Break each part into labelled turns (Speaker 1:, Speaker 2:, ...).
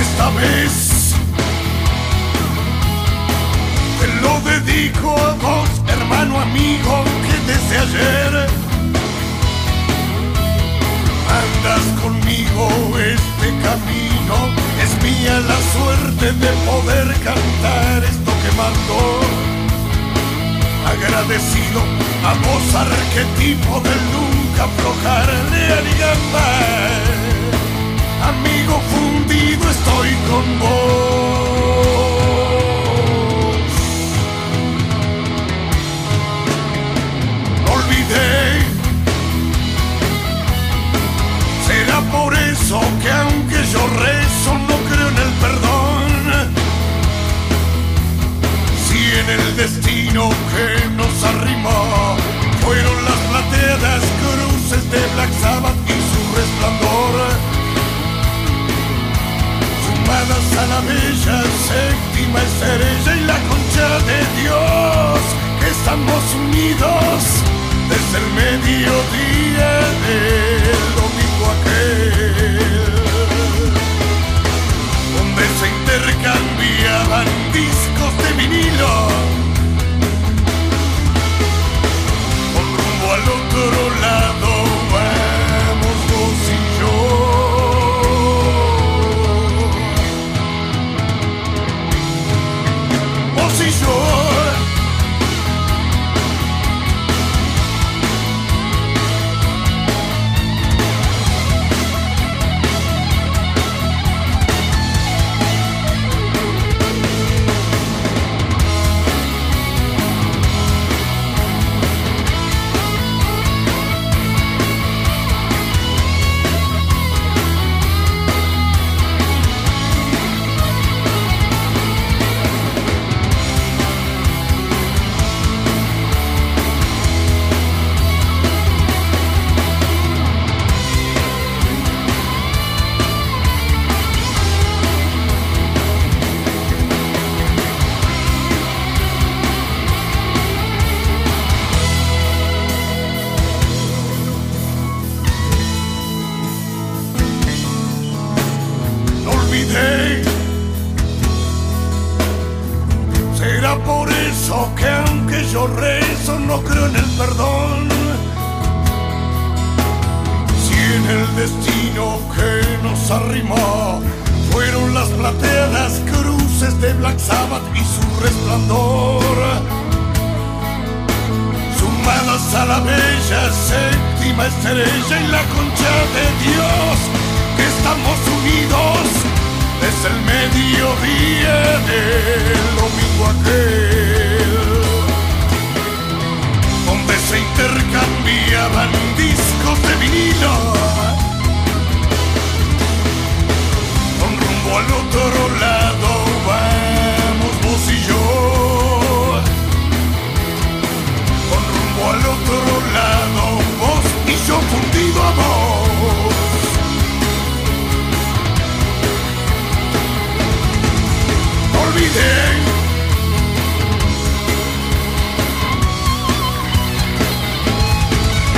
Speaker 1: Esta vez te lo dedico a vos, hermano amigo, que desde ayer andas conmigo este camino. Es mía la suerte de poder cantar esto que mando. Agradecido a vos, arquetipo del nunca aflojar de Arigatar. Amigo fundido estoy con vos. No olvidé. Será por eso que aunque yo rezo no creo en el perdón. Si en el destino que nos arrimó fueron las plateadas cruces de Black Sabbath y su resplandor sumadas a la bella séptima estrella y la concha de Dios, que estamos unidos desde el mediodía del domingo aquel, donde se intercambiaban discos de vinilo, con rumbo al otro lado. vamos vos y yo vos y yo. no olvidé. Será por eso que aunque yo rezo no creo en el perdón. Si en el destino que nos arrimó fueron las plateadas cruces de Black Sabbath y su resplandor sumadas a la bella séptima estrella y la concha de Dios, que estamos unidos desde el mediodía del domingo aquel, donde se intercambiaban discos de vinilo, con rumbo al otro lado vamos vos y yo con rumbo al otro lado, vos y yo fundido a vos. No olviden.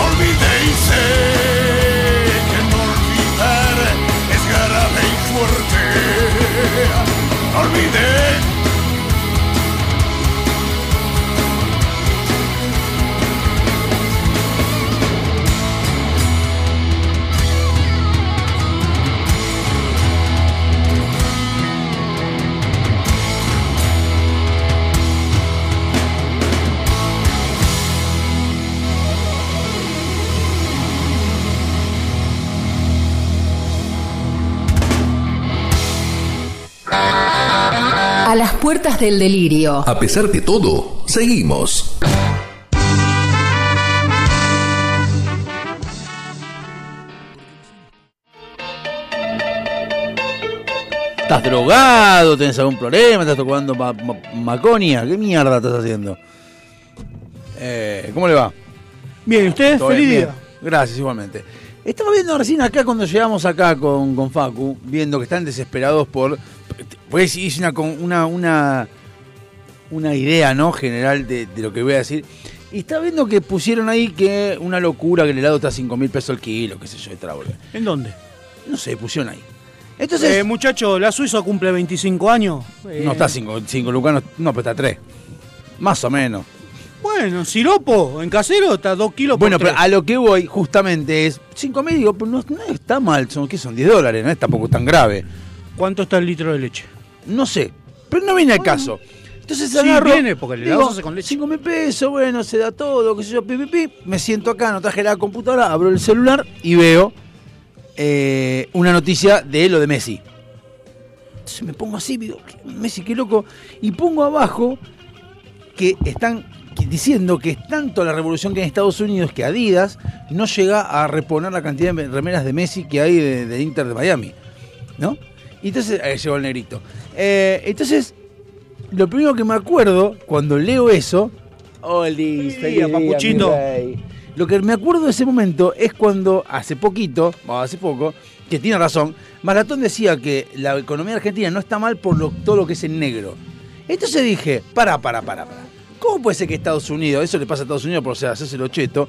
Speaker 1: Olvídense que no olvidar es grave y fuerte. No olviden.
Speaker 2: A las puertas del delirio.
Speaker 3: A pesar de todo, seguimos.
Speaker 4: ¿Estás drogado? ¿Tenés algún problema? ¿Estás tomando ma- ma- maconia? ¿Qué mierda estás haciendo? Eh, ¿Cómo le va?
Speaker 5: Bien, ¿y usted?
Speaker 4: Todo
Speaker 5: Feliz
Speaker 4: bien,
Speaker 5: día.
Speaker 4: bien. Gracias, igualmente. Estaba viendo recién acá, cuando llegamos acá con, con Facu, viendo que están desesperados por... Pues hice una, con- una, una, una idea, ¿no? General de, de lo que voy a decir. Y estaba viendo que pusieron ahí que una locura que el helado está a 5 mil pesos el kilo, qué sé yo, de trábola.
Speaker 5: ¿En dónde?
Speaker 4: No sé, pusieron ahí. Entonces-
Speaker 5: Eh, muchacho, la Suiza cumple 25 años. Eh,
Speaker 4: No está 5 cinco, lucanos, no, pero está 3. Más o menos.
Speaker 5: Bueno, siropo, en casero está 2 kilos
Speaker 4: Bueno,
Speaker 5: por
Speaker 4: pero
Speaker 5: tres.
Speaker 4: a lo que voy justamente es 5 mil, digo, pues no, no está mal, son, ¿qué son? 10 dólares, no es tampoco tan grave.
Speaker 5: ¿Cuánto está el litro de leche? Ah.
Speaker 4: No sé, pero no viene al caso. Entonces
Speaker 5: Sí,
Speaker 4: agarro.
Speaker 5: viene, porque le
Speaker 4: digo,
Speaker 5: das con leche.
Speaker 4: 5 mil pesos, bueno, se da todo, qué sé yo, pi, pi, pi. Me siento acá, no traje la computadora, abro el celular y veo eh, una noticia de lo de Messi. Entonces me pongo así, digo, ¿qué- Messi, qué loco. Y pongo abajo que están que- diciendo que es tanto la revolución que hay en Estados Unidos que Adidas no llega a reponer la cantidad de remeras de Messi que hay de- del Inter de Miami. ¿No? Y entonces, ahí llegó el negrito. Eh, entonces, lo primero que me acuerdo cuando leo eso. oh, Oli,
Speaker 5: Feliz día, papuchito.
Speaker 4: mi rey. Lo que me acuerdo de ese momento es cuando hace poquito, o hace poco, que tiene razón, Maratón decía que la economía argentina no está mal por lo- todo lo que es en negro. Entonces dije, para, para, para, para. ¿Cómo puede ser que Estados Unidos, eso le pasa a Estados Unidos por o sea, hacerse lo cheto,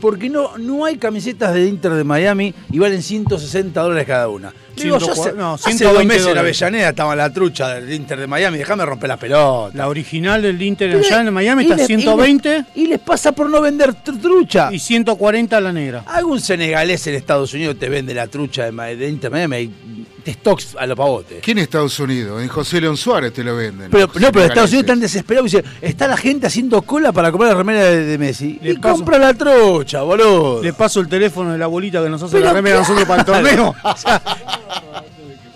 Speaker 4: porque no, no hay camisetas de Inter de Miami y valen 160 dólares cada una. Le Digo, yo
Speaker 5: 104
Speaker 4: hace,
Speaker 5: no,
Speaker 4: hace
Speaker 5: 120
Speaker 4: dos meses en
Speaker 5: dólares.
Speaker 4: Avellaneda estaba la trucha del Inter de Miami, déjame romper las pelotas.
Speaker 5: La original del Inter
Speaker 4: Pero-
Speaker 5: allá en Miami
Speaker 4: y
Speaker 5: está
Speaker 4: les-
Speaker 5: 120
Speaker 4: Y les, y les pasa por no vender tr- trucha. Ah,
Speaker 5: y 140 la negra.
Speaker 4: Algún senegalés en Estados Unidos te vende la trucha de, ma- de Inter de Miami y te stocks a los pavotes.
Speaker 6: ¿Quién en Estados Unidos? En José León Suárez te lo venden.
Speaker 4: Pero,
Speaker 6: Los
Speaker 4: no, pero Estados Unidos están
Speaker 6: senegaleses.
Speaker 4: desesperados. Dice, está la gente haciendo cola para comprar la remera de, de Messi.
Speaker 5: Le
Speaker 4: y
Speaker 5: paso-
Speaker 4: compra la trucha, boludo.
Speaker 5: Le paso el teléfono de la bolita que nos hace
Speaker 4: Pero
Speaker 5: la remera a nosotros para el torneo.
Speaker 4: Ah,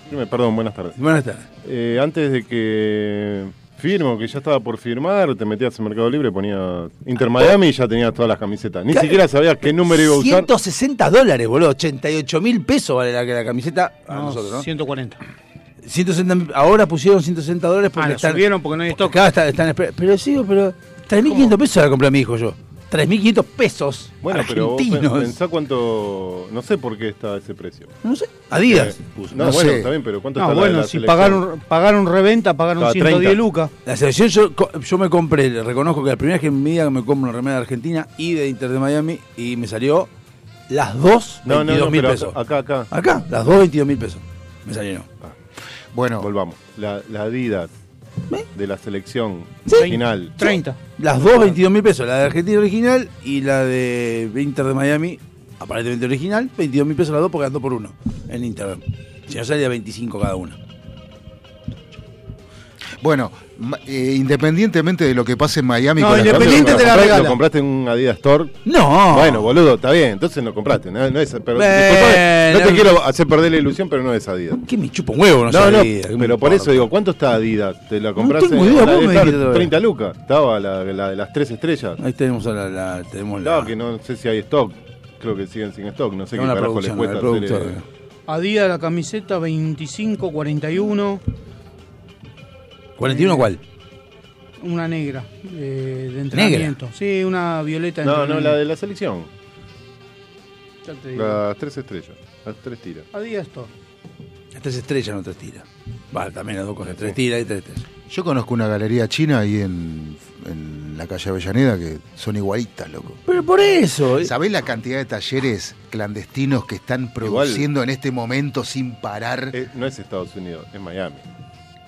Speaker 7: Firme, perdón, buenas tardes.
Speaker 4: Buenas tardes.
Speaker 7: Eh, antes de que firmo, que ya estaba por firmar, te metías en Mercado Libre, ponías Inter Miami y ya tenías todas las camisetas. Ni
Speaker 4: Claro.
Speaker 7: siquiera sabías qué número iba a usar.
Speaker 4: 160 dólares, boludo. 88 mil pesos vale la, la camiseta a
Speaker 5: Ah, No,
Speaker 4: nosotros, ¿no?
Speaker 5: 140.
Speaker 4: 160, ahora pusieron 160 dólares porque
Speaker 5: Ah, la
Speaker 4: están,
Speaker 5: subieron porque no hay stock.
Speaker 4: Acá están, están esper- Pero sigo, pero 3.500 pesos la compré a mi hijo yo. 3.500 pesos
Speaker 7: Bueno, pero vos
Speaker 4: argentinos.
Speaker 7: pen- pensá cuánto. No sé por qué está ese precio.
Speaker 4: no sé, Adidas.
Speaker 7: Eh, puso-
Speaker 6: No
Speaker 7: No, bueno,
Speaker 6: sé.
Speaker 7: está bien, pero ¿cuánto
Speaker 5: No,
Speaker 7: está la de
Speaker 5: bueno,
Speaker 7: la
Speaker 5: si
Speaker 7: selección?
Speaker 5: pagaron, pagaron reventa, pagaron
Speaker 7: Está,
Speaker 5: 110
Speaker 7: 30.
Speaker 5: lucas.
Speaker 4: La selección yo, co- yo me compré, le reconozco que la primera vez que en mi vida me compro una remera de Argentina y de Inter de Miami y me salió las dos
Speaker 7: No, no,
Speaker 4: 22
Speaker 7: no,
Speaker 4: mil
Speaker 7: pero
Speaker 4: pesos.
Speaker 7: acá, acá, acá.
Speaker 4: Acá, las dos 22 mil pesos. Me salieron.
Speaker 6: Bueno,
Speaker 7: Ah. Volvamos. La, la Adidas
Speaker 4: ¿Eh?
Speaker 7: de la selección
Speaker 4: Sí.
Speaker 7: final.
Speaker 5: 30.
Speaker 4: Las dos 22 mil pesos, la de Argentina original y la de Inter de Miami, aparentemente original, 22 mil pesos las dos porque las dos por uno en Inter. Si no salía 25 cada una.
Speaker 7: Este
Speaker 6: bueno ma- eh, independientemente de lo que pase en Miami
Speaker 5: No,
Speaker 6: con las
Speaker 5: independiente
Speaker 6: cosas-
Speaker 5: te la
Speaker 7: compraste-
Speaker 5: regala.
Speaker 7: Lo compraste en un Adidas Store.
Speaker 4: No.
Speaker 7: Bueno, boludo, está bien, entonces no compraste. No, no es, pero,
Speaker 4: Bueno.
Speaker 7: disculpame, no te quiero hacer perder la ilusión, pero no es Adidas.
Speaker 4: Que me chupa un huevo, no,
Speaker 7: No,
Speaker 4: sé.
Speaker 7: no,
Speaker 4: Adidas, que me
Speaker 7: pero por
Speaker 4: importa.
Speaker 7: eso digo, ¿cuánto está Adidas? ¿Te la compraste?
Speaker 4: tengo idea,
Speaker 7: la
Speaker 4: vos
Speaker 7: de
Speaker 4: me
Speaker 7: estar
Speaker 4: dijiste otra
Speaker 7: 30 lucas, estaba la, la de las tres estrellas.
Speaker 4: Ahí tenemos a la, la- tenemos la,
Speaker 7: No, que no sé si hay stock. Creo que siguen sin stock, no sé
Speaker 4: tenemos la
Speaker 7: qué carajo les
Speaker 4: producción,
Speaker 7: cuesta
Speaker 4: la
Speaker 7: hacer,
Speaker 4: productora.
Speaker 7: eh,
Speaker 5: Adidas la camiseta 25, 41,
Speaker 4: 41 cuál?
Speaker 5: una negra eh, de entrenamiento. Sí, una violeta de
Speaker 7: No, no, la
Speaker 5: entrenamiento.
Speaker 7: de la selección.
Speaker 5: Ya te digo.
Speaker 7: Las tres estrellas, las tres tiras.
Speaker 5: Adidas Store.
Speaker 4: Las tres estrellas no tres tiras. Vale, también las dos cosas, tres tiras y tres estrellas.
Speaker 6: Yo conozco una galería china ahí en, en la calle Avellaneda que son igualitas, loco.
Speaker 4: Pero por eso. eh,
Speaker 6: ¿Sabés la cantidad de talleres clandestinos que están produciendo en este momento sin parar?
Speaker 7: Eh, no es Estados Unidos, es Miami.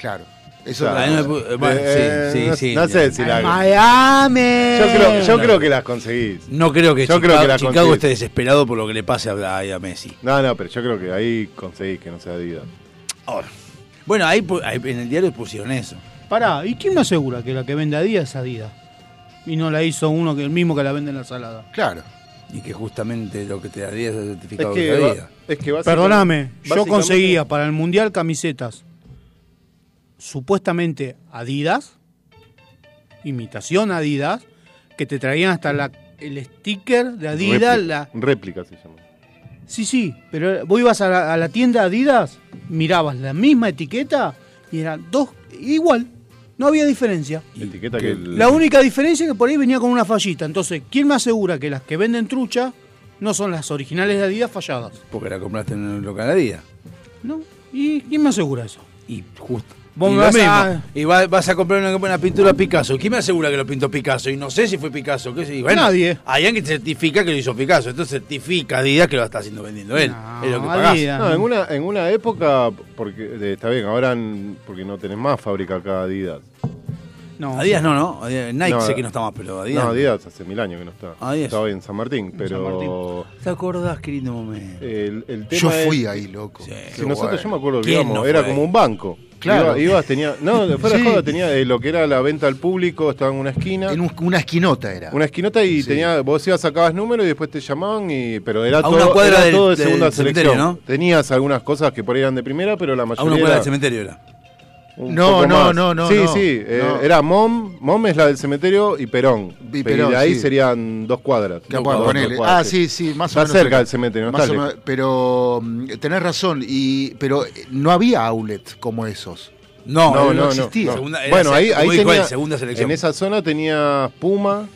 Speaker 6: claro. Eso
Speaker 7: Claro.
Speaker 4: Ah, no me pu- eh, bueno, sí, sí,
Speaker 7: no,
Speaker 4: sí.
Speaker 7: no sé si la.
Speaker 5: Miami.
Speaker 7: Yo creo, yo creo que las conseguís.
Speaker 4: No creo que
Speaker 7: Yo
Speaker 4: Chicago,
Speaker 7: creo que la
Speaker 4: Chicago
Speaker 7: conseguís.
Speaker 4: esté desesperado por lo que le pase a, a- a Messi.
Speaker 7: No, no, pero yo creo que ahí conseguís que no sea Adidas.
Speaker 4: Bueno, ahí, pu- ahí en el diario pusieron eso.
Speaker 5: Pará, ¿y quién me asegura que la que vende Adidas es Adidas? Y no la hizo uno que el mismo que la vende en la salada.
Speaker 6: Claro.
Speaker 4: Y que justamente lo que te daría es el
Speaker 7: Es
Speaker 4: certificado
Speaker 7: que,
Speaker 4: de
Speaker 7: va-
Speaker 4: vida.
Speaker 7: es que básicamente-
Speaker 5: Perdóname, yo
Speaker 7: básicamente-
Speaker 5: conseguía para el Mundial camisetas supuestamente Adidas, imitación Adidas, que te traían hasta la, el sticker de Adidas,
Speaker 7: Répli-
Speaker 5: la,
Speaker 7: Réplica se llama.
Speaker 5: Sí, sí, pero vos ibas a la, a la tienda Adidas, mirabas la misma etiqueta y eran dos igual, no había diferencia.
Speaker 7: Etiqueta que el-
Speaker 5: La única diferencia es que por ahí venía con una fallita, entonces, ¿quién me asegura que las que venden trucha no son las originales de Adidas falladas?
Speaker 4: Porque la compraste en el local de Adidas.
Speaker 5: ¿No? ¿Y quién me asegura eso?
Speaker 4: Y justo.
Speaker 5: Vos
Speaker 4: y
Speaker 5: me
Speaker 4: lo
Speaker 5: vas
Speaker 4: mismo.
Speaker 5: a-
Speaker 4: Y va- vas a comprar una, una pintura Picasso. ¿Quién me asegura que lo pintó Picasso? Y no sé si fue Picasso. ¿qué sé? yo. Bueno,
Speaker 5: Nadie.
Speaker 4: Hay alguien que certifica que lo hizo Picasso. Entonces certifica Adidas que lo está haciendo vendiendo él.
Speaker 5: No,
Speaker 4: es lo que pagás.
Speaker 5: Adidas.
Speaker 7: No, en una, en una época, porque eh, está bien, ahora n- porque no tenés más fábrica acá Adidas.
Speaker 5: No,
Speaker 4: Adidas no, ¿no? Adidas- Nike
Speaker 7: No,
Speaker 4: sé que no está más, pero Adidas.
Speaker 7: No, Adidas hace mil años que no está.
Speaker 4: Adidas.
Speaker 7: Estaba en San Martín, pero
Speaker 4: ¿Te acordás, qué lindo momento?
Speaker 7: el, el tema
Speaker 6: Yo
Speaker 7: es
Speaker 6: fui ahí, loco.
Speaker 7: que nosotros, yo me acuerdo que
Speaker 4: ¿Quién
Speaker 7: íbamos,
Speaker 4: no
Speaker 7: era
Speaker 4: fue?
Speaker 7: como un banco.
Speaker 6: Claro.
Speaker 7: Iba- ibas, tenía, no, fuera de
Speaker 6: Sí.
Speaker 7: joda, tenía eh, lo que era la venta al público, estaba en una esquina.
Speaker 6: En un- una esquinota era.
Speaker 7: Una esquinota y
Speaker 6: Sí.
Speaker 7: tenía, vos ibas, sacabas número y después te llamaban, y, pero era
Speaker 4: A
Speaker 7: todo,
Speaker 4: una cuadra
Speaker 7: era
Speaker 4: del-
Speaker 7: todo de
Speaker 4: del
Speaker 7: segunda
Speaker 4: cementerio,
Speaker 7: selección.
Speaker 4: ¿no?
Speaker 7: Tenías algunas cosas que por ahí eran de primera, pero la
Speaker 4: A
Speaker 7: mayoría
Speaker 4: una cuadra
Speaker 7: era
Speaker 4: del cementerio era.
Speaker 7: un
Speaker 6: No,
Speaker 7: poco
Speaker 6: no,
Speaker 7: más.
Speaker 6: no, no,
Speaker 7: Sí,
Speaker 6: no.
Speaker 7: sí, eh,
Speaker 6: No.
Speaker 7: era Mom, Mom es la del cementerio y Perón.
Speaker 6: Y
Speaker 7: Pero
Speaker 6: Perón,
Speaker 7: de ahí
Speaker 6: sí.
Speaker 7: serían dos cuadras.
Speaker 6: Que
Speaker 7: Dos
Speaker 6: acuerdo,
Speaker 7: cuadras,
Speaker 6: ponele.
Speaker 7: dos cuadras,
Speaker 6: ah, sí, sí, más
Speaker 7: Está
Speaker 6: o menos.
Speaker 7: cerca del cementerio, no
Speaker 6: Más
Speaker 7: está
Speaker 6: o
Speaker 7: lejos.
Speaker 6: menos, pero mm, tenés razón, y, pero eh, no había outlet como esos.
Speaker 4: No,
Speaker 7: No, no, no.
Speaker 6: existía.
Speaker 7: no.
Speaker 4: Segunda- era
Speaker 7: bueno,
Speaker 4: se-
Speaker 7: ahí,
Speaker 4: como
Speaker 7: ahí
Speaker 4: dijo
Speaker 7: tenía,
Speaker 4: él, segunda selección.
Speaker 7: En esa zona tenías Puma,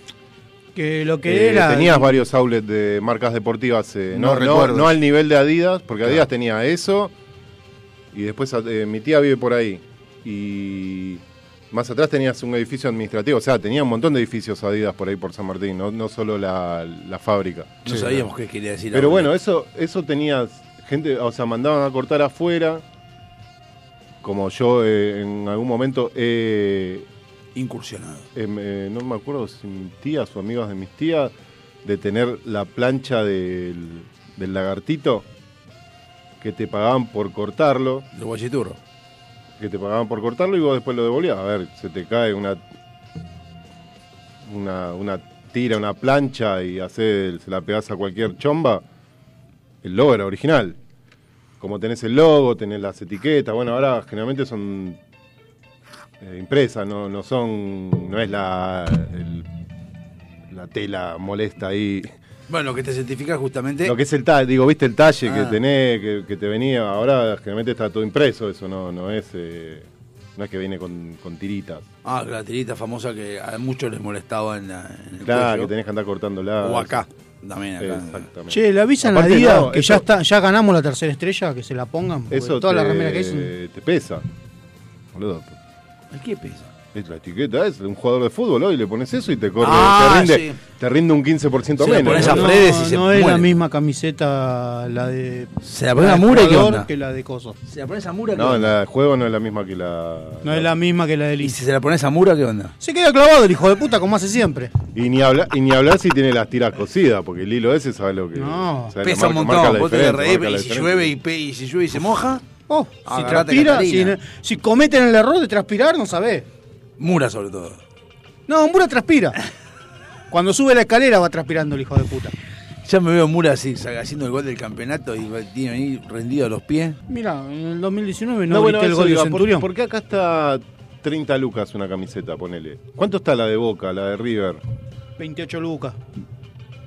Speaker 5: que lo que
Speaker 7: eh,
Speaker 5: era...
Speaker 7: tenías varios outlets de marcas deportivas. eh,
Speaker 6: No
Speaker 7: no, no,
Speaker 6: recuerdo.
Speaker 7: no al nivel de Adidas, porque Adidas tenía eso. Y después eh, mi tía vive por ahí. Y más atrás tenías un edificio administrativo. O sea, tenía un montón de edificios Adidas por ahí por San Martín, no, no solo la, la fábrica.
Speaker 4: No
Speaker 6: Sí,
Speaker 4: sabíamos qué quería decir.
Speaker 7: Pero
Speaker 4: ahora.
Speaker 7: bueno, eso, eso tenías gente, o sea, mandaban a cortar afuera. Como yo eh, en algún momento eh,
Speaker 4: Incursionado.
Speaker 7: em, eh, no me acuerdo si mis tías o amigas de mis tías, de tener la plancha del, del lagartito que te pagaban por cortarlo,
Speaker 4: De Guachiturro.
Speaker 7: que te pagaban por cortarlo y vos después lo devolvías. A ver, se te cae una una, una tira, una plancha y hace, se la pegás a cualquier chomba, el logo era original. Como tenés el logo, tenés las etiquetas, bueno, ahora generalmente son eh, impresas, no, no son, no es la, el- la tela molesta ahí.
Speaker 4: Bueno, lo que te certifica justamente.
Speaker 7: Lo que es el talle, digo, viste el talle que
Speaker 4: Ah.
Speaker 7: tenés, que, que te venía, ahora generalmente está todo impreso, eso no, no es, eh, no es que viene con, con tiritas.
Speaker 4: Ah, la tirita famosa que a muchos les molestaba en, la, en el
Speaker 7: Claro,
Speaker 4: cuello.
Speaker 7: que tenés que andar cortándola.
Speaker 4: O acá. También acá.
Speaker 7: Exactamente.
Speaker 5: Che, le avisan a
Speaker 7: Aparte,
Speaker 5: Adidas
Speaker 7: no,
Speaker 5: que
Speaker 7: eso-
Speaker 5: ya, está, ya ganamos la tercera estrella, que se la pongan. porque
Speaker 7: Eso
Speaker 5: toda
Speaker 7: te,
Speaker 5: la remera que dicen.
Speaker 7: te pesa. Boludo.
Speaker 4: ¿Al qué pesa?
Speaker 7: Es la etiqueta, es un jugador de fútbol hoy, le pones eso y te corre,
Speaker 4: Ah,
Speaker 7: te, rinde,
Speaker 4: sí.
Speaker 7: te rinde un 15%
Speaker 4: Se la
Speaker 7: menos.
Speaker 4: pones a
Speaker 7: ¿no?
Speaker 5: no,
Speaker 4: Fredes y se
Speaker 5: no es la
Speaker 4: mueren.
Speaker 5: misma camiseta la de
Speaker 4: ¿Se la
Speaker 5: la
Speaker 4: pones a
Speaker 5: de
Speaker 4: Mura y qué
Speaker 5: jugador
Speaker 4: onda?
Speaker 5: que la de coso.
Speaker 4: ¿Se la pones a Mura
Speaker 7: No, la de juego no es la misma que la.
Speaker 5: No es la misma que la de
Speaker 4: ¿Y
Speaker 5: Lice.
Speaker 4: si se la pones a Mura qué onda?
Speaker 5: Se queda clavado el hijo de puta como hace siempre.
Speaker 7: Y ni, habla, y ni hablar si tiene las tiras cosidas, porque el hilo ese sabe lo que.
Speaker 5: No.
Speaker 7: sabe,
Speaker 4: Pesa un
Speaker 7: marca- marca
Speaker 4: montón,
Speaker 7: la
Speaker 4: vos te
Speaker 7: diferencia,
Speaker 4: reís
Speaker 7: marca la
Speaker 4: y si
Speaker 7: diferencia.
Speaker 4: llueve y, pe- y si llueve y se moja,
Speaker 5: Oh, si
Speaker 4: Agarrate,
Speaker 5: transpira, si,
Speaker 4: Catarina.
Speaker 5: si cometen el error de transpirar, no sabés.
Speaker 4: Mura sobre todo.
Speaker 5: No, Mura transpira. Cuando sube la escalera va transpirando el hijo de puta.
Speaker 4: Ya me veo Mura así, sa- haciendo el gol del campeonato y va- tiene ahí rendido a los pies.
Speaker 5: Mira, en el 2019 no,
Speaker 7: No, bueno,
Speaker 5: grité el
Speaker 7: eso
Speaker 5: gol de
Speaker 7: digo, ¿por-
Speaker 5: Centurión.
Speaker 7: ¿por qué acá está 30 lucas una camiseta, ponele? ¿Cuánto está la de Boca, la de River?
Speaker 5: 28 lucas.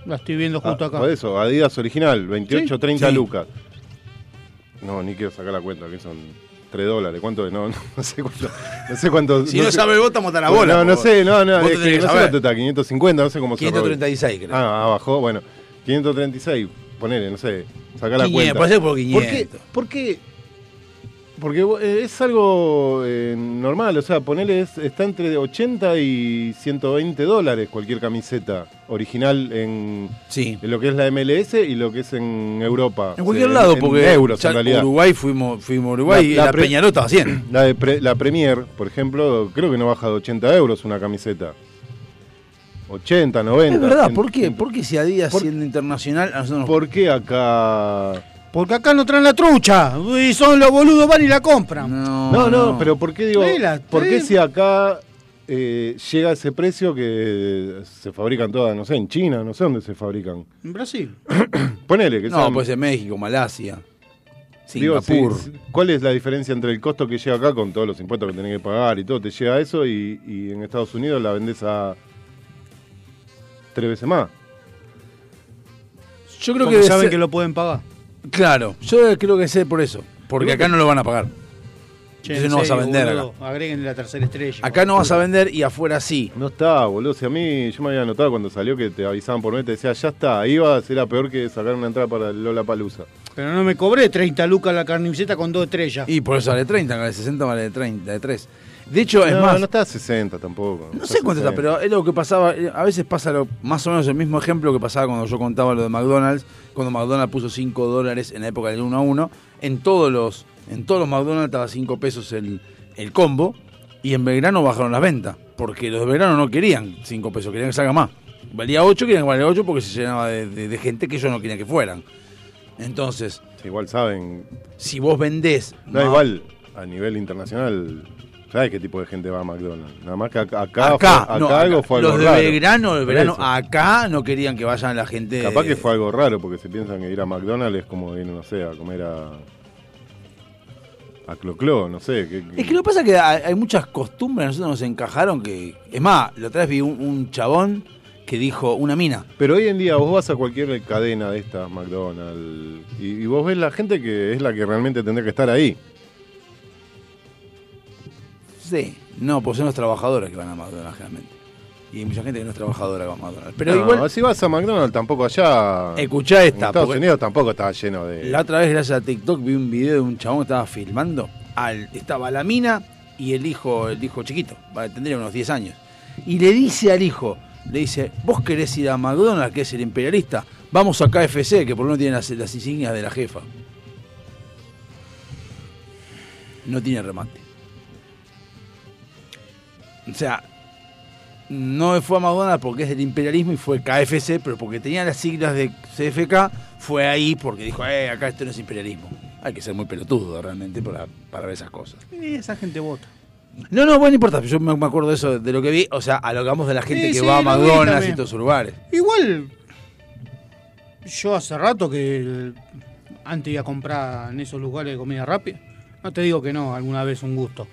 Speaker 5: La estoy viendo
Speaker 7: Ah,
Speaker 5: justo acá.
Speaker 7: Por eso, Adidas original, 28, 30
Speaker 4: Sí.
Speaker 7: lucas. No, ni quiero sacar la cuenta, que son 3 dólares. ¿Cuánto es? No, no, no sé cuánto. No sé cuánto.
Speaker 4: Si no,
Speaker 7: sé-
Speaker 4: sabe vos, te a la bola.
Speaker 7: No, no
Speaker 4: por-
Speaker 7: sé, no, no.
Speaker 4: Vos te
Speaker 7: Es que
Speaker 4: tenés que
Speaker 7: no sé
Speaker 4: saber.
Speaker 7: cuánto está, 550, no sé cómo se
Speaker 4: 536, creo.
Speaker 7: Ah, ah, bajó, bueno. 536, ponele, no sé, saca la
Speaker 4: 500,
Speaker 7: cuenta.
Speaker 4: pasé por
Speaker 7: ¿Por qué?
Speaker 4: 500.
Speaker 7: ¿Por qué? Porque eh, es algo eh, normal, o sea, ponele, es- está entre 80 y 120 dólares cualquier camiseta original en,
Speaker 4: Sí.
Speaker 7: en lo que es la MLS y lo que es en Europa.
Speaker 4: En cualquier
Speaker 7: Eh,
Speaker 4: lado, porque
Speaker 7: En euros,
Speaker 4: ya
Speaker 7: en realidad.
Speaker 4: Uruguay fuimos, fuimos a Uruguay
Speaker 7: La-
Speaker 4: y
Speaker 7: la
Speaker 4: la
Speaker 7: pre-
Speaker 4: Peñarol estaba 100.
Speaker 7: La, de pre- la Premier, por ejemplo, creo que no baja de 80 euros una camiseta. 80, 90.
Speaker 4: Es verdad,
Speaker 7: En-
Speaker 4: ¿por qué?
Speaker 7: en-
Speaker 4: ¿Por qué si Adidas
Speaker 7: Por-
Speaker 4: siendo internacional a nosotros nos
Speaker 7: ¿Por qué acá...?
Speaker 5: Porque acá no traen la trucha. Y son los boludos, van y la compran.
Speaker 4: No,
Speaker 7: No, no, pero ¿por qué digo?
Speaker 5: Sí, la-
Speaker 7: ¿Por qué
Speaker 5: sí.
Speaker 7: si acá eh, llega a ese precio que se fabrican todas, no sé, en China, no sé dónde se fabrican?
Speaker 5: En Brasil.
Speaker 7: Ponele que
Speaker 4: No,
Speaker 7: son-
Speaker 4: pues en México, Malasia.
Speaker 7: Digo, sí,
Speaker 4: Singapur.
Speaker 7: sí, ¿Cuál es la diferencia entre el costo que llega acá con todos los impuestos que tenés que pagar y todo? Te llega eso y, y en Estados Unidos la vendés a tres veces más.
Speaker 4: Yo
Speaker 5: Porque
Speaker 4: creo que, debe
Speaker 5: saben
Speaker 4: ser-
Speaker 5: que lo pueden pagar.
Speaker 4: Claro, yo creo que sé por eso. Porque acá no lo van a pagar. Entonces no vas a vender acá.
Speaker 5: Agreguen la tercera estrella.
Speaker 4: Acá no vas a vender y afuera sí.
Speaker 7: No está, boludo. Si a mí yo me había anotado cuando salió que te avisaban por mes, te decía, ya está, ibas, era peor que sacar una entrada para Lola Palusa.
Speaker 5: Pero no me cobré 30 lucas la carniceta con dos estrellas.
Speaker 4: Y por eso vale 30, acá de 60 vale de 30, de 3. De hecho, es
Speaker 7: No,
Speaker 4: más,
Speaker 7: no está a 60 tampoco.
Speaker 4: no sé cuánto está, pero es lo que pasaba, eh, a veces pasa lo- más o menos el mismo ejemplo que pasaba cuando yo contaba lo de McDonald's, cuando McDonald's puso 5 dólares en la época del 1 a 1, en todos los, en todos los McDonald's estaba 5 pesos el, el combo, y en Belgrano bajaron las ventas, porque los de Belgrano no querían 5 pesos, querían que salga más. Valía 8, querían que valiera 8 porque se llenaba de, de- de gente que ellos no querían que fueran. Entonces,
Speaker 7: Igual saben.
Speaker 4: si vos vendés...
Speaker 7: Da
Speaker 4: más-
Speaker 7: igual, a nivel internacional, ¿sabes qué tipo de gente va a McDonald's? Nada más que acá, acá,
Speaker 4: acá,
Speaker 7: fue- acá
Speaker 4: no,
Speaker 7: algo
Speaker 4: acá.
Speaker 7: fue algo
Speaker 4: los
Speaker 7: raro.
Speaker 4: de Belgrano, el
Speaker 7: Por
Speaker 4: verano,
Speaker 7: eso.
Speaker 4: acá no querían que vayan la gente.
Speaker 7: Capaz que fue algo raro, porque se piensan que ir a McDonald's es como ir, no sé, a comer a. a Cloclo, no sé. que-
Speaker 4: Es que lo que pasa es que hay, hay muchas costumbres, a nosotros nos encajaron que. Es más, la otra vez vi un, un chabón que dijo, una mina.
Speaker 7: Pero hoy en día vos vas a cualquier cadena de estas, McDonald's, y, y vos ves la gente que es la que realmente tendría que estar ahí.
Speaker 4: Sí. No, pues son los trabajadores que van a McDonald's generalmente. Y hay mucha gente que no es trabajadora que va a McDonald's. Pero
Speaker 7: No,
Speaker 4: igual,
Speaker 7: Ah, Si vas a McDonald's, tampoco allá.
Speaker 4: escuchá
Speaker 7: en
Speaker 4: esta.
Speaker 7: Estados
Speaker 4: porque
Speaker 7: Unidos tampoco estaba lleno de.
Speaker 4: La otra vez, gracias a TikTok, vi un video de un chabón que estaba filmando. Al, estaba la mina y el hijo, el hijo chiquito, va, tendría unos 10 años. Y le dice al hijo, le dice, vos querés ir a McDonald's, que es el imperialista, vamos a KFC, que por lo menos tiene las, las insignias de la jefa. No tiene remate. O sea, no fue a McDonald's porque es del imperialismo y fue KFC, pero porque tenía las siglas de CFK, fue ahí porque dijo, eh, acá esto no es imperialismo. Hay que ser muy pelotudo realmente para, para ver esas cosas.
Speaker 5: Y esa gente vota.
Speaker 4: No, no, bueno, no importa, yo me me acuerdo de eso, de lo que vi, o sea, a lo que vamos de la gente
Speaker 5: Sí,
Speaker 4: que
Speaker 5: sí,
Speaker 4: va a
Speaker 5: lo vi
Speaker 4: McDonald's y
Speaker 5: también.
Speaker 4: estos lugares.
Speaker 5: Igual, yo hace rato que el- antes iba a comprar en esos lugares de comida rápida. No te digo que no, alguna vez un gusto.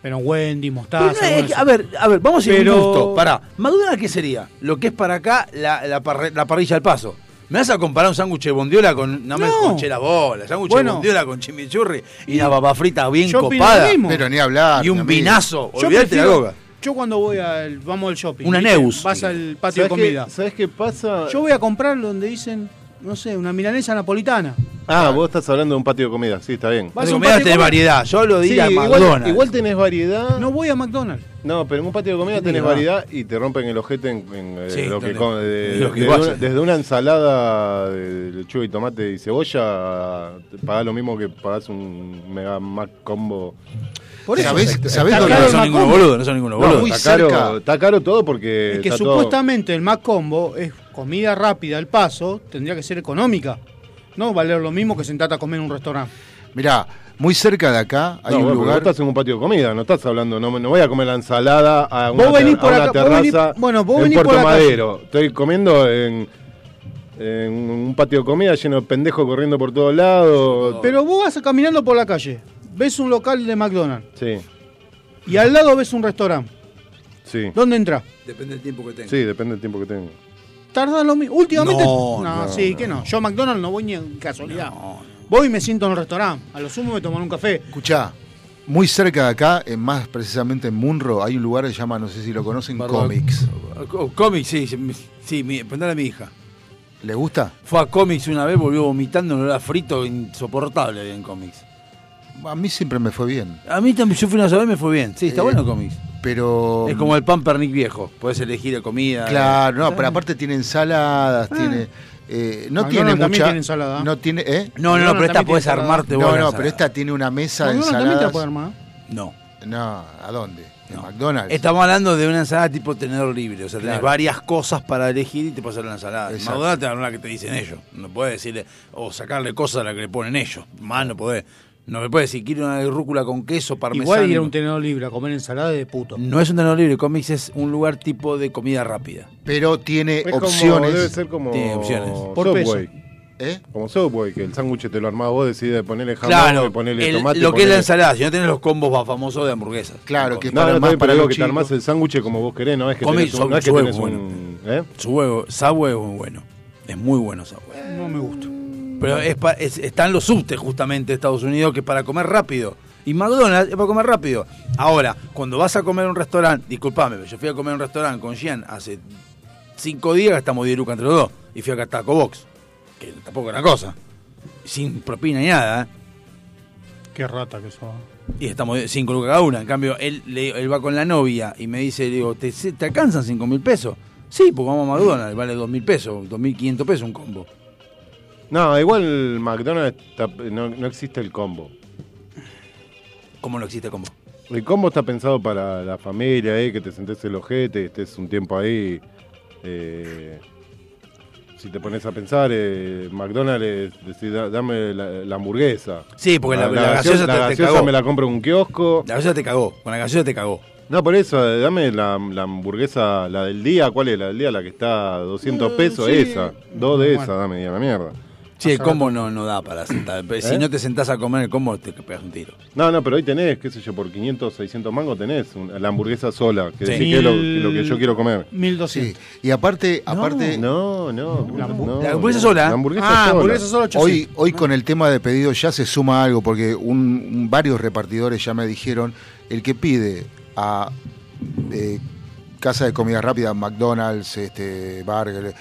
Speaker 5: Pero Wendy, mostaza.
Speaker 4: Pero no, es
Speaker 5: bueno,
Speaker 4: que-
Speaker 5: eso.
Speaker 4: a ver, a ver, vamos a ir
Speaker 5: Pero-
Speaker 4: un gusto. Pará, ¿McDonald's qué sería? Lo que es para acá la, la parre- la parrilla al paso. ¿Me vas a comparar un sándwich de bondiola con no me
Speaker 5: No.
Speaker 4: escuché la bola? Sándwich
Speaker 5: Bueno.
Speaker 4: de bondiola con chimichurri y una papa frita bien
Speaker 5: Yo opino
Speaker 4: copada.
Speaker 5: lo mismo.
Speaker 6: Pero ni hablar.
Speaker 4: y
Speaker 6: mi
Speaker 4: un
Speaker 6: amigo.
Speaker 4: vinazo.
Speaker 5: Yo
Speaker 4: Olvídate la
Speaker 5: prefiero-
Speaker 4: goga.
Speaker 5: Yo cuando voy al, vamos al shopping.
Speaker 4: Una
Speaker 5: ¿viste?
Speaker 4: Neus.
Speaker 5: Vas al patio de
Speaker 7: ¿Sabés qué-
Speaker 5: comida.
Speaker 7: ¿Sabés qué pasa?
Speaker 5: Yo voy a comprar donde dicen, no sé, una milanesa napolitana.
Speaker 7: Ah, vos estás hablando de un patio de comida, sí, está bien.
Speaker 5: Vas a un
Speaker 4: Comida
Speaker 5: patio de
Speaker 4: tenés
Speaker 5: comida.
Speaker 4: variedad. Yo lo
Speaker 7: Sí,
Speaker 4: diría a
Speaker 7: igual,
Speaker 4: McDonald's.
Speaker 7: igual tenés variedad.
Speaker 5: No
Speaker 7: No,
Speaker 5: voy a McDonald's.
Speaker 7: pero en un patio de comida
Speaker 4: Tiene
Speaker 7: tenés
Speaker 4: que ver.
Speaker 7: variedad y te rompen el ojete en, en, eh,
Speaker 4: Sí,
Speaker 7: lo que
Speaker 4: donde-
Speaker 7: come- de-
Speaker 4: lo que
Speaker 7: desde,
Speaker 4: vaya.
Speaker 7: una, desde una ensalada de lechuga y tomate y cebolla, te pagás lo mismo que pagás un mega Mac combo.
Speaker 5: Por eso.
Speaker 6: ¿Sabés, sabés
Speaker 5: está
Speaker 4: No,
Speaker 6: dónde
Speaker 5: claro
Speaker 4: no
Speaker 6: vas
Speaker 4: son
Speaker 5: el
Speaker 4: ninguno
Speaker 5: Macombo.
Speaker 4: boludo, no son ninguno boludo.
Speaker 6: muy
Speaker 7: está, caro,
Speaker 6: cerca.
Speaker 7: está caro todo porque.
Speaker 5: Es que
Speaker 7: está todo-
Speaker 5: supuestamente el más combo es comida rápida al paso, tendría que ser económica. No valer lo mismo que sentarte a comer en un restaurante.
Speaker 6: Mirá, muy cerca de acá hay
Speaker 7: No,
Speaker 6: un
Speaker 7: bueno, pero
Speaker 6: lugar.
Speaker 7: vos estás en un patio de comida, no estás hablando, no, me- no voy a comer la ensalada a una,
Speaker 5: Vos venís
Speaker 7: ter- a
Speaker 5: por
Speaker 7: una
Speaker 5: acá, vos venís-
Speaker 7: terraza
Speaker 5: bueno, vos
Speaker 7: en
Speaker 5: venís
Speaker 7: Puerto
Speaker 5: por la calle.
Speaker 7: Madero. Estoy comiendo en, en un patio de comida lleno de pendejos corriendo por todos lados.
Speaker 5: Pero vos vas caminando por la calle, ves un local de McDonald's
Speaker 7: Sí,
Speaker 5: y al lado ves un restaurante.
Speaker 7: sí.
Speaker 5: ¿Dónde entras?
Speaker 4: Depende del tiempo que tengas.
Speaker 7: Sí, depende del tiempo que tengo.
Speaker 5: Tardas lo mismo. Últimamente.
Speaker 4: No,
Speaker 7: no,
Speaker 5: sí,
Speaker 7: no.
Speaker 5: que no. Yo a McDonald's no voy ni en casualidad. Voy y me siento en el restaurante. A lo sumo me tomo un café.
Speaker 6: Escuchá, muy cerca de acá, en más precisamente en Munro, hay un lugar que se llama, no sé si lo conocen, Comics.
Speaker 4: Comics, sí. sí, mi- Sí, mi- preguntale a mi hija.
Speaker 6: ¿Le gusta?
Speaker 4: Fue a Comics una vez, volvió vomitando, no era frito, insoportable había en Comics.
Speaker 6: A mí siempre me fue bien.
Speaker 4: A mí también, yo fui una sola vez y me fue bien. Sí, está
Speaker 6: Eh,
Speaker 4: bueno Comics.
Speaker 6: Pero. mm,
Speaker 4: Es como el pampernick viejo. Podés elegir la
Speaker 5: ¿eh?
Speaker 4: comida. eh,
Speaker 6: Claro, no, pero aparte tiene ensaladas, tiene. eh, no
Speaker 5: Ah. McDonald's
Speaker 6: tiene
Speaker 5: también
Speaker 6: mucha.
Speaker 5: tiene ensalada.
Speaker 6: No tiene. ¿eh?
Speaker 4: No, no, no,
Speaker 5: No, no,
Speaker 4: pero esta
Speaker 5: también
Speaker 4: podés
Speaker 5: tiene
Speaker 4: armarte
Speaker 6: No,
Speaker 4: vos. la
Speaker 6: no,
Speaker 4: ensalada.
Speaker 6: pero esta tiene una mesa de
Speaker 5: McDonald's también te la
Speaker 6: ensaladas.
Speaker 5: puede armar.
Speaker 4: No.
Speaker 6: No, ¿a dónde? ¿En
Speaker 4: No.
Speaker 6: McDonald's?
Speaker 4: Estamos hablando de una ensalada tipo tenedor libre. O sea, tenés
Speaker 6: Claro.
Speaker 4: varias cosas para elegir y te pasar la ensalada. En
Speaker 6: Exacto.
Speaker 4: McDonald's te dan una que te dicen ellos. No podés decirle, o sacarle cosas a la que le ponen ellos. Más no podés. No me puedes decir, quiero una de rúcula con queso, parmesano.
Speaker 5: Igual ir a un tenedor libre a comer ensalada de puto.
Speaker 4: No es un tenedor libre, Comics es un lugar tipo de comida rápida.
Speaker 6: Pero tiene
Speaker 7: Es como-
Speaker 6: opciones.
Speaker 7: debe ser como.
Speaker 4: Tiene opciones.
Speaker 5: Por
Speaker 7: Subway.
Speaker 6: ¿Eh?
Speaker 7: Como Subway, que el sándwich te lo armás vos, decides ponerle jamón,
Speaker 4: Claro,
Speaker 7: ponerle
Speaker 4: el-
Speaker 7: tomate.
Speaker 4: lo que es la
Speaker 7: ponele-
Speaker 4: ensalada, si no tenés los combos más famosos de hamburguesas.
Speaker 6: Claro, que
Speaker 7: No,
Speaker 6: para
Speaker 7: no,
Speaker 6: más
Speaker 7: pero
Speaker 6: para
Speaker 7: digo
Speaker 6: los
Speaker 7: que te
Speaker 6: chicos.
Speaker 7: armás el sándwich como vos querés, no es que
Speaker 4: Comí,
Speaker 7: tenés un...
Speaker 4: son-
Speaker 7: No es que
Speaker 4: son
Speaker 7: tenés
Speaker 4: buenos.
Speaker 7: un ¿eh?
Speaker 4: Su huevo, Subway es muy bueno. Es muy bueno Subway.
Speaker 5: No me gusta.
Speaker 4: Pero es pa- es- están los subtes justamente de Estados Unidos que es para comer rápido. Y McDonald's es para comer rápido. Ahora, cuando vas a comer a un restaurante, disculpame, pero yo fui a comer a un restaurante con Gian hace cinco días, gastamos 10 lucas entre los dos. Y fui acá a Taco Box, que tampoco era cosa. Sin propina ni nada, ¿eh?
Speaker 5: Qué rata que sos.
Speaker 4: Y estamos 5 lucas cada una. En cambio, él, le- él va con la novia y me dice, le digo, ¿te, se- te alcanzan 5 mil pesos? Sí, pues vamos a McDonald's, vale 2 mil pesos, 2.500 pesos un combo.
Speaker 7: No, igual McDonald's está- no, no existe el combo.
Speaker 4: ¿Cómo no existe combo?
Speaker 7: El combo está pensado para la familia, eh, que te sentes el ojete, que estés un tiempo ahí. eh, si te pones a pensar, eh, McDonald's, decís, "Da- dame la, la hamburguesa.
Speaker 4: Sí, porque la- la
Speaker 7: gaseo-
Speaker 4: gaseosa te- te
Speaker 7: gaseosa
Speaker 4: cagó.
Speaker 7: me la compro en un kiosco.
Speaker 4: La gaseosa te cagó, con la gaseosa te cagó.
Speaker 7: No, por eso, eh, dame la, la hamburguesa, la del día. ¿Cuál es la del día? La que está a 200 pesos,
Speaker 5: Mm, sí.
Speaker 7: esa. Dos de
Speaker 5: Bueno.
Speaker 7: esas, dame y a la mierda. ¿Eh?
Speaker 4: Sí, el combo no, no da para sentar. Pero Si no te sentás a comer el combo, te pegas un tiro.
Speaker 7: No, no, pero hoy tenés, qué sé yo, por 500, 600 mangos tenés un- la hamburguesa sola, que
Speaker 4: Sí.
Speaker 7: decís que es lo, que lo que yo quiero comer.
Speaker 5: 1200.
Speaker 6: Sí. Y aparte, aparte
Speaker 7: No, no.
Speaker 5: La hambu-
Speaker 7: no.
Speaker 4: la hamburguesa sola.
Speaker 7: La hamburguesa
Speaker 5: Ah,
Speaker 7: sola.
Speaker 5: por eso solo 800.
Speaker 6: hoy, hoy con el tema de pedido ya se suma algo, porque un- un- varios repartidores ya me dijeron, el que pide a eh, casa de comida rápida, McDonald's, este, Burger,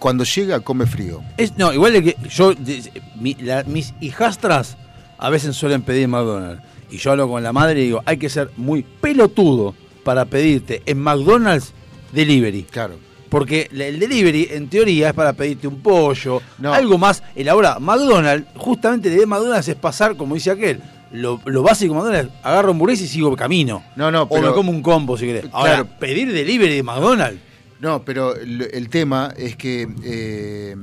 Speaker 6: cuando llega come frío.
Speaker 4: Es, no, igual de que yo, de- mi- la- mis hijastras a veces suelen pedir McDonald's. Y yo hablo con la madre y digo, hay que ser muy pelotudo para pedirte en McDonald's delivery.
Speaker 6: Claro.
Speaker 4: Porque la- el delivery, en teoría, es para pedirte un pollo,
Speaker 6: No.
Speaker 4: algo más. El ahora, McDonald's, justamente la idea de McDonald's es pasar, como dice aquel, lo, lo básico de McDonald's, agarro hamburguesa y sigo camino.
Speaker 6: No, no,
Speaker 4: O
Speaker 6: pero-
Speaker 4: me como un combo, si querés. Ahora,
Speaker 6: Claro.
Speaker 4: pedir delivery de McDonald's.
Speaker 6: No, pero el, el tema es que eh,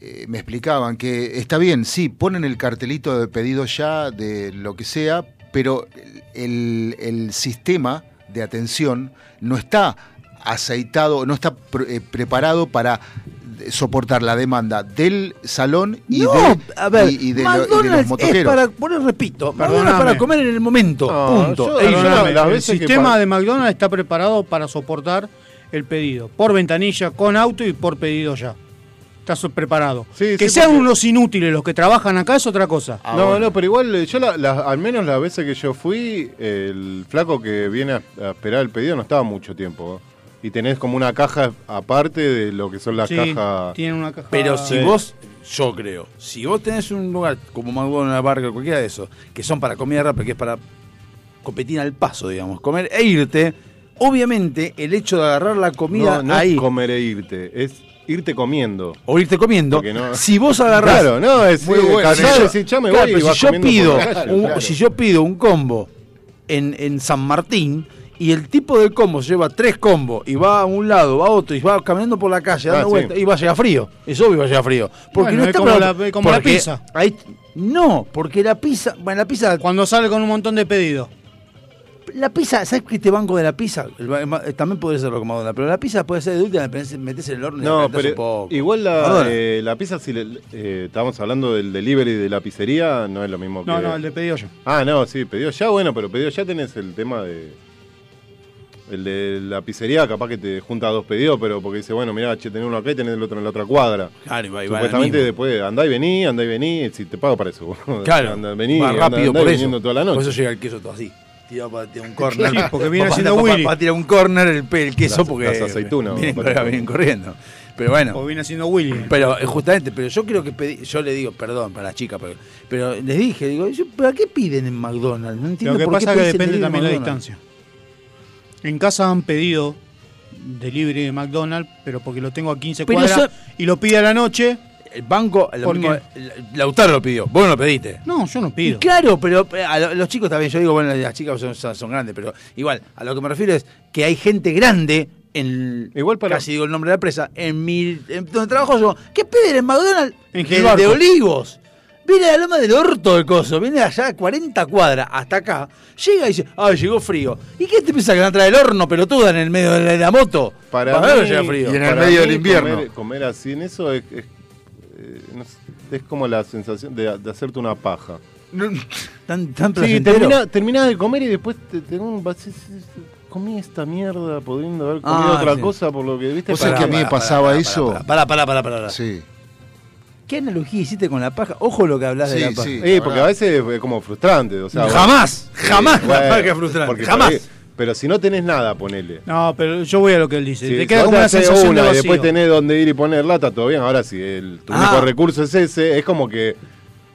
Speaker 6: eh, me explicaban que está bien, sí, ponen el cartelito de pedido ya, de lo que sea, pero el, el sistema de atención no está aceitado, no está pre- eh, preparado para soportar la demanda del salón y,
Speaker 4: no,
Speaker 6: de,
Speaker 4: a ver,
Speaker 6: y- y de lo- y de los
Speaker 4: McDonald's es
Speaker 6: motoqueros.
Speaker 4: para, bueno, repito, McDonald's es
Speaker 5: Perdóname.
Speaker 4: para comer en el momento,
Speaker 7: No, yo-
Speaker 4: punto.
Speaker 7: Ey,
Speaker 5: Perdóname,
Speaker 7: yo la- las
Speaker 5: el
Speaker 7: veces que
Speaker 5: sistema
Speaker 7: par-
Speaker 5: de McDonald's está preparado para soportar el pedido. Por ventanilla, con auto y por pedido ya. Está so- preparado.
Speaker 7: Sí,
Speaker 5: que
Speaker 7: sí,
Speaker 5: sean
Speaker 7: porque-
Speaker 5: unos inútiles los que trabajan acá es otra cosa.
Speaker 4: Ah,
Speaker 7: no, no, pero igual eh, yo la- la- al menos las veces que yo fui, el flaco que viene a, a esperar el pedido no estaba mucho tiempo. ¿eh? Y tenés como una caja aparte de lo que son las
Speaker 5: Sí,
Speaker 7: cajas.
Speaker 5: tienen una caja.
Speaker 4: Pero si
Speaker 7: Sí.
Speaker 4: vos, yo creo, si vos tenés un lugar como McDonald's, Burger, cualquiera de esos, que son para comida rápida, que es para competir al paso, digamos, comer e irte, obviamente el hecho de agarrar la comida
Speaker 7: no, no
Speaker 4: ahí
Speaker 7: es comer e irte, es irte comiendo.
Speaker 4: o irte comiendo,
Speaker 7: Porque no-
Speaker 4: si vos agarrás...
Speaker 7: Claro, no, es
Speaker 6: Muy
Speaker 7: eh,
Speaker 6: bueno.
Speaker 7: cazar,
Speaker 6: Sí, yo-
Speaker 7: decir, ya me
Speaker 4: Claro,
Speaker 7: voy y
Speaker 4: pero
Speaker 7: vas
Speaker 4: si yo,
Speaker 7: comiendo por
Speaker 4: pido,
Speaker 7: la calle,
Speaker 4: un,
Speaker 7: claro.
Speaker 4: si yo pido un combo en, en San Martín y el tipo del combo se lleva tres combos y va a un lado, va a otro y va caminando por la calle
Speaker 7: Ah,
Speaker 4: dando
Speaker 7: sí.
Speaker 4: vueltas y va a llegar frío. Es obvio que va a llegar frío. Porque
Speaker 5: Bueno,
Speaker 4: no
Speaker 5: es
Speaker 4: está
Speaker 5: como
Speaker 4: para-
Speaker 5: la- es como la
Speaker 4: porque
Speaker 5: pizza.
Speaker 4: ahí- no, porque la pizza, bueno, la pizza,
Speaker 5: Cuando sale con un montón de pedidos.
Speaker 4: la pizza, ¿sabes qué te banco de la pizza? El ba- el ma- eh, también puede ser lo como pero la pizza puede ser de última, metes en el horno y la
Speaker 7: No,
Speaker 4: calentás un
Speaker 7: pero
Speaker 4: poco.
Speaker 7: igual la,
Speaker 4: Perdón.
Speaker 7: eh, la pizza, si le- eh, estábamos hablando del delivery de la pizzería, no es lo mismo que...
Speaker 5: No, no, el de pedido yo.
Speaker 7: Ah, no, sí, pedido ya, bueno, pero pedido ya tenés el tema de. El de la pizzería, capaz que te junta dos pedidos, pero porque dice, bueno, mirá, che, tenés uno acá y tenés el otro en la otra cuadra.
Speaker 4: Claro, y va- y va al
Speaker 7: Supuestamente
Speaker 4: mismo.
Speaker 7: después andá y vení, andá y vení, si te pago para eso. boludo.
Speaker 4: Claro,
Speaker 7: Andá, vení,
Speaker 4: más
Speaker 7: andá,
Speaker 4: rápido
Speaker 7: andá
Speaker 4: por
Speaker 7: y
Speaker 4: eso.
Speaker 7: viniendo toda la noche.
Speaker 4: Por eso llega el queso todo así. Tira para tirar un corner.
Speaker 5: Sí, porque viene
Speaker 4: Papá,
Speaker 5: haciendo
Speaker 4: papá,
Speaker 5: Willy.
Speaker 4: papá tira un corner el, pe- el queso
Speaker 7: Las-
Speaker 4: porque.
Speaker 7: las aceitunas,
Speaker 4: Vienen,
Speaker 7: papá.
Speaker 4: corriendo, vienen corriendo. Pero
Speaker 5: O
Speaker 4: bueno.
Speaker 5: viene haciendo Willy.
Speaker 4: Pero eh, justamente, pero yo creo que pedí- yo le digo, perdón para la chica, pero, pero les dije, digo, yo, ¿para qué piden en McDonald's? No entiendo
Speaker 5: Lo que
Speaker 4: por qué
Speaker 5: pasa es que
Speaker 4: piden
Speaker 5: depende
Speaker 4: delivery
Speaker 5: también la
Speaker 4: McDonald's.
Speaker 5: distancia. En casa han pedido delivery de McDonald's, pero porque lo tengo a 15
Speaker 4: Pero
Speaker 5: cuadras
Speaker 4: eso-
Speaker 5: y lo pide a la noche.
Speaker 4: El banco, lo
Speaker 5: ¿Por
Speaker 4: mismo,
Speaker 5: qué?
Speaker 4: el- Lautaro lo pidió, vos no lo pediste.
Speaker 5: No, yo no pido.
Speaker 4: Y claro, pero eh, a lo- los chicos también, yo digo, bueno, las chicas son, son- son grandes, pero igual, a lo que me refiero es que hay gente grande en
Speaker 7: Igual para-
Speaker 4: casi digo el nombre de la empresa, en mi en donde trabajo yo, ¿qué piden en McDonald's?
Speaker 5: En
Speaker 4: De-
Speaker 5: Gil
Speaker 4: de
Speaker 5: Barco.
Speaker 4: Olivos. Viene a la loma del orto del coso, viene allá a 40 cuadras hasta acá, llega y dice, ah, llegó frío. ¿Y qué te piensa que van a traer el horno pelotuda en el medio de la, de la moto?
Speaker 7: Para
Speaker 4: Para
Speaker 7: mí-
Speaker 4: llega frío.
Speaker 6: Y en el
Speaker 7: para
Speaker 6: medio
Speaker 7: mí e-
Speaker 6: del invierno.
Speaker 7: Comer, comer así en eso es. es, eh, no sé, es como la sensación de, de hacerte una paja.
Speaker 4: Tan, tan
Speaker 7: Sí,
Speaker 4: placentero.
Speaker 7: termina, termina de comer y después te, te da un vas- es- es- comí esta mierda pudiendo haber comido
Speaker 4: Ah,
Speaker 7: otra
Speaker 4: sí.
Speaker 7: cosa por lo que viste.
Speaker 6: Vos sabés
Speaker 7: Pará,
Speaker 6: que a mí me
Speaker 7: pará.
Speaker 6: pasaba eso.
Speaker 4: Pará, pará, pará, pará. pará.
Speaker 6: Sí.
Speaker 4: ¿Qué analogía hiciste con la paja? Ojo lo que hablas de
Speaker 6: Sí,
Speaker 4: la paja.
Speaker 6: sí.
Speaker 7: Eh, porque a veces es como frustrante. O sea,
Speaker 4: Jamás, jamás
Speaker 7: bueno,
Speaker 4: la paja
Speaker 7: porque
Speaker 4: frustrante. Jamás.
Speaker 7: por ahí- pero si no tenés nada, ponele.
Speaker 5: No, pero yo voy a lo que él dice.
Speaker 7: Si
Speaker 5: te queda
Speaker 7: vos
Speaker 5: como una
Speaker 7: hacés
Speaker 5: sensación
Speaker 7: una
Speaker 5: de
Speaker 7: y
Speaker 5: vacío.
Speaker 7: después tenés donde ir y poner lata, todo bien. Ahora si el, tu
Speaker 4: Ah.
Speaker 7: único recurso es ese, es como que...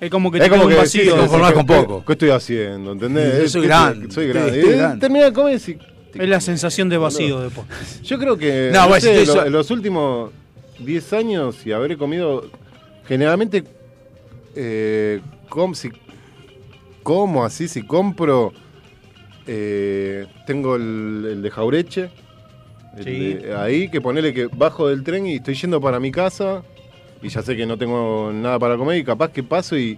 Speaker 5: Es como que
Speaker 7: es
Speaker 5: te
Speaker 7: como
Speaker 5: queda
Speaker 7: que
Speaker 5: un
Speaker 7: decís,
Speaker 5: vacío.
Speaker 4: te conformás
Speaker 7: ¿qué-
Speaker 4: con
Speaker 7: qué-
Speaker 4: poco.
Speaker 7: ¿Qué estoy haciendo? ¿Entendés?
Speaker 4: Yo
Speaker 7: Es-
Speaker 4: soy
Speaker 7: es-
Speaker 4: grande,
Speaker 7: Soy
Speaker 4: yo
Speaker 7: grande.
Speaker 4: estoy
Speaker 7: Y
Speaker 4: grande.
Speaker 7: Termina de comer y decís,
Speaker 5: Es la sensación de vacío después.
Speaker 7: Yo creo que
Speaker 4: No,
Speaker 7: Eh, no
Speaker 4: bueno,
Speaker 7: sé,
Speaker 4: si estoy
Speaker 7: lo-
Speaker 4: so-
Speaker 7: en los últimos 10 años y habré comido generalmente eh, com- si- como así, si compro eh, tengo el, el de Jaureche el
Speaker 5: Sí.
Speaker 7: de- ahí que ponele que bajo del tren y estoy yendo para mi casa y ya sé que no tengo nada para comer y capaz que paso y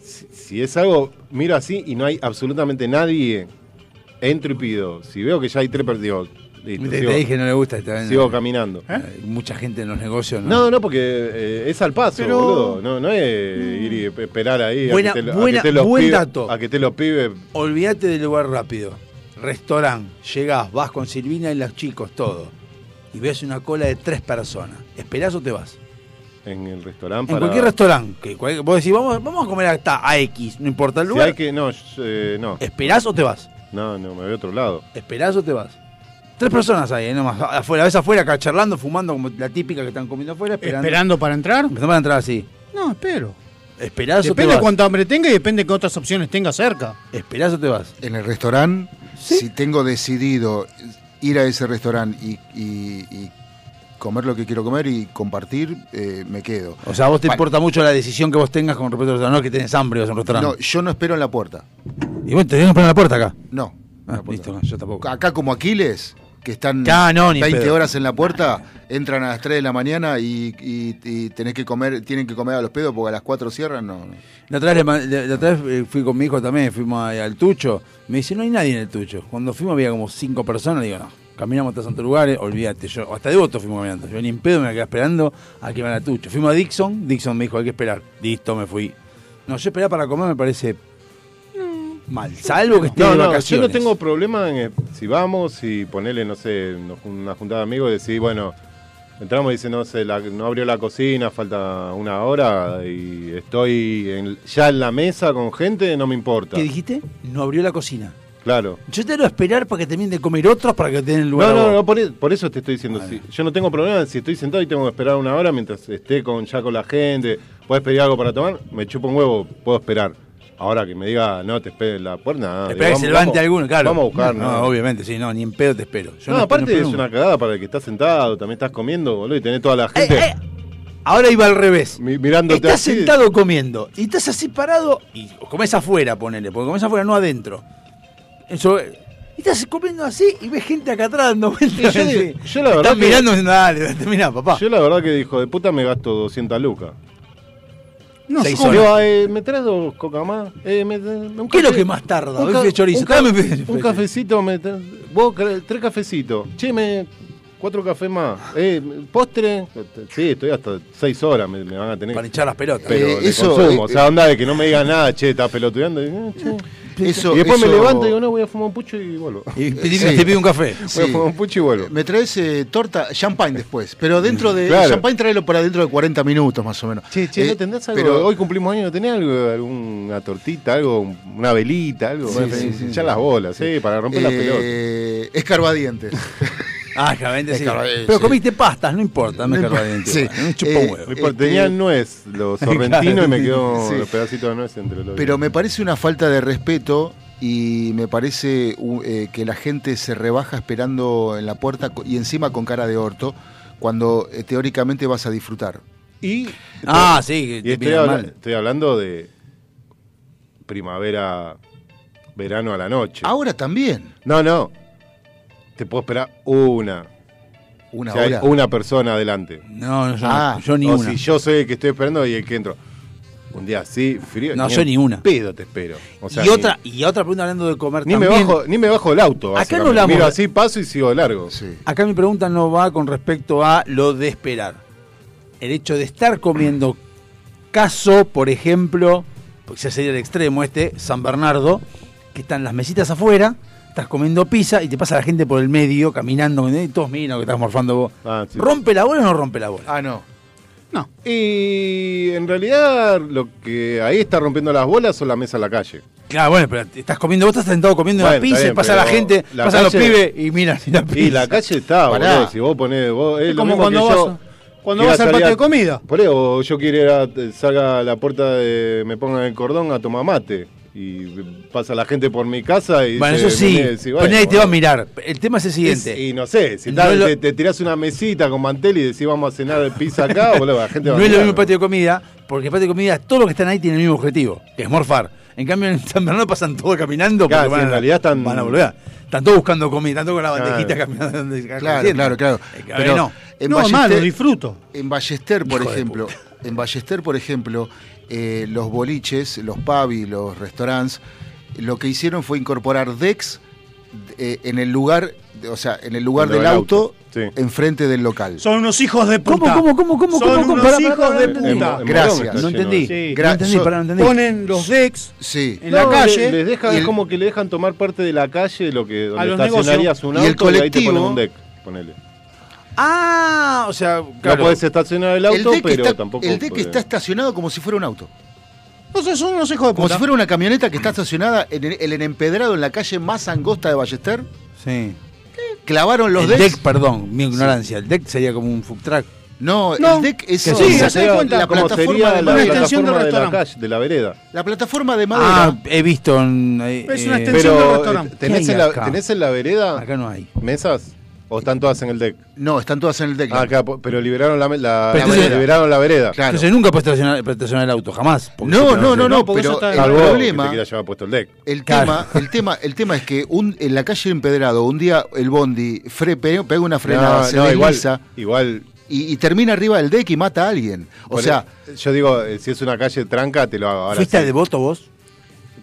Speaker 7: si, si es algo miro así y no hay absolutamente nadie entro y pido si veo que ya hay tres perdidos
Speaker 4: Te, te Ah, dije no le gusta esta vez.
Speaker 7: Sigo caminando.
Speaker 4: Hay Mucha gente en los negocios.
Speaker 7: No, no, porque eh, es al paso,
Speaker 4: Pero-
Speaker 7: boludo. No, no es ir y esperar ahí
Speaker 4: Buena-
Speaker 7: a que te, lo-
Speaker 4: buena-
Speaker 7: a que te los
Speaker 4: buen
Speaker 7: pibes-
Speaker 4: dato.
Speaker 7: A que te los pibes.
Speaker 4: Olvídate del lugar rápido. Restaurante, llegás, vas con Silvina y los chicos, todo. Y ves una cola de tres personas. ¿Esperás o te vas?
Speaker 7: En el restaurante
Speaker 4: En
Speaker 7: para-
Speaker 4: cualquier restaurante. Que cual- vos decís, vamos, vamos a comer hasta a X, no importa el
Speaker 7: Si
Speaker 4: lugar.
Speaker 7: hay que. No, yo- eh, no.
Speaker 4: ¿Esperás o te vas?
Speaker 7: No, no, me voy a otro lado.
Speaker 4: ¿Esperás o te vas? Tres personas ahí, ¿eh? nomás. Afuera, ves afuera, acá charlando, fumando, como la típica que están comiendo afuera, esperando.
Speaker 5: ¿Esperando para entrar?
Speaker 4: Empezamos a entrar así.
Speaker 5: No, espero.
Speaker 4: ¿Esperás o te
Speaker 5: Depende
Speaker 4: vas?
Speaker 5: de cuánta hambre tenga y depende de qué otras opciones tenga cerca.
Speaker 4: ¿Esperás o te vas?
Speaker 6: En el restaurante,
Speaker 4: Sí.
Speaker 6: si tengo decidido ir a ese restaurante y, y- y comer lo que quiero comer y compartir, eh, me quedo.
Speaker 4: O sea, ¿a vos te
Speaker 6: Vale.
Speaker 4: importa mucho la decisión que vos tengas con respecto al restaurante? No es que tenés hambre y vas a un restaurante.
Speaker 6: No, yo no espero en la puerta.
Speaker 4: Y bueno, te tenés que poner la puerta acá.
Speaker 6: No.
Speaker 4: Ah, listo, yo tampoco.
Speaker 6: Acá como Aquiles, que están
Speaker 4: Ya, no, ni
Speaker 6: 20
Speaker 4: pedo.
Speaker 6: horas en la puerta, entran a las 3 de la mañana y, y- y tenés que comer, tienen que comer a los pedos porque a las 4 cierran, no. no.
Speaker 4: La otra, vez, le man- la- la otra vez, eh, fui con mi hijo también, fuimos ahí al Tucho. Me dice, no hay nadie en el Tucho. Cuando fuimos había como cinco personas. Le digo, no, caminamos hasta Santo Lugares, olvídate. Yo, hasta de voto fuimos caminando. Yo ni en pedo me quedé esperando a que van a Tucho. Fuimos a Dixon, Dixon me dijo, hay que esperar. Listo, me fui. No, yo esperar para comer me parece mal, salvo que esté
Speaker 7: No,
Speaker 4: de
Speaker 7: no, yo
Speaker 4: vacaciones.
Speaker 7: no tengo problema en. eh, Si vamos y ponele, no sé, nos jun- una juntada de amigos y decís, bueno, entramos y dice, no sé, la- no abrió la cocina, falta una hora y estoy en- ya en la mesa con gente, no me importa.
Speaker 4: ¿Qué dijiste? No abrió la cocina.
Speaker 7: Claro.
Speaker 4: Yo te lo esperar para que terminen de comer otros para que te den el lugar.
Speaker 7: no,
Speaker 4: a
Speaker 7: no,
Speaker 4: vos.
Speaker 7: no, por, e- por eso te estoy diciendo. si- yo no tengo problema si estoy sentado y tengo que esperar una hora mientras esté con ya con la gente. ¿Puedes pedir algo para tomar? Me chupo un huevo, puedo esperar. Ahora que me diga, no, te espere en la puerta. nada,
Speaker 4: Espera que
Speaker 7: digo,
Speaker 4: se
Speaker 7: vamos-
Speaker 4: levante
Speaker 7: vamos-
Speaker 4: alguno, claro.
Speaker 7: Vamos a buscar,
Speaker 4: No,
Speaker 7: ¿no?
Speaker 4: obviamente, sí, no, ni en pedo te espero. Yo
Speaker 7: no,
Speaker 4: no
Speaker 7: aparte
Speaker 4: no espero
Speaker 7: es
Speaker 4: nunca.
Speaker 7: una cagada para el que está sentado, también estás comiendo, boludo, y tenés toda la
Speaker 4: Eh,
Speaker 7: gente
Speaker 4: eh, Ahora iba al revés.
Speaker 7: mi- mirándote
Speaker 4: Estás
Speaker 7: así.
Speaker 4: sentado comiendo y estás así parado y comés afuera, ponele, porque comés afuera, no adentro. Eso, eh, y estás comiendo así y ves gente acá atrás dando vueltas. así.
Speaker 7: yo digo- yo la verdad
Speaker 4: Están
Speaker 7: que-
Speaker 4: mirando diciendo, dale, terminá, papá.
Speaker 7: Yo la verdad que dijo, de puta me gasto 200 lucas.
Speaker 5: No,
Speaker 4: Seis
Speaker 5: ¿cómo?
Speaker 4: horas.
Speaker 7: Digo, eh, ¿me traes dos coca más? Eh, me- un
Speaker 4: ¿Qué es lo
Speaker 7: café-
Speaker 4: que más tarda?
Speaker 7: un
Speaker 4: A ver,
Speaker 7: ca-
Speaker 4: de chorizo.
Speaker 7: Un, ca-
Speaker 4: Dame, fe-
Speaker 7: un
Speaker 4: fe-
Speaker 7: cafecito, me tra- vos cre- tres cafecitos. Che, me, cuatro cafés más. Eh, postre. Sí, estoy hasta seis horas, me, me van a tener.
Speaker 4: Para hinchar las pelotas.
Speaker 7: Pero
Speaker 6: Eh,
Speaker 7: de
Speaker 6: eso,
Speaker 7: consumo.
Speaker 6: eh,
Speaker 7: o sea, onda de que no me diga nada, che, estás pelotudeando. Y, eh, che.
Speaker 6: Eso-
Speaker 7: Y después me
Speaker 6: eso-
Speaker 7: levanto y digo, no, voy a fumar un pucho y vuelvo.
Speaker 4: Y pedí-
Speaker 6: sí.
Speaker 4: te pido un café.
Speaker 7: Voy a fumar un pucho y vuelvo.
Speaker 6: Me traes eh, torta, champagne después, pero dentro de
Speaker 7: Claro.
Speaker 6: champagne tráelo para dentro de 40 minutos más o menos.
Speaker 7: Che, che, ¿no
Speaker 6: Eh,
Speaker 7: tendrás algo?
Speaker 6: pero-
Speaker 7: Hoy cumplimos años, ¿no tenés algo? ¿Alguna tortita, algo? ¿Una velita, algo?
Speaker 6: Sí,
Speaker 7: Bueno,
Speaker 6: sí,
Speaker 7: eh,
Speaker 6: sí,
Speaker 7: hinchar las bolas, sí, para romper las pelotas.
Speaker 6: eh, escarbadientes.
Speaker 4: Ah, claramente sí.
Speaker 6: Escarbadientes,
Speaker 4: Pero
Speaker 6: sí.
Speaker 4: comiste pastas, no importa, me
Speaker 6: No
Speaker 4: cargo
Speaker 6: importa,
Speaker 4: adentro.
Speaker 6: sí.
Speaker 4: Un chupa un
Speaker 6: Eh,
Speaker 4: huevo.
Speaker 7: No importa,
Speaker 6: este-
Speaker 7: Tenía nuez los sorrentinos y me quedó
Speaker 6: Sí.
Speaker 7: los pedacitos de nuez entre los
Speaker 6: Pero me parece una falta de respeto y me parece u- eh, que la gente se rebaja esperando en la puerta co- y encima con cara de orto cuando eh, teóricamente vas a disfrutar.
Speaker 7: Y,
Speaker 4: Ah, sí, que
Speaker 7: y
Speaker 4: te
Speaker 7: estoy,
Speaker 4: miran
Speaker 7: habla-
Speaker 4: mal.
Speaker 7: estoy hablando de primavera, verano a la noche.
Speaker 6: Ahora también,
Speaker 7: No, no. Te puedo esperar una.
Speaker 6: una
Speaker 7: si hay
Speaker 6: hora.
Speaker 7: una persona adelante.
Speaker 4: No, no, yo,
Speaker 6: Ah,
Speaker 4: no, yo ni
Speaker 7: o
Speaker 4: una.
Speaker 7: si yo soy el que estoy esperando y el que entro. Un día así, frío.
Speaker 4: No,
Speaker 7: en
Speaker 4: yo ni una.
Speaker 7: Pedo te espero. O sea,
Speaker 4: y,
Speaker 7: ni-
Speaker 4: otra, y otra pregunta hablando de comer
Speaker 7: Ni me,
Speaker 4: también.
Speaker 7: bajo, ni me bajo del auto.
Speaker 4: Acá
Speaker 7: básicamente.
Speaker 4: no hablamos
Speaker 7: Miro
Speaker 4: de-
Speaker 7: así, paso y sigo de largo.
Speaker 6: Sí.
Speaker 4: Acá mi pregunta no va con respecto a lo de esperar. El hecho de estar comiendo Caso, por ejemplo, porque ya sería el extremo este, San Bernardo, que están las mesitas afuera, estás comiendo pizza y te pasa la gente por el medio caminando, ¿entendés? y todos miran que estás morfando vos.
Speaker 7: Ah, sí.
Speaker 4: ¿Rompe la bola o no rompe la bola?
Speaker 6: Ah, no.
Speaker 7: Y en realidad lo que ahí está rompiendo las bolas son la mesa en la calle.
Speaker 4: Claro, bueno, pero te estás comiendo, vos estás sentado comiendo
Speaker 7: Bueno,
Speaker 4: una pizza
Speaker 7: está
Speaker 4: y
Speaker 7: bien,
Speaker 4: pasa la
Speaker 7: pero
Speaker 4: gente,
Speaker 7: la
Speaker 4: pasan los
Speaker 7: calle-
Speaker 4: pibes y miran y la
Speaker 7: Y
Speaker 4: pizza.
Speaker 7: la calle está,
Speaker 6: Pará.
Speaker 7: boludo. Si vos ponés. Vos, es
Speaker 5: Es
Speaker 7: lo
Speaker 5: como
Speaker 7: mismo que
Speaker 5: cuando
Speaker 7: yo
Speaker 5: vas- cuando
Speaker 7: quiera
Speaker 5: vas al
Speaker 7: salir
Speaker 5: patio
Speaker 7: a-
Speaker 5: de comida.
Speaker 7: Por eso yo quiero ir a, eh, salga a la puerta de. Me pongan el cordón a tomar mate. Y pasa la gente por mi casa y.
Speaker 4: Bueno,
Speaker 7: dice,
Speaker 4: eso sí,
Speaker 7: "Vení", decí,
Speaker 4: pero nadie te va a
Speaker 7: boludo.
Speaker 4: mirar. El tema es el siguiente.
Speaker 7: Y no sé, si
Speaker 4: No
Speaker 7: tal,
Speaker 4: es lo-
Speaker 7: te, te tirás una mesita con mantel y decís vamos a cenar pizza acá, boludo, la gente va
Speaker 4: No
Speaker 7: a
Speaker 4: es lo
Speaker 7: mirar,
Speaker 4: mismo un patio de comida, porque el patio de comida, todos los que están ahí tienen el mismo objetivo, que es morfar. En cambio, en San Bernardo pasan todos caminando, porque
Speaker 7: Claro, sí,
Speaker 4: van, a-
Speaker 7: en realidad están-
Speaker 4: van a volver. Están todos buscando comida, están todos con la
Speaker 7: Claro.
Speaker 4: bandejita caminando. donde-
Speaker 6: Claro,
Speaker 4: haciendo.
Speaker 6: claro, claro.
Speaker 4: Eh, a ver,
Speaker 6: Pero
Speaker 4: no.
Speaker 6: en
Speaker 5: no,
Speaker 6: Ballester-
Speaker 5: más, lo disfruto.
Speaker 6: En Ballester, por
Speaker 4: Hijo de
Speaker 6: ejemplo, en Ballester, por ejemplo, eh, los boliches, los pubs y los restaurantes, lo que hicieron fue incorporar Dex eh, en el lugar, de- o sea, en el lugar
Speaker 7: Donde
Speaker 6: del
Speaker 7: va el
Speaker 6: auto,
Speaker 7: auto, sí.
Speaker 6: enfrente del local.
Speaker 5: Son unos hijos de
Speaker 4: ¿Cómo,
Speaker 5: puta.
Speaker 4: cómo, cómo, cómo,
Speaker 5: Son
Speaker 4: cómo, cómo?
Speaker 5: unos
Speaker 4: Pará,
Speaker 5: hijos
Speaker 4: pará, pará,
Speaker 5: de
Speaker 4: no
Speaker 7: En- en
Speaker 5: puta.
Speaker 7: Morón
Speaker 6: Gracias.
Speaker 7: está
Speaker 4: No
Speaker 7: lleno de
Speaker 4: entendí.
Speaker 7: eso.
Speaker 5: Sí.
Speaker 4: No
Speaker 6: Gra-
Speaker 4: entendí,
Speaker 6: so-
Speaker 4: pará, no entendí.
Speaker 5: Ponen los decks
Speaker 6: Sí.
Speaker 5: en la
Speaker 7: No,
Speaker 5: calle.
Speaker 7: le- les deja,
Speaker 6: y el-
Speaker 7: es como que le dejan tomar parte de la calle lo que
Speaker 5: A
Speaker 7: donde
Speaker 5: los
Speaker 7: estacionarías
Speaker 5: negocios.
Speaker 7: un
Speaker 6: Y
Speaker 7: auto
Speaker 6: el
Speaker 7: ahí te
Speaker 6: colectivo-
Speaker 7: pones un deck, ponele.
Speaker 4: Ah, o sea,
Speaker 7: No
Speaker 4: claro.
Speaker 7: puedes estacionar el auto,
Speaker 6: deck
Speaker 7: pero
Speaker 6: está,
Speaker 7: tampoco.
Speaker 6: el deck
Speaker 7: podés.
Speaker 6: está estacionado como si fuera un auto.
Speaker 5: O sea, son unos hijos de
Speaker 6: Como
Speaker 5: puta.
Speaker 6: si fuera una camioneta que está estacionada en el, en el empedrado en la calle más angosta de Ballester.
Speaker 4: Sí.
Speaker 6: Clavaron los
Speaker 4: el
Speaker 6: decks.
Speaker 4: deck, perdón, mi ignorancia. El deck sería como un food truck.
Speaker 6: No,
Speaker 5: No.
Speaker 6: el deck es
Speaker 5: Sí,
Speaker 6: es-
Speaker 5: sí,
Speaker 6: la,
Speaker 5: se da cuenta
Speaker 7: ¿Cómo
Speaker 6: plataforma
Speaker 7: sería
Speaker 6: de
Speaker 7: la
Speaker 5: una
Speaker 6: madera.
Speaker 5: extensión
Speaker 7: plataforma
Speaker 5: del
Speaker 7: de la
Speaker 5: restaurante.
Speaker 7: calle, de la vereda?
Speaker 6: La plataforma de madera.
Speaker 4: Ah, he visto. En, eh,
Speaker 5: Es una extensión.
Speaker 4: eh,
Speaker 5: Atención del
Speaker 7: Pero, eh,
Speaker 5: restaurante.
Speaker 7: ¿tenés
Speaker 4: ¿Qué hay
Speaker 7: en, la,
Speaker 4: acá?
Speaker 7: ¿tenés en la vereda
Speaker 4: Acá no hay.
Speaker 7: mesas? ¿O están todas en el deck?
Speaker 6: No, están todas en el deck.
Speaker 7: Ah, acá, po- pero liberaron la, me- la-
Speaker 4: Pero entonces-
Speaker 7: liberaron la vereda.
Speaker 6: Claro.
Speaker 4: Entonces nunca puedes estacionar, estacionar el auto, jamás. porque si
Speaker 6: No,
Speaker 4: te
Speaker 6: no,
Speaker 4: vas a-
Speaker 6: no, no,
Speaker 5: porque
Speaker 6: pero
Speaker 5: eso está-
Speaker 6: el
Speaker 7: Salvo que te
Speaker 6: problema,
Speaker 7: quieras llevar puesto el deck.
Speaker 6: el
Speaker 4: Claro.
Speaker 6: tema, el tema, el tema es que un, en la calle Empedrado, un día el Bondi fre- pe- pega una frenada, se
Speaker 7: igual,
Speaker 6: desliza
Speaker 7: igual.
Speaker 6: y, y termina arriba del deck y mata a alguien. O
Speaker 7: por-
Speaker 6: sea,
Speaker 7: yo digo, eh, si es una calle tranca, te lo hago. Ahora
Speaker 4: ¿Fuiste
Speaker 7: sí.
Speaker 4: a Devoto vos?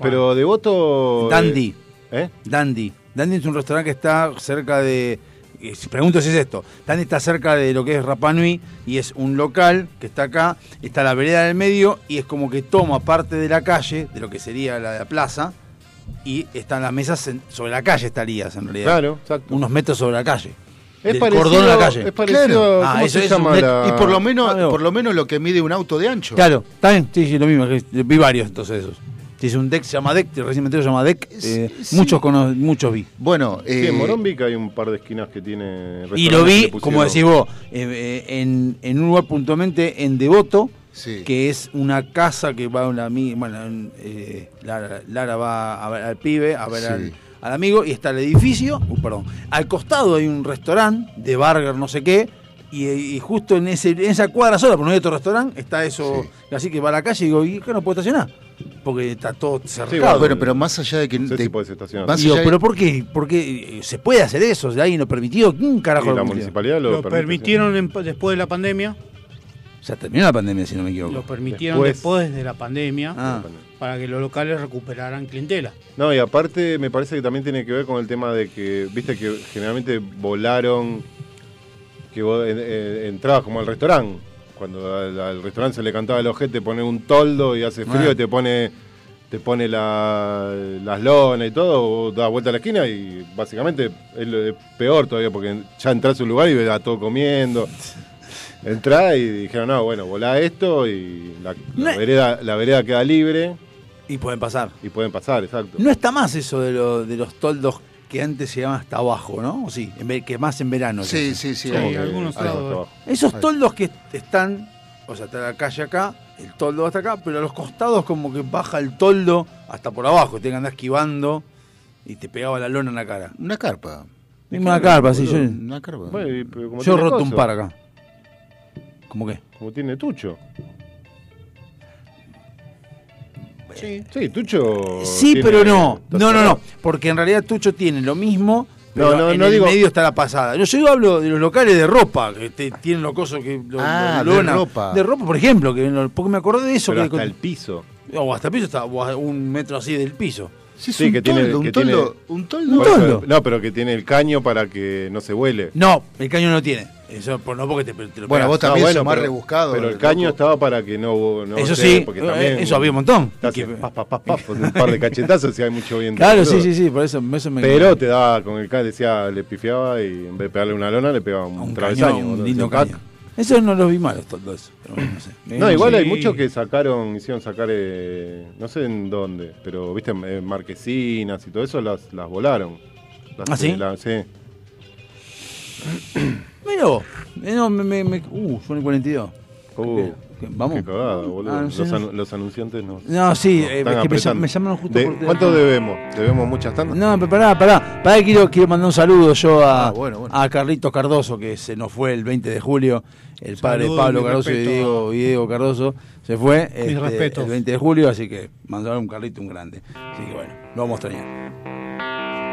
Speaker 7: Pero Devoto. eh,
Speaker 4: Dandy.
Speaker 7: ¿Eh?
Speaker 4: Dandy. Dandy es un restaurante que está cerca de. eh, Pregunto si es esto. Dandy está cerca de lo que es Rapanui y es un local que está acá, está la vereda del medio y es como que toma parte de la calle, de lo que sería la de la plaza, y están las mesas en- sobre la calle estarías en realidad.
Speaker 7: Claro, exacto.
Speaker 4: Unos metros sobre la calle.
Speaker 7: Es
Speaker 4: Del
Speaker 7: parecido,
Speaker 4: cordón a la calle.
Speaker 7: Es parecido.
Speaker 6: Claro.
Speaker 4: Ah,
Speaker 7: ¿Cómo
Speaker 4: eso
Speaker 7: se
Speaker 4: es un
Speaker 7: llama
Speaker 4: deck.
Speaker 7: la-
Speaker 6: y por lo menos,
Speaker 4: Ah, veo.
Speaker 6: por lo menos lo que mide un auto de ancho.
Speaker 4: Claro, está bien, sí, sí, lo mismo. que- Vi varios entonces esos. Si es un deck, se llama deck, recién me entero, se llama deck. eh,
Speaker 6: Sí, sí.
Speaker 4: Muchos cono- muchos vi.
Speaker 6: Bueno,
Speaker 7: Sí,
Speaker 6: eh,
Speaker 7: en Morón vi que hay un par de esquinas que tiene.
Speaker 4: Y
Speaker 7: restaurantes
Speaker 4: lo
Speaker 7: que
Speaker 4: vi,
Speaker 7: pusieron-
Speaker 4: como decís vos, eh, eh, en, en un lugar puntualmente en Devoto,
Speaker 6: Sí.
Speaker 4: que es una casa que va una ami- bueno, un, eh, Lara, Lara va a ver al pibe, a ver
Speaker 6: Sí.
Speaker 4: al, al amigo, y está el edificio, uh, perdón, al costado hay un restaurante de burger no sé qué, y, y justo en, ese, en esa cuadra sola, porque no hay otro restaurante, está eso, así que va a la calle y digo, ¿y qué no puedo estacionar? Porque está todo cerrado.
Speaker 7: bueno,
Speaker 6: bueno, pero más allá de que
Speaker 7: No sé
Speaker 6: de-
Speaker 7: si podés estacionar.
Speaker 6: más
Speaker 4: Digo,
Speaker 6: allá de-
Speaker 4: pero ¿por qué? ¿Por qué eh, se puede hacer eso? ¿Alguien lo permitió? ¿Quién
Speaker 7: Sí,
Speaker 4: carajo lo
Speaker 7: la
Speaker 4: permitió?
Speaker 7: municipalidad lo,
Speaker 5: Lo
Speaker 7: permite, sí.
Speaker 5: permitieron en- después de la pandemia.
Speaker 4: Ya terminó la pandemia, si no me equivoco.
Speaker 5: Lo permitieron
Speaker 7: Después.
Speaker 5: después de la pandemia.
Speaker 4: Ah.
Speaker 5: para que los locales recuperaran clientela.
Speaker 7: No, y aparte me parece que también tiene que ver con el tema de que, viste, que generalmente volaron, que vos en- eh, entrabas como al restaurante. Cuando al, al restaurante se le cantaba el ojete, pone un toldo y hace frío
Speaker 4: Ah.
Speaker 7: y te pone, te pone la- las lonas y todo, vos das vuelta a la esquina y básicamente es, lo- es peor todavía porque ya entras a un lugar y ves a todo comiendo. Entrás y dijeron, no, bueno, volá esto y la, la
Speaker 4: No.
Speaker 7: vereda, la vereda queda libre
Speaker 4: Y pueden pasar.
Speaker 7: y pueden pasar, exacto.
Speaker 4: No está más eso de, lo- de los toldos que antes se llamaban hasta abajo, ¿no? ¿O Sí, en ve- que más en verano. se
Speaker 6: Sí,
Speaker 4: hace.
Speaker 6: sí, sí.
Speaker 5: Sí,
Speaker 7: Como que
Speaker 5: algunos
Speaker 7: hay más
Speaker 5: lados.
Speaker 7: trabajo.
Speaker 4: Esos toldos que están, o sea, está la calle acá, el toldo hasta acá, pero a los costados como que baja el toldo hasta por abajo, te que andar esquivando y te pegaba la lona en la cara.
Speaker 6: Una carpa.
Speaker 4: Misma la carpa, sí, yo,
Speaker 6: Una carpa.
Speaker 7: Bueno, y, pero como
Speaker 4: yo
Speaker 7: tiene
Speaker 4: roto
Speaker 7: coso,
Speaker 4: un par acá. ¿Cómo qué?
Speaker 7: Como tiene Tucho.
Speaker 5: Sí.
Speaker 7: Sí, Tucho.
Speaker 4: Sí,
Speaker 7: tiene-
Speaker 4: pero no.
Speaker 7: está
Speaker 4: No, no, no.
Speaker 7: cerrado.
Speaker 4: Porque en realidad Tucho tiene lo mismo.
Speaker 7: No,
Speaker 4: Pero
Speaker 7: no,
Speaker 4: en
Speaker 7: no
Speaker 4: el
Speaker 7: digo-
Speaker 4: medio está la pasada. Yo, yo hablo de los locales de ropa, que te- tienen los cosos que. lo-
Speaker 6: Ah,
Speaker 4: lo-
Speaker 6: de
Speaker 4: lona.
Speaker 6: ropa.
Speaker 4: De ropa, por ejemplo, que, no- porque me acordé de eso.
Speaker 7: Pero
Speaker 4: que
Speaker 7: hasta
Speaker 4: con-
Speaker 7: el piso.
Speaker 4: o hasta el piso está, o a un metro así del piso.
Speaker 6: Sí, es un toldo, un toldo, un toldo.
Speaker 4: Un
Speaker 7: Por eso,
Speaker 4: toldo.
Speaker 7: no, pero que tiene el caño para que no se vuele.
Speaker 4: No, el caño no tiene. Eso por, no porque te, te
Speaker 6: Bueno,
Speaker 4: lo pegás.
Speaker 6: vos también
Speaker 7: Ah, bueno,
Speaker 6: sos más
Speaker 7: pero-
Speaker 6: rebuscado.
Speaker 7: Pero el
Speaker 6: loco.
Speaker 7: caño estaba para que no. no
Speaker 4: Eso
Speaker 7: sé,
Speaker 4: sí,
Speaker 7: porque
Speaker 4: eh,
Speaker 7: también,
Speaker 4: eso había un montón.
Speaker 7: te hace paf, paf, paf, paf, un par de cachetazos si hay mucho viento.
Speaker 4: Claro, sí,
Speaker 7: boludo.
Speaker 4: sí, sí, por eso, eso me
Speaker 7: Pero te daba con el caño, decía, le pifiaba y en vez de pegarle una lona le pegaba un,
Speaker 4: A un
Speaker 7: travesaño.
Speaker 4: cañón,
Speaker 7: boludo,
Speaker 4: un lindo
Speaker 7: decía, "Tac".
Speaker 4: cañón. Eso no los vi mal, los toldos. Pero bueno, no sé. Eh,
Speaker 7: No, igual hay
Speaker 5: Sí.
Speaker 7: muchos que sacaron, hicieron sacar, eh, no sé en dónde, pero viste, en- en marquesinas y todo eso las, las volaron. Las-
Speaker 4: ¿Ah, sí?
Speaker 7: eh, la- sí.
Speaker 4: Mira vos. Eh, No, me, me, me- uh, son el 42.
Speaker 7: Uh,
Speaker 4: ¿Qué? ¿Vamos?
Speaker 7: Qué cagada, boludo.
Speaker 4: Ah, no sé,
Speaker 7: los,
Speaker 4: no
Speaker 7: anu-
Speaker 4: sé.
Speaker 7: los anunciantes no.
Speaker 4: No, sí, eh, es
Speaker 7: están
Speaker 4: que me, llam-
Speaker 7: apretando.
Speaker 4: me llamaron justo
Speaker 7: De-
Speaker 4: porque-
Speaker 7: ¿Cuánto debemos? ¿Debemos muchas tandas?
Speaker 4: No, pero pará, pará. Pará, que quiero, quiero mandar un saludo yo a,
Speaker 6: Ah, bueno, bueno.
Speaker 4: a Carlitos Cardoso, que se nos fue el 20 de julio. El padre de
Speaker 5: Saludo,
Speaker 4: Pablo
Speaker 5: mi
Speaker 4: Cardoso y
Speaker 5: respeto.
Speaker 4: Diego, y Diego Cardoso se fue este,
Speaker 5: respetos.
Speaker 4: el 20 de julio, así que mandaron un Carlito, un grande. Así que bueno, lo vamos a extrañar.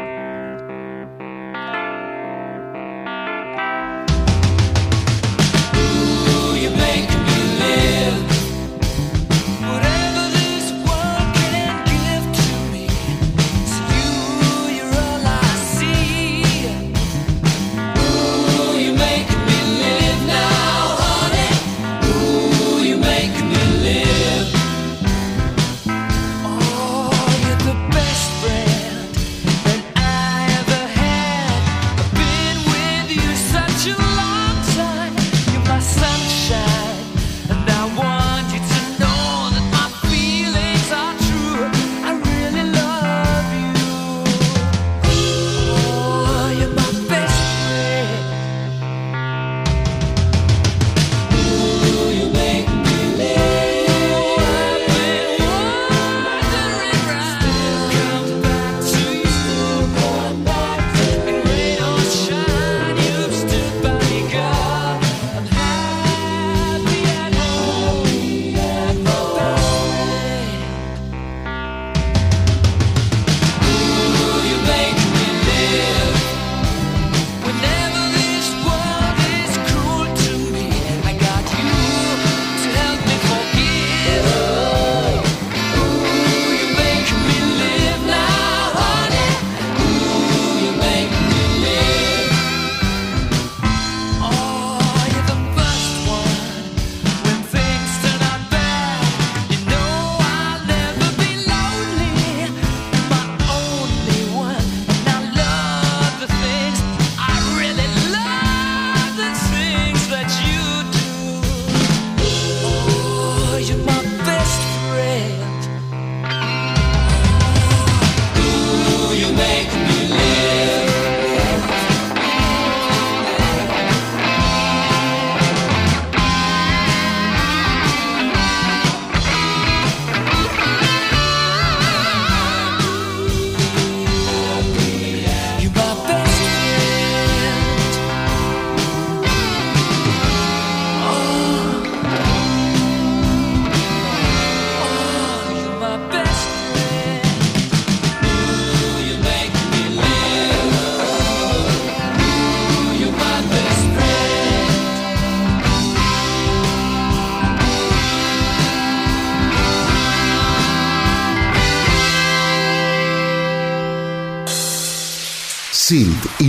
Speaker 8: Oh, Sunshine, and I want you to know that my feelings are true. I really love you. Oh, you're my best friend. Whenever this world is cruel to me, I got you to help me forgive. Ooh, you make me live now, honey. Ooh, you make me live. Oh, you're the first one when things turn out bad. You know I'll never be lonely. You're my only one, and I love the things I really love the things that you do. Oh, you're my best friend. Ooh, you make me live. You're my best friend. Oh, oh, you're my best friend. Ooh, you make me live. Ooh, you're my best friend.
Speaker 9: SILT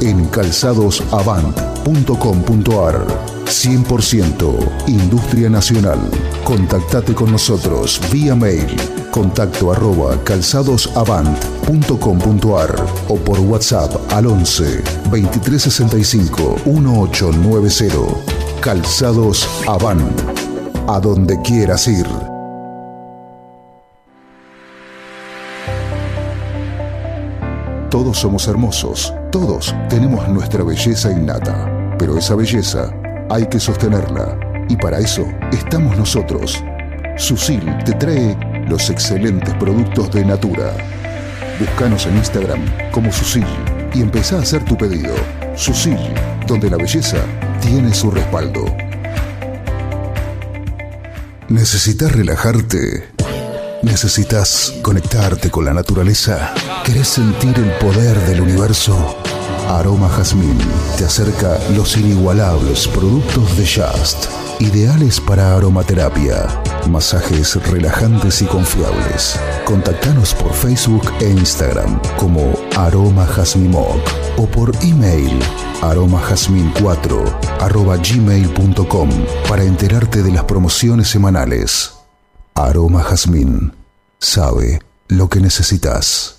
Speaker 9: en calzadosavant.com.ar. 100% Industria Nacional. Contactate con nosotros vía mail contacto arroba calzadosavant.com.ar o por WhatsApp al 11 2365 1890. Calzados Avant, a donde quieras ir. Todos somos hermosos, todos tenemos nuestra belleza innata, pero esa belleza hay que sostenerla y para eso estamos nosotros. Susil te trae los excelentes productos de Natura. Búscanos en Instagram como Susil y empezá a hacer tu pedido. Susil, donde la belleza tiene su respaldo. ¿Necesitas relajarte? ¿Necesitas conectarte con la naturaleza? ¿Querés sentir el poder del universo? Aroma Jazmín te acerca los inigualables productos de Just, ideales para aromaterapia, masajes relajantes y confiables. Contactanos por Facebook e Instagram como Aroma Jazmimoc o por email aromajazmin4 arroba gmail.com para enterarte de las promociones semanales. Aroma Jazmín sabe lo que necesitas.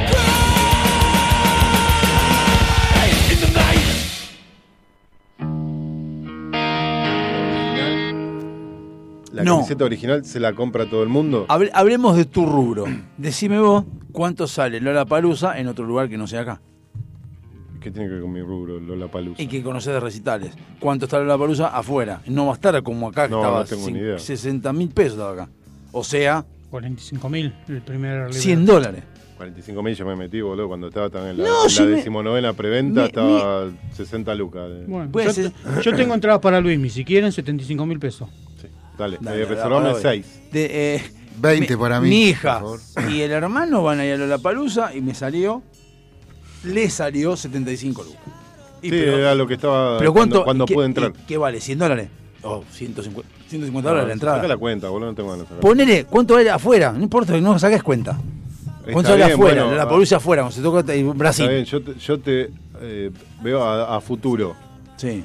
Speaker 7: La
Speaker 4: No.
Speaker 7: camiseta original se la compra todo el mundo.
Speaker 4: Hable- hablemos de tu rubro. Decime vos cuánto sale Lola Palusa en otro lugar que no sea acá.
Speaker 7: ¿Qué tiene que ver con mi rubro, Lola Palusa?
Speaker 4: Y que conoces de recitales. ¿Cuánto está Lola Palusa afuera? No va a estar como acá que
Speaker 7: No,
Speaker 4: estaba
Speaker 7: no tengo ni idea.
Speaker 4: 60 mil pesos estaba acá. O sea,
Speaker 5: 45 mil el primer libro.
Speaker 4: 100 dólares.
Speaker 7: 45 mil yo me metí, boludo, cuando estaba también en la,
Speaker 4: No,
Speaker 7: en
Speaker 4: yo
Speaker 7: la
Speaker 4: me-
Speaker 7: decimonovena preventa,
Speaker 4: me-
Speaker 7: estaba 60 lucas. eh.
Speaker 5: Bueno,
Speaker 4: Puede
Speaker 5: yo,
Speaker 4: ser.
Speaker 5: yo tengo entradas para Luismi, si quieren, 75 mil pesos.
Speaker 7: Sí. Dale,
Speaker 4: Dale, dale,
Speaker 7: eh, reservame
Speaker 4: dale.
Speaker 7: 6.
Speaker 4: De, eh,
Speaker 6: 20
Speaker 4: mi-
Speaker 6: para mí.
Speaker 4: Mi hija
Speaker 6: por favor.
Speaker 4: y el hermano van a ir a Lola Palusa y me salió. Le salió 75 lucas. Y
Speaker 7: Sí,
Speaker 4: pero-
Speaker 7: era lo que estaba
Speaker 4: ¿Pero cuánto?
Speaker 7: cuando, cuando
Speaker 4: y qué-
Speaker 7: pude entrar.
Speaker 4: y ¿Qué vale? ¿100 dólares? Oh, 150, 150 dólares la
Speaker 7: Saca
Speaker 4: entrada.
Speaker 7: la cuenta, boludo, no tengo ganas de sacar.
Speaker 4: Ponele, ¿cuánto era afuera? No importa, no saques cuenta.
Speaker 7: Está
Speaker 4: ¿Cuánto era
Speaker 7: bien,
Speaker 4: afuera?
Speaker 7: bueno,
Speaker 4: la
Speaker 7: ah,
Speaker 4: Palusa afuera, cuando se toca en
Speaker 7: está
Speaker 4: Brasil.
Speaker 7: bien, yo te, yo te, eh, veo a, a futuro.
Speaker 4: Sí.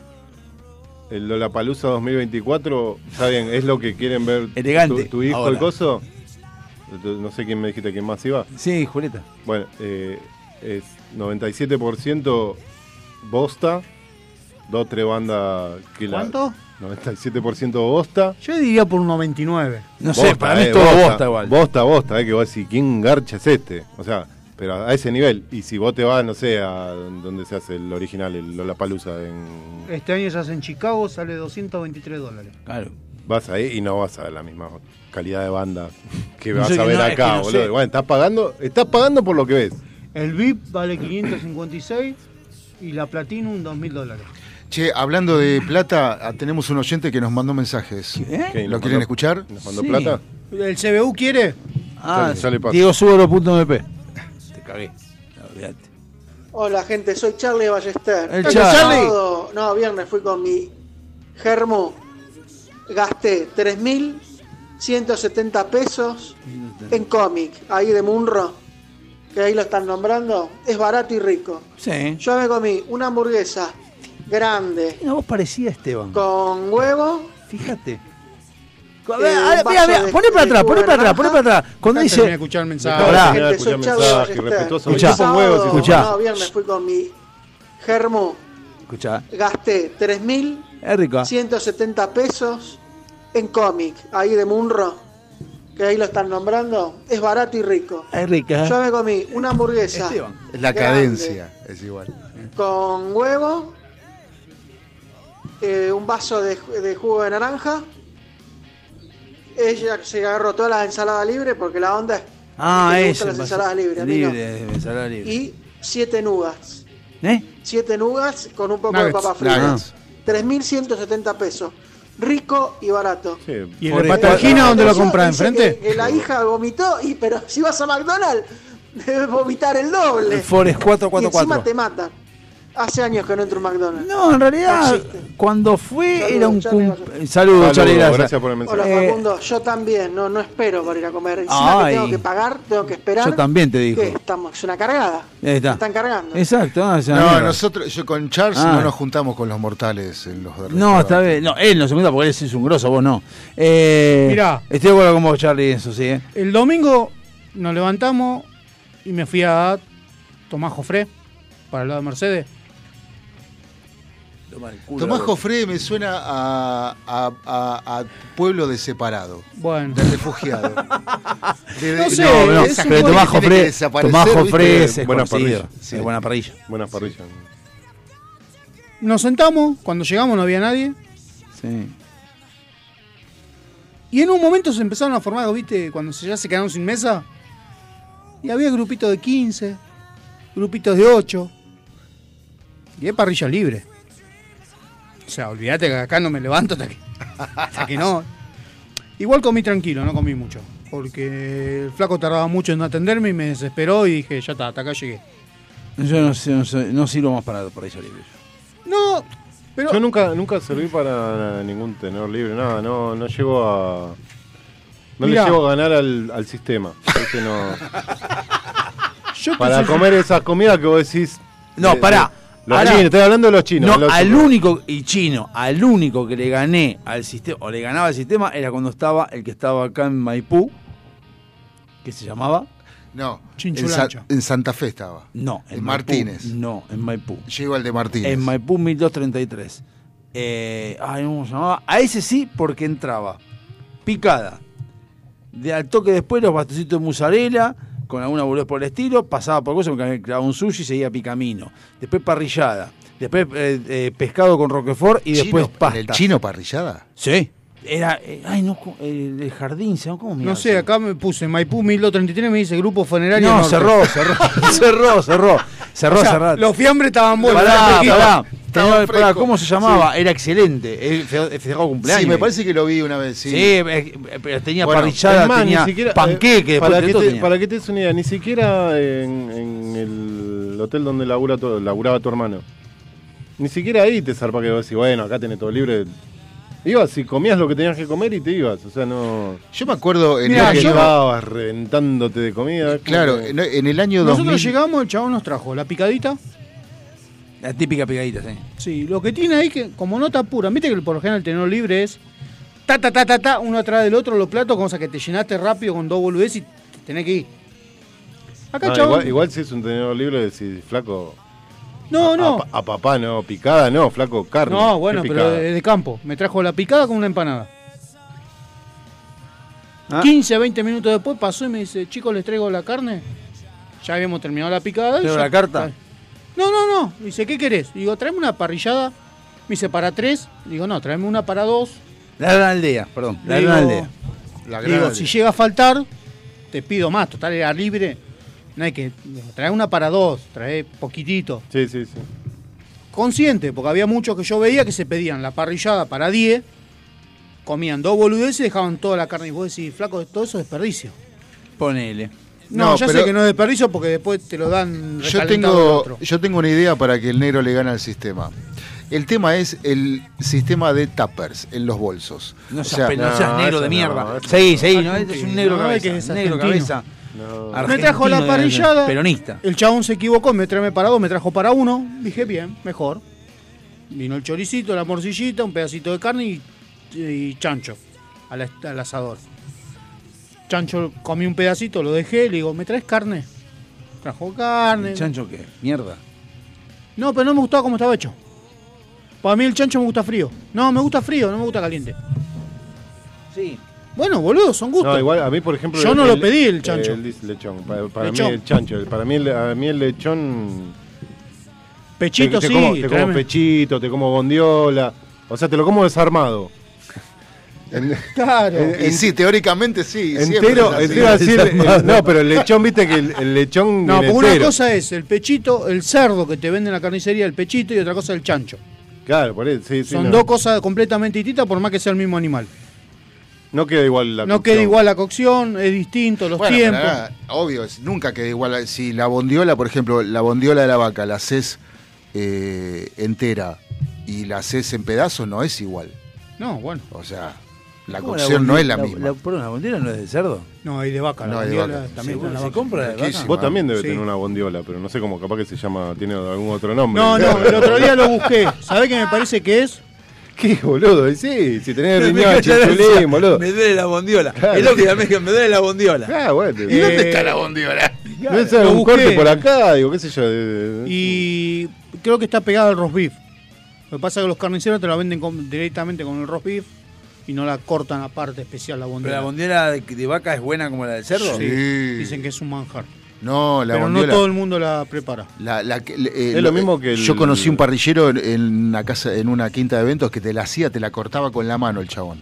Speaker 7: El Lollapalooza 2024, está bien, es lo que quieren ver tu-
Speaker 4: Elegante,
Speaker 7: tu, hijo
Speaker 4: ahora.
Speaker 7: el coso. Tu- No sé quién me dijiste quién más iba.
Speaker 4: Sí, Julieta.
Speaker 7: Bueno, eh, es 97% bosta, dos, tres bandas que la...
Speaker 5: ¿Cuánto?
Speaker 7: 97% bosta.
Speaker 5: Yo diría por un 99.
Speaker 4: No sé, para mí es todo bosta, igual.
Speaker 7: eh, Bosta, bosta, eh, que vos decís, ¿quién garcha es este? O sea, pero a ese nivel. Y si vos te vas, no sé, a donde se hace el original, el Lollapalooza, en...
Speaker 5: Este año se hace en Chicago, sale 223 dólares.
Speaker 4: Claro.
Speaker 7: vas ahí y no vas a ver la misma calidad de banda que
Speaker 4: No
Speaker 7: vas
Speaker 4: sé
Speaker 7: a
Speaker 4: que
Speaker 7: ver
Speaker 4: no, es
Speaker 7: acá,
Speaker 4: que no
Speaker 7: boludo.
Speaker 4: sé.
Speaker 7: Bueno, estás pagando, estás pagando por lo que ves.
Speaker 5: El VIP vale 556 y la Platinum 2000 dólares.
Speaker 6: Che, hablando de plata, ah, tenemos un oyente que nos mandó mensajes.
Speaker 4: ¿Eh?
Speaker 7: ¿Qué?
Speaker 6: ¿Lo
Speaker 7: ¿Nos
Speaker 6: quieren
Speaker 7: mandó-
Speaker 6: escuchar?
Speaker 7: ¿Nos mandó
Speaker 4: Sí.
Speaker 7: plata?
Speaker 5: ¿El CBU quiere?
Speaker 4: Ah,
Speaker 7: Sale- sale paso.
Speaker 4: Diego Suboro.mp. Te cagué. No, olvidate.
Speaker 10: Hola gente, soy Charlie Ballester.
Speaker 4: El Charlie.
Speaker 10: sábado- no, viernes fui con mi germo. Gasté 3.170 pesos en cómic, ahí de Munro, que ahí lo están nombrando. Es barato y rico.
Speaker 4: Sí.
Speaker 10: Yo me comí una hamburguesa grande
Speaker 4: Una voz parecía a Esteban.
Speaker 10: con huevo.
Speaker 4: Fíjate.
Speaker 10: un
Speaker 4: Mira, mira,
Speaker 10: vaso
Speaker 4: mira,
Speaker 10: de-
Speaker 4: poné para atrás,
Speaker 10: de
Speaker 4: poné para atrás,
Speaker 10: jugo de
Speaker 4: poné
Speaker 10: naranja.
Speaker 4: para atrás. Cuando
Speaker 5: Acá termina de
Speaker 4: dice.
Speaker 5: escuchar el mensaje.
Speaker 4: Pará.
Speaker 7: Dejá de
Speaker 10: Gente, soy
Speaker 7: escuchar
Speaker 10: Charlie
Speaker 7: mensajes,
Speaker 10: Ballester.
Speaker 7: respetuoso.
Speaker 4: Escuchá.
Speaker 7: Chupa un huevo, si
Speaker 10: Sábado-
Speaker 7: no-
Speaker 4: Escuchá.
Speaker 10: No, viernes fui con mi germo.
Speaker 4: Escuchá,
Speaker 10: Gasté 3.000
Speaker 4: es rico. ¿ah?
Speaker 10: 170 pesos en cómic, ahí de Munro, que ahí lo están nombrando. Es barato y rico.
Speaker 4: Es rica.
Speaker 10: Yo me comí una hamburguesa
Speaker 4: Eh. Esteban.
Speaker 6: Es la
Speaker 10: Grande.
Speaker 6: cadencia, es igual.
Speaker 10: con huevo, eh, un vaso de, ju- de jugo de naranja ella se agarró todas las ensaladas libres porque la onda es
Speaker 4: Ah,
Speaker 10: que le
Speaker 4: eso.
Speaker 10: gustan las ensaladas libres, a mí no.
Speaker 4: Libre, ensalada libre.
Speaker 10: y siete nugas.
Speaker 4: ¿Eh?
Speaker 10: Siete nugas con un poco de
Speaker 5: Nuggets,
Speaker 10: papa frita.
Speaker 4: nuggets.
Speaker 10: 3.170 pesos. Rico y barato.
Speaker 5: ¿Y el
Speaker 4: Por
Speaker 5: de
Speaker 4: eso.
Speaker 5: Patagina dónde lo
Speaker 10: Atención,
Speaker 5: compras?
Speaker 10: dice
Speaker 5: ¿Enfrente?
Speaker 10: Que, que la hija vomitó, y pero si vas a McDonald's, debes vomitar el doble.
Speaker 4: El Forest
Speaker 10: y encima
Speaker 4: 444.
Speaker 10: te matan. Hace años que no entro a un McDonald's.
Speaker 4: No, en realidad,
Speaker 10: No existe.
Speaker 4: cuando fue
Speaker 10: Saludos,
Speaker 4: era un
Speaker 10: Charlie,
Speaker 4: cum- Saludos, Charlie, gracias.
Speaker 7: gracias por el mensaje.
Speaker 10: Hola
Speaker 4: Eh,
Speaker 10: Facundo, yo también, no, no espero para ir a comer. Encima
Speaker 4: Ay.
Speaker 10: que tengo que pagar, tengo que esperar.
Speaker 4: Yo también te digo.
Speaker 10: ¿Qué? Estamos, es una cargada.
Speaker 4: Ahí está.
Speaker 10: Me Están cargando.
Speaker 4: Exacto. ah, ya,
Speaker 6: No,
Speaker 4: mira.
Speaker 6: nosotros, yo con Charles
Speaker 4: Ah.
Speaker 6: no nos juntamos con los mortales en los
Speaker 4: No,
Speaker 6: restaurantes.
Speaker 4: está bien. No, él no se cuenta porque él es un grosso, vos no. Eh,
Speaker 5: Mirá.
Speaker 4: Estoy de acuerdo con vos, Charlie, en eso sí. ¿eh?
Speaker 5: El domingo nos levantamos y me fui a Tomás Jofré, para el lado de Mercedes.
Speaker 6: Tomás Jofré me suena a, a- a- a pueblo de separado,
Speaker 5: Bueno,
Speaker 6: de refugiado. De-
Speaker 5: No
Speaker 6: de-
Speaker 5: sé,
Speaker 4: No, no,
Speaker 5: es un
Speaker 4: pero
Speaker 5: poco
Speaker 6: que tiene que
Speaker 4: Tomás Jofré,
Speaker 6: desaparecer,
Speaker 4: Tomás
Speaker 6: ¿viste?
Speaker 4: Jofré es
Speaker 7: Buena
Speaker 4: conocido.
Speaker 7: parrilla.
Speaker 4: Sí, Buena parrilla.
Speaker 7: Buenas parrillas.
Speaker 5: nos sentamos, cuando llegamos no había nadie.
Speaker 4: Sí.
Speaker 5: Y en un momento se empezaron a formar, ¿viste? Cuando se- ya se quedaron sin mesa. Y había grupitos de 15, grupitos de 8. Y es parrilla libre. O sea, olvídate que acá no me levanto hasta que, hasta que no. Igual comí tranquilo, no comí mucho. Porque el flaco tardaba mucho en atenderme y me desesperó y dije, ya está, hasta acá llegué.
Speaker 4: Yo no, sé, no, sé, no sirvo más para parrilla libre.
Speaker 5: No, pero...
Speaker 7: Yo nunca, nunca serví para ningún tenedor libre, nada, no, no llego a. No
Speaker 5: Mirá.
Speaker 7: le llego a ganar al, al sistema. Este no-
Speaker 5: yo
Speaker 7: para
Speaker 5: pensé-
Speaker 7: comer esas comidas que vos decís.
Speaker 4: No,
Speaker 7: de-
Speaker 4: pará.
Speaker 7: de- los
Speaker 4: Ahora-
Speaker 7: chinos, estoy hablando de los chinos.
Speaker 4: No,
Speaker 7: de los
Speaker 4: al
Speaker 7: chinos.
Speaker 4: único, y chino, al único que le gané al sistema, o le ganaba al sistema, era cuando estaba el que estaba acá en Maipú, que se llamaba.
Speaker 6: No, en,
Speaker 5: Chinchulancho.
Speaker 6: Sa- en Santa Fe estaba.
Speaker 4: No, en
Speaker 6: En
Speaker 4: Maipú,
Speaker 6: Martínez.
Speaker 4: No, en Maipú.
Speaker 6: Llego al de Martínez.
Speaker 4: En Maipú 1233. Eh, ay, ¿cómo se llamaba? A ese sí, porque entraba. Picada. De, al toque después los bastecitos de mozzarella, con alguna boludez por el estilo, pasaba por cosas, me creaba un sushi y seguía picamino. Después parrillada. Después eh, eh, pescado con roquefort y
Speaker 6: Chino,
Speaker 4: después pasta.
Speaker 6: ¿El chino parrillada?
Speaker 4: Sí. Era, eh, ay, no, co- el, el jardín, ¿se llama? ¿cómo
Speaker 5: No sé, acá me puse Maipú 1233 me dice Grupo Funerario
Speaker 4: No,
Speaker 5: Norte".
Speaker 4: cerró, cerró, cerró, cerró, cerró,
Speaker 5: O sea,
Speaker 4: cerró.
Speaker 5: Los fiambres estaban buenos.
Speaker 4: Pará,
Speaker 5: eran fresquitos.
Speaker 4: pará.
Speaker 6: Estaba
Speaker 4: Tenía- pará,
Speaker 6: fresco.
Speaker 4: ¿Cómo se llamaba? Era excelente. Él fe- festejó cumpleaños.
Speaker 6: Sí, me parece que lo vi una vez, sí.
Speaker 4: Sí, eh, eh, pero tenía
Speaker 6: Bueno,
Speaker 4: parrillada,
Speaker 7: Es más, ni
Speaker 4: tenía
Speaker 7: siquiera, eh,
Speaker 4: panqueque. después
Speaker 7: para,
Speaker 4: de
Speaker 7: que
Speaker 4: todo
Speaker 7: te,
Speaker 4: tenía.
Speaker 7: para que te des una idea, ni siquiera en, en el hotel donde labura tu- laburaba tu hermano. Ni siquiera ahí te zarpa que vos decís, bueno, acá tenés todo libre. Ibas y comías lo que tenías que comer y te ibas. O sea, no.
Speaker 6: Yo me acuerdo en
Speaker 5: Mirá,
Speaker 6: el
Speaker 7: que
Speaker 6: año...
Speaker 5: yo-
Speaker 7: ibas reventándote de comida. es como
Speaker 6: Claro,
Speaker 7: que-
Speaker 6: en en el año
Speaker 5: Nosotros
Speaker 6: 2000...
Speaker 5: llegamos, el chabón nos trajo la picadita.
Speaker 4: La típica pegadita, sí.
Speaker 5: Sí, lo que tiene ahí que como nota pura, viste que por lo general el tenor libre es ta ta ta ta ta uno atrás del otro los platos, cosa que te llenaste rápido con dos boludeces y te tenés que ir. Acá
Speaker 7: No,
Speaker 5: chabón.
Speaker 7: igual, igual si es un tenedor libre, decís, flaco.
Speaker 5: no,
Speaker 7: a-
Speaker 5: no.
Speaker 7: A, pa- a papá no, picada no, flaco, carne.
Speaker 5: no,
Speaker 7: ¿qué
Speaker 5: bueno, pero eh,
Speaker 7: picada?
Speaker 5: de, de campo. Me trajo la picada con una empanada.
Speaker 4: Ah.
Speaker 5: 15 a 20 minutos después pasó y me dice, chicos, les traigo la carne. Ya habíamos terminado la picada. y
Speaker 4: ¿Traigo
Speaker 5: ya-
Speaker 4: la carta?
Speaker 5: No, no, no. Dice, ¿qué querés? Digo, tráeme una parrillada. Me dice, para tres. Digo, no, tráeme una para dos.
Speaker 4: La gran aldea, perdón. La
Speaker 5: Digo,
Speaker 4: gran aldea.
Speaker 6: La
Speaker 5: Digo,
Speaker 6: gran-
Speaker 5: si llega a faltar, te pido más. Total, era libre. No hay que. Trae una para dos, trae poquitito.
Speaker 7: Sí, sí, sí.
Speaker 5: Consciente, porque había muchos que yo veía que se pedían la parrillada para 10, comían dos boludeces y dejaban toda la carne. Y vos decís, flaco, todo eso es desperdicio.
Speaker 4: Ponele.
Speaker 5: No,
Speaker 6: No,
Speaker 5: ya
Speaker 6: pero-
Speaker 5: sé que no es desperdicio porque después te lo dan
Speaker 6: Yo
Speaker 5: recalentado del
Speaker 6: tengo,
Speaker 5: otro.
Speaker 6: yo tengo una idea para que el negro le gane al sistema. El tema es el sistema de tappers en los bolsos.
Speaker 4: No
Speaker 6: O
Speaker 4: seas,
Speaker 6: sea,
Speaker 4: pe- no seas
Speaker 7: no,
Speaker 4: negro
Speaker 7: eso
Speaker 4: de
Speaker 7: no,
Speaker 4: mierda.
Speaker 7: eso
Speaker 4: seguí, seguí. No, este es un
Speaker 5: Argentino,
Speaker 4: negro
Speaker 5: no,
Speaker 4: cabeza.
Speaker 5: que es
Speaker 4: negro
Speaker 5: argentino.
Speaker 4: cabeza.
Speaker 7: No.
Speaker 5: Me trajo la
Speaker 4: argentino,
Speaker 5: parrillada.
Speaker 4: Peronista.
Speaker 5: El chabón se equivocó, me trae para dos, me trajo para uno. Dije, bien, mejor. Vino el choricito, la morcillita, un pedacito de carne y, y chancho al, as- al asador. Chancho comí un pedacito, lo dejé, le digo, ¿me traes carne? Trajo carne.
Speaker 4: ¿El chancho qué? Mierda.
Speaker 5: No, pero no me gustaba cómo estaba hecho. Para mí el chancho me gusta frío. No, me gusta frío, no me gusta caliente.
Speaker 4: Sí.
Speaker 5: Bueno, boludo, son gustos.
Speaker 7: No, igual a mí, por ejemplo. eh,
Speaker 5: Yo no lo pedí, el chancho.
Speaker 7: El dis- lechón. Para, para
Speaker 5: Lechón.
Speaker 7: mí, el chancho. Para mí, el, a mí el lechón.
Speaker 5: Pechito
Speaker 7: te, te
Speaker 5: sí,
Speaker 7: como, te como
Speaker 5: tráeme.
Speaker 7: pechito, te como gondiola. O sea, te lo como desarmado. En-
Speaker 5: Claro.
Speaker 7: en-
Speaker 6: Y sí, teóricamente sí. siempre es
Speaker 7: entero,
Speaker 6: así.
Speaker 7: entero así. el- el- no, pero el lechón, viste que el, el lechón.
Speaker 5: No,
Speaker 7: viene
Speaker 5: porque una
Speaker 7: entero.
Speaker 5: cosa es el pechito, el cerdo que te vende en la carnicería, el pechito, y otra cosa el chancho.
Speaker 7: Claro, por eso. Sí, sí,
Speaker 5: Son
Speaker 7: no.
Speaker 5: dos cosas completamente distintas, por más que sea el mismo animal.
Speaker 7: No queda igual la
Speaker 5: no
Speaker 7: cocción.
Speaker 5: queda igual la cocción, es distinto los
Speaker 6: Bueno, pero
Speaker 5: tiempos.
Speaker 6: nada, obvio, es- nunca queda igual. Si la bondiola, por ejemplo, la bondiola de la vaca la haces eh, entera y la haces en pedazos, no es igual.
Speaker 5: No, bueno.
Speaker 6: O sea, la
Speaker 4: ¿Cómo
Speaker 6: cocción no
Speaker 4: bondi-
Speaker 6: es la, misma.
Speaker 4: La, perdón, ¿La bondiola no es de cerdo?
Speaker 5: No, hay de vaca.
Speaker 6: No,
Speaker 5: la
Speaker 6: hay de
Speaker 5: bondiola
Speaker 6: vaca.
Speaker 5: también.
Speaker 4: ¿Se,
Speaker 5: está
Speaker 4: se
Speaker 5: la vaca.
Speaker 4: compra de vaca?
Speaker 6: Riquísimo.
Speaker 7: Vos también debes
Speaker 5: Sí.
Speaker 7: tener una bondiola, pero no sé cómo, capaz que se llama, tiene algún otro nombre.
Speaker 5: No, no, el otro día lo busqué. ¿Sabés qué me parece que es?
Speaker 7: ¿Qué, boludo? Y Sí, si tenés
Speaker 4: Me
Speaker 7: riñón,
Speaker 4: cacha la
Speaker 7: chichulín,
Speaker 4: risa.
Speaker 7: boludo.
Speaker 4: Me duele la bondiola. Es lo que me dicen, me duele la bondiola.
Speaker 7: Ah, bueno.
Speaker 5: Eh,
Speaker 7: No es un
Speaker 5: busqué.
Speaker 7: corte por acá, digo, qué sé yo. de- de-
Speaker 5: Y creo que está pegado al roast beef. Lo que pasa es que los carniceros te la venden con- directamente con el roast beef y no la cortan aparte especial la
Speaker 4: ¿Pero
Speaker 5: bondiola.
Speaker 4: la bondiola de, de vaca es buena como la del cerdo?
Speaker 5: Sí,
Speaker 6: Sí.
Speaker 5: Dicen que es un manjar.
Speaker 6: No, la
Speaker 5: pero
Speaker 6: bondiola.
Speaker 5: no todo el mundo la prepara.
Speaker 6: la- la que- le- eh,
Speaker 7: Es lo mismo que el-
Speaker 6: Yo conocí un parrillero en, en una casa, en una quinta de eventos que te la hacía, te la cortaba con la mano el chabón.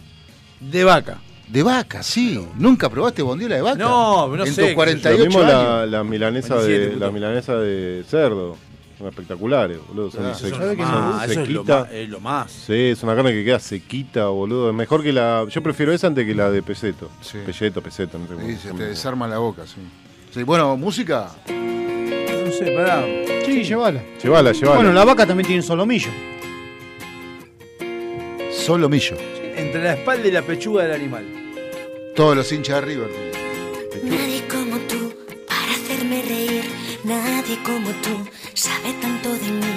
Speaker 4: De vaca.
Speaker 6: De vaca, sí. ¿Nunca probaste bondiola de vaca?
Speaker 4: No, no
Speaker 6: en
Speaker 4: sé,
Speaker 6: tus
Speaker 4: qué
Speaker 7: Lo
Speaker 6: 48
Speaker 7: mismo
Speaker 6: años.
Speaker 7: la, la milanesa de,
Speaker 4: 27,
Speaker 7: la
Speaker 4: puto.
Speaker 7: milanesa de cerdo. Son espectaculares, boludo. Son,
Speaker 6: Ah,
Speaker 7: se-
Speaker 4: Eso,
Speaker 7: son
Speaker 4: es lo más, eso es, lo
Speaker 7: sequita.
Speaker 4: más, es lo más.
Speaker 7: Sí, es una carne que queda sequita, boludo. Es mejor que la. Yo prefiero esa antes que la de peseto.
Speaker 6: Sí.
Speaker 7: Peseto, peseto, no sé cómo
Speaker 6: Sí,
Speaker 7: se
Speaker 6: se
Speaker 7: llama.
Speaker 6: te desarma la boca, sí. Sí, bueno, música.
Speaker 4: No sé, pará.
Speaker 5: Sí, llévala.
Speaker 7: Llevala, llevala.
Speaker 5: Bueno, la vaca también tiene solomillo.
Speaker 6: Solomillo.
Speaker 4: Entre la espalda y la pechuga del animal.
Speaker 6: Todos los hinchas de River.
Speaker 11: Nadie como tú para hacerme reír. Nadie como tú sabe tanto de mí.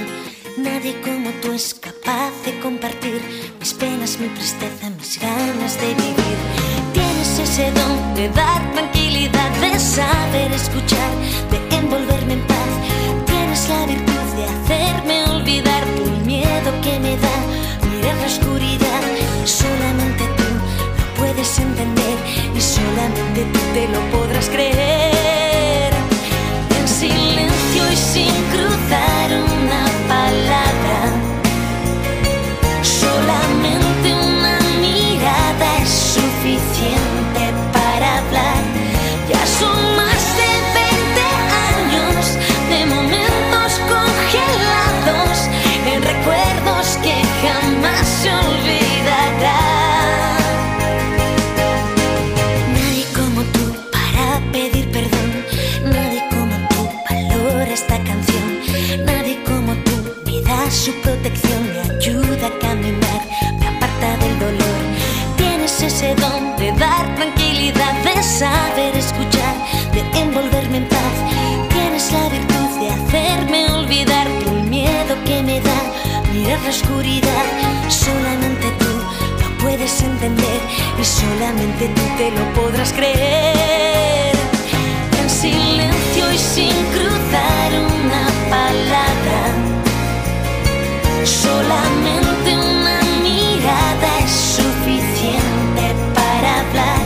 Speaker 11: Nadie como tú es capaz de compartir mis penas, mi tristeza, mis ganas de vivir. Tienes ese don de dar tranquilidad, de saber escuchar, de envolverme en paz. Tienes la virtud de hacerme olvidar el miedo que me da mirar la oscuridad. Solamente tú puedes entender y solamente tú te lo podrás creer. En silencio y sin cruzar una palabra, solamente una mirada es suficiente para hablar. Ya son más de 20 años de momentos congelados en recuerdos que jamás se olvidarán. Nadie como tú para pedir perdón. Nadie como tú valora esta canción. Nadie como tú me da su protección, me ayuda a caminar, me aparta del dolor. Tienes ese don de dar tranquilidad, de saber escuchar, de envolverme en paz. Tienes la virtud de hacerme olvidar el miedo que me da mirar la oscuridad. Solamente tú lo puedes entender y solamente tú te lo podrás creer. En silencio y sin cruzar una palabra, solamente una mirada es suficiente para hablar.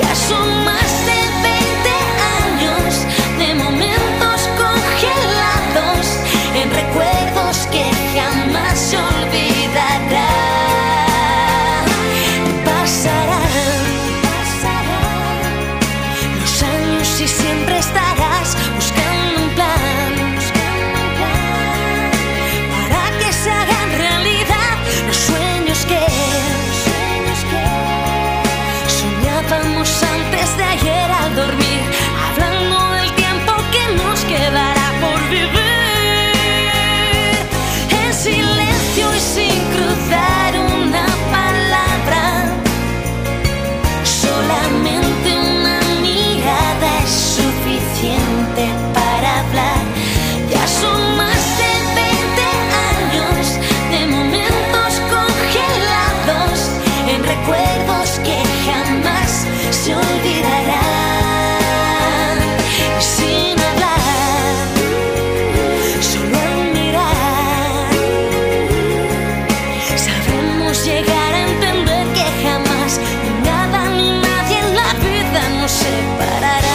Speaker 11: Ya son más de 20 años de momentos congelados en recuerdos que jamás se olvidarán. Pasarán, pasarán los años y siempre estarás buscando un plan, buscando un plan para que se hagan realidad los sueños que, los sueños que soñábamos antes de ayer al dormir, hablando del tiempo que nos quedará por vivir en silencio y sin cruzar una palabra. Solamente una mirada es suficiente para hablar. Ya son más de 20 años de momentos congelados en recuerdos que jamás se olvidarán. Y Sin hablar, solo al mirar. Sabemos llegar a entender que jamás ni nada ni nadie en la vida nos separará.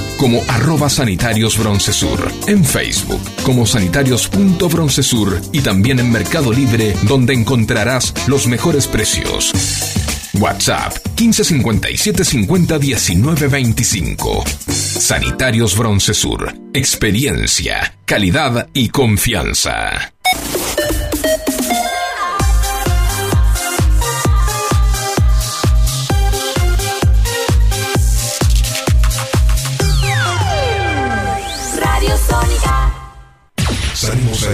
Speaker 12: como arroba sanitarios broncesur, en Facebook como sanitarios.broncesur y también en Mercado Libre donde encontrarás los mejores precios. WhatsApp 1557 50 19 25. Sanitarios Broncesur. Experiencia, calidad y confianza.
Speaker 11: Radio Sónica.
Speaker 13: Salimos a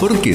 Speaker 14: ¿Por qué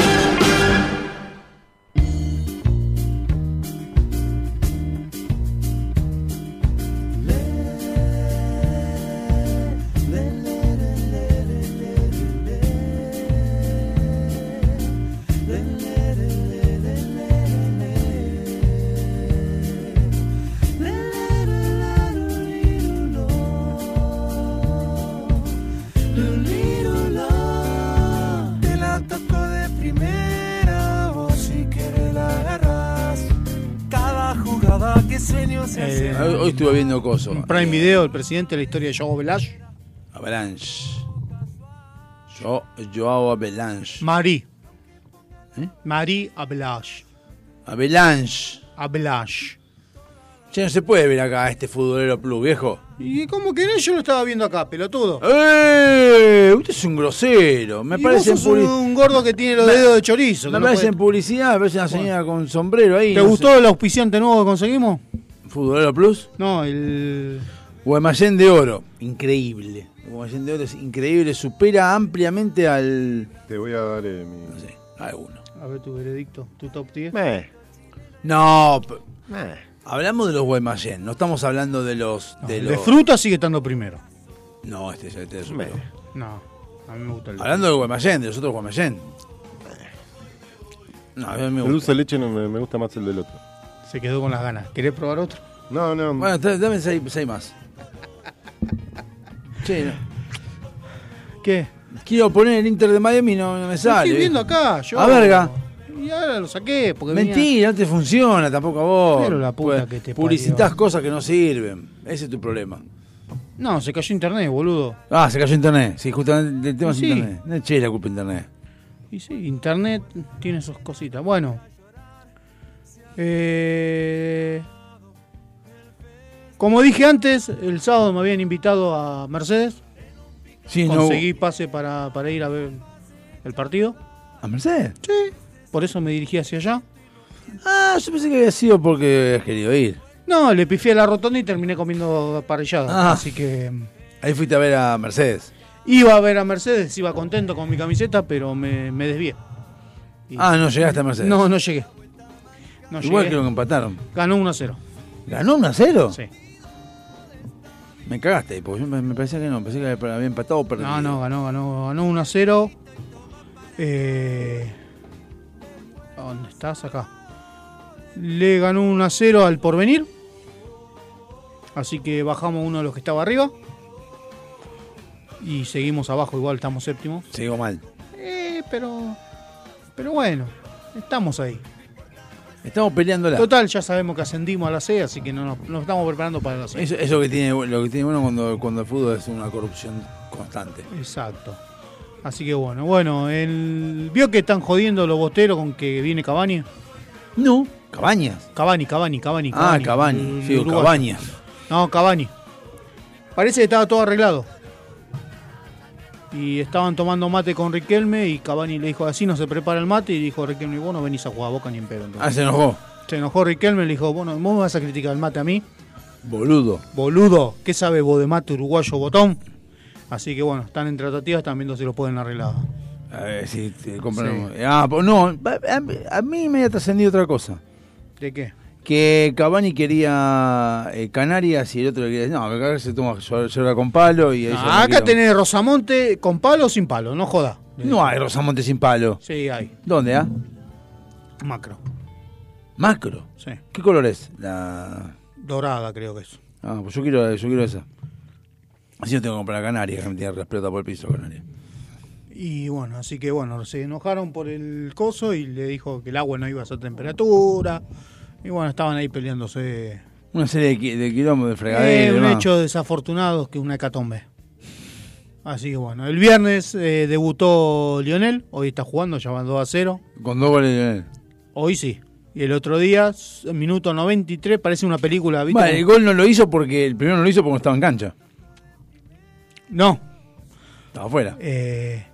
Speaker 8: Te la toco de primera, vos si querés la agarrás. Cada jugada que sueño se hace.
Speaker 4: Eh, hoy hoy estuve viendo Coso.
Speaker 5: Un Prime Video, el presidente de la historia de Joao Belash.
Speaker 4: Avalanche. Yo, Joao Avalanche.
Speaker 5: Marí. Marí Abelash.
Speaker 4: Avalanche.
Speaker 5: Abelash.
Speaker 4: Che, no se puede ver acá este futbolero plus, viejo.
Speaker 5: ¿Y cómo querés? Yo lo estaba viendo acá, pelotudo.
Speaker 4: ¡Eh! Usted es un grosero. Me
Speaker 5: Y
Speaker 4: parece
Speaker 5: vos sos un, un gordo que tiene los dedos de chorizo. que
Speaker 4: Me
Speaker 5: no
Speaker 4: parece en
Speaker 5: puede-
Speaker 4: publicidad, me parece una señora con sombrero ahí.
Speaker 5: ¿Te
Speaker 4: no sé.
Speaker 5: gustó el auspiciante nuevo que conseguimos?
Speaker 4: ¿Futbolero Plus?
Speaker 5: No, el.
Speaker 4: Guaymallén de Oro. Increíble. Guaymallén de Oro es increíble. Supera ampliamente al.
Speaker 7: Te voy a dar eh, mi. No
Speaker 4: sé, alguno.
Speaker 5: A ver tu veredicto, tu top 10.
Speaker 4: No. pe-
Speaker 5: Meh.
Speaker 4: Hablamos de los Guaymallén. No estamos hablando de los.
Speaker 5: No,
Speaker 4: de
Speaker 5: el
Speaker 4: los...
Speaker 5: de fruta sigue estando primero.
Speaker 4: No, este, este es otro.
Speaker 5: No, a mí me gusta el de
Speaker 4: Hablando de Guaymallén, de los otros Guaymallén. No, a mí me
Speaker 7: El
Speaker 4: gusta.
Speaker 7: dulce de leche no me, me gusta más el del otro.
Speaker 5: Se quedó con las ganas. ¿Querés probar otro?
Speaker 7: No, no.
Speaker 4: Bueno, tra- dame seis, seis más. Che, no.
Speaker 5: ¿Qué?
Speaker 4: Quiero poner el Inter de Miami, no, no me
Speaker 5: Lo
Speaker 4: sale.
Speaker 5: estoy viendo
Speaker 4: viejo.
Speaker 5: acá, yo.
Speaker 4: A verga.
Speaker 5: Y ahora lo saqué, porque venía-
Speaker 4: Mentira, no te funciona tampoco a vos.
Speaker 5: Pero la puta
Speaker 4: Pu-
Speaker 5: que te
Speaker 4: Publicitás cosas que no sirven. Ese es tu problema.
Speaker 5: No, se cayó internet, boludo.
Speaker 4: Ah, se cayó internet. Sí, justamente el tema
Speaker 5: Sí.
Speaker 4: es internet. No eché la culpa a internet.
Speaker 5: Y sí, internet tiene sus cositas. Bueno. Eh, Como dije antes, el sábado me habían invitado a Mercedes.
Speaker 4: Sí, no-
Speaker 5: Conseguí pase para, para ir a ver el partido.
Speaker 4: ¿A Mercedes?
Speaker 5: Sí. Por eso me dirigí hacia allá.
Speaker 4: Ah, yo pensé que había sido porque has querido ir.
Speaker 5: No, le pifié la rotonda y terminé comiendo parrillada.
Speaker 4: Ah.
Speaker 5: Así que mm,
Speaker 4: Ahí fuiste a ver a Mercedes.
Speaker 5: iba a ver a Mercedes, iba contento con mi camiseta, pero me, me desvié. Y-
Speaker 4: Ah, no llegaste a Mercedes.
Speaker 5: No, no llegué. No
Speaker 4: Igual
Speaker 5: llegué.
Speaker 4: que lo que empataron.
Speaker 5: Ganó 1 a 0.
Speaker 4: ¿Ganó 1 a 0?
Speaker 5: Sí.
Speaker 4: Me cagaste ahí, porque yo me, me parecía que no. Pensé que había empatado o perdido.
Speaker 5: No, no, ganó, ganó, ganó 1 a 0. Eh, ¿a ¿Dónde estás? Acá. Le ganó 1 a 0 al porvenir. Así que bajamos uno de los que estaba arriba. Y seguimos abajo, igual estamos séptimos.
Speaker 4: Sigo mal.
Speaker 5: Eh, pero. Pero bueno, estamos ahí.
Speaker 4: Estamos peleándola.
Speaker 5: Total, ya sabemos que ascendimos a la C, así que no nos, nos estamos preparando para la C.
Speaker 4: Eso, eso que tiene, lo que tiene bueno cuando, cuando el fútbol es una corrupción constante.
Speaker 5: Exacto. Así que bueno, bueno, el... ¿vio que están jodiendo los bosteros con que viene Cabaña?
Speaker 4: No. ¿Cabañas?
Speaker 5: Cabani, Cabani, Cabani.
Speaker 4: Ah, Cavani. Sí, o Cabaña.
Speaker 5: No, Cabani. Parece que estaba todo arreglado. Y estaban tomando mate con Riquelme y Cabani le dijo, así no se prepara el mate. Y dijo, Riquelme, vos no venís a jugar a boca ni en pedo. entonces".
Speaker 4: Ah, se enojó.
Speaker 5: Se enojó Riquelme, le dijo, bueno, vos me vas a criticar el mate a mí.
Speaker 4: Boludo.
Speaker 5: Boludo, ¿qué sabe vos de mate uruguayo botón? Así que bueno, están en tratativas, están viendo si lo pueden arreglar.
Speaker 4: A ver si te compran- Ah, pues no. A, a mí me ha trascendido otra cosa.
Speaker 5: ¿De qué?
Speaker 4: Que Cavani quería eh, Canarias y el otro le quería. No, acá se toma yo- llora con palo y ahí yo no
Speaker 5: Ah, acá
Speaker 4: quiero-
Speaker 5: tenés Rosamonte con palo o sin palo, no joda.
Speaker 4: No hay Rosamonte sin palo.
Speaker 5: Sí, hay.
Speaker 4: ¿Dónde, ah?
Speaker 5: Macro.
Speaker 4: Macro.
Speaker 5: Sí.
Speaker 4: ¿Qué color es? La.
Speaker 5: Dorada creo que es.
Speaker 4: Ah, pues yo quiero, yo quiero esa. Así no tengo que comprar Canarias, que me tiene respeto por el piso Canarias.
Speaker 5: Y bueno, así que bueno, se enojaron por el coso y le dijo que el agua no iba a ser temperatura. Y bueno, estaban ahí peleándose.
Speaker 4: Una serie de, qui- de quilombos de fregadero.
Speaker 5: Eh, un hecho desafortunado que una hecatombe. Así que bueno, el viernes eh, debutó Lionel, hoy está jugando, ya van 2 a 0.
Speaker 4: Con dos goles de Lionel.
Speaker 5: Hoy sí. Y el otro día, s- minuto 93, parece una película, ¿viste?
Speaker 4: Vale, el gol no lo hizo porque el primero no lo hizo porque no estaba en cancha.
Speaker 5: No.
Speaker 4: Estaba afuera.
Speaker 5: Eh,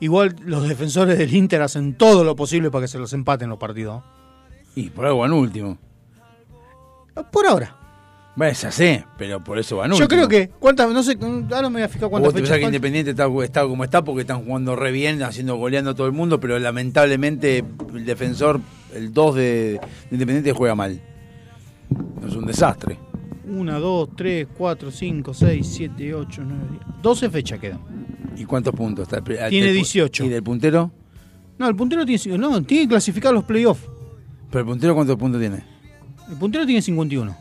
Speaker 5: igual los defensores del Inter hacen todo lo posible para que se los empaten los partidos.
Speaker 4: Y por algo ganó último.
Speaker 5: Por ahora.
Speaker 4: Bueno, ya sé, pero por eso ganó
Speaker 5: Yo creo
Speaker 4: último.
Speaker 5: que. ¿Cuántas? No sé, ahora me voy a fijar
Speaker 4: ¿Vos
Speaker 5: cuántas
Speaker 4: te
Speaker 5: fechas
Speaker 4: pensás que
Speaker 5: faltan.
Speaker 4: Independiente está, está como está porque están jugando re bien, haciendo goleando a todo el mundo, pero lamentablemente el defensor, el 2 de, de Independiente juega mal. Es un desastre.
Speaker 5: 1, 2, 3, 4, 5, 6, 7, 8, 9, 10. 12 fechas quedan.
Speaker 4: ¿Y cuántos puntos? Está el pri-
Speaker 5: Tiene
Speaker 4: del pu-
Speaker 5: 18.
Speaker 4: ¿Y del puntero?
Speaker 5: No, el puntero tiene. cinco- No, tiene que clasificar los playoffs.
Speaker 4: ¿Pero el puntero cuántos puntos tiene?
Speaker 5: El puntero tiene 51.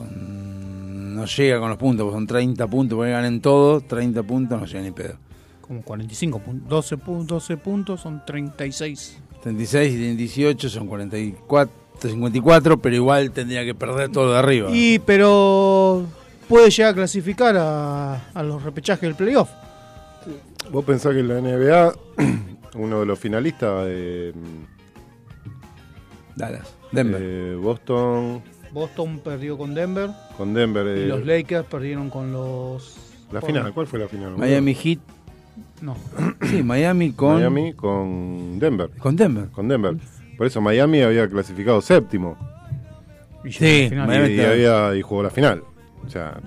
Speaker 4: No llega con los puntos, porque son 30 puntos, porque ganen todos, 30 puntos, no llega ni pedo.
Speaker 5: Como 45 puntos. 12, pu- 12 puntos son 36.
Speaker 4: 36 y 18 son 44, 54, pero igual tendría que perder todo lo de arriba.
Speaker 5: Y pero puede llegar a clasificar a, a los repechajes del playoff.
Speaker 7: Vos pensás que en la NBA, uno de los finalistas eh, de.
Speaker 4: Dallas, Denver.
Speaker 7: eh, Boston,
Speaker 5: Boston perdió con Denver.
Speaker 7: con Denver.
Speaker 5: Y
Speaker 7: eh,
Speaker 5: los Lakers perdieron con los.
Speaker 7: La final, ¿cuál fue la final?
Speaker 4: Miami Heat.
Speaker 5: No.
Speaker 4: Sí, Miami con.
Speaker 7: Miami con Denver.
Speaker 4: Con Denver.
Speaker 7: Con Denver. Por eso Miami había clasificado séptimo.
Speaker 4: Sí,
Speaker 7: y,
Speaker 4: Miami
Speaker 7: y
Speaker 4: está-
Speaker 7: había, y jugó la final. O sea.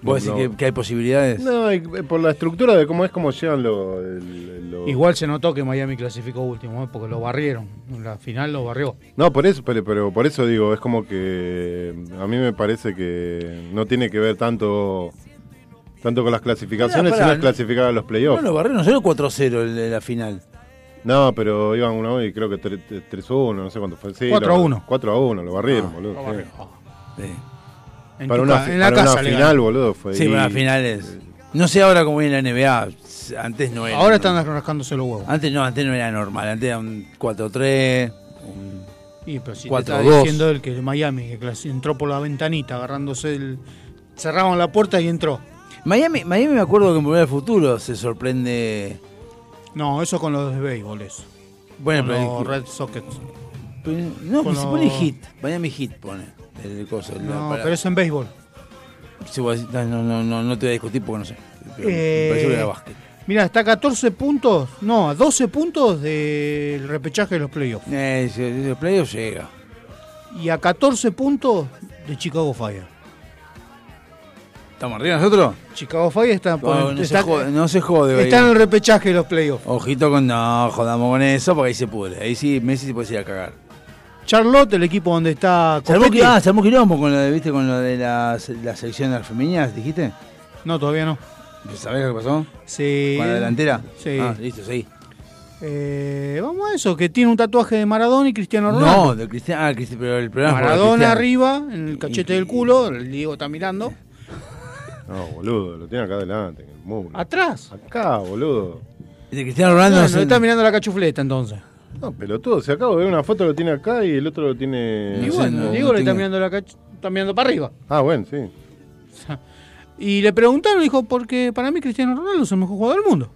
Speaker 4: ¿Vos
Speaker 7: no-
Speaker 4: decís que, que hay posibilidades?
Speaker 7: No, y eh, por la estructura de cómo es como llegan los. el- los-
Speaker 5: Igual se notó que Miami clasificó último, ¿eh? porque lo barrieron. En la final lo barrió.
Speaker 7: No, por eso, pero, pero por eso digo, es como que a mí me parece que no tiene que ver tanto tanto con las
Speaker 4: Pará,
Speaker 7: clasificaciones,
Speaker 4: pará,
Speaker 7: sino es
Speaker 4: no-
Speaker 7: clasificar a los
Speaker 4: No,
Speaker 7: playoffs.
Speaker 4: lo barrieron, solo 4-0 el de la final.
Speaker 7: No, pero iban 1 y creo que tre- tre- 3-1, no sé cuánto fue. Sí,
Speaker 4: 4-1.
Speaker 7: 4 a 1, lo barrieron,
Speaker 4: Ah,
Speaker 7: boludo.
Speaker 4: lo
Speaker 7: sí.
Speaker 4: barrieron.
Speaker 5: En
Speaker 7: Para
Speaker 5: tu
Speaker 7: una,
Speaker 5: ca-
Speaker 7: fi-
Speaker 5: en la
Speaker 7: para una
Speaker 5: casa le
Speaker 7: final,
Speaker 5: ganaron.
Speaker 7: boludo, fue.
Speaker 4: Sí,
Speaker 7: ahí.
Speaker 4: para las finales. No sé ahora cómo viene la NBA. Antes no era.
Speaker 5: Ahora
Speaker 4: ¿no?
Speaker 5: están rascándose los huevos.
Speaker 4: Antes no, antes no era normal. Antes era un 4-3.
Speaker 5: Y pero si te está
Speaker 4: 4-2.
Speaker 5: diciendo el que el Miami que clasi- entró por la ventanita agarrándose el. Cerraron la puerta y entró.
Speaker 4: Miami, Miami me acuerdo que en Volver al Futuro se sorprende.
Speaker 5: No, eso con los de béisbol, eso.
Speaker 4: Bueno,
Speaker 5: con
Speaker 4: pero-
Speaker 5: los Red Sockets.
Speaker 4: No,
Speaker 5: Con
Speaker 4: se
Speaker 5: los-
Speaker 4: pone hit. Miami hit pone. El coso, el-
Speaker 5: No,
Speaker 4: para-
Speaker 5: pero eso en béisbol.
Speaker 4: Si vos decís, no, no, no, no te voy a discutir porque no sé. Pero
Speaker 5: Eh,
Speaker 4: me pareció que era básquet.
Speaker 5: Mira, está a 14 puntos, no, a 12 puntos del repechaje de los playoffs.
Speaker 4: Eh, si- si el playoff llega.
Speaker 5: Y a 14 puntos de Chicago Fire.
Speaker 4: ¿Estamos arriba nosotros?
Speaker 5: Chicago Fire está, por
Speaker 4: No,
Speaker 5: el-
Speaker 4: no,
Speaker 5: está-
Speaker 4: se jode, no se jode.
Speaker 5: está en
Speaker 4: hoy.
Speaker 5: el repechaje de los playoffs.
Speaker 4: Ojito con. No, jodamos con eso porque ahí se pudre. Ahí sí, Messi se puede ir a cagar.
Speaker 5: Charlotte, el equipo donde está
Speaker 4: Se armó
Speaker 5: Copetti.
Speaker 4: qui- ah, se armó quilombo con lo de, ¿viste? Con lo de las, la selección de las femeninas, ¿dijiste?
Speaker 5: No, todavía no.
Speaker 4: ¿Sabés lo que pasó?
Speaker 5: Sí.
Speaker 4: ¿Con la delantera?
Speaker 5: Sí.
Speaker 4: Ah, listo, sí.
Speaker 5: Eh, vamos a eso, que tiene un tatuaje de Maradona y Cristiano
Speaker 4: No,
Speaker 5: Ronaldo.
Speaker 4: de Cristiano. Ah, Cristi- pero el programa.
Speaker 5: Maradona arriba, en el cachete del culo, el Diego está mirando.
Speaker 7: No, boludo, lo tiene acá adelante, en el muslo.
Speaker 5: Atrás.
Speaker 7: Acá, boludo.
Speaker 4: De Cristiano
Speaker 5: No, no, está mirando la cachufleta entonces.
Speaker 7: No, pelotudo, si acabo de ver una foto lo tiene acá y el otro lo tiene.
Speaker 5: Y bueno,
Speaker 7: no,
Speaker 5: Diego
Speaker 7: no
Speaker 5: le está
Speaker 7: tiene-
Speaker 5: mirando, la cach- está mirando para arriba.
Speaker 7: Ah, bueno, sí.
Speaker 5: Y le preguntaron, dijo, porque para mí Cristiano Ronaldo es el mejor jugador del mundo.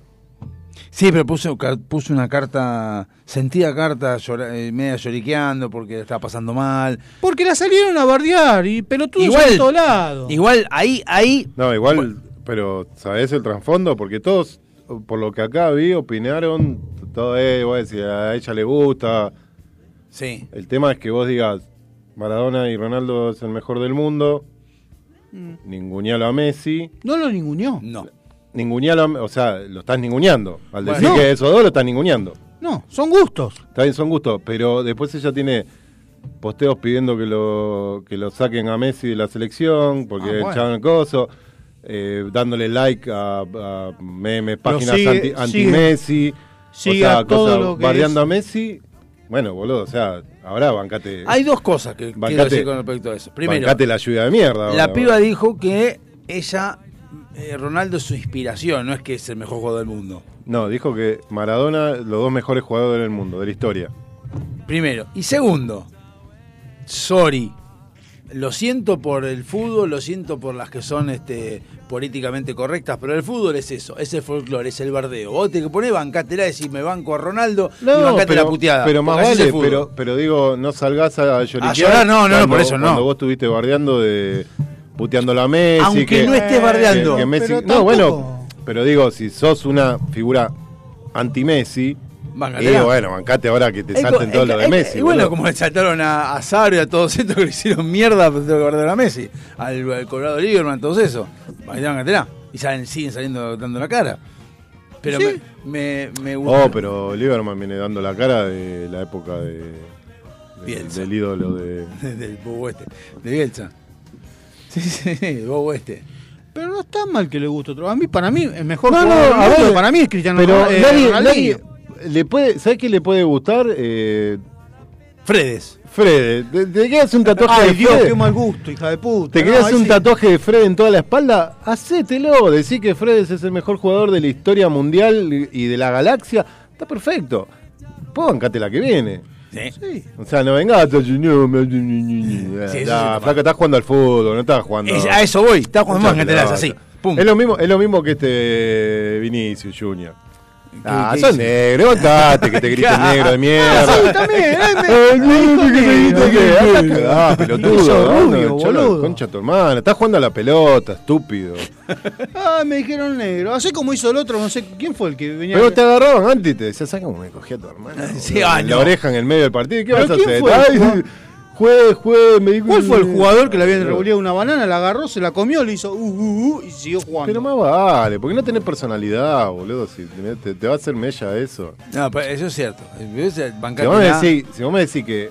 Speaker 4: Sí, pero puso, ca- puso una carta, sentía carta llora- eh, media lloriqueando porque la estaba pasando mal.
Speaker 5: Porque la salieron a bardear y pelotudos
Speaker 4: Igual-
Speaker 5: de todos lados.
Speaker 4: Igual, ahí, ahí.
Speaker 7: No, igual, pero ¿sabés el trasfondo? Porque todos, por lo que acá vi, opinaron, todo es, vos decís, a ella le gusta.
Speaker 4: Sí.
Speaker 7: El tema es que vos digas, Maradona y Ronaldo es el mejor del mundo, ningunealo a Messi,
Speaker 5: No lo ninguneó.
Speaker 4: No.
Speaker 7: ningunealo a- o sea, lo estás ninguneando. Al decir
Speaker 5: Bueno.
Speaker 7: que esos dos lo estás ninguneando.
Speaker 5: No, son gustos.
Speaker 7: Está bien, son gustos, pero después ella tiene posteos pidiendo que lo, que lo saquen a Messi de la selección, porque
Speaker 5: Ah, bueno.
Speaker 7: echaron el coso, eh, dándole like a, a memes, páginas
Speaker 5: sigue-
Speaker 7: anti-
Speaker 5: sigue-
Speaker 7: anti-Messi,
Speaker 5: sigue
Speaker 7: o sea,
Speaker 5: a todo
Speaker 7: cosas
Speaker 5: lo que
Speaker 7: bardeando
Speaker 5: es.
Speaker 7: a Messi. Bueno, boludo, o sea, ahora bancate.
Speaker 4: Hay dos cosas que quiero
Speaker 7: Bancate-
Speaker 4: decir con respecto a eso. Primero,
Speaker 7: bancate la lluvia de mierda.
Speaker 4: la
Speaker 7: ahora,
Speaker 4: piba
Speaker 7: boludo.
Speaker 4: dijo que ella, eh, Ronaldo es su inspiración, no es que es el mejor jugador del mundo.
Speaker 7: No, dijo que Maradona, los dos mejores jugadores del mundo, de la historia.
Speaker 4: Primero. Y segundo, sorry. Lo siento por el fútbol, lo siento por las que son este, políticamente correctas, pero el fútbol es eso, es el folclore, es el bardeo. Vos te que ponés bancatela, decís me banco a Ronaldo y bancate la puteada.
Speaker 7: pero más
Speaker 4: Porque así es
Speaker 7: vale,
Speaker 4: el fútbol.
Speaker 7: pero, pero digo, no salgas a lloriquear.
Speaker 4: llorar, Ah, no, no, no,
Speaker 7: cuando-
Speaker 4: por eso no.
Speaker 7: Cuando vos estuviste bardeando de puteando la Messi.
Speaker 4: Aunque
Speaker 7: que-
Speaker 4: no estés
Speaker 7: que-
Speaker 4: bardeando.
Speaker 7: que Messi-
Speaker 4: Pero
Speaker 7: no,
Speaker 4: tampoco.
Speaker 7: bueno, pero digo, si sos una figura anti-Messi,
Speaker 4: Bancatela.
Speaker 7: y bueno, bancate ahora que te
Speaker 4: Es co-
Speaker 7: salten
Speaker 4: es
Speaker 7: todo
Speaker 4: que-
Speaker 7: lo de
Speaker 4: es que-
Speaker 7: Messi.
Speaker 4: Y bueno,
Speaker 7: boludo.
Speaker 4: como le saltaron a, a Saro y a todos estos que le hicieron mierda por todo lo que guardaron a Messi, al, al Colorado Lieberman, todos esos. Bailaron Cantera. Y salen, siguen saliendo dando la cara. Pero
Speaker 7: Sí.
Speaker 4: me, me, me gusta.
Speaker 7: Oh, pero Lieberman viene dando la cara de la época de, de-
Speaker 4: Bielsa.
Speaker 7: del ídolo de.
Speaker 4: Del Bobo este. De Bielsa. Sí, sí, Bobo este.
Speaker 5: Pero no está mal que le guste otro. A mí, para mí, el mejor
Speaker 7: No, no,
Speaker 5: jugador del
Speaker 7: a
Speaker 5: mundo
Speaker 7: ver,
Speaker 5: para mí es Cristiano
Speaker 7: Pero
Speaker 5: Ronaldo- eh,
Speaker 7: nadie,
Speaker 5: Ronaldinho.
Speaker 7: nadie le puede, ¿sabes qué le puede gustar? Eh,
Speaker 4: Fredes.
Speaker 7: Fredes. ¿Te, te quedas un tatuaje
Speaker 5: Ay,
Speaker 7: de
Speaker 5: Dios,
Speaker 7: Fredes?
Speaker 5: qué mal gusto, hija de puta.
Speaker 7: ¿Te
Speaker 5: No,
Speaker 7: quedas
Speaker 5: ahí
Speaker 7: un
Speaker 5: sí.
Speaker 7: tatuaje de Fredes en toda la espalda? Hacételo. Decir que Fredes es el mejor jugador de la historia mundial y de la galaxia. Está perfecto. Póngate la que viene.
Speaker 4: Sí.
Speaker 7: O sea, no vengas. Sí,
Speaker 4: Sí, eso sí,
Speaker 7: flaca, estás jugando al fútbol, no estás jugando.
Speaker 4: Es- a eso voy, estás jugando más que te la haces así.
Speaker 7: Es lo mismo, es lo mismo que este Vinicius Junior. Ah,
Speaker 4: qué
Speaker 7: sos
Speaker 4: hizo?
Speaker 7: negro, aguantate que te griten negro de mierda.
Speaker 5: Ah, sí, también, ay, me-
Speaker 7: Eh, que te griten que-
Speaker 5: negro.
Speaker 7: anda a cagar,
Speaker 5: Ah,
Speaker 7: pelotudo.
Speaker 5: sos
Speaker 7: ¿no?
Speaker 5: rubio,
Speaker 7: Cholo,
Speaker 5: boludo.
Speaker 7: Concha tu hermana, estás jugando a la pelota, estúpido.
Speaker 5: Ah, me dijeron negro. Así como hizo el otro, no sé quién fue el que venía.
Speaker 7: Pero
Speaker 4: este-
Speaker 7: te agarraban antes y te decías, ¿sabes cómo me cogí a tu hermana? boludo?
Speaker 5: ah,
Speaker 7: En
Speaker 5: no.
Speaker 7: La oreja en el medio del partido, ¿y ¿qué
Speaker 5: ¿Pero
Speaker 7: vas a
Speaker 5: quién
Speaker 7: hacer?
Speaker 5: fue?
Speaker 7: Ay, Juegue, juegue, me dijo.
Speaker 5: ¿Cuál fue el jugador que le habían revolvido una banana, la agarró, se la comió, le hizo uh, uh, uh, y siguió jugando?
Speaker 7: Pero más vale, porque no tenés personalidad, boludo. Si te, te- te va a hacer mella eso.
Speaker 4: No, pero eso es cierto. Es- es-
Speaker 7: Si vos, me
Speaker 4: bancátela.
Speaker 7: decís, si vos me decís que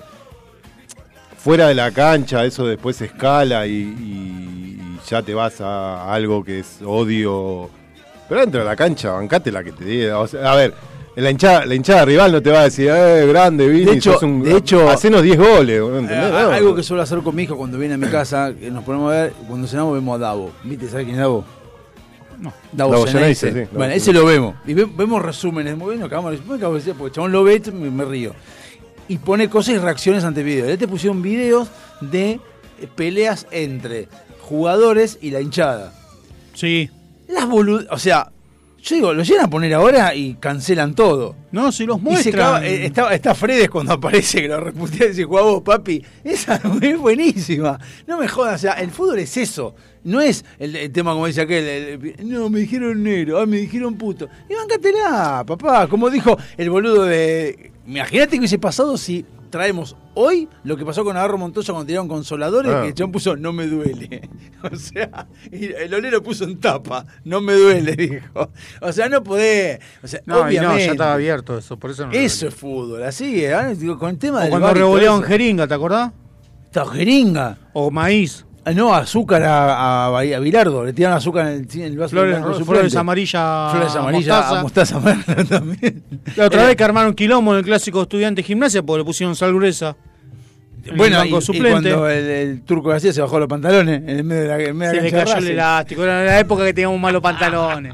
Speaker 7: fuera de la cancha eso después se escala y, y- y ya te vas a algo que es odio. Pero dentro de la cancha, bancate la que te diga. O sea, a ver, la hinchada, la hinchada rival no te va a decir, eh, grande, Vini,
Speaker 4: De hecho-
Speaker 7: sos un-
Speaker 4: de hecho-
Speaker 7: hacenos 10 goles. ¿no?
Speaker 4: Eh,
Speaker 7: ¿Entendés?
Speaker 4: a-
Speaker 7: No.
Speaker 4: algo que suelo hacer con mi hijo cuando viene a mi casa, que nos ponemos a ver, cuando cenamos vemos a Davo. ¿Viste? ¿Sabes quién es Davo? No. Davo,
Speaker 7: Davo
Speaker 4: Genaise.
Speaker 7: Genaise, sí, Davo
Speaker 4: Bueno, ese
Speaker 7: Genaise.
Speaker 4: lo vemos. Y ve- vemos resúmenes. Muy bien, lo acabamos de decir, acabo de decir, porque el chabón lo ve y me, me río. Y pone cosas y reacciones ante videos. Ya te pusieron videos de eh, peleas entre jugadores y la hinchada.
Speaker 5: Sí.
Speaker 4: Las boludas. O sea, yo digo, lo llegan a poner ahora y cancelan todo.
Speaker 5: No, si los
Speaker 4: Y se
Speaker 5: muestran.
Speaker 4: acaba- eh, está, está Fredes cuando aparece, que lo reputea y dice, jugá vos, papi. Esa es buenísima. No me jodas, o sea, el fútbol es eso. No es el, el tema como dice aquel, el- el- no, me dijeron negro, ah, me dijeron puto. Y bancatela, papá. Como dijo el boludo de... Imagínate que hubiese pasado si traemos hoy lo que pasó con Navarro Montoya cuando tiraron consoladores,
Speaker 7: Ah.
Speaker 4: que el chabón puso, no me duele. O sea, y el olero puso en tapa, no me duele, dijo. O sea, no podés. O sea,
Speaker 5: No, y no,
Speaker 4: obviamente.
Speaker 5: ya estaba abierto eso, por eso no.
Speaker 4: Eso es fútbol, así es. ahora digo, con el tema
Speaker 5: O
Speaker 4: del
Speaker 5: cuando
Speaker 4: bar y todo
Speaker 5: revolearon
Speaker 4: eso.
Speaker 5: jeringa, ¿te acordás?
Speaker 4: Esta jeringa.
Speaker 5: O maíz.
Speaker 4: Ah, No, azúcar a, a, Bahía- a Bilardo. Le tiran azúcar en el, en el vaso
Speaker 5: Flores,
Speaker 4: del banco
Speaker 5: ro-
Speaker 4: suplente.
Speaker 5: flores amarillas.
Speaker 4: Flores amarillas a mostaza amarilla también.
Speaker 5: La otra
Speaker 4: Eh,
Speaker 5: vez que armaron quilombo en el clásico estudiante de gimnasia porque le pusieron sal gruesa. En el
Speaker 4: Bueno, y,
Speaker 5: banco
Speaker 4: y
Speaker 5: suplente.
Speaker 4: cuando eh, el, el turco García se bajó los pantalones en el medio de la, en medio
Speaker 5: se
Speaker 4: de la
Speaker 5: le cayó
Speaker 4: cancha de
Speaker 5: el
Speaker 4: Racing.
Speaker 5: elástico. Era la época que teníamos malos pantalones.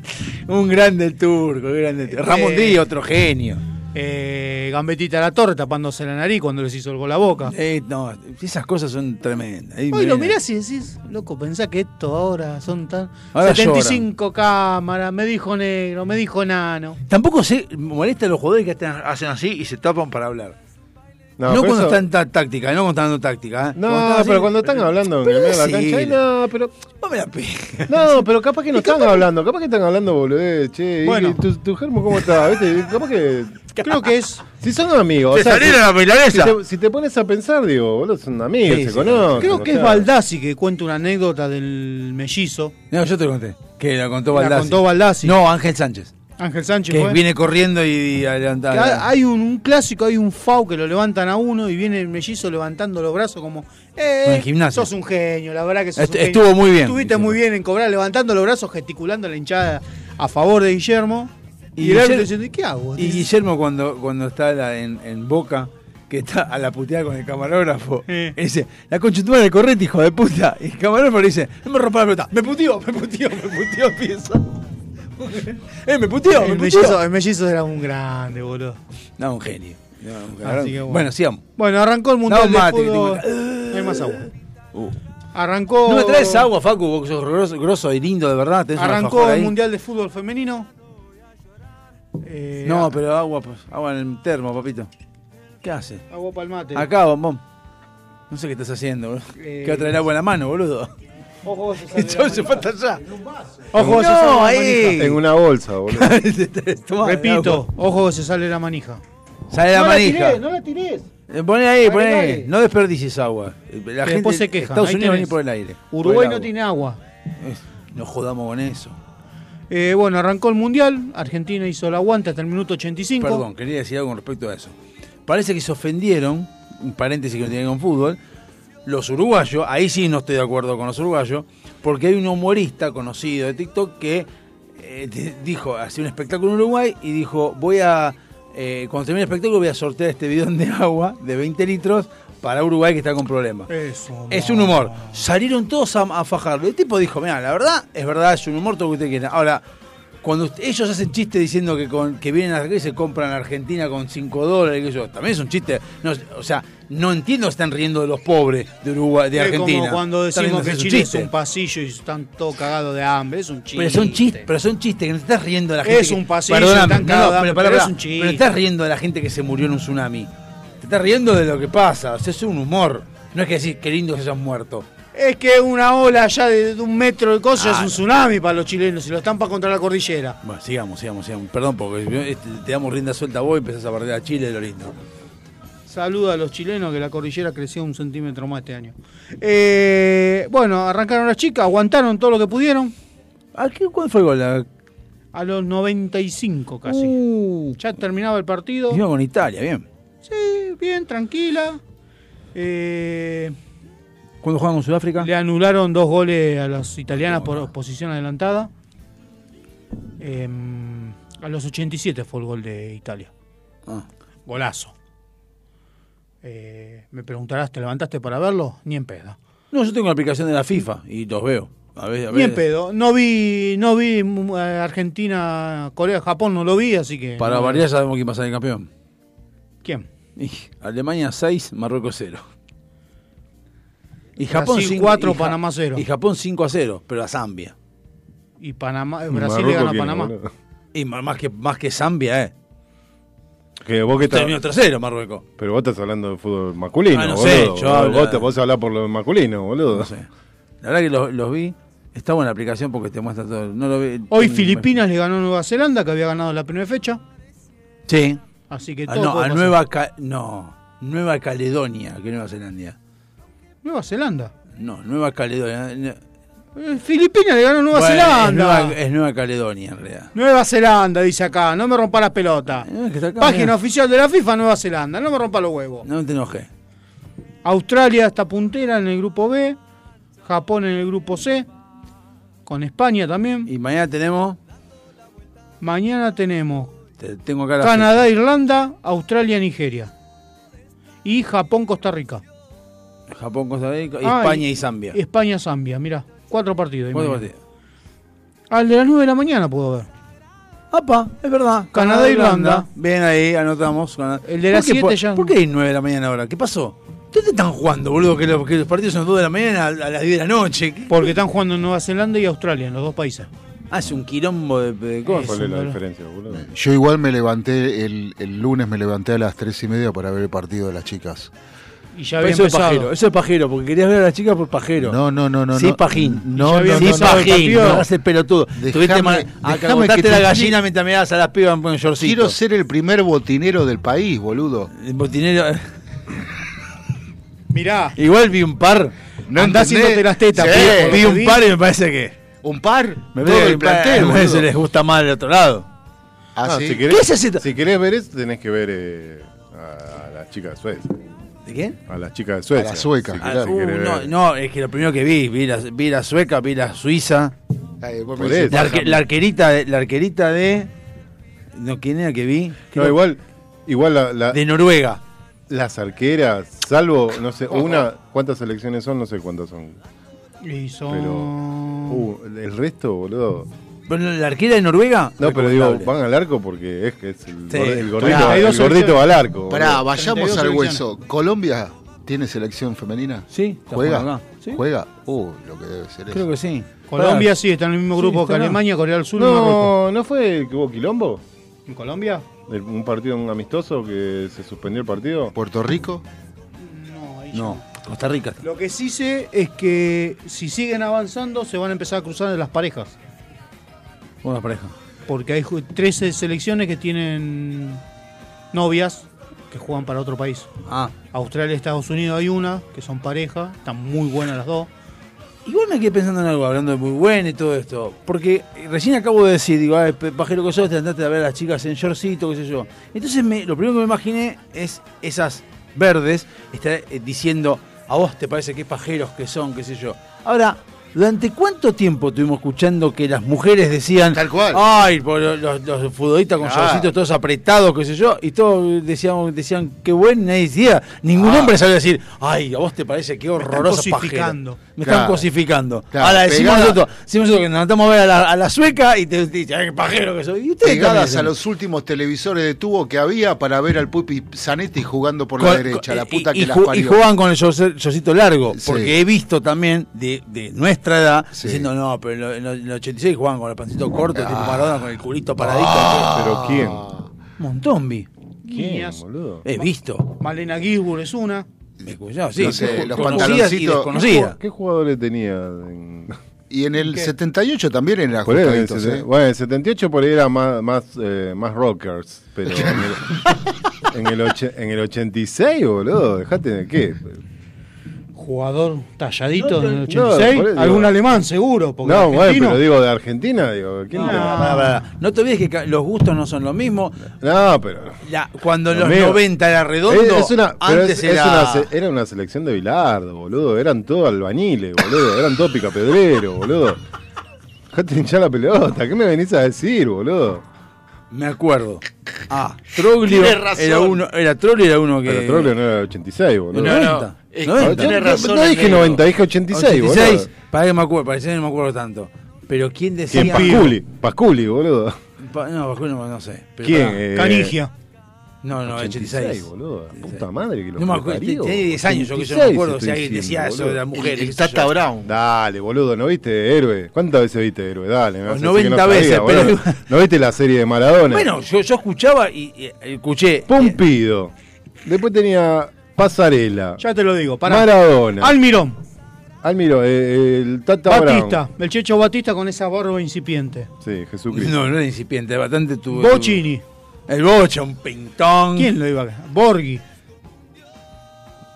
Speaker 4: Un grande el turco, un grande el turco. Ramón
Speaker 5: Eh,
Speaker 4: Díaz, otro genio.
Speaker 5: Eh, Gambetita a la torre tapándose la nariz cuando les hizo el gol a boca.
Speaker 4: Eh, no, esas cosas son tremendas. Ahí
Speaker 5: Hoy lo
Speaker 4: me-
Speaker 5: mirás y decís, loco, pensá que esto ahora son tan.
Speaker 4: Ahora
Speaker 5: 75 cámaras, me dijo negro, me dijo nano.
Speaker 4: Tampoco se molesta a los jugadores que hacen- hacen así y se tapan para hablar. No,
Speaker 7: pero
Speaker 4: cuando
Speaker 7: eso-
Speaker 4: están ta- táctica, no cuando están dando táctica. ¿eh?
Speaker 7: No,
Speaker 4: están
Speaker 7: pero
Speaker 4: así-
Speaker 7: cuando están hablando en
Speaker 4: Pero
Speaker 7: el medio de la
Speaker 4: sí.
Speaker 7: cancha, ahí no, pero.
Speaker 4: No me la pe-
Speaker 7: No, pero capaz que no están hablando, capaz que están hablando, boludez, che. Bueno. tu, tu germo cómo está? ¿Viste? Capaz que.
Speaker 5: Creo que es.
Speaker 7: Si son amigos.
Speaker 5: Te
Speaker 7: o sea,
Speaker 5: salieron
Speaker 7: si-
Speaker 5: a la milanesa.
Speaker 7: Si te, si te pones a pensar, digo, boludo, son amigos,
Speaker 5: Sí,
Speaker 7: se
Speaker 5: sí.
Speaker 7: conocen.
Speaker 5: Creo que
Speaker 7: o
Speaker 5: es
Speaker 7: sea.
Speaker 5: Baldassi que cuenta una anécdota del mellizo.
Speaker 4: No, yo te lo conté. Que la contó
Speaker 5: La
Speaker 4: Baldassi.
Speaker 5: contó Baldassi.
Speaker 4: No, Ángel Sánchez.
Speaker 5: Ángel Sánchez
Speaker 4: Que
Speaker 5: fue.
Speaker 4: viene corriendo y, y adelanta.
Speaker 5: Que ha- hay un, un clásico, hay un FAU que lo levantan a uno y viene el mellizo levantando los brazos como,
Speaker 4: Con
Speaker 5: eh,
Speaker 4: el gimnasio.
Speaker 5: sos un genio, la verdad que sos
Speaker 4: Est-
Speaker 5: un genio".
Speaker 4: estuvo muy bien.
Speaker 5: Estuviste muy bien en cobrar, levantando los brazos, gesticulando la hinchada a favor de Guillermo. Y, el árbitro diciendo, "¿Y qué hago?
Speaker 4: Y Guillermo cuando, cuando está la- en, en Boca, que está a la puteada con el camarógrafo, y dice, la conchetumada del correte, hijo de puta. Y el camarógrafo le dice, no me rompa la pelota. Me puteó, me puteó, me puteó, piensa. eh, me puteó, me
Speaker 5: el,
Speaker 4: puteó.
Speaker 5: mellizo, el mellizo era un grande, boludo.
Speaker 4: No, un genio. No, un
Speaker 5: Así que
Speaker 4: genio.
Speaker 5: bueno.
Speaker 4: bueno, sigamos.
Speaker 5: Bueno, arrancó el Mundial de
Speaker 4: No, mate,
Speaker 5: Fútbol.
Speaker 4: que tengo-
Speaker 5: No hay más agua. Arrancó.
Speaker 4: No me traes agua, Facu, vos que sos grosso, grosso y lindo, de verdad. tenés un
Speaker 5: Arrancó
Speaker 4: alfajor
Speaker 5: el
Speaker 4: ahí.
Speaker 5: Mundial de Fútbol Femenino. Eh,
Speaker 4: No, pero agua, pues, agua en el termo, papito. ¿Qué hace?
Speaker 5: Agua pa'l mate.
Speaker 4: Acá, bombón. No sé qué estás haciendo, boludo.
Speaker 5: Eh.
Speaker 4: ¿Qué va a traer agua en la mano, boludo?
Speaker 5: Ojo, vos, Susana,
Speaker 4: Eso se fue hasta allá. Ojo,
Speaker 5: No,
Speaker 4: se sale la
Speaker 5: ahí.
Speaker 4: manija.
Speaker 7: En una bolsa, boludo.
Speaker 4: Tomá,
Speaker 5: Repito,
Speaker 4: agua.
Speaker 5: ojo que se sale la manija.
Speaker 4: Sale la
Speaker 5: No la
Speaker 4: manija.
Speaker 5: tiré, no la tirés.
Speaker 4: Eh, Poné ahí, poné ahí.
Speaker 5: Agregale.
Speaker 4: No desperdicies agua. Eh, La
Speaker 5: Que
Speaker 4: gente
Speaker 5: después se quejan.
Speaker 4: Estados
Speaker 5: Ahí
Speaker 4: Unidos va a venir
Speaker 5: tenés.
Speaker 4: por el aire.
Speaker 5: Uruguay no tiene agua.
Speaker 4: tiene. No jodamos con eso.
Speaker 5: Eh, bueno, arrancó el Mundial. Argentina hizo la aguante hasta el minuto 85.
Speaker 4: Perdón, quería decir algo con respecto a eso. Parece que se ofendieron, un paréntesis que no tiene que ver con fútbol, los uruguayos, ahí sí no estoy de acuerdo con los uruguayos, porque hay un humorista conocido de TikTok que eh, te- dijo, hacía un espectáculo en Uruguay y dijo, voy a, eh, cuando termine el espectáculo voy a sortear este bidón de agua de 20 litros para Uruguay que está con problemas.
Speaker 5: Eso.
Speaker 4: Es un humor. Salieron todos a, a fajarlo. El tipo dijo, mira, la verdad, es verdad, es un humor todo lo que usted quiera. Ahora, cuando usted- ellos hacen chistes diciendo que, con- que vienen acá y se compran a Argentina con 5 dólares, que yo, también es un chiste. No, o sea, no entiendo que están riendo de los pobres de Uruguay, de
Speaker 5: Es
Speaker 4: Argentina.
Speaker 5: como cuando
Speaker 4: Están
Speaker 5: decimos
Speaker 4: riendo de
Speaker 5: que
Speaker 4: ese
Speaker 5: Chile es
Speaker 4: chiste.
Speaker 5: un pasillo y están todos cagados de hambre. Es un chiste.
Speaker 4: Pero son chistes, pero son chistes que no te estás riendo de la gente.
Speaker 5: Es
Speaker 4: que-
Speaker 5: un pasillo,
Speaker 4: Perdóname,
Speaker 5: están
Speaker 4: no,
Speaker 5: cagados de
Speaker 4: no,
Speaker 5: hambre,
Speaker 4: pero, pará,
Speaker 5: pero es
Speaker 4: pará.
Speaker 5: un chiste.
Speaker 4: Pero te estás riendo de la gente que se murió en un tsunami. Te estás riendo de lo que pasa. O sea, es un humor. No es que decir qué lindo que se hayan muerto.
Speaker 5: Es que una ola allá de, de un metro de cosas
Speaker 4: Ah,
Speaker 5: es un tsunami para los chilenos y lo estampa contra la cordillera.
Speaker 4: Bueno, sigamos, sigamos, sigamos. Perdón, porque este, te damos rienda suelta a vos y empezás a perder a Chile de lo lindo.
Speaker 5: Saluda a los chilenos que la cordillera creció un centímetro más este año. Eh, bueno, arrancaron las chicas, aguantaron todo lo que pudieron.
Speaker 4: ¿A qué, ¿Cuál fue el gol? ¿A-
Speaker 5: A los 95 casi.
Speaker 4: Uh.
Speaker 5: Ya terminaba el partido.
Speaker 4: Iba con Italia, bien.
Speaker 5: Sí, bien, tranquila. Eh,
Speaker 4: ¿Cuándo jugaban con Sudáfrica?
Speaker 5: le anularon dos goles a las italianas por posición adelantada. Eh, a los 87 fue el gol de Italia.
Speaker 4: Ah.
Speaker 5: Golazo. Eh, me preguntarás, ¿te levantaste para verlo? Ni en pedo.
Speaker 4: No, yo tengo la aplicación de la FIFA y los veo. A ver, a
Speaker 5: Ni en
Speaker 4: ver.
Speaker 5: pedo. No vi, no vi mm, eh, Argentina, Corea, Japón, no lo vi, así que.
Speaker 4: Para
Speaker 5: no-
Speaker 4: variar, ya sabemos quién va a salir campeón.
Speaker 5: ¿Quién?
Speaker 4: Y Alemania 6, Marruecos 0. Y Japón
Speaker 5: Brasil
Speaker 4: 5
Speaker 5: cuatro,
Speaker 4: y Ja-
Speaker 5: Panamá cero.
Speaker 4: Y Japón 5 a 0, pero a Zambia.
Speaker 5: Y Panamá, eh, Brasil le gana a Panamá.
Speaker 4: Y ma- más que, más que Zambia, ¿eh?
Speaker 7: Que vos que estás-
Speaker 4: Terminó tercero Marruecos.
Speaker 7: Pero vos estás hablando de fútbol masculino,
Speaker 4: Ah, no
Speaker 7: boludo.
Speaker 4: sé, yo
Speaker 7: Vos-
Speaker 4: hablo-
Speaker 7: Vos, te, vos hablás por lo masculino, boludo. No
Speaker 4: sé. La verdad que los, los vi. Está buena la aplicación porque te muestra todo. No lo vi-
Speaker 5: Hoy
Speaker 4: me-
Speaker 5: Filipinas le ganó a Nueva Zelanda, que había ganado la primera fecha.
Speaker 4: Sí.
Speaker 5: Así que
Speaker 4: Ah,
Speaker 5: todo
Speaker 4: no,
Speaker 5: puede
Speaker 4: a
Speaker 5: pasar.
Speaker 4: Nueva, Ca- no, Nueva Caledonia, que Nueva Zelanda.
Speaker 5: Nueva Zelanda.
Speaker 4: No, Nueva Caledonia. no.
Speaker 5: Eh, Filipinas le ganó a Nueva
Speaker 4: Bueno, Es
Speaker 5: Zelanda.
Speaker 4: Nueva, es Nueva Caledonia, en realidad.
Speaker 5: Nueva Zelanda, dice acá, no me rompa las pelotas.
Speaker 4: Eh,
Speaker 5: Página
Speaker 4: mirá.
Speaker 5: oficial de la FIFA, Nueva Zelanda, no me rompa los huevos.
Speaker 4: No te enojes.
Speaker 5: Australia está puntera en el grupo B, Japón en el grupo C, con España también.
Speaker 4: Y mañana tenemos.
Speaker 5: Mañana tenemos
Speaker 4: Te- tengo acá la
Speaker 5: Canadá, Irlanda, Australia, Nigeria. Y Japón, Costa Rica.
Speaker 4: fecha. Japón, Costa Rica,
Speaker 5: Ah,
Speaker 4: España y Zambia.
Speaker 5: España, Zambia, mirá. Cuatro partidos.
Speaker 4: Cuatro
Speaker 5: imagínate. Al de las 9 de la mañana puedo ver.
Speaker 4: Apa, es verdad.
Speaker 5: Canadá, e Irlanda.
Speaker 4: Bien ahí, anotamos. Canadá.
Speaker 5: El de las
Speaker 4: ¿Por qué-
Speaker 5: siete
Speaker 4: por-
Speaker 5: ya-
Speaker 4: ¿Por qué hay 9 de la mañana ahora? ¿Qué pasó? ¿Ustedes están jugando, boludo? Que los, que los partidos son 2 de la mañana a, a las 10 de la noche. ¿Qué-
Speaker 5: Porque están jugando en Nueva Zelanda y Australia, en los dos países.
Speaker 4: Hace un quilombo de, de cosas.
Speaker 7: ¿Cuál es la diferencia, boludo?
Speaker 6: Yo igual me levanté, el, el lunes me levanté a las tres y media para ver el partido de las chicas.
Speaker 5: Y ya
Speaker 4: Pero
Speaker 5: había
Speaker 4: eso es
Speaker 5: empezado.
Speaker 4: pajero, eso es pajero, porque querías ver a las chicas por pajero.
Speaker 6: No, no, no, no.
Speaker 4: Sí,
Speaker 6: no.
Speaker 4: pajín.
Speaker 6: No, no,
Speaker 4: sí,
Speaker 6: no, no.
Speaker 4: pajín. No hagas el pelotudo.
Speaker 6: Dejame-
Speaker 4: Tuviste mal.
Speaker 6: dejame que
Speaker 4: Acabotaste
Speaker 6: te
Speaker 4: la
Speaker 6: explique.
Speaker 4: gallina mientras mirabas a las pibas en shortcito.
Speaker 6: Quiero ser el primer botinero del país, boludo.
Speaker 4: El botinero. eh,
Speaker 5: Mirá,
Speaker 4: Igual vi un par.
Speaker 6: No entendés.
Speaker 4: Andá haciéndote las tetas,
Speaker 6: Sí.
Speaker 4: pibe, porque
Speaker 6: Vi
Speaker 4: te
Speaker 6: un
Speaker 4: vi.
Speaker 6: par y me parece que. ¿Un par?
Speaker 4: Me
Speaker 6: Todo
Speaker 4: veo
Speaker 6: el plantel,
Speaker 4: A veces
Speaker 6: boludo.
Speaker 4: les gusta más el otro lado.
Speaker 7: No,
Speaker 4: sí?
Speaker 7: Ah, si, querés,
Speaker 4: ¿Qué es ese t-
Speaker 7: si querés ver eso, tenés que ver eh, a, a las chicas de Suecia.
Speaker 4: ¿De quién?
Speaker 7: A las chicas de Suecia.
Speaker 6: A las suecas,
Speaker 7: Si
Speaker 4: Ah,
Speaker 7: querés- si
Speaker 4: uh,
Speaker 7: querés
Speaker 4: no,
Speaker 7: ver.
Speaker 4: no, es que lo primero que vi, vi la, vi la sueca, vi la suiza.
Speaker 6: Ay, vos me
Speaker 7: Por
Speaker 6: decís,
Speaker 7: eso.
Speaker 4: La, arque- la arquerita, de- la arquerita de. No, ¿Quién era que vi?
Speaker 7: No, igual, igual la,
Speaker 4: De Noruega.
Speaker 7: Las arqueras, salvo, no sé, una, ¿cuántas selecciones son? No sé cuántas son.
Speaker 5: Y son...
Speaker 7: Pero, uh, el resto, boludo.
Speaker 4: Bueno, la arquera de Noruega.
Speaker 7: No, pero digo,
Speaker 4: recomendable.
Speaker 7: van al arco porque es que es el,
Speaker 4: Sí.
Speaker 7: gor-
Speaker 4: Pará,
Speaker 7: el gordito,
Speaker 4: hay
Speaker 7: el
Speaker 4: dos
Speaker 7: gordito va al arco.
Speaker 6: Pará,
Speaker 7: boludo.
Speaker 6: vayamos
Speaker 5: 32
Speaker 6: al hueso. ¿Colombia tiene selección femenina?
Speaker 4: Sí,
Speaker 6: ¿Juega?
Speaker 4: jugando acá.
Speaker 6: ¿Juega? Uh, lo que debe ser eso.
Speaker 4: Creo que sí.
Speaker 5: Colombia sí, está en el mismo
Speaker 6: Sí,
Speaker 5: grupo que
Speaker 6: está en-
Speaker 5: Alemania, Corea del Sur y Marruecos.
Speaker 7: No, ¿no fue el que hubo quilombo?
Speaker 5: ¿En Colombia?
Speaker 7: El- Un partido un amistoso que se suspendió el partido.
Speaker 6: ¿Puerto Rico?
Speaker 4: No, Costa Rica.
Speaker 5: Lo que sí sé es que si siguen avanzando se van a empezar a cruzar de las parejas.
Speaker 4: Buena pareja.
Speaker 5: Porque hay ju- 13 selecciones que tienen novias que juegan para otro país.
Speaker 4: Ah.
Speaker 5: Australia y Estados Unidos hay una, que son pareja, están muy buenas las dos.
Speaker 4: Igual me quedé pensando en algo, hablando de muy bueno y todo esto. Porque recién acabo de decir, digo, ay, pe- pajero que sos, te andaste a ver a las chicas en shortcito, qué sé yo. Entonces me- lo primero que me imaginé es esas verdes estar eh, diciendo, a vos te parece que pajeros que son, qué sé yo. Ahora, ¿durante cuánto tiempo estuvimos escuchando que las mujeres decían, Tal cual. ay, por los, los- los futbolistas con
Speaker 6: Ah.
Speaker 4: shortcitos todos apretados, qué sé yo? Y todos decían, decían qué buen, nadie decía, ningún hombre sabía decir, ay, a vos te parece que horroroso
Speaker 5: cosificando.
Speaker 4: pajero. Me están
Speaker 5: Claro.
Speaker 4: cosificando.
Speaker 5: Claro,
Speaker 4: Ahora decimos
Speaker 5: pegada-
Speaker 4: nosotros, decimos nosotros que nos levantamos a ver a la, a la sueca y te dicen, ay, qué pajero que soy. Y ustedes también
Speaker 6: Pegadas
Speaker 4: dicen,
Speaker 6: a los últimos televisores de tubo que había para ver al Pupi Zanetti jugando por
Speaker 4: "Con-
Speaker 6: la
Speaker 4: con-
Speaker 6: derecha, la
Speaker 4: y-
Speaker 6: puta
Speaker 4: y
Speaker 6: que las
Speaker 4: ju- Y
Speaker 6: parió.
Speaker 4: juegan con el yo- yocito largo, porque he visto también de, de nuestra edad
Speaker 6: Sí.
Speaker 4: diciendo, no, pero en lo- en lo- en el 86 jugaban con el pancito corto, tipo Maradona, con el culito paradito.
Speaker 7: ¿Pero quién?
Speaker 4: Un montón vi.
Speaker 5: ¿Quién, Niñas. boludo?
Speaker 4: He visto.
Speaker 5: Malena Gisburg es una.
Speaker 4: Me escuchaba, sí. conocidas y
Speaker 6: pantaloncitos-
Speaker 4: desconocidas.
Speaker 7: ¿Qué jugadores tenía? En...
Speaker 6: Y en el
Speaker 7: ¿Qué?
Speaker 6: 78 también eran
Speaker 7: Por ahí en el
Speaker 6: ajustaditos,
Speaker 7: seten-
Speaker 6: ¿eh?
Speaker 7: Bueno, en el 78 por ahí era más, más, eh, más rockers, pero en el, en, el oche- en el 86, boludo, dejate de qué.
Speaker 5: Jugador talladito
Speaker 7: No,
Speaker 5: en el
Speaker 7: no,
Speaker 5: 86.
Speaker 7: por eso-
Speaker 5: algún alemán seguro. Porque
Speaker 7: No, bueno,
Speaker 5: argentino-
Speaker 7: pero digo de Argentina, digo, ¿quién
Speaker 4: No,
Speaker 7: te-
Speaker 4: pará, pará. No te olvides que ca- los gustos no son lo mismo.
Speaker 7: No, pero.
Speaker 4: La- cuando en los
Speaker 7: Amigo,
Speaker 4: 90 era redondo,
Speaker 7: es- es una- pero
Speaker 4: antes
Speaker 7: es- es
Speaker 4: era.
Speaker 7: una se- era una selección de Bilardo, boludo. Eran todos albaniles, boludo. Eran todos picapedreros, boludo. Dejate de hinchar la pelota. ¿Qué me venís a decir, boludo?
Speaker 4: Me acuerdo. Ah, Troglio
Speaker 7: Tenés razón.
Speaker 4: era uno, era Troglio era uno que
Speaker 7: Pero Troglio no era 86, boludo.
Speaker 4: No, no, es que tenés
Speaker 7: No,
Speaker 4: razón,
Speaker 7: No dije
Speaker 4: amigo.
Speaker 7: 90, dije 86, boludo.
Speaker 4: para que me acuerdo, parece que no me acuerdo tanto. Pero quién decía
Speaker 7: ¿Quién? Pasculi. Pasculi, boludo.
Speaker 4: Pa- no, Pasculi no, no sé. Pero
Speaker 7: ¿Quién?
Speaker 4: pará.
Speaker 7: Eh,
Speaker 4: No, no, 86.
Speaker 7: 86, boludo. La Puta madre que lo
Speaker 4: No me acuerdo, tenía 10 años yo que yo no me acuerdo si alguien decía eso de las mujeres, qué sé yo.
Speaker 7: Dale, boludo, ¿no viste héroe? ¿Cuántas veces viste héroe? Dale, me vas a decir
Speaker 4: 90
Speaker 7: que no
Speaker 4: veces,
Speaker 7: sabía,
Speaker 4: pero-
Speaker 7: boludo. ¿No viste la serie de Maradona?
Speaker 4: Bueno, yo, yo escuchaba y, y- y escuché.
Speaker 7: Pumpido. Después tenía Pasarela.
Speaker 5: Ya te lo digo, pará.
Speaker 7: Maradona.
Speaker 5: Almirón.
Speaker 7: Almirón, eh, el Tata
Speaker 5: Batista,
Speaker 7: Brown.
Speaker 5: el Checho Batista con esa barba incipiente.
Speaker 7: Sí, Jesucristo.
Speaker 4: No, no era incipiente, era bastante tu.
Speaker 5: Bocini.
Speaker 4: El Bocha, un pintón.
Speaker 5: ¿Quién lo iba a Borghi.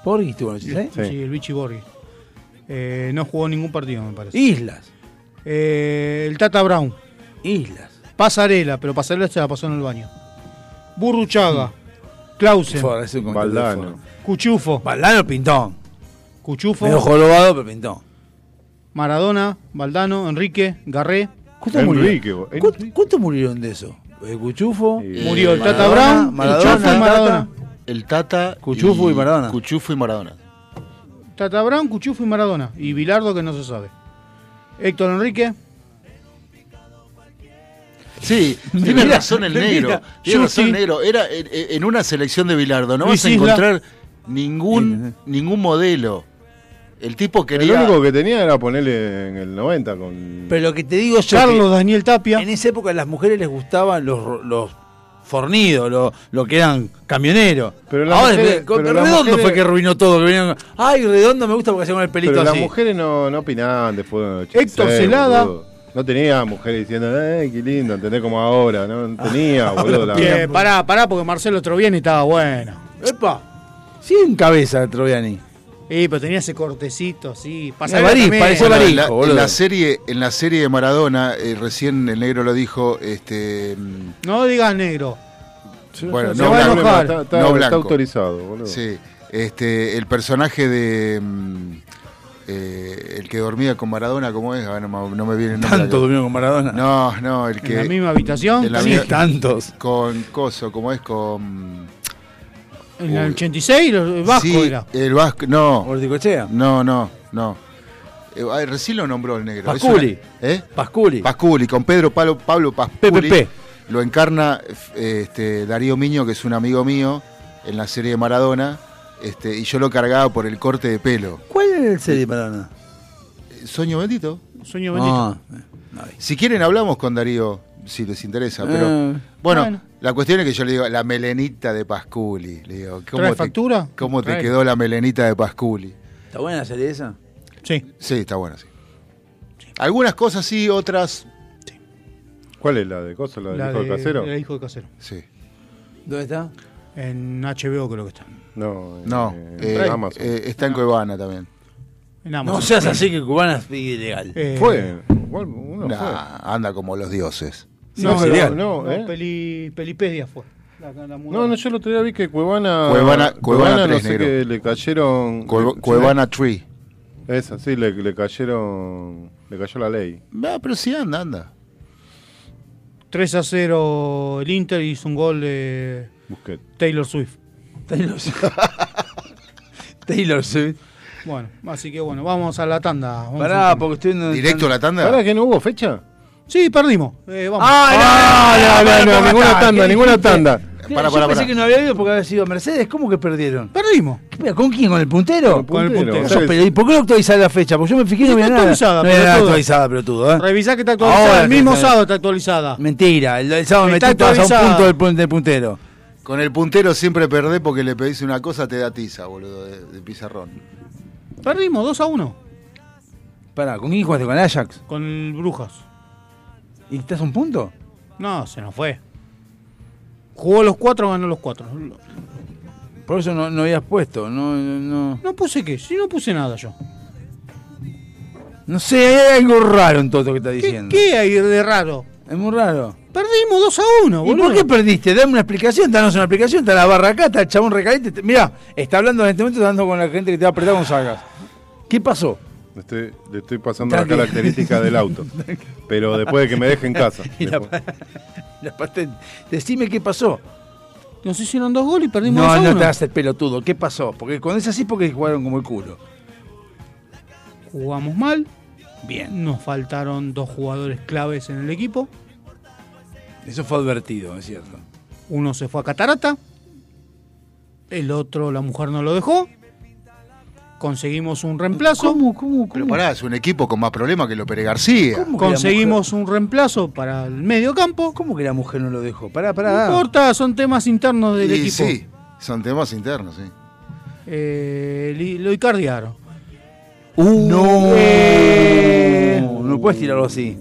Speaker 4: Borghi estuvo en el
Speaker 5: Sí,
Speaker 4: 86.
Speaker 5: el Vichy Borghi. Eh, no jugó ningún partido, me parece.
Speaker 4: Islas.
Speaker 5: Eh, el Tata Brown.
Speaker 4: Islas.
Speaker 5: Pasarela, pero Pasarela se la pasó en el baño. Burruchaga. Clausen.
Speaker 4: Fue, es un comentario
Speaker 7: Valdano.
Speaker 4: de fue.
Speaker 5: Cuchufo.
Speaker 4: Valdano pintón.
Speaker 5: Cuchufo.
Speaker 4: Medio jorobado, pero pintón.
Speaker 5: Maradona, Valdano, Enrique, Garré.
Speaker 4: ¿Cuántos murieron? ¿Cuántos- cuántos murieron de eso? El Cuchufo.
Speaker 5: Eh, Murió el Tata
Speaker 4: Maradona,
Speaker 5: Brown,
Speaker 4: Maradona,
Speaker 5: el Chafa y Maradona.
Speaker 6: El Tata.
Speaker 4: Cuchufo y Maradona.
Speaker 6: Cuchufo y Maradona.
Speaker 5: Tata Brown, Cuchufo y Maradona. Y Bilardo que no se sabe. Héctor Enrique.
Speaker 6: Sí, tiene
Speaker 5: Mira,
Speaker 6: razón el
Speaker 5: mira,
Speaker 6: negro. tiene razón
Speaker 5: Justin.
Speaker 6: el negro. Era en, en una selección de Bilardo. No
Speaker 5: Luis
Speaker 6: vas a
Speaker 5: Isla.
Speaker 6: encontrar ningún, ningún modelo. El tipo
Speaker 7: El
Speaker 6: quería.
Speaker 7: único que tenía era ponerle en el 90 con.
Speaker 4: Pero lo que te digo yo.
Speaker 7: Carlos
Speaker 5: Daniel Tapia.
Speaker 4: En esa época a las mujeres les gustaban los, ro- los fornidos, lo, lo que eran camioneros.
Speaker 7: Pero las
Speaker 4: Ahora,
Speaker 7: mujeres-
Speaker 4: es- con-
Speaker 7: pero las
Speaker 4: Redondo
Speaker 7: mujeres-
Speaker 4: fue que arruinó todo. Que venían, Ay, Redondo me gusta porque hacía con el pelito
Speaker 7: Pero las
Speaker 4: así.
Speaker 7: mujeres no, no opinaban de fútbol. en el 86,
Speaker 4: Héctor Celada.
Speaker 7: boludo. No tenía mujeres diciendo, ¡ay, qué lindo! ¿Entendés como ahora? No
Speaker 4: Ah,
Speaker 7: tenía, boludo. Ah, La
Speaker 5: Che, pará, pará, porque Marcelo Troviani estaba bueno.
Speaker 4: ¡Epa! Sí, en cabeza, Troviani.
Speaker 5: Sí, pero tenía ese cortecito así. Pasarela
Speaker 4: Barí,
Speaker 5: también.
Speaker 4: parece
Speaker 6: Bueno,
Speaker 4: Barí.
Speaker 6: en, la,
Speaker 4: boludo.
Speaker 6: en la serie, en la serie de Maradona, eh, recién el negro lo dijo, este mm,
Speaker 5: No digas negro.
Speaker 6: bueno,
Speaker 5: Se
Speaker 6: no
Speaker 5: va a
Speaker 6: blanco,
Speaker 5: enojar.
Speaker 6: no
Speaker 7: Está- está
Speaker 6: blanco.
Speaker 7: autorizado, boludo.
Speaker 6: Sí, este, el personaje de mm, eh, el que dormía con Maradona, ¿cómo es? Ah, no, me- no me viene el nombre.
Speaker 4: ¿Tanto durmió con Maradona?
Speaker 6: No, no, el que.
Speaker 5: ¿En la misma habitación?
Speaker 6: en la
Speaker 5: Sí,
Speaker 6: misma-
Speaker 4: tantos.
Speaker 6: Con Coso, ¿cómo es? Con.
Speaker 5: En el 86 lo- el Vasco
Speaker 6: Sí,
Speaker 5: era.
Speaker 6: El Vasco, no.
Speaker 4: ¿Orticochea?
Speaker 6: No, no, no. Eh, ay, recién lo nombró el negro. Es
Speaker 4: Pasculi.
Speaker 6: una- ¿Eh?
Speaker 4: Pasculi.
Speaker 6: Pasculi, con Pedro Pablo, Pablo Pasculi.
Speaker 4: PPP.
Speaker 6: Lo encarna f- este, Darío Miño, que es un amigo mío, en la serie de Maradona. Este, y yo lo cargaba por el corte de pelo.
Speaker 4: ¿Cuál el serie para nada?
Speaker 6: Sueño bendito.
Speaker 5: Sueño
Speaker 7: Ah,
Speaker 6: Ah,
Speaker 4: bendito.
Speaker 6: eh, Si quieren hablamos con Darío, si les interesa, pero
Speaker 4: Eh,
Speaker 6: bueno,
Speaker 5: bueno.
Speaker 6: la cuestión es que yo le digo, la melenita de Pasculi. Le digo, ¿cómo
Speaker 5: ¿Trae
Speaker 6: te,
Speaker 5: factura?
Speaker 6: ¿Cómo te
Speaker 5: Trae.
Speaker 6: quedó la melenita de Pasculi?
Speaker 4: ¿Está buena la serie esa?
Speaker 5: Sí.
Speaker 6: Sí, está buena, sí. Algunas cosas sí, otras.
Speaker 7: ¿Cuál es la de cosa? ¿La del
Speaker 5: La
Speaker 7: hijo del
Speaker 5: de-
Speaker 7: casero?
Speaker 5: El hijo de casero.
Speaker 6: Sí.
Speaker 4: ¿Dónde está?
Speaker 5: En HBO creo que está.
Speaker 7: No,
Speaker 6: No,
Speaker 7: eh,
Speaker 6: eh,
Speaker 7: en Amazon.
Speaker 6: eh, está en Cuevana también.
Speaker 5: En
Speaker 4: No seas así que cubana es ilegal.
Speaker 5: Eh,
Speaker 6: Fue.
Speaker 7: Bueno, uno
Speaker 6: Nah,
Speaker 7: fue.
Speaker 6: anda como los dioses.
Speaker 5: No,
Speaker 6: Sí,
Speaker 5: no,
Speaker 6: ilegal.
Speaker 5: no,
Speaker 7: no, ¿eh?
Speaker 5: peli- Pelipedia fue. La- la
Speaker 7: No,
Speaker 5: mudaron.
Speaker 7: no, yo el otro día vi que Cuevana.
Speaker 6: Cuevana- Cuevana
Speaker 7: no
Speaker 6: tres,
Speaker 7: sé
Speaker 6: negro.
Speaker 7: qué, le cayeron.
Speaker 6: Cuev-
Speaker 7: le-
Speaker 6: Cuevana Tree.
Speaker 7: Esa, sí, le, le cayeron. Le cayó la ley.
Speaker 6: Ah, pero sí anda, anda.
Speaker 5: 3 a 0 el Inter hizo un gol de
Speaker 7: Busquet.
Speaker 5: Taylor Swift.
Speaker 4: Taylor Swift. Taylor Swift.
Speaker 5: Bueno, así que bueno, vamos a la tanda. Vamos a
Speaker 4: Pará,
Speaker 5: la tanda.
Speaker 4: porque estoy...
Speaker 6: ¿Directo a la tanda?
Speaker 7: ¿Para que no hubo fecha?
Speaker 5: Sí, perdimos. Eh, vamos.
Speaker 7: Ah, no, no, no, ninguna tanda, ninguna tanda.
Speaker 4: Para, yo pensé que no había ido porque había sido Mercedes. ¿Cómo que perdieron?
Speaker 5: Perdimos.
Speaker 4: ¿Qué- ¿Con quién? ¿Con el puntero?
Speaker 7: Con el puntero.
Speaker 4: Sos
Speaker 7: O sea que-
Speaker 4: periodista. ¿Por qué no actualizás la fecha? Porque yo me fijé y no había
Speaker 5: Está
Speaker 4: nada.
Speaker 5: actualizada,
Speaker 4: no había nada
Speaker 5: pelotudo.
Speaker 4: actualizada, pelotudo. ¿eh?
Speaker 5: Revisá que está actualizada.
Speaker 4: Ahora
Speaker 5: el
Speaker 4: que
Speaker 5: mismo
Speaker 4: está-
Speaker 5: sábado está actualizada.
Speaker 4: Mentira, el, el sábado
Speaker 5: Está
Speaker 4: metí todas a un
Speaker 5: actualizada.
Speaker 4: punto del, pun- del puntero.
Speaker 6: Con el puntero siempre perdés porque le pedís una cosa, te da tiza, boludo, de, de pizarrón.
Speaker 5: Perdimos 2 a 1
Speaker 4: Pará, ¿con quién jugaste? ¿Con el Ajax?
Speaker 5: con el Brujas.
Speaker 4: ¿Y estás a un punto?
Speaker 5: No, se nos fue. Jugó los 4, ganó los 4.
Speaker 4: Por eso no, no habías puesto. No, no, no.
Speaker 5: No puse qué, si no puse nada yo.
Speaker 4: No sé, hay algo raro en todo lo que estás
Speaker 5: ¿Qué,
Speaker 4: diciendo.
Speaker 5: qué hay de raro?
Speaker 4: Es muy raro.
Speaker 5: Perdimos 2 a 1,
Speaker 4: ¿Y
Speaker 5: boludo.
Speaker 4: por qué perdiste? Dame una explicación, danos una explicación. Está la barra acá, está el chabón recalente. Te- Mirá, está hablando en este momento, está hablando con la gente que te va a apretar con salgas. ¿Qué pasó?
Speaker 7: Le estoy, le estoy pasando
Speaker 4: Tranqui.
Speaker 7: las características del auto. Pero después de que me deje en casa.
Speaker 4: Y la,
Speaker 7: Después-
Speaker 4: la parte- decime qué pasó.
Speaker 5: Nos hicieron dos goles y perdimos 2
Speaker 4: No,
Speaker 5: a 1.
Speaker 4: no te hagas el pelotudo. ¿Qué pasó? Porque cuando es así, porque jugaron como el culo.
Speaker 5: Jugamos mal,
Speaker 4: Bien.
Speaker 5: nos faltaron dos jugadores claves en el equipo.
Speaker 4: Eso fue advertido, es cierto.
Speaker 5: Uno se fue a Catarata, el otro la mujer no lo dejó. Conseguimos un reemplazo.
Speaker 4: cómo,
Speaker 6: Pero pará, es un equipo con más problemas que lo Pérez García.
Speaker 4: ¿Cómo que la
Speaker 5: Conseguimos un reemplazo para el medio campo.
Speaker 4: ¿Cómo que la mujer no lo dejó? Pará,
Speaker 5: No
Speaker 4: pará.
Speaker 5: importa, son temas internos del
Speaker 6: Y
Speaker 5: equipo.
Speaker 6: sí, son temas internos, sí.
Speaker 5: Eh, li- lo icardiaron.
Speaker 4: no.
Speaker 5: Eh,
Speaker 4: No puedes tirarlo así.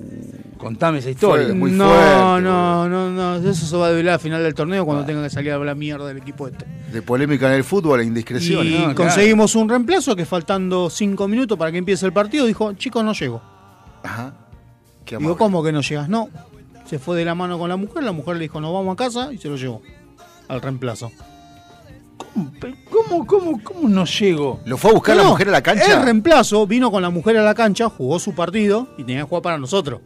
Speaker 4: Contame esa
Speaker 6: Fue
Speaker 4: historia.
Speaker 6: muy
Speaker 5: no,
Speaker 6: fuerte, Ah.
Speaker 5: no, no, no, Eso se va a develar al final del torneo cuando tenga que salir a hablar mierda del equipo este.
Speaker 6: De polémica en el fútbol e
Speaker 5: Y
Speaker 6: indiscreciones.
Speaker 4: No, claro.
Speaker 5: conseguimos un reemplazo que faltando cinco minutos para que empiece el partido dijo, chicos, no llego.
Speaker 6: Ajá. Qué
Speaker 5: Digo,
Speaker 6: amable.
Speaker 5: ¿cómo que no llegas? No. Se fue de la mano con la mujer, la mujer le dijo, nos vamos a casa y se lo llevó al reemplazo.
Speaker 4: ¿Cómo, cómo, cómo no llego?
Speaker 6: ¿Lo fue a buscar
Speaker 5: No,
Speaker 6: la
Speaker 5: no,
Speaker 6: mujer a la
Speaker 5: El
Speaker 6: cancha?
Speaker 5: reemplazo vino con la mujer a la cancha, jugó su partido y tenía que jugar para nosotros.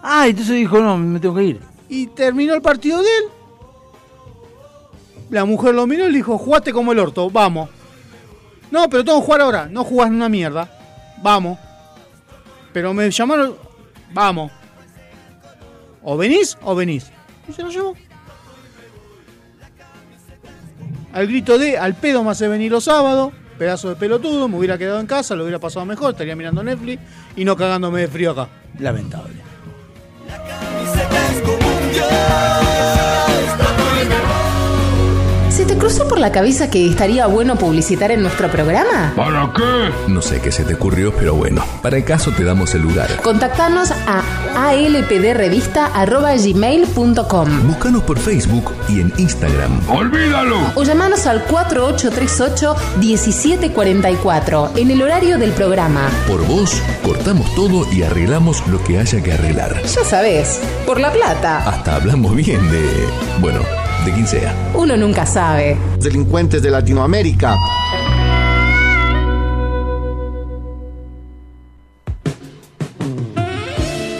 Speaker 4: Ah, entonces dijo, no, me tengo que ir.
Speaker 5: Y terminó el partido de él. La mujer lo miró y le dijo, jugaste como el orto, vamos. No, pero tengo que jugar ahora. No jugás una mierda. Vamos. Pero me llamaron, vamos. O venís o venís. Y se lo llevó. Al grito de, al pedo me hace venir los sábados. Pedazo de pelotudo, me hubiera quedado en casa, lo hubiera pasado mejor, estaría mirando Netflix y no cagándome de frío acá.
Speaker 4: Lamentable.
Speaker 2: ¿Se te cruzó por la cabeza que estaría bueno publicitar en nuestro programa?
Speaker 14: ¿Para qué? No sé qué se te ocurrió, pero bueno, para el caso te damos el lugar.
Speaker 2: Contactanos a alpdrevista.gmail.com
Speaker 14: Búscanos por Facebook y en Instagram. ¡Olvídalo!
Speaker 2: o llamanos al 4838-1744 en el horario del programa.
Speaker 14: Por vos, cortamos todo y arreglamos lo que haya que arreglar.
Speaker 2: Ya sabes, por la plata,
Speaker 14: Hasta hablamos bien de... bueno, de quien sea.
Speaker 2: uno nunca sabe.
Speaker 15: delincuentes de Latinoamérica.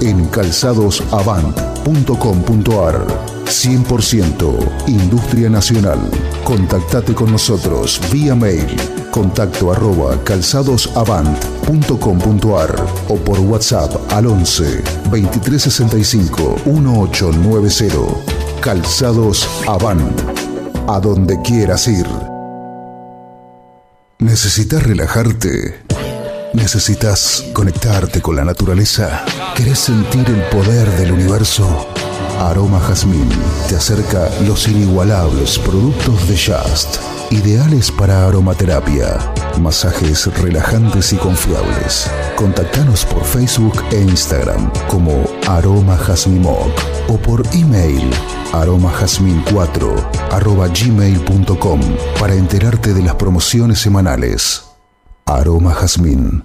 Speaker 9: en calzadosavant.com.ar. 100% Industria Nacional. Contactate con nosotros vía mail contacto arroba calzadosavant.com.ar o por WhatsApp al 11 2365 1890. Calzados Avant. A donde quieras ir. ¿Necesitas relajarte? ¿Necesitas conectarte con la naturaleza? ¿Querés sentir el poder del universo? Aroma Jazmín te acerca los inigualables productos de Just, ideales para aromaterapia, masajes relajantes y confiables. Contactanos por Facebook e Instagram como Aroma Jazmimoc o por email aromajazmin4 arroba gmail.com para enterarte de las promociones semanales. Aroma Jazmín.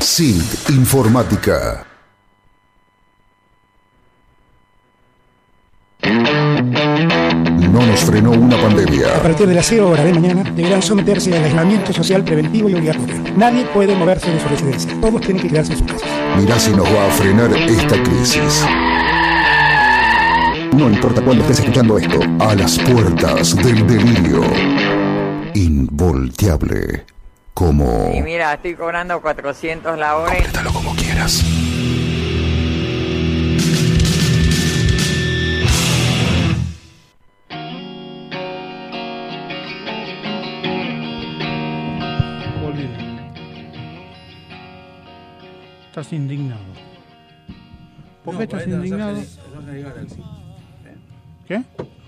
Speaker 9: SIT Informática. No nos frenó una pandemia.
Speaker 16: A partir de las 0 horas de mañana deberán someterse al aislamiento social preventivo y obligatorio. Nadie puede moverse de su residencia. Todos tienen que quedarse en su casa.
Speaker 9: Mirá si nos va a frenar esta crisis. No importa cuándo estés escuchando esto, a las puertas del delirio. Involteable. Como
Speaker 17: Y mira, estoy cobrando 400 la hora.
Speaker 9: Complétalo como quieras.
Speaker 5: Estás indignado. ¿Por qué estás indignado? ¿Qué?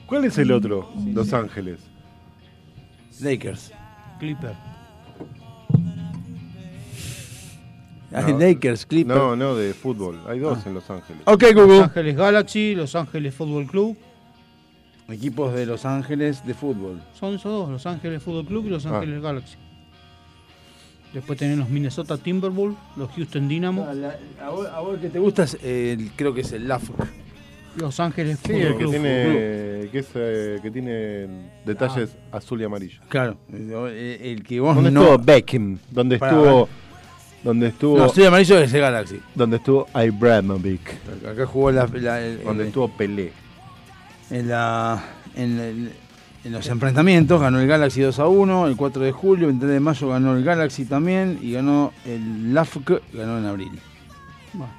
Speaker 7: ¿Cuál es el otro? Los Ángeles.
Speaker 4: Lakers.
Speaker 5: Clipper.
Speaker 4: Hay Lakers, Ah. Clipper.
Speaker 7: No, no, de fútbol. Hay dos en Los Ángeles.
Speaker 5: Los Ángeles Galaxy, Los Ángeles Fútbol Club.
Speaker 4: Equipos de Los Ángeles de fútbol.
Speaker 5: Son esos dos, Los Ángeles Fútbol Club y Los
Speaker 4: Ah.
Speaker 5: Ángeles Galaxy. Después tienen los Minnesota Timberwolves, los Houston Dynamo,
Speaker 4: A vos, a vos que te gusta, es el- creo que es el LAF.
Speaker 5: Los Ángeles
Speaker 7: Sí,
Speaker 5: Fútbol
Speaker 7: el que
Speaker 5: Club.
Speaker 7: tiene, que es, eh, que tiene detalles azul y amarillo.
Speaker 4: Ah. Claro. El, el que vos
Speaker 7: ¿Dónde
Speaker 4: no.
Speaker 7: estuvo Beckham? ¿Dónde
Speaker 4: Pará,
Speaker 7: estuvo? ¿Dónde estuvo?
Speaker 4: No, azul y amarillo es el Galaxy.
Speaker 7: ¿Dónde estuvo Ibrahimovic?
Speaker 4: Acá jugó la. la- el-
Speaker 7: ¿Dónde
Speaker 4: el-
Speaker 7: estuvo Pelé?
Speaker 4: En, la, en, el- en los enfrentamientos ganó el Galaxy 2 a 1, el 4 de julio, el 23 de mayo ganó el Galaxy también y ganó el LAFC, ganó en abril.
Speaker 5: Bueno.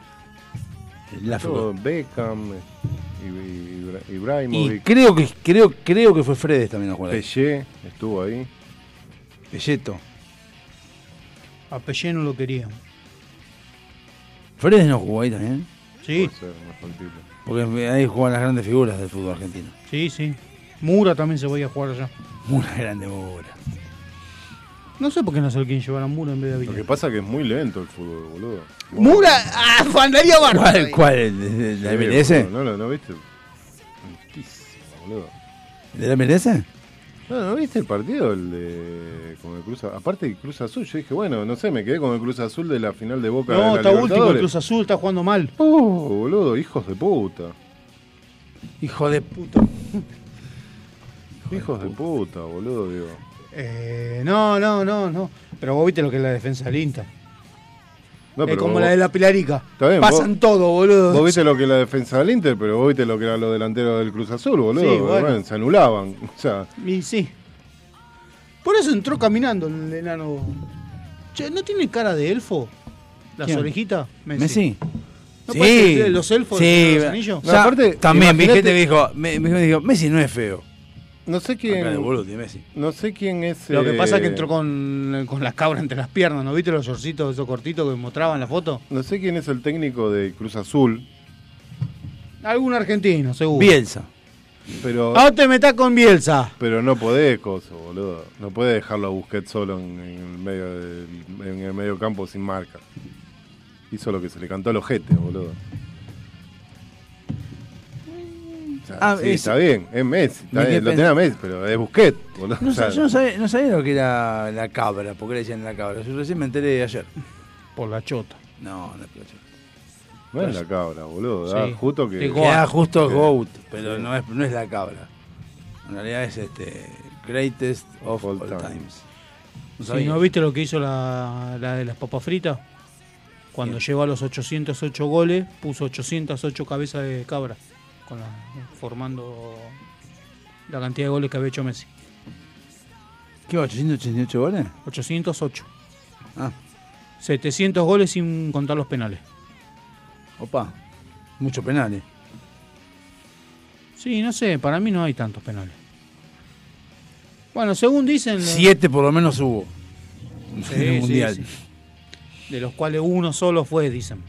Speaker 4: El LAFC.
Speaker 7: Estuvo Beckham, eh, Ibra-
Speaker 4: Y
Speaker 7: Ibrahimovic,
Speaker 4: creo que, creo, creo que fue Fredes también a jugar. ahí.
Speaker 7: Pelé estuvo ahí.
Speaker 4: Pelleto.
Speaker 5: A Pellé no lo querían.
Speaker 4: Fredes no jugó ahí también.
Speaker 5: Sí.
Speaker 7: Puede ser más factible.
Speaker 4: Porque ahí juegan las grandes figuras del fútbol argentino.
Speaker 5: Sí, sí. Mura también se voy a jugar allá.
Speaker 4: Una grande Mura.
Speaker 5: No sé por qué no sé quién llevará a Mura en vez de
Speaker 7: Lo
Speaker 5: Villa.
Speaker 7: que pasa es que es muy lento el fútbol, boludo.
Speaker 5: ¡Mura! ¡Ah! ¡Fandaría Barba!
Speaker 4: ¿Cuál? ¿Cuál? ¿El de
Speaker 7: Sí,
Speaker 4: la MLS?
Speaker 7: boludo, ¿No lo no, viste? Lentísimo, boludo.
Speaker 4: ¿El de la MLS?
Speaker 7: No, ¿no viste el partido el de con el Cruz Azul? Aparte el Cruz Azul, yo dije, bueno, no sé, me quedé con el Cruz Azul de la final de Boca de
Speaker 5: No,
Speaker 7: la
Speaker 5: está último, el
Speaker 7: Libertadores.
Speaker 5: Cruz Azul está jugando mal.
Speaker 7: Oh, boludo, hijos de puta.
Speaker 4: Hijo de puta.
Speaker 7: Hijos de puta, boludo, digo.
Speaker 5: Eh, no, no, no, no. Pero vos viste lo que es la defensa del Inter.
Speaker 7: No,
Speaker 5: es
Speaker 7: pero
Speaker 5: como
Speaker 7: vos-
Speaker 5: la de la Pilarica.
Speaker 7: Está bien,
Speaker 5: Pasan
Speaker 7: vos-
Speaker 5: todo, boludo.
Speaker 7: Vos viste lo que era la defensa del Inter, pero vos viste lo que eran los delanteros del Cruz Azul, boludo.
Speaker 5: Sí, bueno.
Speaker 7: Bueno, se anulaban. O sea,
Speaker 5: Y sí. Por eso entró caminando el enano. Che, ¿no tiene cara de elfo? ¿Las
Speaker 4: ¿Quién?
Speaker 5: orejitas? Messi.
Speaker 4: ¿Messi?
Speaker 5: ¿No parece que los elfos de los anillos?
Speaker 4: Ya, también, mi
Speaker 7: imaginate-
Speaker 4: gente me dijo, me, me dijo, Messi no es feo.
Speaker 7: no sé
Speaker 4: Acá de
Speaker 7: quién.
Speaker 4: boludo tiene Messi.
Speaker 7: No sé quién es.
Speaker 5: Lo que
Speaker 7: eh,
Speaker 5: pasa es que entró con, con las cabras entre las piernas, ¿no viste los shortcitos esos cortitos que mostraban en la foto?
Speaker 7: No sé quién es el técnico de Cruz Azul,
Speaker 5: Algún argentino, seguro.
Speaker 4: Bielsa.
Speaker 7: pero.
Speaker 5: Ah, te metás con Bielsa.
Speaker 7: Pero no podés, coso, boludo. No podés dejarlo a Busquets solo en, en el medio del- en el medio campo sin marca. Hizo lo que se le cantó al ojete, boludo. O sea,
Speaker 4: Ah,
Speaker 7: sí,
Speaker 4: es-
Speaker 7: está bien, es Messi.
Speaker 4: Me
Speaker 7: Está
Speaker 4: quedé
Speaker 7: bien, lo
Speaker 4: pens-
Speaker 7: tenía Messi, pero es Busquets, boludo.
Speaker 4: No,
Speaker 7: o sea,
Speaker 4: sa- yo no sabía, no sabía lo que era la cabra, porque le decían la cabra. Yo recién me enteré ayer.
Speaker 5: Por la chota.
Speaker 4: No, no es por la chota.
Speaker 7: no es la cabra, boludo. da
Speaker 4: Sí.
Speaker 7: justo que.
Speaker 4: Que da justo
Speaker 7: que-
Speaker 4: Goat, pero no, es, no es la cabra. En realidad es este Greatest of All, Times.
Speaker 5: Si
Speaker 4: No sabía.
Speaker 5: no viste lo que hizo la, la de las papas fritas, cuando llegó a los 808 goles, puso 808 cabezas de cabra, con la- formando la cantidad de goles que había hecho Messi.
Speaker 4: ¿Qué va, 888 goles?
Speaker 5: 808.
Speaker 4: Ah.
Speaker 5: 700 goles sin contar los penales.
Speaker 4: Opa, muchos penales.
Speaker 5: Sí, no sé, para mí no hay tantos penales. Bueno, según dicen... los-
Speaker 4: Siete por lo menos hubo.
Speaker 5: Sí,
Speaker 4: en
Speaker 5: sí,
Speaker 4: el mundial.
Speaker 5: sí. De los cuales uno solo fue, dicen.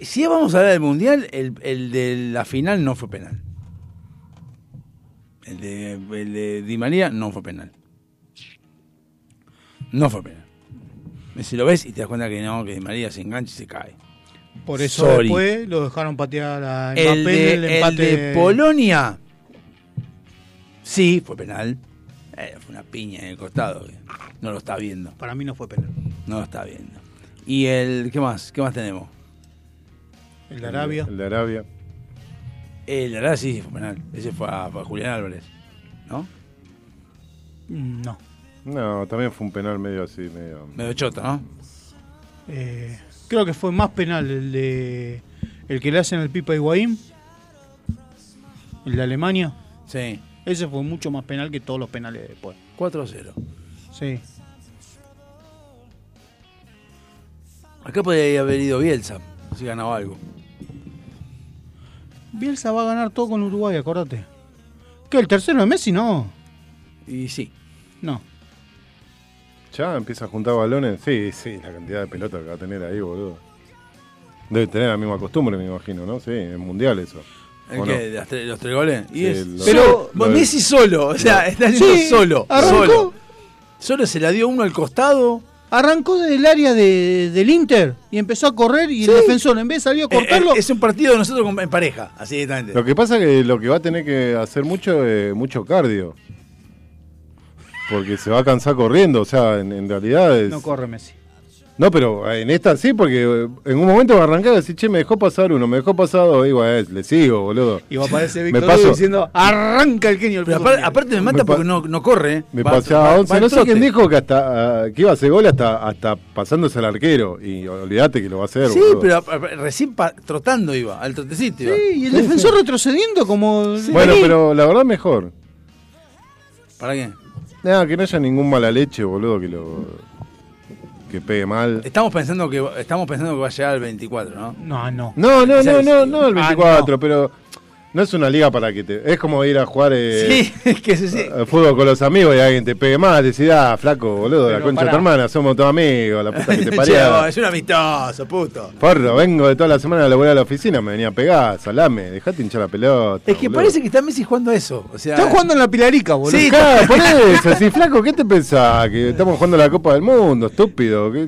Speaker 4: Si vamos a hablar del mundial, el, el de la final no fue penal. El de, el de Di María no fue penal. No fue penal. Si lo ves y te das cuenta que no, que Di María se engancha y se cae.
Speaker 5: Por eso
Speaker 4: Sorry.
Speaker 5: después lo dejaron patear a Mbappé
Speaker 4: El de,
Speaker 5: en el
Speaker 4: el
Speaker 5: empate.
Speaker 4: de Polonia, sí, fue penal. Eh, fue una piña en el costado. que No lo está viendo.
Speaker 5: Para mí no fue penal.
Speaker 4: No lo está viendo. ¿Y el qué más? ¿Qué más tenemos?
Speaker 5: El de Arabia.
Speaker 7: El de Arabia.
Speaker 4: El de Arabia sí fue penal. Ese fue a, fue a Julián Álvarez. ¿No?
Speaker 5: Mm, No.
Speaker 7: No, también fue un penal medio así, medio.
Speaker 4: Medio chota, ¿no?
Speaker 5: Eh, creo que fue más penal el de. El que le hacen al Pipa Higuaín. El de Alemania.
Speaker 4: Sí.
Speaker 5: Ese fue mucho más penal que todos los penales de después.
Speaker 4: 4-0.
Speaker 5: Sí.
Speaker 4: Acá podría haber ido Bielsa, si ganaba algo.
Speaker 5: Bielsa va a ganar todo con Uruguay, acordate. ¿Qué? ¿El tercero de Messi? No.
Speaker 4: Y sí.
Speaker 5: No.
Speaker 7: Ya empieza a juntar balones. Sí, sí, la cantidad de pelota que va a tener ahí, boludo. Debe tener la misma costumbre, me imagino, ¿no? Sí, es mundial eso.
Speaker 4: ¿El
Speaker 7: ¿O
Speaker 4: qué?
Speaker 7: no?
Speaker 4: ¿De las tres- ¿Los tres goles? Y
Speaker 7: Sí,
Speaker 4: es-
Speaker 7: lo-
Speaker 4: pero
Speaker 7: lo-
Speaker 4: Messi solo, o sea,
Speaker 7: lo-
Speaker 4: está haciendo
Speaker 5: Sí,
Speaker 4: solo.
Speaker 5: arrancó.
Speaker 4: Solo. Solo se la dio uno al costado.
Speaker 5: Arrancó desde el área de- del Inter y empezó a correr y el defensor en vez salió a cortarlo.
Speaker 4: Eh, eh, es un partido de nosotros con- en pareja, así directamente.
Speaker 7: Lo que pasa es que lo que va a tener que hacer mucho es mucho cardio. Porque se va a cansar corriendo, o sea, en, en realidad es...
Speaker 5: No
Speaker 7: No,
Speaker 5: corre Messi.
Speaker 7: pero en esta sí, porque eh, en un momento va a arrancar y decir, che, me dejó pasar uno, me dejó pasar dos, digo, eh, le sigo, boludo.
Speaker 5: Y va a aparecer
Speaker 7: Me
Speaker 5: Víctor
Speaker 7: paso.
Speaker 5: Hugo diciendo, arranca el genio. del
Speaker 4: Pero
Speaker 5: fútbol
Speaker 4: aparte,
Speaker 5: mundial".
Speaker 4: aparte me mata
Speaker 7: Me pa-
Speaker 4: porque no, no corre. eh.
Speaker 7: Me
Speaker 4: Va-
Speaker 7: pasé
Speaker 4: va-
Speaker 7: a
Speaker 4: va
Speaker 7: 11,
Speaker 4: al
Speaker 7: no sé
Speaker 4: trote.
Speaker 7: quién dijo que hasta ah, que iba a hacer gol hasta, hasta pasándose al arquero, y olvídate que lo va a hacer,
Speaker 4: Sí,
Speaker 7: boludo.
Speaker 4: pero a- a- recién pa- trotando iba, al trotecito iba.
Speaker 5: Sí, y el defensor retrocediendo como.
Speaker 7: Bueno,
Speaker 5: Vení.
Speaker 7: pero la verdad mejor.
Speaker 4: ¿Para qué?
Speaker 7: Nada, que no haya ningún mala leche, boludo, que lo... que pegue mal.
Speaker 4: Estamos pensando que estamos pensando que va a llegar al 24, ¿no?
Speaker 5: No, no.
Speaker 7: No, no,
Speaker 4: Ya
Speaker 7: no,
Speaker 4: lo
Speaker 7: no, no el
Speaker 4: Ah,
Speaker 7: 24, pero No es una liga para que te. Es como ir a jugar eh,
Speaker 4: que se- sí.
Speaker 7: a- a fútbol con los amigos y alguien te pegue más. Decís, ah, flaco, boludo, la
Speaker 4: Pero
Speaker 7: concha de tu
Speaker 4: pará.
Speaker 7: hermana, somos todos amigos, la puta que te
Speaker 4: Che,
Speaker 7: parió.
Speaker 4: vos, es un amistoso, puto.
Speaker 7: Porro, vengo de toda la semana a laburar a la oficina, me venía a pegar, salame, dejate hinchar la pelota.
Speaker 4: Es que parece que está Messi jugando a eso. O sea,
Speaker 7: Está jugando
Speaker 4: en la pilarica,
Speaker 7: Sí,
Speaker 4: Sí,
Speaker 7: claro, por eso. Si flaco, ¿qué te pensás? Que estamos jugando la Copa del Mundo, estúpido. ¿qué?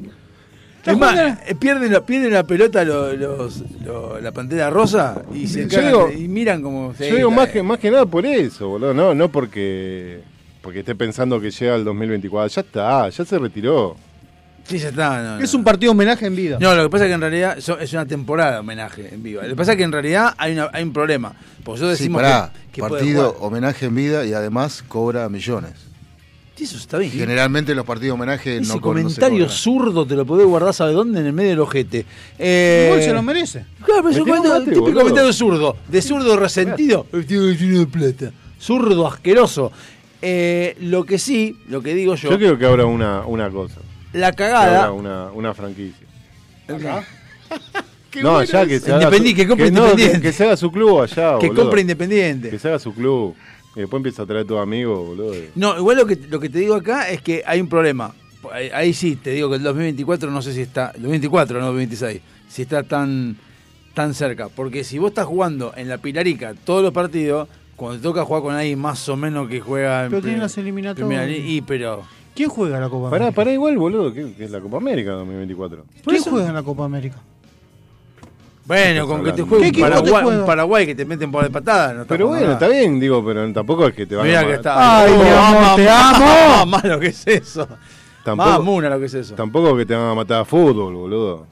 Speaker 4: Es más, eh, pierden, la- pierden la pelota lo- los, lo- la pantera rosa y se
Speaker 7: Yo
Speaker 4: cagan
Speaker 7: digo-
Speaker 4: y miran como.
Speaker 7: Yo digo más que, más que nada por eso, boludo. No, no porque, porque esté pensando que llega el 2024. Ya está, ya se retiró.
Speaker 4: Sí, ya está. no, no.
Speaker 5: Es un partido homenaje en vida.
Speaker 4: No, lo que pasa es que en realidad so- es una temporada de homenaje en vivo. Lo que pasa es que en realidad hay, una- hay un problema. Porque yo
Speaker 6: Sí,
Speaker 4: decimos
Speaker 6: pará,
Speaker 4: que, que puede
Speaker 6: partido
Speaker 4: jugar.
Speaker 6: homenaje en vida y además cobra millones.
Speaker 4: Sí, eso está bien.
Speaker 6: Generalmente los partidos homenaje
Speaker 4: Ese
Speaker 6: no, co- no se
Speaker 4: comentario
Speaker 6: cobran.
Speaker 4: zurdo te lo podés guardar, ¿sabe dónde? En el medio del ojete. Eh,
Speaker 5: Igual se lo merece.
Speaker 4: Claro, pero es
Speaker 5: Me tiró
Speaker 4: un
Speaker 5: un
Speaker 4: comentario-
Speaker 5: mate,
Speaker 4: típico
Speaker 5: boludo.
Speaker 4: comentario zurdo. De zurdo resentido. El tío que tiene de plata. Zurdo asqueroso. Eh, lo que sí, lo que digo yo,
Speaker 7: Yo creo que habrá una, una cosa.
Speaker 4: la
Speaker 7: Que habrá
Speaker 4: cagada.
Speaker 7: una, una franquicia.
Speaker 4: Qué
Speaker 7: No,
Speaker 4: bueno
Speaker 7: allá que
Speaker 4: eso.
Speaker 7: se haga su-
Speaker 4: Independi- que compre
Speaker 7: no,
Speaker 4: Independiente.
Speaker 7: que se haga su club allá,
Speaker 4: Que
Speaker 7: boludo.
Speaker 4: compre Independiente.
Speaker 7: Que se haga su club. Y después empieza a traer a tus amigos, boludo.
Speaker 4: No, igual lo que, lo que te digo acá es que hay un problema. Ahí, ahí sí, te digo que el 2024 no sé si está, el 2024, no el 2026, si está tan, tan cerca. Porque si vos estás jugando en la Pilarica todos los partidos, cuando te toca jugar con alguien más o menos que juega en
Speaker 5: Pero tienen
Speaker 4: pri-
Speaker 5: las eliminatorias.
Speaker 4: primera li- y pero
Speaker 5: ¿Quién juega la Copa
Speaker 7: Pará,
Speaker 5: América?
Speaker 7: pará igual, boludo, que, que es la Copa América 2024.
Speaker 5: ¿Quién juega en la Copa América?
Speaker 4: Bueno, con que te
Speaker 7: hablando?
Speaker 4: juegue
Speaker 7: ¿Qué
Speaker 4: un
Speaker 7: equipo te
Speaker 4: Paraguay,
Speaker 7: juega?
Speaker 4: un Paraguay que te meten por la patada, no está
Speaker 7: Pero
Speaker 4: jugando
Speaker 7: bueno, está
Speaker 4: nada.
Speaker 7: bien, digo, pero tampoco es que te van
Speaker 4: Mirá
Speaker 7: a
Speaker 4: que
Speaker 7: mar-
Speaker 4: está.
Speaker 7: Ay,
Speaker 4: Oh,
Speaker 7: mi amor,
Speaker 4: mamá,
Speaker 7: te
Speaker 4: mamá,
Speaker 7: amo.
Speaker 4: mamá, lo que es eso.
Speaker 7: Tampoco-
Speaker 4: Mamuna lo que es eso.
Speaker 7: Tampoco que te van a matar a fútbol, boludo.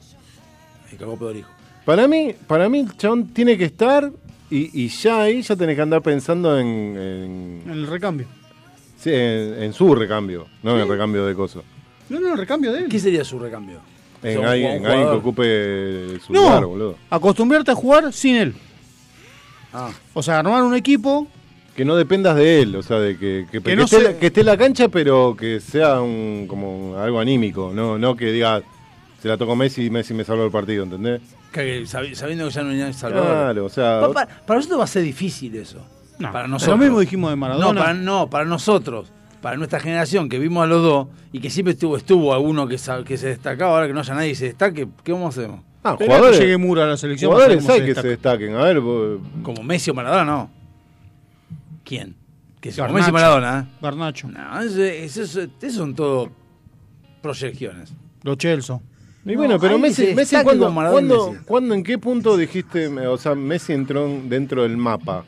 Speaker 4: Me cagó Podrijo.
Speaker 7: Para mí, para mí el chabón tiene que estar y, y ya ahí ya tenés que andar pensando en, en,
Speaker 5: En el recambio.
Speaker 7: sí, en- en su recambio, no en el recambio de cosas.
Speaker 5: No, no, el recambio de él.
Speaker 4: ¿Qué sería su recambio?
Speaker 7: En
Speaker 5: Son
Speaker 7: alguien,
Speaker 5: un
Speaker 7: en alguien que
Speaker 5: jugador.
Speaker 7: ocupe su
Speaker 5: No.
Speaker 7: lugar, boludo.
Speaker 5: Acostumbrarte a jugar sin él.
Speaker 4: Ah.
Speaker 5: O sea, armar un equipo.
Speaker 7: Que no dependas de él, o sea, de que, que, que
Speaker 5: no
Speaker 7: esté,
Speaker 5: se-
Speaker 7: que esté en la cancha, pero que sea un, como algo anímico, no, no que diga, se la tocó Messi y Messi me salvó el partido, ¿entendés?
Speaker 4: Que sabi- Sabiendo que ya no hay nada en Salvador.
Speaker 7: Claro, o sea,
Speaker 4: Pa- pa- Ah, para, nosotros va a ser difícil eso. para nosotros.
Speaker 5: Lo mismo dijimos de Maradona.
Speaker 4: No para, no, para nosotros. Para nuestra generación que vimos a los dos y que siempre estuvo estuvo alguno que, sa- que se destacaba, ahora que no haya nadie que se destaque, ¿qué vamos a hacer?
Speaker 7: Ah, jugadores. Jugadores hay que se
Speaker 4: destaquen.
Speaker 7: destaquen. A ver, vos-
Speaker 4: Como Messi o Maradona, no. ¿Quién? Que sea como
Speaker 5: Garnacho.
Speaker 4: Messi o Maradona, ¿eh?
Speaker 5: Garnacho.
Speaker 4: No, eso, eso- eso- eso son todo proyecciones.
Speaker 5: Lo Chelso.
Speaker 7: Y bueno, pero
Speaker 4: ahí
Speaker 7: Messi,
Speaker 4: se
Speaker 7: Messi
Speaker 4: destaca
Speaker 7: ¿cuándo,
Speaker 4: como Maradona y
Speaker 7: cuándo-
Speaker 4: Messi.
Speaker 7: cuándo, en qué punto dijiste, o sea, Messi entró en- dentro del mapa?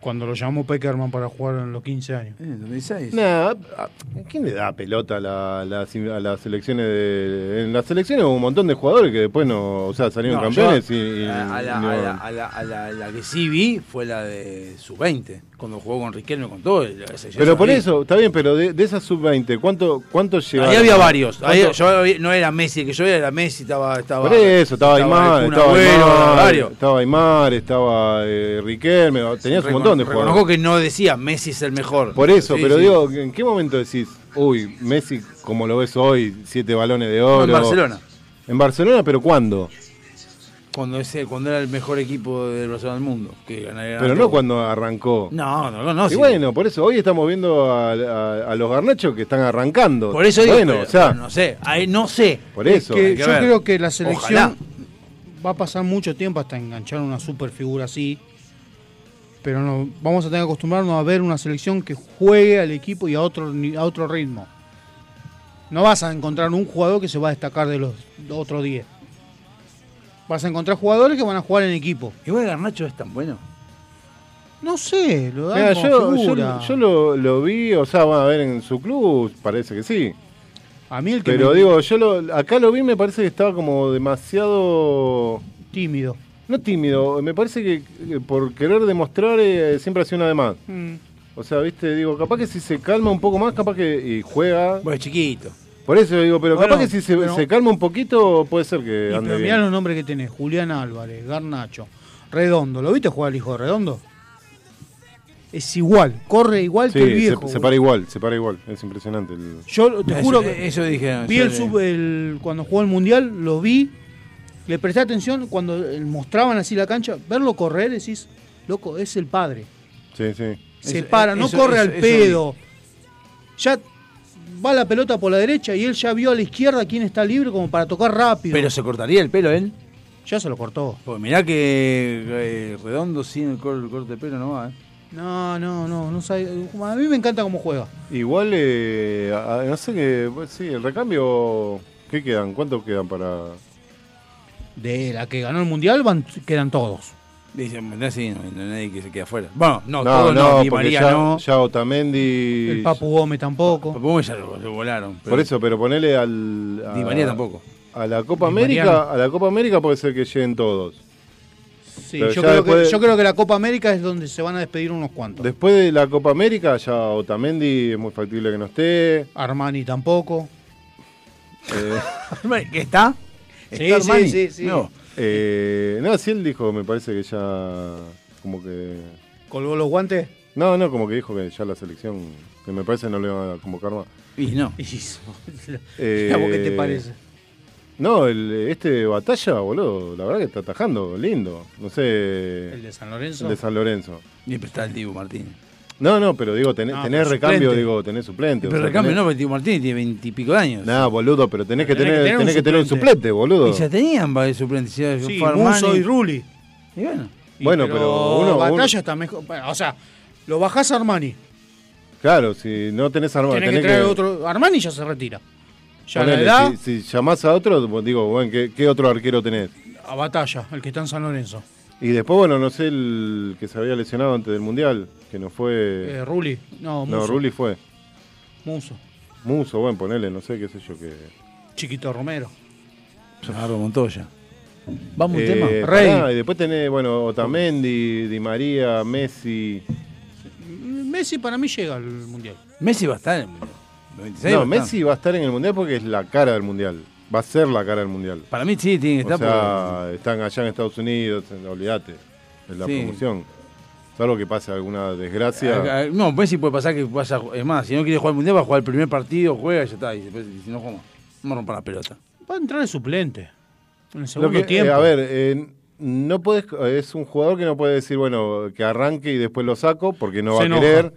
Speaker 5: Cuando lo llamó Peckerman para jugar en los 15 años.
Speaker 4: En 2006.
Speaker 7: Nah, a- ¿Quién le da pelota a, la- a las- a las selecciones? De, en las selecciones hubo un montón de jugadores que después no, o sea, salieron
Speaker 4: No,
Speaker 7: campeones
Speaker 4: yo-
Speaker 7: y, y
Speaker 4: a, a la,
Speaker 7: no-
Speaker 4: a la- a la- a la- la que sí vi fue la de sub-20, cuando jugó con Riquelme y con todo. la selección
Speaker 7: Pero por
Speaker 4: sub-20.
Speaker 7: eso, está bien, pero de, de esas sub-20, ¿cuánto, ¿cuánto llegaron?
Speaker 4: Ahí había varios. Ahí
Speaker 7: ¿Cuánto-
Speaker 4: yo vi- no era Messi, el que yo vi era Messi, estaba. estaba
Speaker 7: Por eso, estaba Aymar,
Speaker 4: el Kun
Speaker 7: estaba
Speaker 4: Agüero,
Speaker 7: Aymar,
Speaker 4: varios.
Speaker 7: estaba Aymar, estaba eh, Riquelme, tenías un
Speaker 4: Recono-
Speaker 7: montón de jugadores.
Speaker 4: Reconozco que no decía Messi es el mejor.
Speaker 7: Por eso,
Speaker 4: Sí,
Speaker 7: pero
Speaker 4: sí.
Speaker 7: digo, ¿en qué momento decís, uy, Messi, como lo ves hoy, siete balones de oro?
Speaker 4: No, en Barcelona.
Speaker 7: ¿En Barcelona, pero cuándo?
Speaker 4: Cuando, ese, cuando era el mejor equipo del Barcelona del mundo. Que ganaría
Speaker 7: Pero no cuando arrancó.
Speaker 4: No, no, no,
Speaker 7: Y
Speaker 4: sí.
Speaker 7: bueno, por eso hoy estamos viendo a, a- a los garnachos que están arrancando.
Speaker 4: Por eso digo.
Speaker 7: Bueno,
Speaker 4: pero-
Speaker 7: o sea,
Speaker 4: no sé, ahí no sé.
Speaker 7: Por eso.
Speaker 5: que
Speaker 7: hay que
Speaker 5: yo
Speaker 7: ver.
Speaker 5: creo que la selección
Speaker 4: Ojalá.
Speaker 5: va a pasar mucho tiempo hasta enganchar una super figura así. Pero no, vamos a tener que acostumbrarnos a ver una selección que juegue al equipo y a otro, ni- a otro ritmo. No vas a encontrar un jugador que se va a destacar de los otros 10. Vas a encontrar jugadores que van a jugar en equipo.
Speaker 4: Igual Garnacho es tan bueno.
Speaker 5: No sé, lo
Speaker 7: Mira,
Speaker 5: dan como
Speaker 7: yo, yo-
Speaker 5: figura.
Speaker 7: yo lo, lo vi, o sea, van a ver en su club, parece que sí.
Speaker 5: A mí el que
Speaker 7: Pero
Speaker 5: me-
Speaker 7: digo, yo lo- acá lo vi, me parece que estaba como demasiado.
Speaker 5: Tímido.
Speaker 7: No tímido, me parece que eh, por querer demostrar eh, siempre ha sido una de más.
Speaker 5: Mm.
Speaker 7: O sea, viste, digo, capaz que si se calma un poco más, capaz que y juega.
Speaker 4: Bueno, chiquito.
Speaker 7: Por eso digo, pero
Speaker 5: Bueno,
Speaker 7: capaz que si se,
Speaker 5: pero-
Speaker 7: se calma un poquito, puede ser que
Speaker 5: Y
Speaker 7: ande
Speaker 5: pero
Speaker 7: bien.
Speaker 5: mirá los nombres que tenés: Julián Álvarez, Garnacho, Redondo. ¿Lo viste jugar el hijo de Redondo? Es igual, corre igual
Speaker 7: Sí,
Speaker 5: que el
Speaker 7: se-
Speaker 5: viejo.
Speaker 7: se,
Speaker 5: boludo.
Speaker 7: para igual, se para igual. Es impresionante. el-
Speaker 5: Yo te
Speaker 4: Eso-
Speaker 5: juro que.
Speaker 4: eso dije,
Speaker 5: Vi
Speaker 4: yo
Speaker 5: el
Speaker 4: le-
Speaker 5: sub- el- cuando jugó el mundial, lo vi, le presté atención. Cuando eh, mostraban así la cancha, verlo correr, decís, Loco, es el padre.
Speaker 7: Sí, sí.
Speaker 5: se
Speaker 4: eh,
Speaker 5: para, no corre al pedo. Ya va la pelota por la derecha y él ya vio a la izquierda quién está libre como para tocar rápido.
Speaker 4: Pero se cortaría el pelo ¿eh? él.
Speaker 5: Ya se lo cortó.
Speaker 4: Pues mirá que eh, redondo sin el cor- corte de pelo no va, ¿eh?
Speaker 5: No, no, no, no sabe. A mí me encanta cómo juega.
Speaker 7: Igual, eh, a- a- no sé qué. pues, sí, el recambio. ¿Qué quedan? ¿Cuántos quedan para.?
Speaker 5: De la que ganó el mundial van, quedan todos.
Speaker 4: Dicen, no, sí, no, no, nadie que se quede afuera. Bueno, no,
Speaker 7: No,
Speaker 4: todo no,
Speaker 7: no,
Speaker 4: Di
Speaker 7: porque
Speaker 4: María
Speaker 7: ya-
Speaker 4: no.
Speaker 7: ya Otamendi-
Speaker 5: El Papu Gómez tampoco.
Speaker 4: Papu Gómez ya lo, lo volaron. pero-
Speaker 7: Por eso, pero ponele al. a-
Speaker 4: Di María tampoco.
Speaker 7: A la Copa
Speaker 4: Di María
Speaker 7: América.
Speaker 4: no.
Speaker 7: A la Copa América puede ser que lleguen todos.
Speaker 5: Sí,
Speaker 7: Pero
Speaker 5: yo
Speaker 7: ya
Speaker 5: creo,
Speaker 7: después-
Speaker 5: que, yo creo que la Copa América es donde se van a despedir unos cuantos.
Speaker 7: Después de la Copa América, ya Otamendi es muy factible que no esté.
Speaker 5: Armani tampoco.
Speaker 7: Eh,
Speaker 4: ¿Que está?
Speaker 5: Sí,
Speaker 4: ¿Está
Speaker 5: sí,
Speaker 4: Armani?
Speaker 5: sí, sí.
Speaker 4: No.
Speaker 7: eh, no, si él dijo, me parece que ya. Como que.
Speaker 5: ¿Colgó los guantes?
Speaker 7: No, no, como que dijo que ya la selección. Que me parece no le iban a convocar más.
Speaker 4: Y no.
Speaker 7: Eh,
Speaker 5: ¿Y a vos qué te parece?
Speaker 7: No, el, este batalla, boludo, la verdad que está atajando, lindo. No sé.
Speaker 5: ¿El de San Lorenzo?
Speaker 7: El de San Lorenzo.
Speaker 4: Siempre está el Dibu Martínez.
Speaker 7: No, no, pero digo, tenés,
Speaker 5: Ah,
Speaker 4: No,
Speaker 7: tenés
Speaker 4: pero
Speaker 7: recambio,
Speaker 4: suplente.
Speaker 7: digo, tenés suplente.
Speaker 4: Pero el cambio no, porque Dibu Martínez tiene veintipico de años.
Speaker 7: Nada, boludo, pero tenés que
Speaker 4: Tenés que
Speaker 7: tener,
Speaker 4: tener un
Speaker 7: tenés que tener un
Speaker 4: suplente.
Speaker 7: suplente, boludo.
Speaker 4: Y ya tenían varios suplentes. ya
Speaker 5: Sí,
Speaker 4: fue Armani.
Speaker 5: Muso y Rulli.
Speaker 4: Y bueno.
Speaker 7: Bueno, pero, uno,
Speaker 5: Batalla
Speaker 7: uno-
Speaker 5: está mejor. bueno, o sea, lo bajás a Armani.
Speaker 7: Claro, si no tenés armado,
Speaker 5: tenés, que traer otro. Armani ya se retira. Ya la
Speaker 7: ponele,
Speaker 5: edad,
Speaker 7: si, si llamás a otro, digo, bueno, ¿qué, qué otro arquero tenés?
Speaker 5: a batalla, el que está en San Lorenzo.
Speaker 7: Y después, bueno, no sé el que se había lesionado antes del Mundial, que no fue...
Speaker 5: Eh, Rulli. No, Muso.
Speaker 7: no, Rulli fue.
Speaker 5: Muso.
Speaker 7: Muso, bueno, ponele, no sé qué sé yo, que...
Speaker 5: Chiquito Romero.
Speaker 4: Bernardo Montoya. Vamos a un
Speaker 7: Eh,
Speaker 4: tema.
Speaker 7: pará, y después tenés, bueno, Otamendi, Di María, Messi.
Speaker 5: Messi para mí llega al mundial.
Speaker 4: Messi va a estar en el Mundial. Los 26
Speaker 7: No,
Speaker 4: va a estar.
Speaker 7: Messi va a estar en el Mundial porque es la cara del Mundial. Va a ser la cara del Mundial.
Speaker 4: Para mí sí, tiene que
Speaker 7: O
Speaker 4: estar.
Speaker 7: sea, están allá en Estados Unidos, olvídate, en la
Speaker 4: Sí.
Speaker 7: promoción. Salvo que pase alguna
Speaker 4: porque- Ah,
Speaker 7: desgracia.
Speaker 4: ah, No, Messi puede pasar que vaya. Es más, si no quiere jugar el mundial, va a jugar el primer partido, juega y ya está. Y después, si no juega, vamos a romper la pelota.
Speaker 5: Va a entrar el suplente. En el
Speaker 7: Lo
Speaker 5: segundo
Speaker 7: que-
Speaker 5: tiempo.
Speaker 7: eh, a ver, eh, no puedes, es un jugador que no puede decir, bueno, que arranque y después lo saco porque no
Speaker 5: Se
Speaker 7: va a
Speaker 5: enoja.
Speaker 7: querer.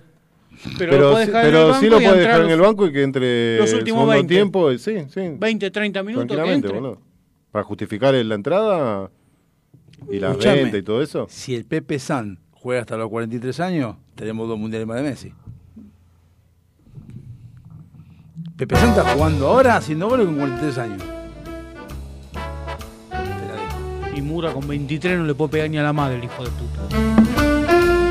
Speaker 5: Pero lo puede dejar en el
Speaker 7: pero sí
Speaker 5: banco
Speaker 7: lo
Speaker 5: y
Speaker 7: puede
Speaker 5: entrar
Speaker 7: dejar en
Speaker 5: los-
Speaker 7: el banco y que entre
Speaker 5: los
Speaker 7: el
Speaker 5: últimos
Speaker 7: segundo
Speaker 5: 20.
Speaker 7: tiempo, eh, sí, sí.
Speaker 5: 20, 30 minutos que
Speaker 7: Tranquilamente,
Speaker 5: entre.
Speaker 7: boludo. Para justificar el- la entrada y la
Speaker 4: Escuchame.
Speaker 7: venta y todo eso.
Speaker 4: Si el Pepe San juega hasta los 43 años, tenemos dos mundiales más de Messi. Pepe San está jugando ahora haciendo goles con 43 años.
Speaker 5: Y Mura con 23 no le puede pegar ni a la madre, el hijo de puta.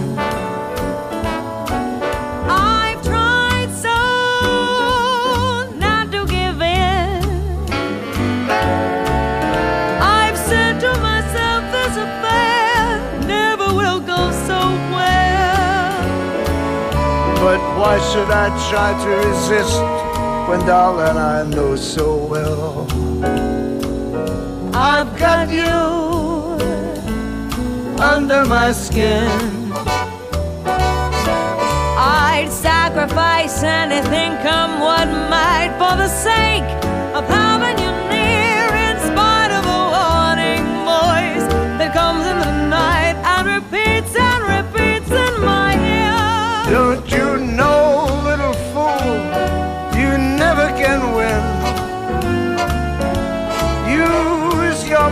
Speaker 8: I've tried so not to give in. I've said to myself, this affair never will go so well.
Speaker 18: But why should I try to resist when, darling, I know so well I've got you under my skin?
Speaker 8: I'd sacrifice anything come what might for the sake of having you near in spite of a warning voice that comes in the night and repeats and repeats in my ear.
Speaker 18: Don't you know, little fool, you never can win. Use your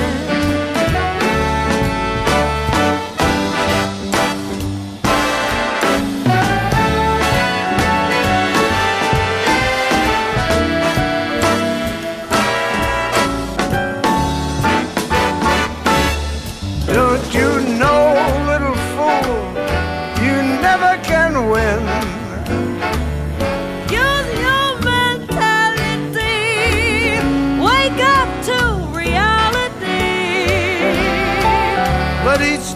Speaker 1: But each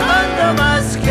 Speaker 1: under my skin.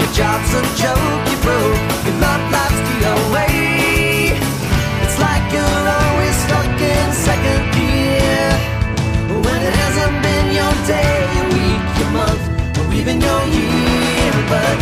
Speaker 8: Your job's a joke, you broke, your love life's the away. It's like you're always stuck in second gear. When it hasn't been your day, your week, your month, or even your year. But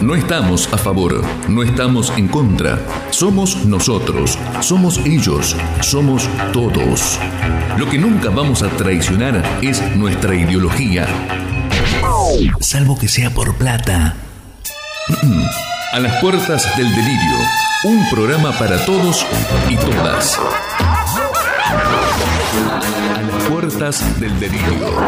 Speaker 14: No estamos a favor, no estamos en contra. Somos nosotros, somos ellos, somos todos. Lo que nunca vamos a traicionar es nuestra ideología. Salvo que sea por plata. A las puertas del delirio, un programa para todos y todas. A las puertas del delirio.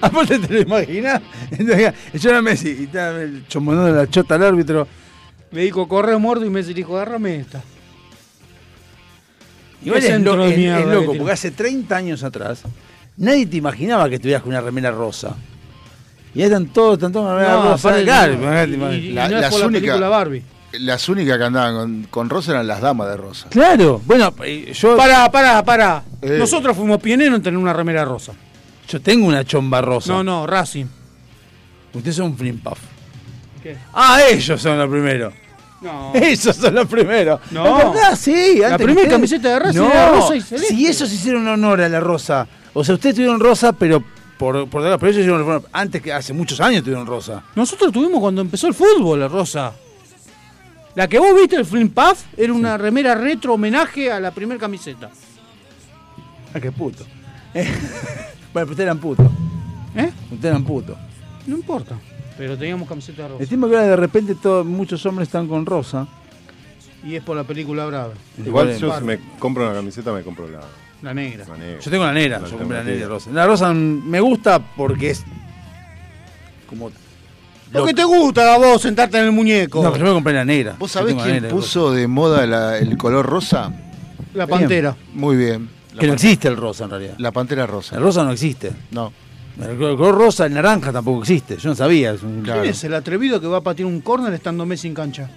Speaker 4: Aparte, ¿te lo imaginas? Entonces, yo era Messi y estaba el chomonón de la chota al árbitro.
Speaker 5: Me dijo, corre mordo y me dijo, agárrame esta.
Speaker 4: Igual
Speaker 5: Qué
Speaker 4: es,
Speaker 5: centro
Speaker 4: lo-
Speaker 5: de
Speaker 4: es-
Speaker 5: mierda
Speaker 4: es
Speaker 5: que
Speaker 4: loco,
Speaker 5: tiene.
Speaker 4: porque hace 30 años atrás nadie te imaginaba que estuvieras con una remera rosa. Y ahí están todos, están todos con una remera
Speaker 6: No,
Speaker 4: rosa.
Speaker 6: aparte,
Speaker 4: Claro,
Speaker 6: no.
Speaker 4: imagínate,
Speaker 6: Y-
Speaker 4: imagínate.
Speaker 6: y- y La- no es las por la únicas- película Barbie. Las únicas que andaban con, con Rosa eran las damas de Rosa.
Speaker 4: Claro, bueno, eh, yo.
Speaker 5: Pará, pará, pará.
Speaker 6: Eh.
Speaker 5: Nosotros fuimos pioneros en tener una remera rosa.
Speaker 4: Yo tengo una chomba rosa.
Speaker 5: No, no, Racing.
Speaker 4: Ustedes son un flimpaf.
Speaker 5: ¿Qué?
Speaker 4: Ah, ellos son los primeros.
Speaker 5: No.
Speaker 4: Ellos son los primeros.
Speaker 5: No.
Speaker 4: Es verdad, sí.
Speaker 5: La primera
Speaker 4: antes que ustedes.
Speaker 5: camiseta de Racing
Speaker 4: No,
Speaker 5: era rosa y celeste.
Speaker 4: Si ellos hicieron honor a la rosa. O sea, ustedes tuvieron rosa, pero por, por pero ellos hicieron honor- Antes que hace muchos años tuvieron rosa.
Speaker 5: Nosotros tuvimos cuando empezó el fútbol, la rosa. La que vos viste, el Flim Puff, era una remera retro homenaje a la primera camiseta.
Speaker 4: Ah, qué puto. Eh, bueno, pero ustedes eran putos.
Speaker 5: ¿Eh?
Speaker 4: Ustedes eran putos.
Speaker 5: No importa. Pero teníamos camiseta de rosa.
Speaker 4: El tema que ahora de repente todo- muchos hombres están con rosa.
Speaker 5: Y es por la película Brava.
Speaker 7: Igual yo si
Speaker 5: Barbie,
Speaker 7: me compro una camiseta, me compro la,
Speaker 5: La negra.
Speaker 7: la negra.
Speaker 4: Yo tengo la negra,
Speaker 7: La
Speaker 4: yo compré la
Speaker 7: alternativa.
Speaker 4: negra y rosa. La rosa mm, me gusta porque es como...
Speaker 5: ¿Por qué te gusta a vos sentarte en el muñeco?
Speaker 4: No, pero yo me compré la negra.
Speaker 6: ¿Vos
Speaker 4: Yo
Speaker 6: sabés
Speaker 4: tengo la
Speaker 6: quién
Speaker 4: negra y rosa.
Speaker 6: puso de moda la- el color rosa?
Speaker 5: La pantera.
Speaker 6: Muy bien. La
Speaker 4: Que no
Speaker 6: pan-
Speaker 4: existe el rosa en realidad.
Speaker 6: La pantera rosa.
Speaker 4: El rosa no existe.
Speaker 6: No.
Speaker 4: El color el color rosa, el naranja tampoco existe. Yo no sabía. es un-
Speaker 5: ¿Quién es el atrevido que va a patear un córner estando Messi en cancha?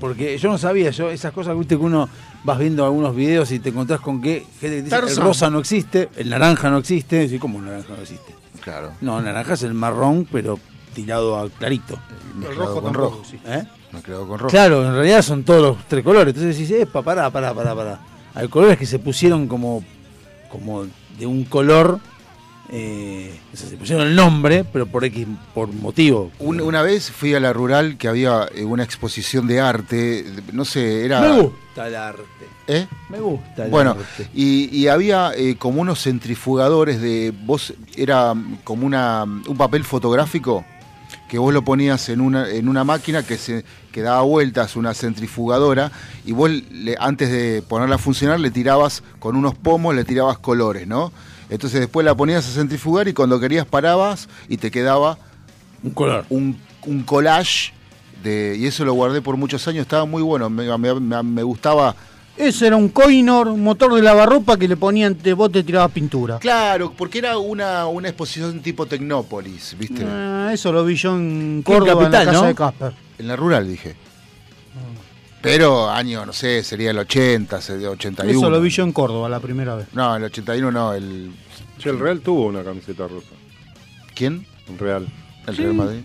Speaker 4: Porque yo no sabía. yo Esas cosas viste que uno vas viendo algunos videos y te encontrás con que gente que dice, el
Speaker 5: Tarzán.
Speaker 4: rosa no existe, el naranja no existe. Y decís, ¿Cómo el naranja no existe?
Speaker 6: Claro.
Speaker 4: No, el naranja es el marrón, pero tirado a clarito.
Speaker 6: El rojo con rojo.
Speaker 4: ¿Eh?
Speaker 6: Me quedo con rojo.
Speaker 4: Claro, en realidad son todos los tres colores. Entonces decís, epa, pará, pará, pará, pará. Hay colores que se pusieron como, como de un color. eh, o sea, se pusieron el nombre, pero por X, por motivo.
Speaker 6: Un- una vez fui a la rural que había eh, una exposición de arte, de- no sé, era...
Speaker 4: Me gusta el arte.
Speaker 6: ¿Eh?
Speaker 4: Me gusta el
Speaker 6: Bueno,
Speaker 4: arte.
Speaker 6: y, y había eh, como unos centrifugadores de vos, era mm, como una, un papel fotográfico que vos lo ponías en una, en una máquina que se que daba vueltas, una centrifugadora, y vos le- antes de ponerla a funcionar le tirabas con unos pomos, le tirabas colores, ¿no? Entonces después la ponías a centrifugar y cuando querías parabas y te quedaba
Speaker 4: Un color.
Speaker 6: un, un collage de, y eso lo guardé por muchos años, estaba muy bueno, me- me- me- me gustaba
Speaker 5: Ese era un coinor, un motor de lavarropa que le ponían, te, vos te tirabas pintura.
Speaker 6: Claro, porque era una, una exposición tipo Tecnópolis, ¿viste?
Speaker 5: Ah, eso lo vi yo en Córdoba, en,
Speaker 6: Capital,
Speaker 5: la casa
Speaker 6: ¿no?
Speaker 5: de Casper.
Speaker 6: En la rural, dije. Pero año, no sé, sería el 80, se- 81.
Speaker 5: Eso lo vi yo en Córdoba la primera vez.
Speaker 6: No, el 81 no, el...
Speaker 7: Che, el Real tuvo una camiseta rosa.
Speaker 6: ¿Quién?
Speaker 7: Un Real.
Speaker 6: El
Speaker 5: Sí.
Speaker 6: Real Madrid.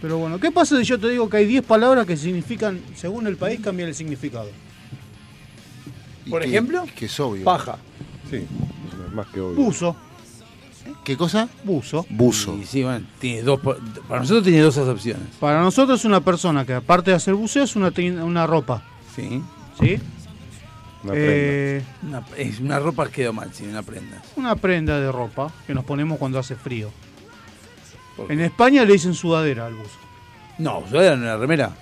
Speaker 5: Pero bueno, ¿qué pasa si yo te digo que hay 10 palabras que significan, según el país, cambian el significado?
Speaker 6: Y
Speaker 5: Por
Speaker 6: que-
Speaker 5: ejemplo,
Speaker 6: Que es obvio.
Speaker 5: paja.
Speaker 7: Sí, es más que obvio.
Speaker 5: Buzo.
Speaker 6: ¿Qué cosa?
Speaker 5: Buzo.
Speaker 6: Buzo.
Speaker 4: Y sí, bueno, tiene dos, po- para nosotros tiene dos acepciones.
Speaker 5: Para nosotros es una persona que, aparte de hacer buceo, es una, tin- una ropa.
Speaker 4: Sí.
Speaker 5: ¿Sí?
Speaker 7: Una
Speaker 5: Eh,
Speaker 4: Una, es una ropa quedó mal, sí, una prenda.
Speaker 5: una prenda de ropa que nos ponemos cuando hace frío.
Speaker 4: ¿Por qué?
Speaker 5: En España le dicen sudadera al buzo.
Speaker 4: No, Oh, yo era una remera.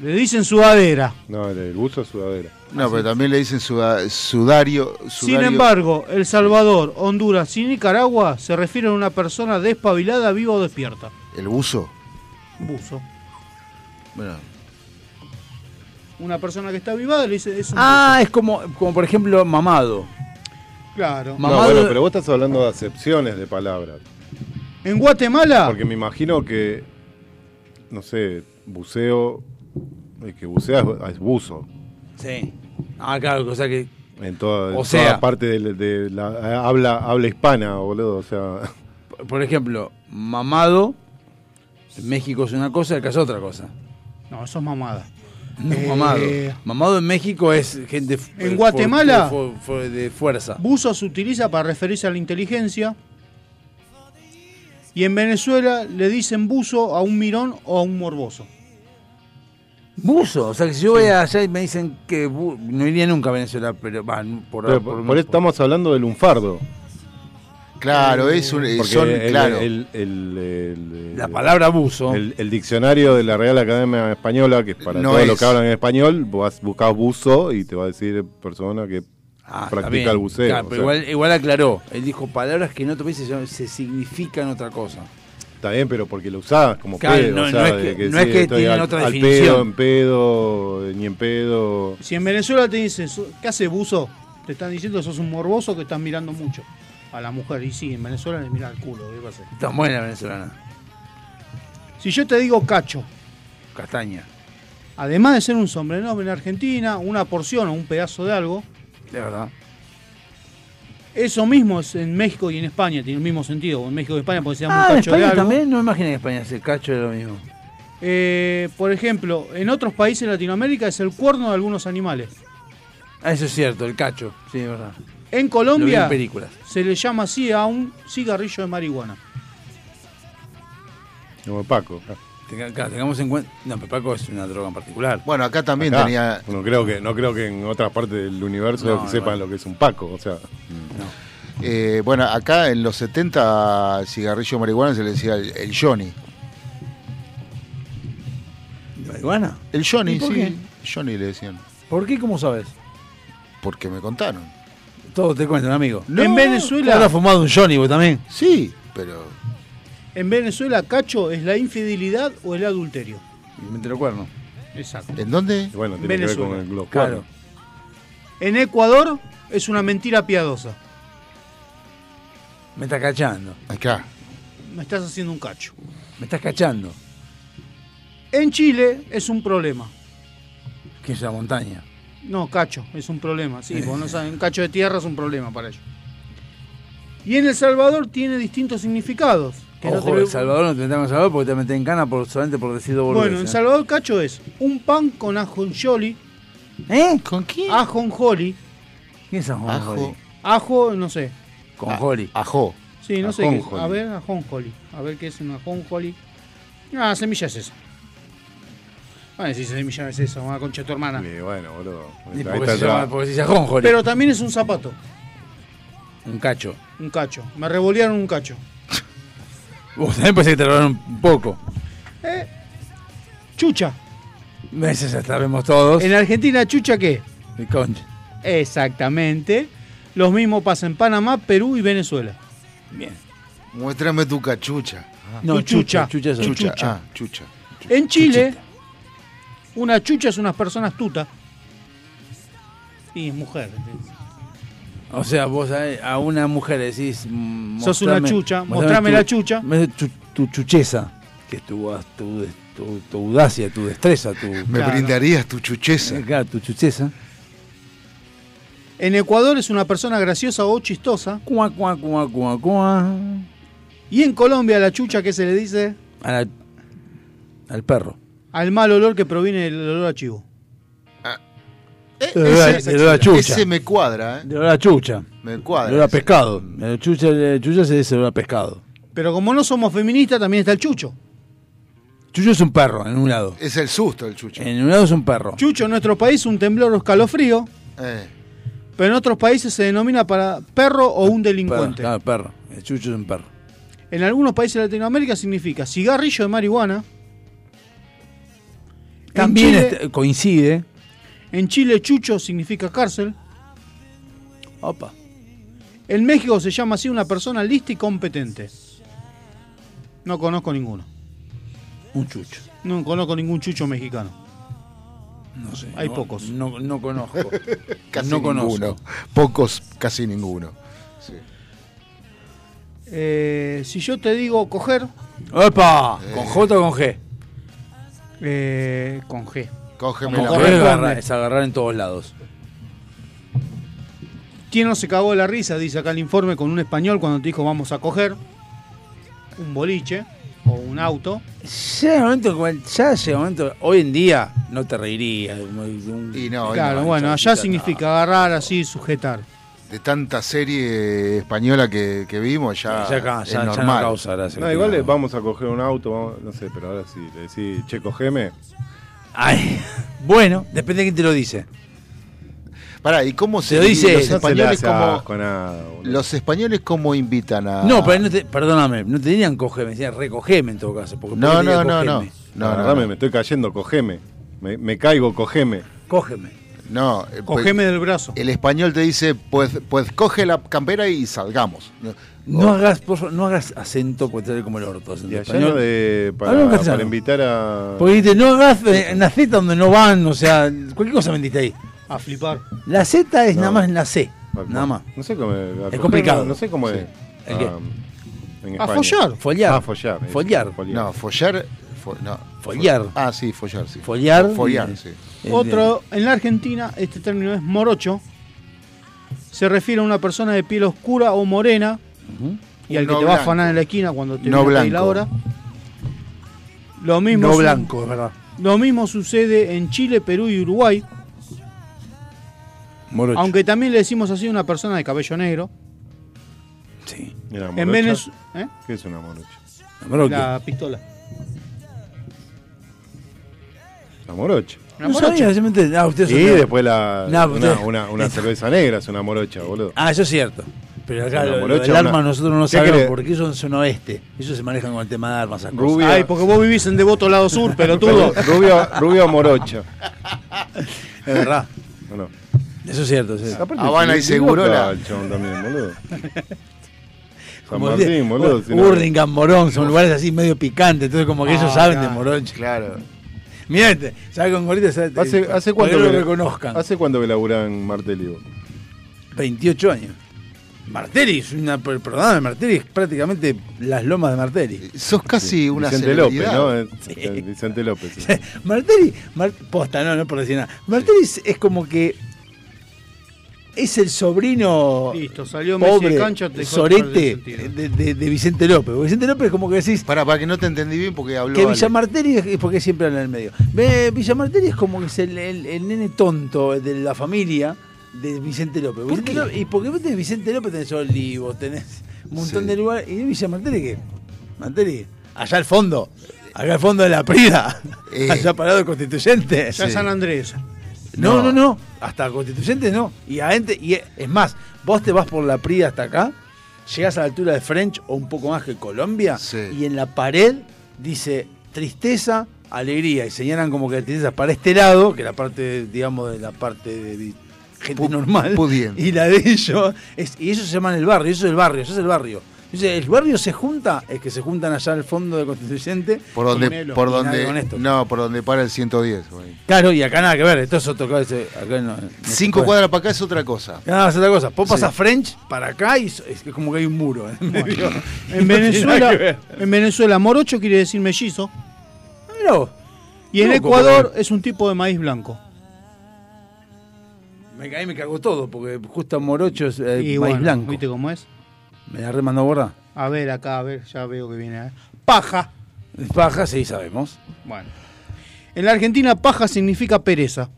Speaker 5: Le dicen sudadera.
Speaker 7: No, el, el buzo es sudadera.
Speaker 6: No, pero también le dicen suda- sudario, sudario.
Speaker 5: Ah, Sin embargo, El Salvador, Honduras y Nicaragua se refieren a una persona despabilada, viva o despierta.
Speaker 6: El buzo.
Speaker 5: Buzo.
Speaker 6: Bueno,
Speaker 5: Una persona que está avivada le dice es un
Speaker 4: Ah, es como, como por ejemplo mamado.
Speaker 5: buzo. Claro.
Speaker 4: Mamado-
Speaker 7: No, bueno, pero vos estás hablando de acepciones de palabras.
Speaker 5: En Guatemala.
Speaker 7: Porque me imagino que, no sé, buceo, el que bucea es, es buzo.
Speaker 4: Sí. Ah, claro, o sea que
Speaker 7: En toda, en
Speaker 4: O
Speaker 7: toda
Speaker 4: sea.
Speaker 7: parte de, de la eh, habla, habla hispana, boludo. O sea,
Speaker 4: Por ejemplo, mamado, en México es una cosa y acá es otra cosa.
Speaker 5: No, eso es mamada.
Speaker 4: No,
Speaker 5: Eh,
Speaker 4: mamado. Mamado en México es gente. fu-
Speaker 5: En Guatemala-
Speaker 4: fu- fu- fu- de fuerza.
Speaker 5: Buzo se utiliza para referirse a la inteligencia. Y en Venezuela le dicen buzo a un mirón o a un morboso.
Speaker 4: Buzo. O sea, que si yo voy allá y me dicen que. bu- No iría nunca a Venezuela, pero. va, por,
Speaker 7: Pero por, por eso estamos hablando del lunfardo.
Speaker 6: Claro, es un-
Speaker 7: Porque
Speaker 6: son-
Speaker 7: el-
Speaker 6: claro.
Speaker 7: el- el- el-
Speaker 4: La palabra buzo.
Speaker 7: El, el diccionario de la Real Academia Española, que es para
Speaker 6: No
Speaker 7: todos los
Speaker 6: es.
Speaker 7: que hablan en español, vos buscás buzo y te va a decir persona que
Speaker 4: Ah, Está
Speaker 7: practica
Speaker 4: bien.
Speaker 7: el buceo.
Speaker 4: Claro,
Speaker 7: o
Speaker 4: pero
Speaker 7: sea.
Speaker 4: igual, igual aclaró. Él dijo palabras que en otro país se, se significan otra cosa.
Speaker 7: Está bien, pero porque lo usás como
Speaker 4: Claro,
Speaker 7: pedo.
Speaker 4: no-
Speaker 7: o sea,
Speaker 4: no es que-
Speaker 7: de
Speaker 4: no es
Speaker 7: sí,
Speaker 4: que
Speaker 7: estoy
Speaker 4: tienen
Speaker 7: al-
Speaker 4: otra
Speaker 7: al pedo,
Speaker 4: definición.
Speaker 7: en pedo, eh, ni en pedo.
Speaker 5: Si en Venezuela te dicen, "So- ¿qué hace buzo? Te están diciendo, sos un morboso que estás mirando mucho a la mujer. Y sí, en Venezuela le mira al culo. ¿qué va a hacer?
Speaker 4: Está buena la venezolana.
Speaker 5: Si yo te digo cacho,
Speaker 4: Castaña.
Speaker 5: además de ser un sobrenombre en Argentina, una porción o un pedazo de algo,
Speaker 4: De verdad.
Speaker 5: eso mismo es en México y en España, tiene el mismo sentido. En México y España porque se llama
Speaker 4: Ah,
Speaker 5: un
Speaker 4: en
Speaker 5: cacho de
Speaker 4: España
Speaker 5: algo.
Speaker 4: también. No me imaginé que España ese cacho era lo mismo.
Speaker 5: Eh, por ejemplo, en otros países de Latinoamérica es el cuerno de algunos animales.
Speaker 4: Ah, eso es cierto, el cacho. Sí, es verdad.
Speaker 5: En
Speaker 4: Lo vi
Speaker 5: Colombia
Speaker 4: en películas.
Speaker 5: se le llama así a un cigarrillo de marihuana.
Speaker 7: Como Paco.
Speaker 4: Tenga- claro, tengamos en cuenta. No, pero Paco es una droga en particular.
Speaker 6: Bueno, acá también
Speaker 7: Acá.
Speaker 6: tenía.
Speaker 7: No creo, que, no creo que en otras partes del universo
Speaker 6: No,
Speaker 7: que sepan
Speaker 6: igual.
Speaker 7: lo que es un Paco. O sea,
Speaker 6: eh, bueno, acá en los 70 al cigarrillo de marihuana se le decía el, el Johnny.
Speaker 4: ¿Marihuana?
Speaker 6: El Johnny,
Speaker 4: ¿Y por
Speaker 6: sí.
Speaker 4: qué?
Speaker 6: Johnny le decían.
Speaker 4: ¿Por qué? ¿Cómo sabes?
Speaker 6: Porque me contaron.
Speaker 4: Todo te cuentan, amigo.
Speaker 6: No, En Venezuela-
Speaker 4: Habrá fumado un Johnny vos también.
Speaker 6: Sí, pero.
Speaker 5: En Venezuela, cacho es la infidelidad o el adulterio.
Speaker 4: Entre los cuernos.
Speaker 5: Exacto.
Speaker 6: ¿En dónde?
Speaker 7: Bueno, tiene
Speaker 5: Venezuela.
Speaker 7: que ver con el globo.
Speaker 4: Claro.
Speaker 5: En Ecuador es una mentira piadosa.
Speaker 4: Me estás cachando.
Speaker 6: Acá.
Speaker 5: Me estás haciendo un cacho.
Speaker 4: Me estás cachando.
Speaker 5: En Chile es un problema.
Speaker 4: Que es la montaña.
Speaker 5: No, cacho, es un problema. Sí, vos no saben, un cacho de tierra es un problema para ellos. Y en El Salvador tiene distintos significados. que no
Speaker 4: Ojo,
Speaker 5: te lo-
Speaker 4: El Salvador no te metas con El Salvador porque te meten en cana por, solamente por decir dos
Speaker 5: Bueno, en
Speaker 4: boludeces, ¿eh?
Speaker 5: Salvador Cacho es un pan con ajonjoli.
Speaker 4: ¿Eh? ¿Con quién?
Speaker 5: Ajonjoli.
Speaker 4: ¿Qué es ajonjoli?
Speaker 5: Ajo, no sé.
Speaker 4: ¿eh?
Speaker 5: Ah,
Speaker 4: Con Joli.
Speaker 6: Ajo.
Speaker 5: Sí, no sé qué es.
Speaker 4: Ajonjoli.
Speaker 5: A ver, ajonjoli. A ver qué es un ajonjoli. Ah, semilla es esa. Bueno, si semilla es esa, una concha de tu hermana.
Speaker 7: Y bueno, boludo.
Speaker 4: Y
Speaker 7: Ahí
Speaker 4: porque
Speaker 7: está
Speaker 4: se
Speaker 7: ya.
Speaker 4: llama- porque se dice ajonjoli.
Speaker 5: Pero también es un zapato,
Speaker 4: Un cacho.
Speaker 5: un cacho. Me revolearon un cacho.
Speaker 4: Vos también pensé que te robaron un poco.
Speaker 5: Chucha.
Speaker 4: Meses ya sabemos todos.
Speaker 5: En Argentina, chucha qué?
Speaker 4: El concha.
Speaker 5: Exactamente. Los mismos pasa en Panamá, Perú y Venezuela.
Speaker 4: Bien.
Speaker 6: Muéstrame tu cachucha.
Speaker 5: No, Ah. Tu chucha. chucha.
Speaker 6: Chucha.
Speaker 5: Tu chucha.
Speaker 6: Ah, chucha.
Speaker 5: En Chile, una chucha es unas personas tutas. Y es mujer.
Speaker 4: O sea, vos a, a una mujer le decís. mm,
Speaker 5: Sos una
Speaker 4: mostrame-
Speaker 5: chucha, mostrame
Speaker 4: tu-
Speaker 5: la chucha.
Speaker 4: me- Tu, tu chucheza. Que es tu, as- tu, des- tu- tu audacia, tu destreza, tu.
Speaker 6: Me
Speaker 5: Claro.
Speaker 6: brindarías tu chucheza.
Speaker 4: Claro, tu chucheza.
Speaker 5: En Ecuador es una persona graciosa o chistosa.
Speaker 4: Cuá, cuá, cuá, cuá, cuá.
Speaker 5: Y en Colombia, la chucha que se le dice
Speaker 4: A la- al perro.
Speaker 5: al mal olor que proviene del olor a chivo.
Speaker 6: Eh,
Speaker 4: De la- de la chucha.
Speaker 6: ese me cuadra, ¿eh?
Speaker 4: De la chucha.
Speaker 6: Me
Speaker 4: De la
Speaker 6: cuadra.
Speaker 4: pescado. El chucha, el chucha se dice de pescado.
Speaker 5: Pero como no somos feministas, también está el chucho.
Speaker 4: Chucho es un perro, en un lado.
Speaker 6: Es el susto el chucha.
Speaker 4: En un lado es un perro.
Speaker 5: Chucho en nuestro país un temblor o escalofrío,
Speaker 6: Eh,
Speaker 5: pero en otros países se denomina para perro o un
Speaker 4: Perro,
Speaker 5: delincuente.
Speaker 4: claro, perro. El chucho es un perro.
Speaker 5: En algunos países de Latinoamérica significa cigarrillo de marihuana. En
Speaker 4: También
Speaker 5: Chile-
Speaker 4: este- coincide.
Speaker 5: En Chile, chucho significa cárcel.
Speaker 4: Opa.
Speaker 5: En México se llama así una persona lista y competente. No conozco ninguno.
Speaker 4: Un chucho.
Speaker 5: No conozco ningún chucho mexicano.
Speaker 4: No sé.
Speaker 5: Hay
Speaker 4: no-
Speaker 5: pocos.
Speaker 4: No, no conozco.
Speaker 6: casi
Speaker 4: no
Speaker 6: ninguno.
Speaker 4: conozco.
Speaker 6: Pocos, casi ninguno. Sí.
Speaker 5: Eh, si yo te digo coger,
Speaker 4: ¡Opa! ¿Con J o con G?
Speaker 5: eh, con G.
Speaker 6: Cógeme
Speaker 4: Con
Speaker 6: la
Speaker 4: G
Speaker 6: mano.
Speaker 4: es agarrar, es agarrar en todos lados.
Speaker 5: ¿Quién no se cagó de la risa? Dice acá el informe con un español cuando te dijo vamos a coger. Un boliche. o un auto.
Speaker 4: Ya el momento, cual- ya llega un momento, hoy en día no te reirías.
Speaker 6: Y no,
Speaker 5: claro, bueno, allá significa agarrar así, sujetar.
Speaker 6: De tanta serie española que, que vimos, ya,
Speaker 4: Ah,
Speaker 6: es normal.
Speaker 7: No, igual le vamos a coger un auto, vamos- no sé, pero ahora sí, le decís, che, cogeme.
Speaker 4: Ay, bueno, depende de quién te lo dice.
Speaker 6: Pará, ¿y cómo se
Speaker 4: Te lo dice
Speaker 6: los
Speaker 4: él.
Speaker 6: españoles
Speaker 4: No se le hace
Speaker 6: cómo
Speaker 4: asco
Speaker 6: los españoles cómo invitan a
Speaker 4: No, pero no te- perdóname, no te dirían cogeme, decían recogeme en todo caso. Porque
Speaker 6: No,
Speaker 4: ¿por qué te
Speaker 6: no,
Speaker 4: dirían
Speaker 6: no, no.
Speaker 4: cogeme?
Speaker 7: No, no, Ah, dame, me estoy cayendo, cogeme. Me, me caigo, cogeme.
Speaker 4: Cógeme.
Speaker 6: No, eh, pues,
Speaker 7: Cogeme
Speaker 5: del brazo.
Speaker 6: El español te dice, pues, pues coge la campera y salgamos.
Speaker 4: No hagas, por favor, no hagas acento porque te sale como el orto. acento
Speaker 7: Y allá
Speaker 4: español.
Speaker 7: no de,
Speaker 4: Habla en
Speaker 7: para,
Speaker 4: castellano.
Speaker 7: para invitar a...
Speaker 4: Porque dijiste, no hagas eh, en la Z donde no van, o sea, cualquier cosa vendiste ahí.
Speaker 5: A flipar.
Speaker 4: La Z es nada más en la C, nada más.
Speaker 7: No sé cómo a coger,
Speaker 4: complicado.
Speaker 7: No sé cómo es.
Speaker 4: Sí. ¿El qué?
Speaker 7: ah, en
Speaker 4: A
Speaker 7: España.
Speaker 4: follar. Follar.
Speaker 7: Ah, follar. es.
Speaker 4: Follar.
Speaker 6: No, follar. fo- no.
Speaker 4: Follar.
Speaker 6: Ah, sí, follar, sí.
Speaker 4: Follar.
Speaker 6: Follar, sí.
Speaker 5: Otro, en la Argentina, este término es morocho. Se refiere a una persona de piel oscura o morena y al
Speaker 6: Un
Speaker 5: que
Speaker 6: no
Speaker 5: te va a
Speaker 6: blanco.
Speaker 5: afanar en la esquina cuando te
Speaker 6: No
Speaker 5: viene a pedir
Speaker 6: blanco.
Speaker 5: la hora. Lo mismo,
Speaker 4: No
Speaker 5: su-
Speaker 4: blanco, es verdad.
Speaker 5: lo mismo sucede en Chile, Perú y Uruguay,
Speaker 4: Morocho.
Speaker 5: aunque también le decimos así a una persona de cabello negro.
Speaker 7: Mira,
Speaker 5: En
Speaker 7: morocha.
Speaker 5: Venezuela. ¿eh?
Speaker 7: ¿Qué es una morocha?
Speaker 5: La pistola.
Speaker 7: La morocha.
Speaker 5: La
Speaker 4: No
Speaker 5: morocha.
Speaker 4: sabía, simplemente- ah, ustedes son
Speaker 7: y
Speaker 4: negros.
Speaker 7: después la,
Speaker 4: No,
Speaker 7: una,
Speaker 4: ustedes-
Speaker 7: una, una cerveza negra es una morocha, boludo.
Speaker 4: Ah, eso es cierto. Pero acá
Speaker 7: Una
Speaker 4: lo- lo
Speaker 7: morocha,
Speaker 4: del arma
Speaker 7: una-
Speaker 4: nosotros no
Speaker 7: ¿Qué
Speaker 4: sabemos
Speaker 7: querés?
Speaker 4: porque ellos son oeste. Ellos se manejan con el tema de armas. esas cosas.
Speaker 7: Rubia. Ay,
Speaker 5: porque vos vivís en Devoto Lado Sur, pelotudo.
Speaker 7: Rubio, rubio morocha.
Speaker 4: Es verdad.
Speaker 7: Bueno.
Speaker 4: Eso es cierto. sí.
Speaker 7: Ah, Aparte,
Speaker 4: Habana y
Speaker 7: es loca
Speaker 4: Segurola.
Speaker 7: el chabón también, boludo. San
Speaker 4: Como
Speaker 7: Martín,
Speaker 4: dice-
Speaker 7: boludo. si no-
Speaker 4: Hurlingham, Morón, son lugares así medio picantes. Entonces, como que
Speaker 7: Ah,
Speaker 4: ellos saben
Speaker 7: claro.
Speaker 4: de Morón.
Speaker 6: Claro.
Speaker 4: Mirá este, sabe con gorita, sabe-
Speaker 7: ¿Hace, hace cuánto
Speaker 4: Porque no
Speaker 7: que-
Speaker 4: lo reconozcan.
Speaker 7: ¿Hace cuánto que laburás en Martelli vos?
Speaker 4: 28 años. Martelli, es una, per- perdóname, Martelli es prácticamente las lomas de Martelli.
Speaker 6: Eh, Sos casi una
Speaker 7: Vicente
Speaker 6: celebridad.
Speaker 7: López, ¿no? Eh, Vicente López. sí.
Speaker 4: Martelli, Mar- posta, no, no es por decir nada. Martelli es, es como que es el
Speaker 6: Oh,
Speaker 4: sobrino
Speaker 5: Listo, salió Messi
Speaker 4: pobre,
Speaker 5: de cancha, te dejó perder
Speaker 4: sorete
Speaker 5: el sentido.
Speaker 4: de, de- de Vicente López. Porque Vicente López es como que decís...
Speaker 6: Para, para que no te entendí bien porque habló
Speaker 4: Que
Speaker 6: Ale.
Speaker 4: Villamartelli es es porque siempre habla en el medio. Ve, Villamartelli es como que es el, el- el nene tonto de la familia de Vicente López. Vicente López- y porque vos tenés Vicente López, tenés Olivos, tenés un montón de lugares. Y Villamartelli que. Martelli, allá al fondo. Allá al fondo de la Prida.
Speaker 6: Eh.
Speaker 4: allá parado de constituyente.
Speaker 5: Ya San Andrés.
Speaker 4: No,
Speaker 5: No.
Speaker 4: no, no. Hasta Constituyentes no. Y adentro, y e- es más, vos te vas por la Prida hasta acá, llegás a la altura de French o un poco más que Colombia, y en la pared dice tristeza, alegría. Y señalan como que la tristeza es para este lado, que la parte, digamos, de la parte de vi- gente normal.
Speaker 6: pudiente.
Speaker 4: Y la de ellos. Es, y ellos se llaman el barrio, eso es el barrio, eso es el barrio. Entonces, el barrio se junta, es que se juntan allá al fondo de Constituyente.
Speaker 6: Por
Speaker 4: con
Speaker 6: donde,
Speaker 4: Nelo,
Speaker 6: por
Speaker 4: y nada con
Speaker 6: donde,
Speaker 4: esto.
Speaker 6: no, por donde para el 110. güey.
Speaker 4: Claro, y acá nada que ver, esto es otro. Acá no- no se
Speaker 6: Cinco
Speaker 4: puede.
Speaker 6: cuadras para acá es otra cosa.
Speaker 4: Nada, Ah, es otra cosa. Vos
Speaker 6: Sí.
Speaker 4: pasás French para acá y so- es como que hay un muro. En, medio.
Speaker 5: En
Speaker 4: No tiene nada que
Speaker 5: Venezuela,
Speaker 4: ver.
Speaker 5: en Venezuela, morocho quiere decir mellizo. Y en
Speaker 4: Loco,
Speaker 5: Ecuador es un tipo de maíz blanco.
Speaker 4: Me caí, me cagó todo, porque justo morocho es eh,
Speaker 5: Y
Speaker 4: maíz
Speaker 5: bueno,
Speaker 4: blanco.
Speaker 5: ¿Viste cómo es?
Speaker 4: Me la remandó a borrar.
Speaker 5: A ver, acá, a ver, ya veo que viene. a- Paja.
Speaker 4: Paja, sí, sabemos.
Speaker 5: Bueno. En la Argentina, paja significa pereza.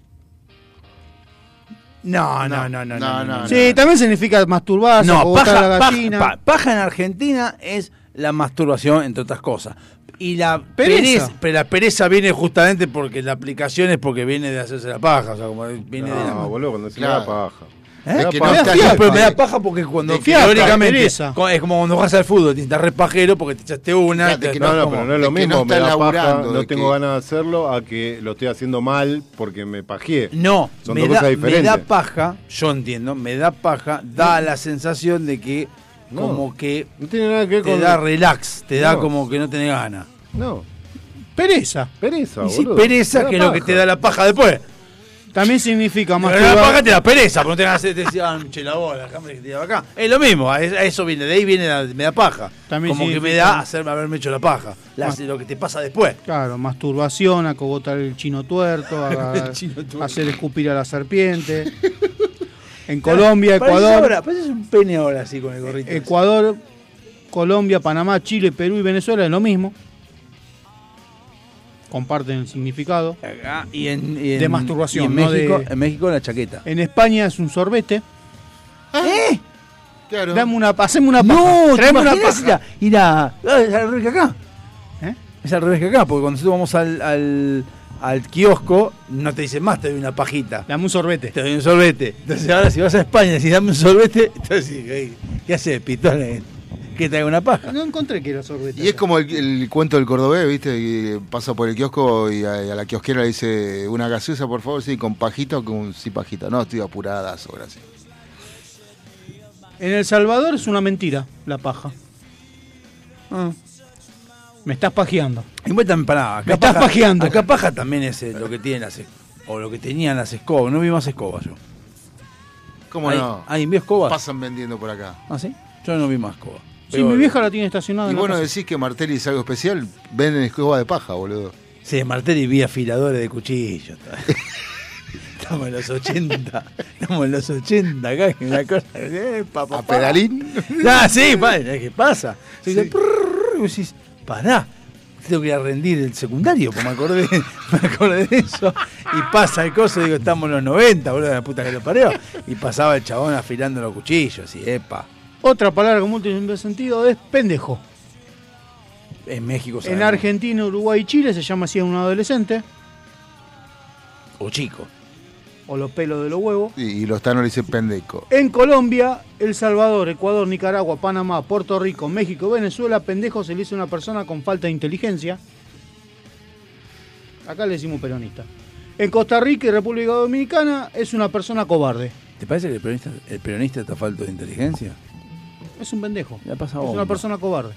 Speaker 4: No, no, no, no. No, Ah, no,
Speaker 5: sí, también significa masturbarse,
Speaker 4: No,
Speaker 5: acogotar
Speaker 4: paja,
Speaker 5: a la
Speaker 4: paja-
Speaker 5: gallina.
Speaker 4: pa- paja en Argentina eh, es la masturbación, entre otras cosas. Y la
Speaker 5: Pereza.
Speaker 4: pereza. pero la pereza viene justamente porque la aplicación es porque viene de hacerse la paja. O sea, como viene de la
Speaker 7: No, boludo, cuando se
Speaker 4: Claro.
Speaker 7: me da paja.
Speaker 4: ¿Eh?
Speaker 7: Me da
Speaker 4: Que no
Speaker 7: paja.
Speaker 4: me da fiaca, pero me da paja porque cuando
Speaker 7: De fiaca,
Speaker 4: teóricamente,
Speaker 7: pereza.
Speaker 4: co- es como cuando juegas al fútbol, te estás repajero porque te echaste una. te-
Speaker 7: no, no,
Speaker 4: como-
Speaker 7: pero no es lo
Speaker 4: de que
Speaker 7: mismo.
Speaker 4: no
Speaker 7: me
Speaker 4: estás
Speaker 7: da paja,
Speaker 4: laburando,
Speaker 7: no
Speaker 4: de
Speaker 7: tengo
Speaker 4: que-
Speaker 7: ganas de hacerlo a que lo estoy haciendo mal porque me pajeé.
Speaker 4: No,
Speaker 7: son
Speaker 4: me
Speaker 7: dos
Speaker 4: da,
Speaker 7: cosas
Speaker 4: me
Speaker 7: diferentes.
Speaker 4: da paja, yo entiendo, me da paja, da la sensación de que
Speaker 7: No,
Speaker 4: como que
Speaker 7: no tiene nada que ver
Speaker 4: te
Speaker 7: con-
Speaker 4: da relax, te da
Speaker 7: No.
Speaker 4: como que no tenés ganas.
Speaker 7: No.
Speaker 5: Pereza.
Speaker 7: Pereza,
Speaker 4: Y sí,
Speaker 7: boludo.
Speaker 4: pereza
Speaker 7: Me da
Speaker 4: que es lo que
Speaker 7: paja.
Speaker 4: te da la paja después.
Speaker 5: También significa
Speaker 4: Pero la
Speaker 5: masturbar.
Speaker 4: paja te da pereza, porque no te ganas de decir, ah, che, la bola, déjame que te lleve acá. Es lo mismo, a es- a eso viene, de ahí viene la, me da paja.
Speaker 5: También
Speaker 4: como que me
Speaker 5: significa-
Speaker 4: da hacerme haberme hecho la paja, la-
Speaker 5: Mas-
Speaker 4: lo que te pasa después.
Speaker 5: Claro, masturbación, acogotar el chino tuerto, a-
Speaker 4: El chino tuerto.
Speaker 5: hacer escupir a la serpiente. en Colombia,
Speaker 4: Parece
Speaker 5: Ecuador,
Speaker 4: Ahora, parece un pene ahora así con el gorrito.
Speaker 5: Ecuador, Colombia, Panamá, Chile, Perú y Venezuela es lo mismo. comparten el significado.
Speaker 4: Y en, y en-
Speaker 5: de masturbación,
Speaker 4: y en
Speaker 5: no
Speaker 4: México,
Speaker 5: de-
Speaker 4: en México la chaqueta.
Speaker 5: En España es un sorbete. ¿Eh?
Speaker 6: Ah. Claro.
Speaker 5: Dame una, hacemos una paja.
Speaker 4: No,
Speaker 5: Traeme una
Speaker 4: imaginas
Speaker 5: paja.
Speaker 4: ir a- ir a- ah, Es al revés que acá. Es al revés que acá, porque cuando nosotros vamos al, al, al kiosco, no te dicen más, te doy una pajita.
Speaker 5: Dame un sorbete.
Speaker 4: Te doy un sorbete. Entonces ahora si vas a España y decís dame un sorbete, entonces ¿qué, qué haces, pitones? ¿Qué trae una paja?
Speaker 5: No encontré que era sorbete.
Speaker 6: Y es como el, el cuento del cordobés, ¿viste? Y pasa por el kiosco y a, y a la kiosquera le dice una gaseosa, por favor, sí, con pajita o con sí pajita. No, estoy apurada, ahora sí.
Speaker 5: En El Salvador es una mentira la paja.
Speaker 6: Ah.
Speaker 5: Me estás pajeando.
Speaker 4: Y vos también, pará, acá
Speaker 5: Me estás
Speaker 4: paja-
Speaker 5: pajeando.
Speaker 4: Acá paja también es eh, lo que tienen las es- o lo que tenían las escobas, no vi más escobas yo.
Speaker 6: ¿Cómo
Speaker 4: Ahí-
Speaker 6: no?
Speaker 4: Ahí vi escobas.
Speaker 6: Pasan vendiendo por acá.
Speaker 4: ¿Ah, sí? Yo no vi más escobas.
Speaker 5: Si mi vieja la tiene estacionada.
Speaker 6: Y
Speaker 5: en la
Speaker 6: bueno,
Speaker 5: casa.
Speaker 6: decís que Martelli es algo especial, venden escoba de paja, boludo.
Speaker 4: Sí, Martelli vi afiladores de cuchillos. Estamos en los 80. Estamos en los 80 acá, que una cosa. eh, pa, pa,
Speaker 6: ¿A
Speaker 4: pa.
Speaker 6: pedalín?
Speaker 4: Ah, sí, pa, es que pasa. Se dice, prrr, y vos decís, pará, tengo que ir a rendir el secundario, porque me acordé, me acordé de eso. Y pasa el coso, digo, estamos en los 90, boludo, la puta que lo parió. Y pasaba el chabón afilando los cuchillos, y epa.
Speaker 5: Otra palabra con múltiple sentido es pendejo.
Speaker 4: En México se
Speaker 5: En Argentina, Uruguay y Chile se llama así a un adolescente.
Speaker 4: O chico.
Speaker 5: O los pelos de los huevos.
Speaker 6: Y, y los tanos le dicen pendeco.
Speaker 5: En Colombia, El Salvador, Ecuador, Nicaragua, Panamá, Puerto Rico, México, Venezuela, pendejo se le dice a una persona con falta de inteligencia. Acá le decimos peronista. En Costa Rica y República Dominicana es una persona cobarde.
Speaker 4: ¿Te parece que el peronista, el peronista está falto de inteligencia?
Speaker 5: Es un pendejo.
Speaker 4: Le ha pasado
Speaker 5: Es una
Speaker 4: bomba.
Speaker 5: persona cobarde.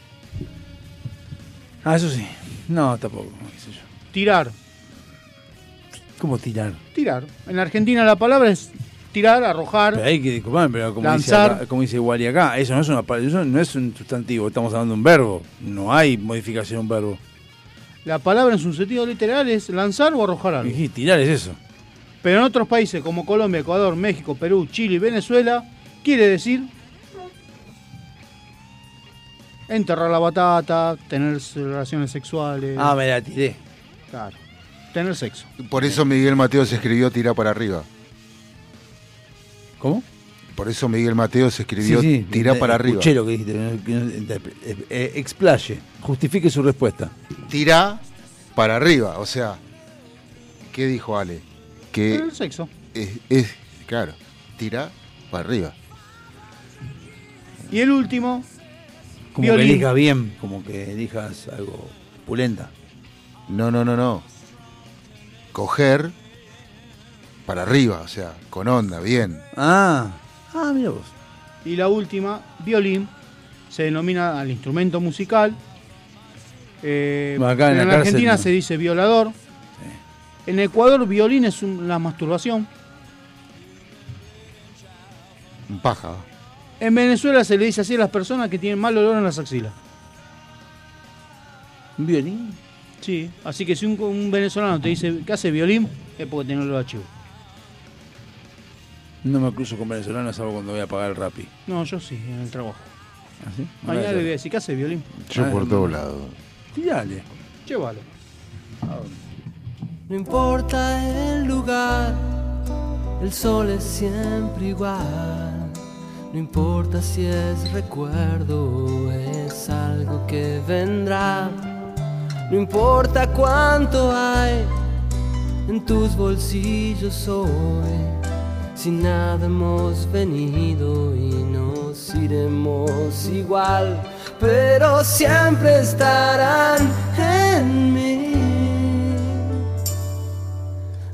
Speaker 4: Ah, eso sí. No, tampoco, qué sé yo.
Speaker 5: Tirar.
Speaker 4: ¿Cómo tirar?
Speaker 5: Tirar. En Argentina la palabra es tirar, arrojar.
Speaker 4: Pero hay que disculparme, pero como dice,
Speaker 5: Lanzar.
Speaker 4: acá- como dice Wally acá, eso no, es una, pa- eso no es un sustantivo, estamos hablando de un verbo. No hay modificación de un verbo.
Speaker 5: La palabra en su sentido literal es lanzar o arrojar algo.
Speaker 4: Y tirar es eso.
Speaker 5: Pero en otros países como Colombia, Ecuador, México, Perú, Chile y Venezuela, quiere decir enterrar la batata, tener relaciones sexuales.
Speaker 4: Ah, me la tiré.
Speaker 5: Claro. Tener sexo.
Speaker 6: Por eso Miguel Mateo se escribió tira para arriba.
Speaker 4: ¿Cómo?
Speaker 6: Por eso Miguel Mateo se escribió tira
Speaker 4: eh,
Speaker 6: para arriba.
Speaker 4: escuché lo que dijiste. no- que no- interpre- eh, eh, explaye, justifique su respuesta.
Speaker 6: Tira para arriba, o sea, ¿qué dijo Ale? Que
Speaker 5: Tener sexo.
Speaker 6: es, es- claro, tira para arriba.
Speaker 5: Y el último,
Speaker 4: Como
Speaker 5: Violín.
Speaker 4: que elijas bien, como que elijas algo pulenta.
Speaker 6: No, no, no, no. Coger para arriba, o sea, con onda, bien.
Speaker 4: Ah, ah, mira vos.
Speaker 5: Y la última, violín, se denomina al instrumento musical. Eh,
Speaker 4: Bueno, acá en
Speaker 5: en,
Speaker 4: la cárcel,
Speaker 5: Argentina
Speaker 4: no.
Speaker 5: se dice violador. En Ecuador, violín es un- la masturbación.
Speaker 6: Un paja.
Speaker 5: En Venezuela se le dice así a las personas que tienen mal olor en las axilas.
Speaker 4: ¿Violín?
Speaker 5: Sí, así que si un, un venezolano te dice que hace violín, es porque tiene olor a chivo.
Speaker 4: No me cruzo con venezolanos salvo cuando voy a pagar el rapi.
Speaker 5: No, yo sí, en el trabajo.
Speaker 4: ¿Así?
Speaker 5: Mañana le voy a decir que hace violín.
Speaker 6: Yo
Speaker 4: Ah,
Speaker 6: por todos lados.
Speaker 4: Tirale.
Speaker 5: Llévalo.
Speaker 19: No importa el lugar, el sol es siempre igual. No importa si es recuerdo o es algo que vendrá. No importa cuánto hay en tus bolsillos hoy. Si nada hemos venido y nos iremos igual, pero siempre estarán en mí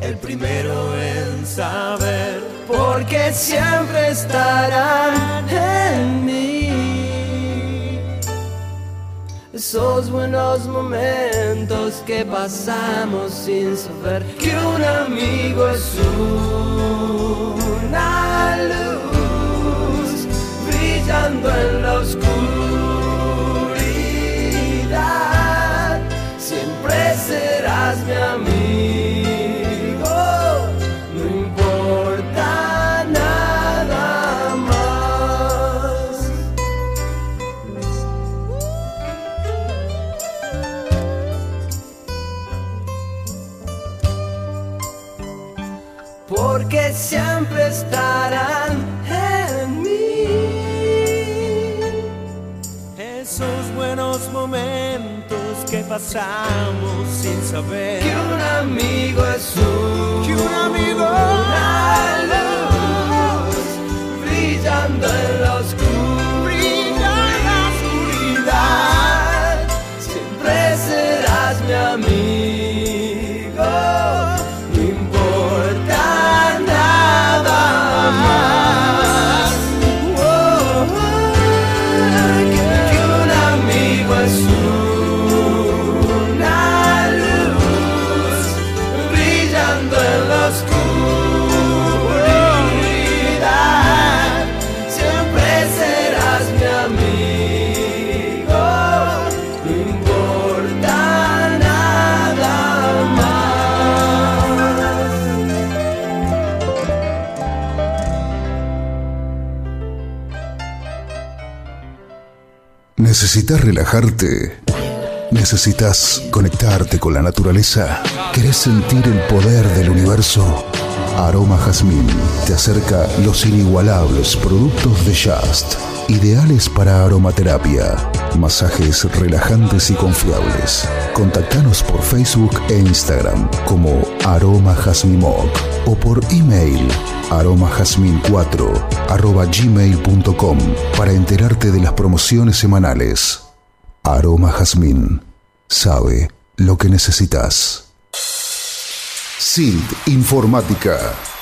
Speaker 19: el primero en saber, porque siempre estarán en mí. esos buenos momentos que pasamos sin saber que un amigo es una luz brillando en la oscuridad. Siempre serás mi amigo, no importa nada más. porque siempre estarán en mí esos buenos momentos que pasamos sin saber que un amigo es un, que un amigo una luz brillando en la oscuridad, oscuridad. siempre serás mi amigo importa nada más. Oh, oh, que un amigo es una luz brillando en la oscuridad. Siempre serás mi amigo. No importa nada más.
Speaker 9: ¿Necesitas relajarte? ¿Necesitas conectarte con la naturaleza? ¿Querés sentir el poder del universo? Aroma Jazmín te acerca los inigualables productos de Just, ideales para aromaterapia, masajes relajantes y confiables. Contactanos por Facebook e Instagram como Aroma Jazmimoc o por email aromajazmin4 arroba gmail.com para enterarte de las promociones semanales. Aroma Jazmín sabe lo que necesitas. SILT Informática.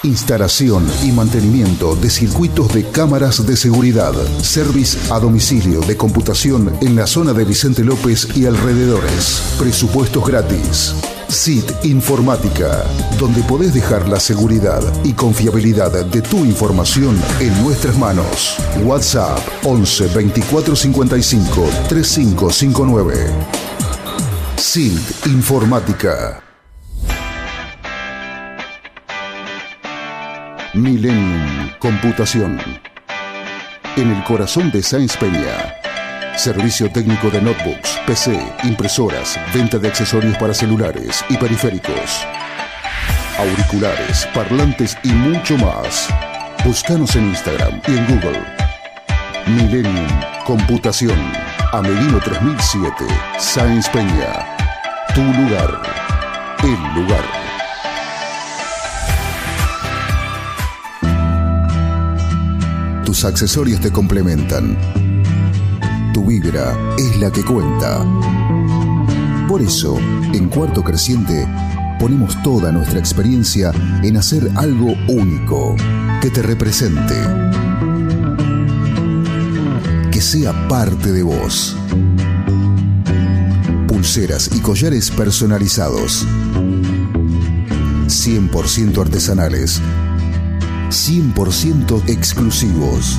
Speaker 9: Instalación y mantenimiento de circuitos de cámaras de seguridad. Service a domicilio de computación en la zona de Vicente López y alrededores. Presupuestos gratis. SIT Informática, donde podés dejar la seguridad y confiabilidad de tu información en nuestras manos. WhatsApp 11 24 55 3559. SILT Informática. Millennium Computación. En el corazón de Sáenz Peña. Servicio técnico de notebooks, PC, impresoras, venta de accesorios para celulares y periféricos. Auriculares, parlantes y mucho más. Búscanos en Instagram y en Google. Millennium Computación. Amelino 3007. Sáenz Peña. Tu lugar. El lugar. Tus accesorios te complementan. Tu vibra es la que cuenta. Por eso, en Cuarto Creciente, ponemos toda nuestra experiencia en hacer algo único, que te represente, que sea parte de vos. Pulseras y collares personalizados, 100% artesanales 100% exclusivos.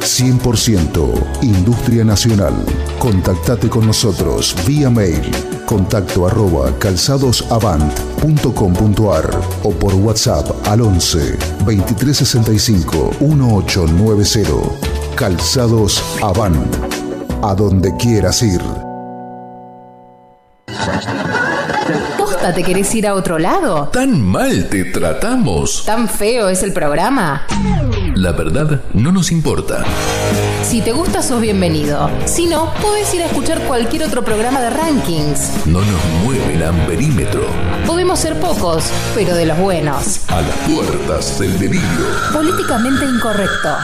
Speaker 9: 100% Industria Nacional. Contactate con nosotros vía mail contacto arroba calzadosavant.com.ar o por WhatsApp al 11 2365 1890. Calzados Avant. A donde quieras ir.
Speaker 2: ¿Posta te querés ir a otro lado?
Speaker 14: ¿Tan mal te tratamos?
Speaker 2: ¿Tan feo es el programa?
Speaker 14: La verdad no nos importa.
Speaker 2: Si te gusta, sos bienvenido. Si no, podés ir a escuchar cualquier otro programa de rankings.
Speaker 14: No nos mueve el amperímetro.
Speaker 2: Podemos ser pocos, pero de los buenos.
Speaker 14: A las puertas del delirio.
Speaker 2: Políticamente incorrecto.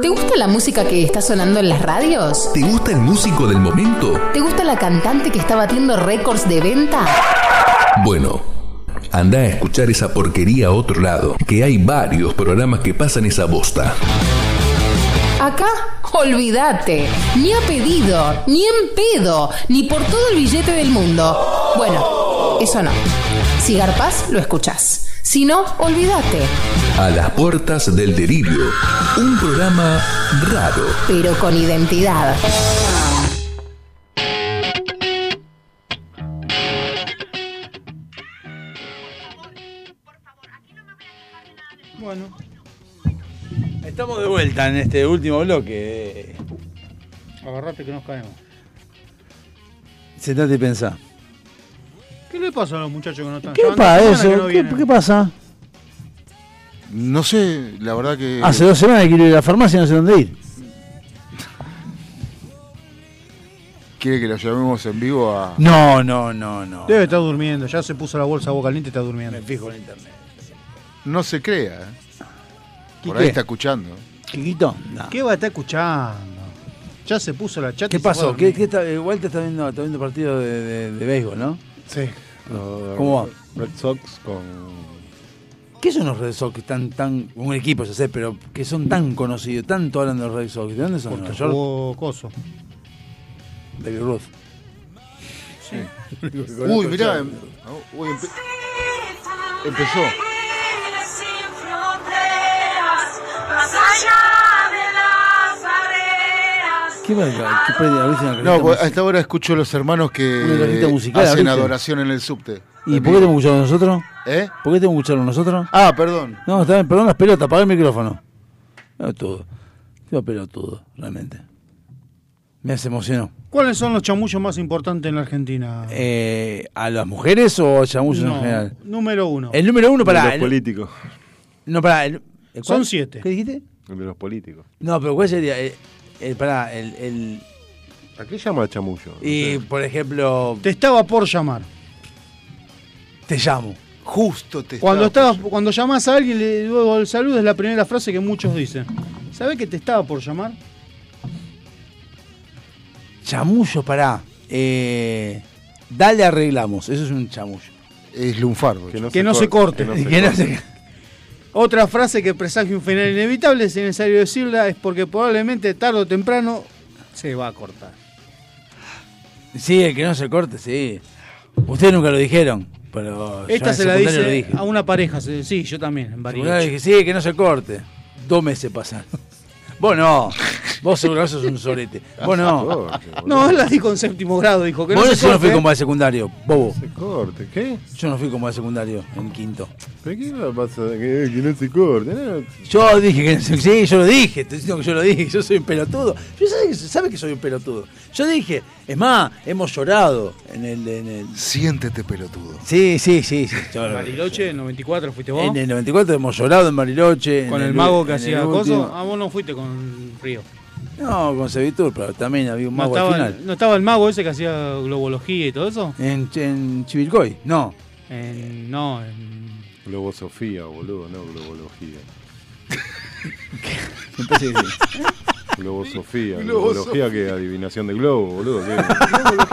Speaker 2: ¿Te gusta la música que está sonando en las radios?
Speaker 14: ¿Te gusta el músico del momento?
Speaker 2: ¿Te gusta la cantante que está batiendo récords de venta?
Speaker 14: Bueno, anda a escuchar esa porquería a otro lado, que hay varios programas que pasan esa bosta.
Speaker 2: Acá, olvídate. Ni a pedido, ni en pedo, ni por todo el billete del mundo. Bueno, eso no. Si garpás, lo escuchás. Si no, olvídate.
Speaker 14: A las puertas del delirio. Un programa raro.
Speaker 2: Pero con identidad.
Speaker 5: Bueno.
Speaker 4: Estamos de vuelta en este último bloque.
Speaker 5: Agarrate que nos caemos.
Speaker 4: Sentate y pensá.
Speaker 5: ¿Qué le pasa a los muchachos que no están?
Speaker 4: ¿Qué
Speaker 5: Ya van dos
Speaker 4: pasa
Speaker 5: semanas que
Speaker 4: eso?
Speaker 5: no
Speaker 4: ¿Qué,
Speaker 5: vienen.
Speaker 4: qué pasa?
Speaker 6: No sé, la verdad que.
Speaker 4: Hace dos semanas que quiero ir a la farmacia y no sé dónde ir.
Speaker 6: ¿Quiere que lo llamemos en vivo a.?
Speaker 4: No, no, no, no.
Speaker 5: Debe estar durmiendo, ya se puso la bolsa boca caliente y está durmiendo. Me
Speaker 4: fijo en internet.
Speaker 6: No se crea. ¿eh? Por
Speaker 5: qué?
Speaker 6: ahí está escuchando.
Speaker 4: Chiquito, no.
Speaker 5: ¿Qué va a estar escuchando? Ya se puso la chata.
Speaker 4: ¿Qué
Speaker 5: y se fue a
Speaker 4: pasó? ¿Qué,
Speaker 5: dormir.
Speaker 4: qué está, eh, Walter está viendo, está viendo partido de, de- de béisbol, ¿no?
Speaker 5: Sí.
Speaker 4: ¿Cómo va?
Speaker 7: Red Sox con.
Speaker 4: ¿Qué son los Red Sox que están tan. un equipo, ya sé, pero que son tan conocidos, tanto hablan de los Red Sox? ¿De dónde son?
Speaker 5: Porque
Speaker 4: ¿Nueva York?
Speaker 5: jugó Coso.
Speaker 4: David Ruth.
Speaker 6: Uy, mirá. em- uy, empe- empezó.
Speaker 8: Más allá de las barreras.
Speaker 4: ¿Qué va a ¿Qué prende? ¿Abriste una
Speaker 6: No,
Speaker 4: cajita
Speaker 6: pues,
Speaker 4: musical?
Speaker 6: hasta ahora escucho a los hermanos
Speaker 4: Una
Speaker 6: que
Speaker 4: cajita musical,
Speaker 6: hacen
Speaker 4: ¿viste?
Speaker 6: adoración en el subte.
Speaker 4: ¿Y por qué tenemos que escucharlo nosotros?
Speaker 6: ¿Eh?
Speaker 4: ¿Por qué tenemos que escucharlo nosotros?
Speaker 6: Ah, perdón.
Speaker 4: No, está bien, perdón las pelotas, apaga el micrófono. No, todo. Yo pelotudo, realmente. Me hace emocionó.
Speaker 5: ¿Cuáles son los chamullos más importantes en la Argentina?
Speaker 4: Eh, ¿A las mujeres o a chamullos en general?
Speaker 5: Número uno.
Speaker 4: El número uno para.
Speaker 7: de los políticos.
Speaker 4: No, para. El, el
Speaker 5: Son
Speaker 4: cuál?
Speaker 5: siete.
Speaker 4: ¿Qué dijiste?
Speaker 7: El de los políticos.
Speaker 4: No, pero ¿cuál sería? El, el, pará, el. el-
Speaker 7: ¿A qué llama chamullo?
Speaker 4: y, por ejemplo,
Speaker 5: Te estaba por llamar.
Speaker 4: te llamo.
Speaker 6: Justo te
Speaker 5: Cuando,
Speaker 6: estaba-
Speaker 5: estabas, cuando llamás a alguien, le, luego el saludo es la primera frase que muchos dicen. ¿Sabés que te estaba por llamar?
Speaker 4: Chamullo, pará. Eh, dale, arreglamos. Eso es un chamullo.
Speaker 6: Es lunfardo.
Speaker 7: Que
Speaker 5: Que no se corte.
Speaker 4: Que no se-
Speaker 5: Otra frase que presagia un final inevitable, si es necesario decirla, es porque probablemente tarde o temprano se va a cortar.
Speaker 4: Sí, el que no se corte, sí. Ustedes nunca lo dijeron, pero. yo
Speaker 5: Esta
Speaker 4: en
Speaker 5: se la
Speaker 4: secundaria
Speaker 5: dice
Speaker 4: lo dije.
Speaker 5: a una pareja. se- Sí, yo también, en
Speaker 4: Secundaria
Speaker 5: Bariloche.
Speaker 4: dije, sí, que no se corte. Dos meses pasaron. Vos no. Vos seguro que sos un sorete. Vos
Speaker 5: Ah,
Speaker 4: no.
Speaker 5: No, él la dijo en séptimo grado, dijo que
Speaker 4: Vos
Speaker 5: no
Speaker 4: no,
Speaker 5: se
Speaker 4: yo no fui
Speaker 5: corte. ¿eh?
Speaker 4: como de secundario, bobo.
Speaker 7: corte, ¿qué?
Speaker 4: Yo no fui como de secundario, en quinto.
Speaker 7: ¿Pero qué le pasa? Que, que no se corte. ¿no?
Speaker 4: Yo dije que no se- sí, yo lo dije, te diciendo que yo lo dije, yo soy un pelotudo. Yo sabes, que soy un pelotudo. Yo dije, es más, hemos llorado en el, en el-
Speaker 6: Siéntete pelotudo.
Speaker 4: Sí, sí, sí, sí. yo-
Speaker 5: En Bariloche, en 94 fuiste vos.
Speaker 4: en el 94 hemos llorado en Bariloche.
Speaker 5: con
Speaker 4: en
Speaker 5: el, mago que
Speaker 4: en
Speaker 5: hacía
Speaker 4: el
Speaker 5: cosas.
Speaker 4: último.
Speaker 5: Ah, vos no fuiste con Río.
Speaker 4: No, con Sevitur, pero también había un
Speaker 5: No
Speaker 4: mago
Speaker 5: estaba,
Speaker 4: al final.
Speaker 5: ¿No estaba el mago ese que hacía globología y todo eso?
Speaker 4: En, en Chivilcoy, no.
Speaker 5: En- no, en-
Speaker 7: Globosofía, boludo, no globología.
Speaker 4: Me parece que sí.
Speaker 7: Globosofía.
Speaker 6: Globosofía.
Speaker 7: Globología que es adivinación de globo, boludo.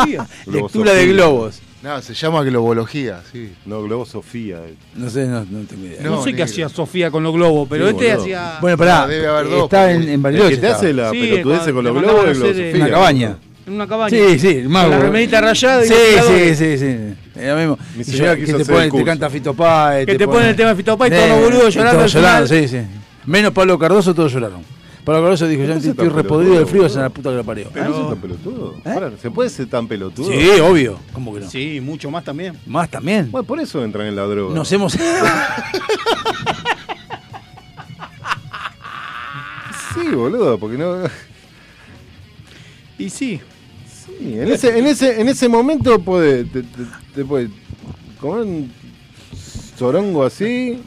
Speaker 7: ¿qué?
Speaker 4: Lectura de
Speaker 7: Globosofía.
Speaker 4: globos.
Speaker 6: No, se llama globología, sí.
Speaker 7: No, globosofía. eh.
Speaker 4: No sé, no, no tengo idea.
Speaker 5: no,
Speaker 6: no,
Speaker 5: sé qué
Speaker 6: negro.
Speaker 5: hacía Sofía con los globos, pero
Speaker 7: Sí,
Speaker 5: este
Speaker 7: boludo.
Speaker 5: hacía.
Speaker 4: Bueno, pará,
Speaker 7: Ah,
Speaker 6: No, debe haber dos,
Speaker 4: estaba en,
Speaker 6: porque-
Speaker 4: en
Speaker 7: El
Speaker 4: Bariloche.
Speaker 7: que te hace
Speaker 4: estaba.
Speaker 7: la
Speaker 5: Sí,
Speaker 7: pelotudeces con
Speaker 5: cuando
Speaker 7: los
Speaker 5: te
Speaker 7: globos
Speaker 5: mandaban
Speaker 7: es
Speaker 5: a hacer, eh,
Speaker 7: globosofía.
Speaker 4: En una cabaña.
Speaker 5: En una cabaña.
Speaker 4: Sí, sí, el mago.
Speaker 5: Con la remerita rayada y
Speaker 4: Sí,
Speaker 5: el clavo de-
Speaker 4: sí, sí, sí. Era lo mismo.
Speaker 7: Mi
Speaker 4: Y
Speaker 7: señora
Speaker 4: yo-
Speaker 7: quiso
Speaker 4: que te,
Speaker 7: hacer
Speaker 4: pone,
Speaker 7: el
Speaker 4: te
Speaker 7: curso.
Speaker 4: canta Fito Páez.
Speaker 5: Que te pone el tema de Fito Páez, todos los boludos llorando al
Speaker 4: Todos llorando,
Speaker 5: final.
Speaker 4: sí, sí. Menos Pablo Cardoso, todos lloraron. Pablo Cardoso dijo, ya
Speaker 7: Entonces
Speaker 4: estoy
Speaker 7: tampoco,
Speaker 4: repodrido de
Speaker 7: boludo.
Speaker 4: frío, hasta la puta que lo parió. Ah,
Speaker 7: ¿Pero no es tan pelotudo? Pará, ¿Se puede ser tan pelotudo?
Speaker 4: Sí, obvio. ¿Cómo que no?
Speaker 5: Sí, mucho más también.
Speaker 4: Más también.
Speaker 7: Bueno, por eso entran en la droga.
Speaker 4: Nos hemos...
Speaker 7: Sí, boludo, porque no.
Speaker 5: Y sí.
Speaker 7: Sí, en ese, en ese, en ese momento puede, te, te- te puede comer un sorongo así.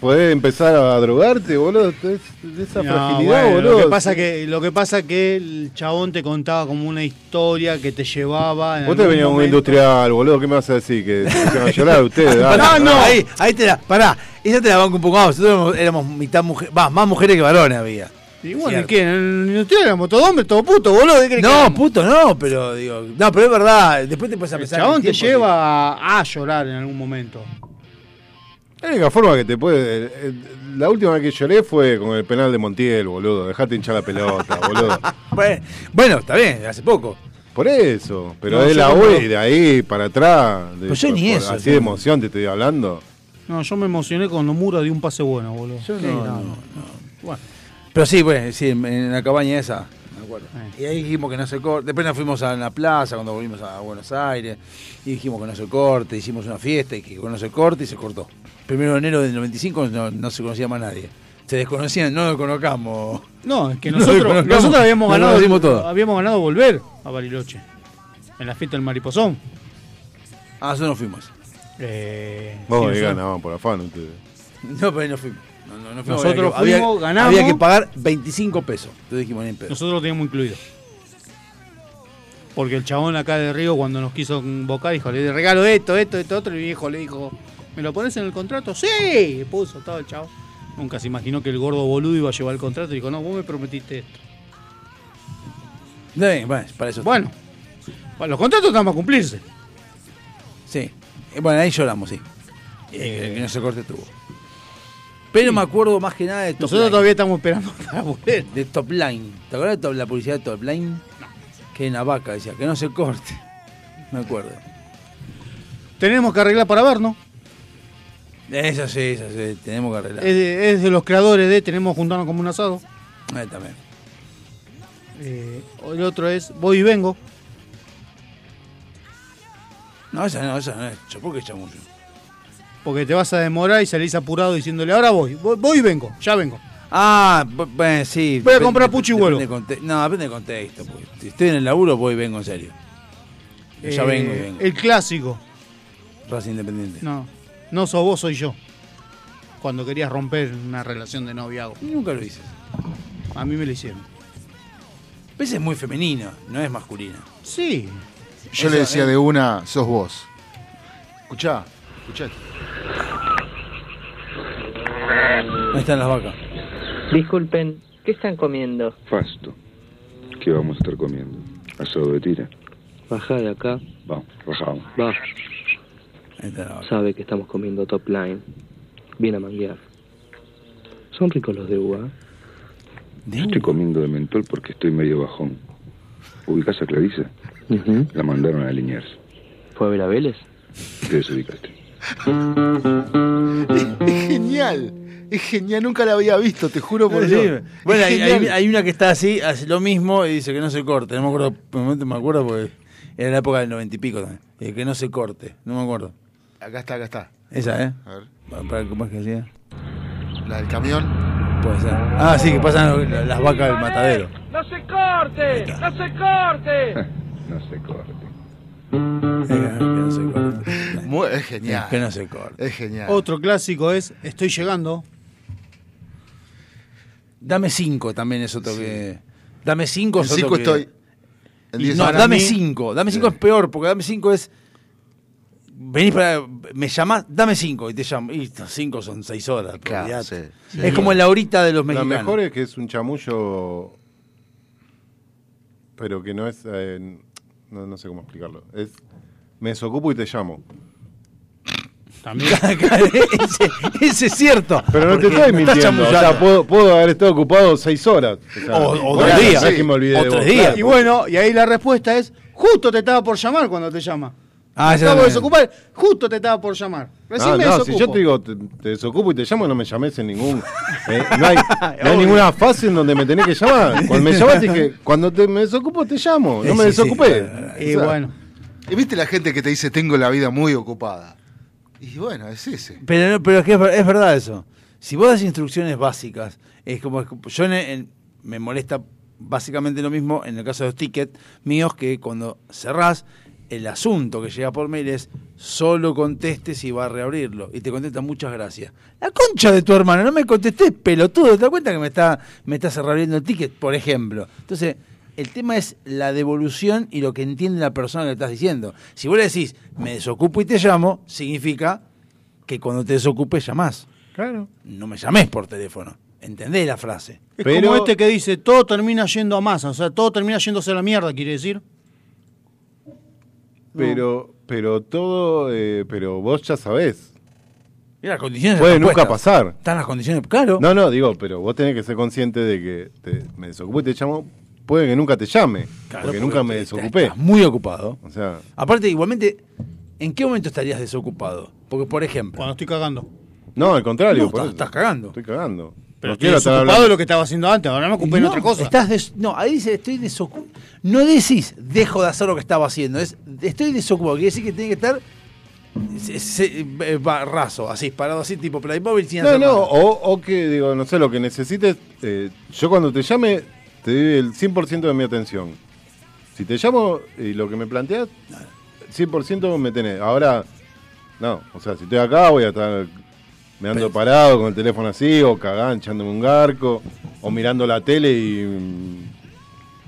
Speaker 7: podés empezar a drogarte, boludo. Es de esa
Speaker 5: No,
Speaker 7: fragilidad,
Speaker 5: bueno,
Speaker 7: boludo.
Speaker 5: Lo que, pasa que, lo que pasa que el chabón te contaba como una historia que te llevaba. en
Speaker 7: Vos te
Speaker 5: algún
Speaker 7: venías como
Speaker 5: momento.
Speaker 7: industrial, boludo. ¿Qué me vas a decir? Que se van a llorar ustedes. dale.
Speaker 4: no, Ah, no. Ahí, ahí te la. Pará, esa te la banco un poco más. Nosotros éramos- éramos mitad mujer. Va, más mujeres que varones había.
Speaker 5: Y bueno, ¿y qué? En el industrial éramos todos hombres, todos putos, boludo. ¿qué crees que
Speaker 4: No,
Speaker 5: éramos?
Speaker 4: puto, no, pero digo. No, pero es verdad. Después te puedes
Speaker 5: El
Speaker 4: empezar.
Speaker 5: chabón te lleva a, a llorar en algún momento.
Speaker 7: La única forma que te puede. eh, eh, La última vez que lloré fue con el penal de Montiel, boludo. Dejate hinchar la pelota, boludo.
Speaker 4: Bueno, está bien, hace poco.
Speaker 7: Por eso, pero
Speaker 4: No,
Speaker 7: es
Speaker 4: yo
Speaker 7: la
Speaker 4: no.
Speaker 7: hoy, de ahí para atrás. de-
Speaker 5: Pero yo ni
Speaker 7: por-
Speaker 5: eso,
Speaker 7: Así de
Speaker 5: no.
Speaker 7: emoción te estoy hablando.
Speaker 5: No, yo me emocioné con los muros de un pase bueno, boludo.
Speaker 4: Yo
Speaker 5: Sí,
Speaker 4: no,
Speaker 5: no,
Speaker 4: no,
Speaker 5: no. Bueno.
Speaker 4: Pero sí, bueno, sí, en, en la cabaña esa. me acuerdo. Y ahí dijimos que no se corte. Después nos fuimos a la plaza cuando volvimos a Buenos Aires. Y dijimos que no se corte. Hicimos una fiesta y que no se corte y se cortó. Primero de enero del 95 no, no se conocía más nadie. Se desconocían, no nos conozcamos.
Speaker 5: No, es que
Speaker 4: No,
Speaker 5: nosotros,
Speaker 4: no, no,
Speaker 5: nosotros
Speaker 4: no,
Speaker 5: habíamos
Speaker 4: no,
Speaker 5: ganado.
Speaker 4: lo dimos todo.
Speaker 5: Habíamos ganado volver a Bariloche. En la fiesta del mariposón.
Speaker 4: Ah, nosotros no fuimos.
Speaker 5: Eh,
Speaker 7: Vos
Speaker 5: sí,
Speaker 7: me
Speaker 5: nosotros-
Speaker 7: ganaban por afán ustedes.
Speaker 4: No, pero ahí no fuimos. No, no, no fuimos.
Speaker 5: Nosotros
Speaker 4: había, que-
Speaker 5: fuimos,
Speaker 4: había-
Speaker 5: ganamos.
Speaker 4: Había que pagar 25 pesos. Entonces dijimos, ni en pedo.
Speaker 5: Nosotros lo teníamos incluido. Porque el chabón acá de Río, cuando nos quiso invocar, dijo: Le regalo esto, esto, esto, otro. Y el viejo le dijo: ¿Me lo pones en el contrato? ¡Sí! Puso todo el chabón. Nunca se imaginó que el gordo boludo iba a llevar el contrato. Y dijo: No, vos me prometiste esto.
Speaker 4: Está bien, bueno, para eso.
Speaker 5: Bueno, bueno, los contratos están para cumplirse.
Speaker 4: Sí. Eh, Bueno, ahí lloramos, sí. Y
Speaker 5: Eh,
Speaker 4: que- que no se corte tuvo. Pero me acuerdo más que nada de Top
Speaker 5: Nosotros
Speaker 4: Line.
Speaker 5: todavía estamos esperando para volver.
Speaker 4: De Top Line. ¿Te acuerdas de Top- la publicidad de Top Line? Que en la vaca decía, que no se corte. Me acuerdo.
Speaker 5: Tenemos que arreglar para vernos.
Speaker 4: Eso sí, eso sí, tenemos que arreglar.
Speaker 5: Es de, es de los creadores de Tenemos que juntarnos como un asado.
Speaker 4: Ahí también.
Speaker 5: Eh, el otro es Voy y vengo.
Speaker 4: No, esa no, esa no es. Yo, ¿por qué chamuyo?
Speaker 5: Porque te vas a demorar y salís apurado diciéndole, ahora voy, voy, voy y vengo, ya vengo.
Speaker 4: Ah, bu- bueno, sí.
Speaker 5: Voy a
Speaker 4: depende-
Speaker 5: comprar pucho y
Speaker 4: depende
Speaker 5: vuelvo.
Speaker 4: del conte- No, depende del contexto. porque Si estoy en el laburo, voy y vengo en serio. Ya
Speaker 5: Eh,
Speaker 4: vengo y vengo.
Speaker 5: El clásico.
Speaker 4: Raza Independiente.
Speaker 5: No, no sos vos, soy yo. Cuando querías romper una relación de noviazgo.
Speaker 4: Nunca lo hice.
Speaker 5: A mí me lo hicieron.
Speaker 4: A veces es muy femenino, no es masculino.
Speaker 5: Sí.
Speaker 6: Yo le
Speaker 4: ¿eh?
Speaker 6: decía de una, sos vos. Escuchá, escuchá.
Speaker 4: Ahí están las vacas.
Speaker 11: Disculpen, ¿qué están comiendo?
Speaker 20: Fasto. ¿Qué vamos a estar comiendo? Asado de tira.
Speaker 11: Bajá de acá.
Speaker 20: Vamos, bajamos.
Speaker 11: Va. Sabe que estamos comiendo top line. Viene a manguear. Son ricos los de uva.
Speaker 20: Yo estoy comiendo de mentol porque estoy medio bajón. ¿Ubicás a Clarisa? La mandaron a Liniers.
Speaker 11: ¿Fue a ver a Vélez?
Speaker 20: Te desubicaste.
Speaker 6: Genial. Es genial, nunca la había visto, te juro por
Speaker 4: Sí.
Speaker 6: Dios.
Speaker 4: Bueno,
Speaker 6: Es
Speaker 4: hay,
Speaker 6: genial.
Speaker 4: hay- hay una que está así, hace lo mismo y dice que no se corte. No me acuerdo, por el momento me acuerdo porque era la época del noventa y pico también. Eh, que no se corte, no me acuerdo.
Speaker 6: Acá está, acá está.
Speaker 4: Esa, ¿eh?
Speaker 6: A ver.
Speaker 4: Pa- para- ¿Cómo es que decía?
Speaker 6: La del camión.
Speaker 4: Puede ser. Ah, sí, que pasan lo- la- las vacas del
Speaker 6: Eh,
Speaker 4: matadero.
Speaker 8: No se corte, ¡Eh, no se corte.
Speaker 20: No se corte.
Speaker 4: Eh,
Speaker 6: Mu- Es genial.
Speaker 4: Es que no se corte.
Speaker 6: Es genial.
Speaker 5: Otro clásico es Estoy llegando.
Speaker 4: Dame cinco también es otro que. Dame cinco
Speaker 6: En
Speaker 4: es otro
Speaker 6: cinco
Speaker 4: que-
Speaker 6: estoy. En
Speaker 4: Y
Speaker 6: diez
Speaker 4: no,
Speaker 6: para
Speaker 4: dame
Speaker 6: mí- Eh.
Speaker 4: cinco. Dame cinco es peor, porque dame cinco es. Venís para. Me llamás, dame cinco y te llamo. Y estos cinco son seis horas. olvidate.
Speaker 7: sí.
Speaker 4: Es como la horita de los mexicanos.
Speaker 7: La mejor es que es un chamullo, pero que no es, eh, no, no sé cómo explicarlo. Es, me desocupo y te llamo.
Speaker 5: También.
Speaker 4: ese, ese es cierto.
Speaker 7: Pero no te
Speaker 4: Porque
Speaker 7: estoy
Speaker 4: me estás
Speaker 7: mintiendo. O sea,
Speaker 4: chamullando.
Speaker 7: puedo, puedo haber estado ocupado seis horas. O, sea,
Speaker 4: O- o
Speaker 7: por
Speaker 4: dos
Speaker 7: ahí,
Speaker 4: días.
Speaker 7: no es que me olvidé
Speaker 4: O
Speaker 7: de
Speaker 4: tres
Speaker 7: vos.
Speaker 4: días. pues.
Speaker 7: Claro.
Speaker 5: Y bueno, y ahí la respuesta es, justo te estaba por llamar cuando te llama.
Speaker 4: Ah, esa
Speaker 5: estaba
Speaker 7: también.
Speaker 5: desocupado, justo te estaba por llamar. Recién
Speaker 7: Ah,
Speaker 5: me
Speaker 7: no,
Speaker 5: desocupo.
Speaker 7: si yo te digo, te, te desocupo y te llamo, no me llames en ningún. eh, no hay, no hay
Speaker 5: Obvio.
Speaker 7: ninguna fase en donde me tenés que llamar. Cuando me llamaste dije, cuando te, me desocupo te llamo. No
Speaker 6: Sí,
Speaker 7: me
Speaker 6: sí, sí.
Speaker 7: desocupé.
Speaker 6: Y
Speaker 7: O sea,
Speaker 6: bueno. Y viste la gente que te dice tengo la vida muy ocupada. Y bueno, es ese.
Speaker 4: Pero, no- pero es que es, ver- es verdad eso. Si vos das instrucciones básicas, es como. Yo en- en- me molesta básicamente lo mismo en el caso de los tickets míos, que cuando cerrás, el asunto que llega por mail es solo conteste si va a reabrirlo. Y te contesta muchas gracias. La concha de tu hermano, no me contestés, pelotudo. ¿Te das cuenta que me está, me estás reabriendo el ticket, por ejemplo? Entonces, el tema es la devolución y lo que entiende la persona que le estás diciendo. Si vos le decís, me desocupo y te llamo, significa que cuando te desocupes llamás.
Speaker 5: Claro.
Speaker 4: No me llamés por teléfono. ¿Entendés la frase?
Speaker 5: Es como este que dice, todo termina yendo a masa, o sea, todo termina yéndose a la mierda, quiere decir.
Speaker 7: Pero, pero todo, eh, pero vos ya sabés.
Speaker 4: Mirá, las condiciones
Speaker 7: Puede
Speaker 4: están
Speaker 7: nunca
Speaker 4: puestas.
Speaker 7: pasar.
Speaker 4: Están las condiciones, claro.
Speaker 7: No, no, digo, pero vos tenés que ser consciente de que te- me desocupé y te llamo. Puede que nunca te llame,
Speaker 4: Claro,
Speaker 7: porque
Speaker 4: porque
Speaker 7: nunca me
Speaker 4: te-
Speaker 7: desocupé.
Speaker 4: estás muy ocupado.
Speaker 7: O sea,
Speaker 4: Aparte, igualmente, ¿en qué momento estarías desocupado? Porque, por ejemplo...
Speaker 5: Cuando estoy cagando.
Speaker 7: no, al contrario.
Speaker 4: No,
Speaker 7: por
Speaker 4: estás,
Speaker 7: eso.
Speaker 4: estás cagando.
Speaker 7: Estoy cagando.
Speaker 5: Pero
Speaker 7: No
Speaker 5: estoy
Speaker 7: quiero estar
Speaker 5: desocupado
Speaker 7: hablando.
Speaker 5: de lo que estaba haciendo antes, ahora me ocupé en
Speaker 4: No,
Speaker 5: otra cosa.
Speaker 4: Estás des- no, ahí dice, estoy desocupado. No decís, dejo de hacer lo que estaba haciendo. Es, estoy desocupado. Quiere decir que tiene que estar se- se- eh, va- raso, así, parado así, tipo Playmobil sin
Speaker 7: No,
Speaker 4: hacer
Speaker 7: no,
Speaker 4: nada.
Speaker 7: o, o que, digo, no sé, lo que necesites, eh, yo cuando te llame, te doy el 100% de mi atención. Si te llamo y lo que me planteas, 100% me tenés. Ahora, no, o sea, si estoy acá voy a estar, me ando parado con el teléfono así, o cagán, echándome un garco, o mirando la tele y...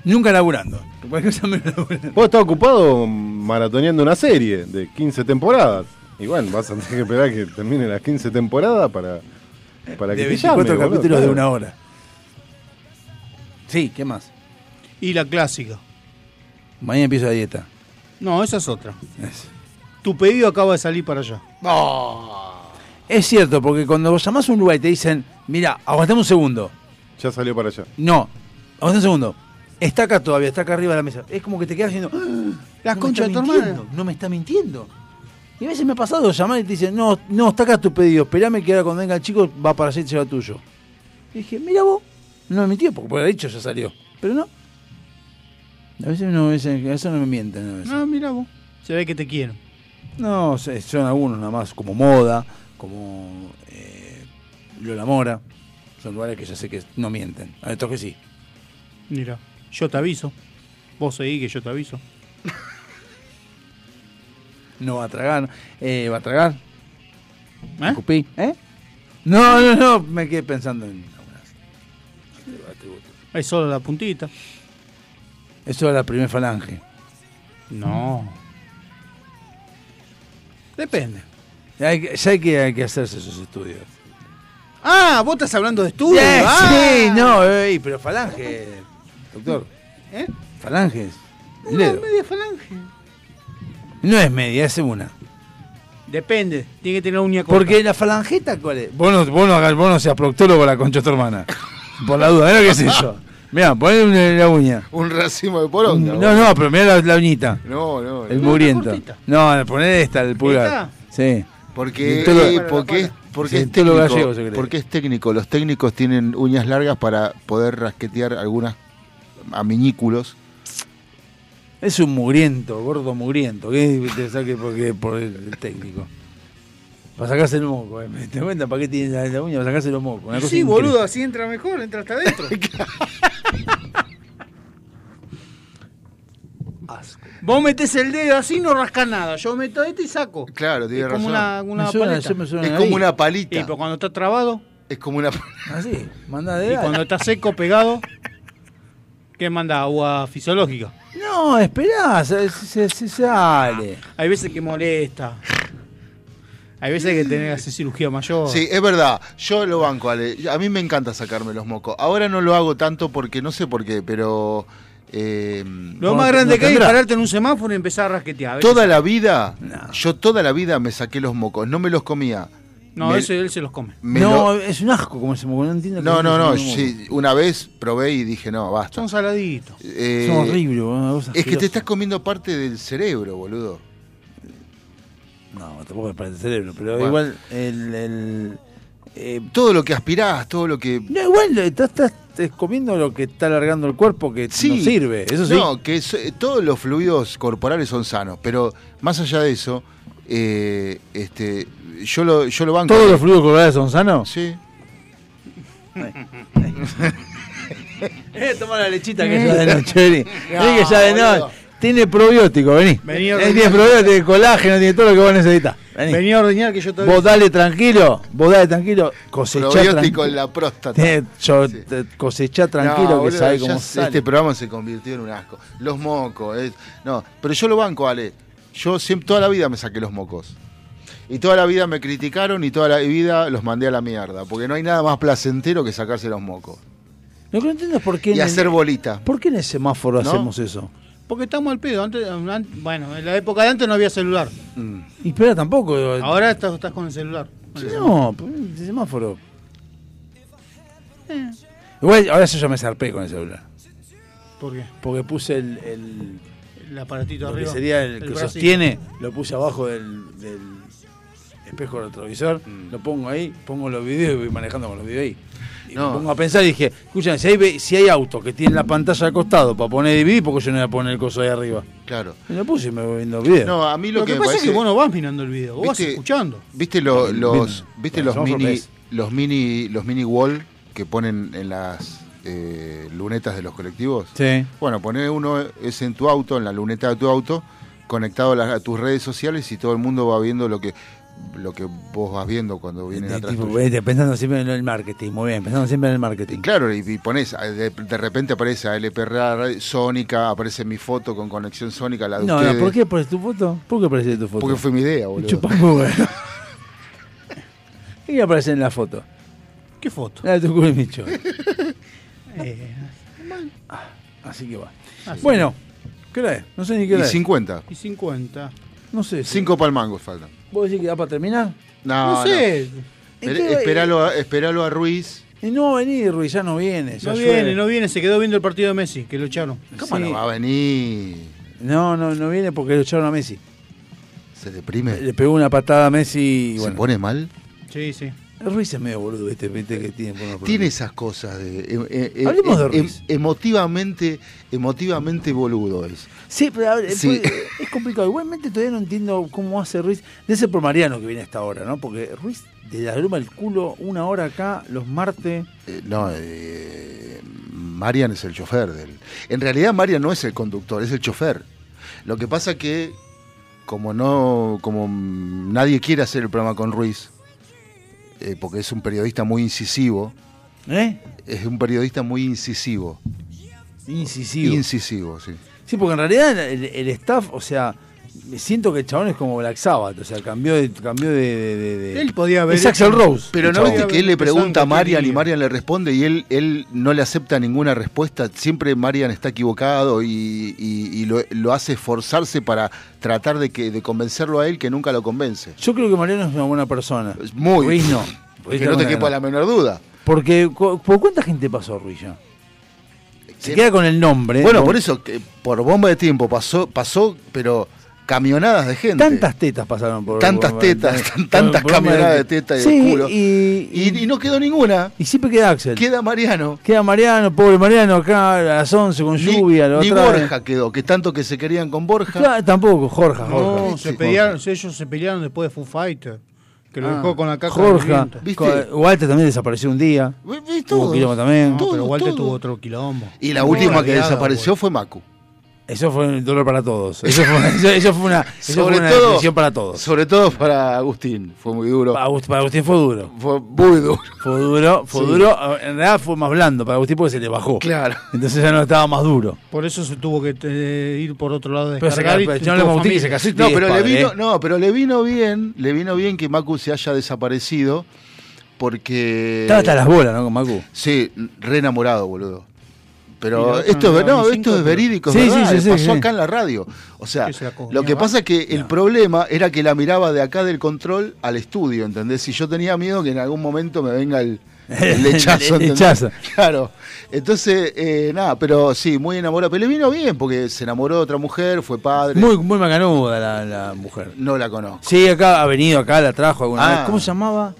Speaker 4: Nunca laburando. Cualquier cosa menos laburando.
Speaker 7: Vos estás ocupado maratoneando una serie de 15 temporadas. Y bueno, vas a tener que esperar que termine las 15 temporadas para, para que
Speaker 4: de
Speaker 7: te llame.
Speaker 4: 24
Speaker 7: boludo,
Speaker 4: capítulos de
Speaker 7: claro.
Speaker 4: una hora. Sí, ¿qué más?
Speaker 5: Y la clásica.
Speaker 4: Mañana empiezo la dieta.
Speaker 5: No, esa es otra.
Speaker 4: Es.
Speaker 5: Tu pedido acaba de salir para allá.
Speaker 4: Es cierto, porque cuando vos llamás a un lugar y te dicen, mira, aguantame un segundo.
Speaker 7: Ya salió para allá.
Speaker 4: No, aguantame un segundo. Está acá todavía, está acá arriba de la mesa. Es como que te quedas diciendo,
Speaker 5: Las
Speaker 4: No me
Speaker 5: conchas de tu
Speaker 4: está
Speaker 5: hermana.
Speaker 4: No me está mintiendo. Y a veces me ha pasado llamar y te dicen, no, no, está acá tu pedido, esperame que ahora cuando venga el chico va para allá y será tuyo. Y dije, mira vos, no me mintió, porque por dicho ya salió. Pero no. A veces no, a veces- a veces no me mienten. A veces.
Speaker 5: Ah, mira vos. Se ve que te quiero.
Speaker 4: No, se- son algunos nada más, como Moda, como eh, Lola Mora. Son lugares que ya sé que no mienten. A estos que sí.
Speaker 5: Mira, yo te aviso. Vos seguí que yo te aviso. ¿Eh?
Speaker 4: No va a tragar. Eh, ¿Va a tragar? ¿Eh? Cupí. ¿Eh? No, no, no, me quedé pensando en
Speaker 5: Es solo la puntita.
Speaker 4: Eso era la primera falange.
Speaker 5: No. Depende.
Speaker 4: Hay que- ya hay que, hay que hacerse esos estudios.
Speaker 5: Ah, vos estás hablando de estudio.
Speaker 4: Eh,
Speaker 5: Ah.
Speaker 4: Sí, no, ey, pero falange, doctor.
Speaker 5: ¿Eh?
Speaker 4: Falanges.
Speaker 5: Una
Speaker 4: Ledo.
Speaker 5: Ah, media falange.
Speaker 4: No es media, es una.
Speaker 5: Depende. Tiene que tener la uña corta.
Speaker 4: Porque la falangeta, ¿cuál es? Vos no, vos no, hagas- vos no seas proctólogo la concha de tu hermana. Por la duda, mira qué es eso. Mirá, poné una- la uña.
Speaker 6: Un racimo de poronga.
Speaker 4: No, no, pero mirá la, la uñita.
Speaker 6: No, no.
Speaker 4: El
Speaker 6: no.
Speaker 4: mugriento. No, poné esta, el
Speaker 6: ¿Esta?
Speaker 4: pulgar. Sí.
Speaker 6: Porque,
Speaker 4: Y todo lo-
Speaker 6: eh, porque, es- porque
Speaker 4: Sí,
Speaker 6: es
Speaker 4: todo lo
Speaker 6: técnico,
Speaker 4: gallego se cree.
Speaker 6: porque es técnico. Los técnicos tienen uñas largas para poder rasquetear algunas a miñículos.
Speaker 4: Es un mugriento, gordo mugriento. Que te saque porque, por el técnico. Para sacarse el moco, eh. ¿Te cuenta para qué tiene la, la uña? Para sacarse los mocos. Una cosa
Speaker 5: Sí,
Speaker 4: increíble.
Speaker 5: boludo, así entra mejor, entra hasta adentro. Vos metés el dedo así no rascas nada. Yo meto este y saco.
Speaker 6: Claro, tiene
Speaker 5: Es como
Speaker 6: razón.
Speaker 5: una, una
Speaker 4: Me suena,
Speaker 5: paleta.
Speaker 4: yo me suena
Speaker 6: es
Speaker 4: la
Speaker 6: como
Speaker 4: nariz.
Speaker 6: una palita.
Speaker 5: Y pero cuando está trabado
Speaker 6: Es como una.
Speaker 4: Así, manda de
Speaker 5: y
Speaker 4: dar.
Speaker 5: cuando está seco, pegado, ¿qué manda? Agua fisiológica.
Speaker 4: No, esperá, se, se- se sale.
Speaker 5: Hay veces que molesta. Hay veces que tenés que hacer cirugía mayor.
Speaker 6: Sí, es verdad. Yo lo banco, Ale. Yo- A mí me encanta sacarme los mocos. Ahora no lo hago tanto porque no sé por qué, pero. eh,
Speaker 5: Lo más grande que hay es pararte en un semáforo y empezar a rasquetear. A veces-
Speaker 6: Toda la vida, yo toda la vida me saqué los mocos. No me los comía.
Speaker 5: No,
Speaker 6: Me-
Speaker 5: eso él se los come.
Speaker 6: me
Speaker 4: no,
Speaker 6: lo-
Speaker 4: Oh, es un asco como ese moco, no entiendo.
Speaker 6: No,
Speaker 4: cómo
Speaker 6: no,
Speaker 4: se
Speaker 6: no.
Speaker 4: llama moco.
Speaker 6: sí, una vez probé y dije, no, basta.
Speaker 5: Son saladitos.
Speaker 6: Eh,
Speaker 4: Son horribles, boludo, una cosa
Speaker 6: Es que te
Speaker 4: asquerosa.
Speaker 6: estás comiendo parte del cerebro, boludo.
Speaker 4: No, tampoco es para el cerebro, pero
Speaker 6: Bueno.
Speaker 4: igual el... el- eh,
Speaker 6: Todo lo que aspirás, todo lo que.
Speaker 4: no, igual estás, estás- estás comiendo lo que está alargando el cuerpo que
Speaker 6: Sí.
Speaker 4: no sirve, eso sí.
Speaker 6: No, que so- eh, todos los fluidos corporales son sanos, pero más allá de eso, eh, este, yo lo, yo lo banco.
Speaker 4: ¿Todos los fluidos corporales son sanos?
Speaker 6: Sí.
Speaker 5: Eh.
Speaker 4: Eh, toma la lechita que ya de noche, vení. Vení que ya de noche. Tiene probiótico, vení.
Speaker 5: Vení a
Speaker 4: Él tiene
Speaker 5: ordeñar.
Speaker 4: probiótico, colágeno, tiene todo lo que vos necesitas. Vení.
Speaker 5: Vení a ordeñar que yo te
Speaker 4: Vos dale tranquilo, vos dale tranquilo, cosechá
Speaker 6: Probiótico
Speaker 4: tranquilo.
Speaker 6: en la próstata.
Speaker 4: Tiene- yo- te- cosechá tranquilo
Speaker 6: No,
Speaker 4: que
Speaker 6: boludo,
Speaker 4: sabés
Speaker 6: ya
Speaker 4: cómo
Speaker 6: se-
Speaker 4: sale.
Speaker 6: Este programa se convirtió en un asco. Los mocos. es- no, pero yo lo banco, Ale. Yo siempre, toda la vida me saqué los mocos. Y toda la vida me criticaron y toda la vida los mandé a la mierda. Porque no hay nada más placentero que sacarse los mocos.
Speaker 4: Lo que no entiendo es por qué.
Speaker 6: Y
Speaker 4: en el-
Speaker 6: hacer bolita.
Speaker 4: ¿Por qué en el semáforo
Speaker 6: ¿No?
Speaker 4: hacemos eso?
Speaker 5: Porque estamos al pedo. Antes, an- bueno, en la época de antes no había celular.
Speaker 4: Y espera, tampoco. eh,
Speaker 5: Ahora estás, estás con el celular.
Speaker 4: Sí, No, pues, el semáforo. Eh. Igual, ahora yo ya me zarpé con el celular.
Speaker 5: ¿Por qué?
Speaker 4: Porque puse el, el,
Speaker 5: El aparatito
Speaker 4: lo que
Speaker 5: arriba.
Speaker 4: sería el, que
Speaker 5: bracito.
Speaker 4: sostiene, lo puse abajo del, del espejo retrovisor,
Speaker 6: Mm.
Speaker 4: lo pongo ahí, pongo los videos y voy manejando con los videos ahí. Y
Speaker 6: No.
Speaker 4: me pongo a pensar y dije, escuchen, si hay, ve- si hay autos que tienen la pantalla al costado para poner DVD, porque yo no voy a poner el coso ahí arriba?
Speaker 6: Claro.
Speaker 4: Y lo puse y me voy viendo los videos.
Speaker 6: No, a mí lo,
Speaker 5: Lo que,
Speaker 6: me
Speaker 5: pasa es
Speaker 6: parece-
Speaker 5: que vos no vas mirando el video, vos vas
Speaker 6: ¿Viste?
Speaker 5: escuchando.
Speaker 6: ¿Viste lo- los,
Speaker 5: Bien.
Speaker 6: ¿viste
Speaker 5: Bueno,
Speaker 6: los,
Speaker 5: somos
Speaker 6: mini,
Speaker 5: profes.
Speaker 6: los mini los mini wall que ponen en las eh, lunetas de los colectivos?
Speaker 4: Sí.
Speaker 6: Bueno, poner uno es en tu auto, en la luneta de tu auto, conectado a, las- a tus redes sociales y todo el mundo va viendo lo que lo que vos vas viendo cuando vienen
Speaker 4: Y
Speaker 6: atrás
Speaker 4: tipo,
Speaker 6: tuyo.
Speaker 4: vete, pensando siempre en el marketing, muy bien, pensando siempre en el marketing.
Speaker 6: Claro, y, y pones, eh, de, de repente aparece LPRA, Radio Sónica, aparece mi foto con conexión Sónica, la de
Speaker 4: No, no,
Speaker 6: ustedes.
Speaker 4: ¿por qué aparece tu foto? ¿Por qué aparece tu foto?
Speaker 6: Porque fue mi idea, boludo.
Speaker 4: Chupacu, ¿Qué aparece en la foto?
Speaker 5: ¿Qué foto?
Speaker 4: La de tu culo y mi chorro.
Speaker 5: Eh,
Speaker 4: Así que va.
Speaker 5: Así.
Speaker 4: Bueno, ¿qué hora es? No sé ni qué hora
Speaker 6: Y
Speaker 4: es.
Speaker 6: 50.
Speaker 5: y 50.
Speaker 4: No sé. si-
Speaker 6: Cinco palmangos faltan.
Speaker 4: ¿Vos decís que da para terminar?
Speaker 6: No,
Speaker 5: No sé.
Speaker 6: Espera-
Speaker 4: ¿En qué-
Speaker 6: esperalo, a, esperalo a Ruiz.
Speaker 4: Y no va a venir, Ruiz, ya no viene. ya
Speaker 5: No
Speaker 4: llueve.
Speaker 5: viene, no viene, se quedó viendo el partido de Messi, que lo echaron.
Speaker 6: ¿Cómo
Speaker 4: Sí.
Speaker 6: no va a venir?
Speaker 4: No, no, no viene porque lo echaron a Messi.
Speaker 6: ¿Se deprime?
Speaker 4: Le pegó una patada a Messi y
Speaker 6: ¿Se
Speaker 4: bueno.
Speaker 6: pone mal?
Speaker 5: Sí, sí.
Speaker 4: Ruiz es medio boludo, este, viste que tiene. por- por-
Speaker 6: Tiene esas cosas de. eh, eh, eh,
Speaker 4: Hablemos de
Speaker 6: eh,
Speaker 4: Ruiz.
Speaker 6: em- emotivamente, emotivamente boludo es.
Speaker 4: Sí, pero a ver,
Speaker 6: Sí.
Speaker 4: después, es complicado. Igualmente todavía no entiendo cómo hace Ruiz. Debe ser por Mariano que viene a esta hora, ¿no? Porque Ruiz de la bruma el culo una hora acá, los martes.
Speaker 6: Eh, no, eh, Marian es el chofer del. En realidad, Marian no es el conductor, es el chofer. Lo que pasa que, como no. como mm, nadie quiere hacer el programa con Ruiz, eh, porque es un periodista muy incisivo,
Speaker 4: ¿Eh?
Speaker 6: es un periodista muy incisivo.
Speaker 4: Incisivo.
Speaker 6: Incisivo, sí.
Speaker 4: Sí, porque en realidad el, el staff, o sea, siento que el chabón es como Black Sabbath, o sea, cambió de. Cambió de, de- de- de-
Speaker 5: Él podía haber
Speaker 4: Es Axel
Speaker 5: hecho-
Speaker 4: Rose.
Speaker 6: Pero
Speaker 4: el
Speaker 6: no
Speaker 4: chabón.
Speaker 6: viste que él le
Speaker 5: empezando
Speaker 6: pregunta a Marian y
Speaker 5: querido.
Speaker 6: Marian le responde y él, él no le acepta ninguna respuesta. Siempre Marian está equivocado y, y- y lo, lo hace esforzarse para tratar de, que, de convencerlo a él que nunca lo convence.
Speaker 4: Yo creo que Mariano es una buena persona.
Speaker 6: Muy.
Speaker 4: Ruiz no. Ruiz
Speaker 6: Que no te
Speaker 4: buena
Speaker 6: quepa la menor duda.
Speaker 4: Porque, cu- ¿por cuánta gente pasó Ruiz ya? Se queda con el nombre.
Speaker 6: Bueno,
Speaker 4: con
Speaker 6: por eso, que por bomba de tiempo pasó, pasó pero camionadas de gente.
Speaker 4: Tantas tetas pasaron por
Speaker 6: Tantas
Speaker 4: por-
Speaker 6: tetas,
Speaker 4: por-
Speaker 6: tantas
Speaker 4: por- por-
Speaker 6: camionadas de teta y de
Speaker 4: Sí,
Speaker 6: culo.
Speaker 4: Y,
Speaker 6: Y, y no quedó ninguna.
Speaker 4: y siempre queda Axel.
Speaker 6: Queda Mariano.
Speaker 4: Queda Mariano, pobre Mariano, acá a las 11 con
Speaker 6: Ni,
Speaker 4: lluvia. lo
Speaker 6: ni
Speaker 4: traen.
Speaker 6: Borja quedó, que tanto que se querían con Borja.
Speaker 4: Claro, tampoco, Jorge.
Speaker 5: No,
Speaker 4: Jorge.
Speaker 5: se
Speaker 4: Sí.
Speaker 5: pelearon, ellos se pelearon después de Foo Fighter, que lo
Speaker 4: Ah,
Speaker 5: dejó con la caja de
Speaker 4: Jorge,
Speaker 5: viento.
Speaker 6: ¿Viste?
Speaker 4: con- Walter también desapareció un día.
Speaker 6: Ve- ve
Speaker 4: Hubo
Speaker 6: todo.
Speaker 4: quilombo también.
Speaker 5: No, pero
Speaker 6: todo,
Speaker 5: Walter
Speaker 6: todo.
Speaker 5: tuvo otro quilombo.
Speaker 6: Y la
Speaker 5: Tuvo
Speaker 6: última
Speaker 5: una
Speaker 6: que
Speaker 5: liada,
Speaker 6: desapareció fue Macu.
Speaker 4: Eso fue un dolor para todos. Eso fue, eso, eso fue una, eso fue una decisión para todos.
Speaker 6: Sobre todo para Agustín. Fue muy duro.
Speaker 4: Para Agustín, para Agustín fue duro.
Speaker 6: Fue muy duro.
Speaker 4: Fue duro, fue
Speaker 6: Sí.
Speaker 4: duro. En realidad fue más blando para Agustín porque se le bajó.
Speaker 6: Claro.
Speaker 4: Entonces ya no estaba más duro.
Speaker 5: boludo. Por eso se tuvo que eh, ir por otro lado de
Speaker 4: Pero se
Speaker 5: descargar
Speaker 4: ca-
Speaker 5: y
Speaker 4: no
Speaker 5: tuvo
Speaker 4: le Agustín
Speaker 5: familia.
Speaker 4: se casó y
Speaker 6: No,
Speaker 4: tiene
Speaker 6: pero le
Speaker 4: padre,
Speaker 6: vino,
Speaker 4: ¿eh?
Speaker 6: no, pero le vino bien, le vino bien que Macu se haya desaparecido porque
Speaker 4: Estaba hasta las bolas, ¿no? Con Macu.
Speaker 6: Sí, re enamorado, boludo. Pero
Speaker 5: Mirá,
Speaker 6: esto, es-
Speaker 5: mirá,
Speaker 6: no,
Speaker 5: mi
Speaker 6: esto
Speaker 5: cinco,
Speaker 6: es
Speaker 5: pero-
Speaker 6: verídico, es
Speaker 4: Sí,
Speaker 6: verdad,
Speaker 4: sí, sí,
Speaker 6: le
Speaker 4: sí,
Speaker 6: pasó
Speaker 4: sí.
Speaker 6: acá en la radio. O sea,
Speaker 5: Que se la comió,
Speaker 6: lo que
Speaker 5: ¿va?
Speaker 6: pasa es que el problema era que la miraba de acá del control al estudio, ¿entendés? Y yo tenía miedo que en algún momento me venga el, el lechazo.
Speaker 4: El
Speaker 6: ¿entendés?
Speaker 4: lechazo.
Speaker 6: Claro. Entonces, eh, nada, pero sí, muy enamorado. Pero le vino bien porque se enamoró de otra mujer, fue padre.
Speaker 4: Muy, muy macanuda la, la mujer.
Speaker 6: No la conozco.
Speaker 4: Sí, acá ha venido, acá la trajo alguna
Speaker 6: Ah.
Speaker 4: vez. ¿Cómo se llamaba?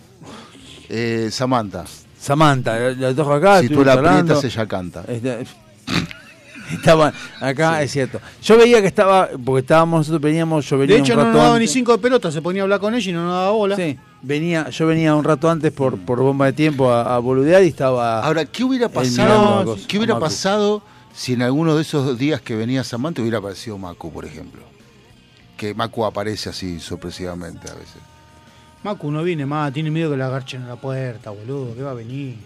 Speaker 6: Eh, Samantha,
Speaker 4: Samantha, la- la trajo acá.
Speaker 6: si tú
Speaker 4: estuvimos
Speaker 6: la
Speaker 4: charlando.
Speaker 6: aprietas, ella canta.
Speaker 4: Este, Estaban acá, es cierto. Yo veía que estaba, porque estábamos, nosotros veníamos, yo venía
Speaker 5: De hecho,
Speaker 4: un
Speaker 5: no
Speaker 4: rato
Speaker 5: nos daba ni
Speaker 4: antes.
Speaker 5: cinco de pelota, se ponía a hablar con ella y no nos daba bola.
Speaker 4: Sí, venía, yo venía un rato antes por, por bomba de tiempo a, a boludear y estaba.
Speaker 6: Mm. Ahora, ¿qué hubiera
Speaker 4: mirando
Speaker 6: pasado?
Speaker 4: a cosas,
Speaker 6: ¿Qué hubiera
Speaker 4: a Marco.
Speaker 6: pasado si en alguno de esos días que venía Samantha hubiera aparecido Macu, por ejemplo. Que Macu aparece así sorpresivamente a veces.
Speaker 5: Macu no viene más, tiene miedo que la agarchen a la puerta, boludo, que va a venir.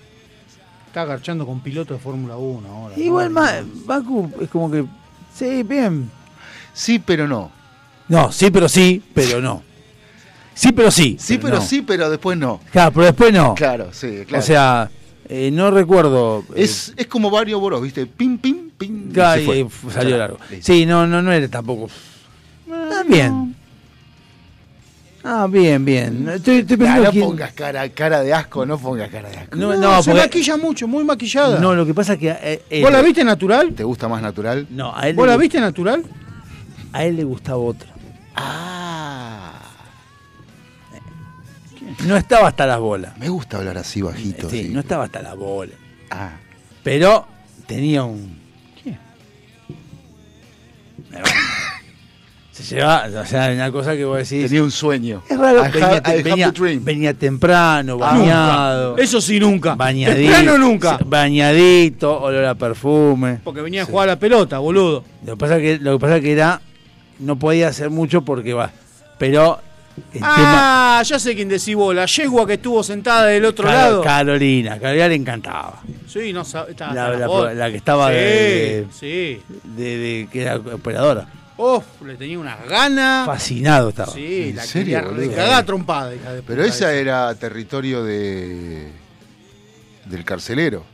Speaker 5: Está agarchando con piloto de Fórmula 1 ahora.
Speaker 4: Igual Ma- Macu es como que. Sí, bien.
Speaker 6: Sí, pero no.
Speaker 4: No, sí, pero sí, pero no. Sí, pero sí.
Speaker 6: Sí, pero
Speaker 4: no.
Speaker 6: sí, pero después no.
Speaker 4: Claro, pero después no.
Speaker 6: Claro, sí, claro.
Speaker 4: O sea, eh, no recuerdo. eh,
Speaker 6: es, es como Barrio Boros, ¿viste? Pim, pim, pim. y
Speaker 4: claro,
Speaker 6: se fue.
Speaker 4: y, eh, f- salió
Speaker 6: Ya,
Speaker 4: largo.
Speaker 6: listo.
Speaker 4: Sí, no, no, no era tampoco. Ah, bien. Ah, bien, bien. Estoy, estoy
Speaker 6: Ah,
Speaker 4: pensando
Speaker 6: no
Speaker 4: quién-
Speaker 6: pongas cara, cara de asco, no pongas cara de asco.
Speaker 4: No,
Speaker 5: No,
Speaker 4: no,
Speaker 5: se
Speaker 4: porque-
Speaker 5: maquilla mucho, muy maquillada.
Speaker 4: No, lo que pasa es que. eh, él-
Speaker 5: ¿Vos la viste natural?
Speaker 6: ¿Te gusta más natural?
Speaker 4: No, a él
Speaker 5: ¿Vos
Speaker 4: le
Speaker 5: la
Speaker 4: gu-
Speaker 5: viste natural?
Speaker 4: A él le gustaba otra.
Speaker 6: Ah.
Speaker 4: No estaba hasta las bolas.
Speaker 6: Me gusta hablar así bajito.
Speaker 4: Sí, no estaba hasta las bolas.
Speaker 6: Ah.
Speaker 4: Pero tenía un. Se llevaba, o sea, una cosa que vos decís.
Speaker 6: Tenía un sueño.
Speaker 4: Es raro,
Speaker 6: I
Speaker 4: venía,
Speaker 6: have- I
Speaker 4: te-
Speaker 6: have
Speaker 4: venía-
Speaker 6: to dream.
Speaker 4: venía temprano,
Speaker 6: Ah, nunca.
Speaker 4: bañado.
Speaker 5: Eso sí, nunca.
Speaker 4: Bañadito.
Speaker 5: Temprano nunca.
Speaker 4: Bañadito, olor a perfume.
Speaker 5: Porque venía a jugar a la pelota, boludo.
Speaker 4: Lo que pasa que, lo que, pasa que era. No podía hacer mucho porque va. Pero. El
Speaker 5: Ah, ya sé quién decís vos, la yegua que estuvo sentada del otro
Speaker 4: tema. Caro-
Speaker 5: lado.
Speaker 4: Carolina. Carolina le encantaba.
Speaker 5: Sí, no sabe. está-
Speaker 4: La,
Speaker 5: está
Speaker 4: la-
Speaker 5: vos.
Speaker 4: la que estaba
Speaker 5: Sí,
Speaker 4: de,
Speaker 5: Sí.
Speaker 4: de- de- que era operadora.
Speaker 5: Uf, le tenía unas ganas.
Speaker 4: Fascinado estaba.
Speaker 5: Sí, la
Speaker 6: serio,
Speaker 5: quería
Speaker 6: boludo?
Speaker 5: recagada trompada, hija de
Speaker 6: Pero
Speaker 5: puta
Speaker 6: esa era territorio de del carcelero.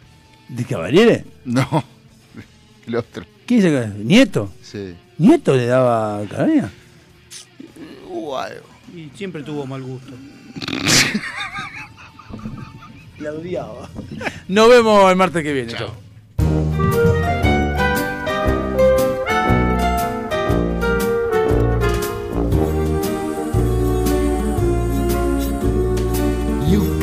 Speaker 4: ¿De Cavaliere?
Speaker 6: No, el otro.
Speaker 4: ¿Quién se ¿Nieto?
Speaker 6: Sí.
Speaker 4: ¿Nieto le daba a Carolina?
Speaker 6: Hubo uh, algo.
Speaker 5: Y siempre tuvo mal gusto.
Speaker 4: La odiaba. Nos vemos el martes que viene. Chao.
Speaker 13: You've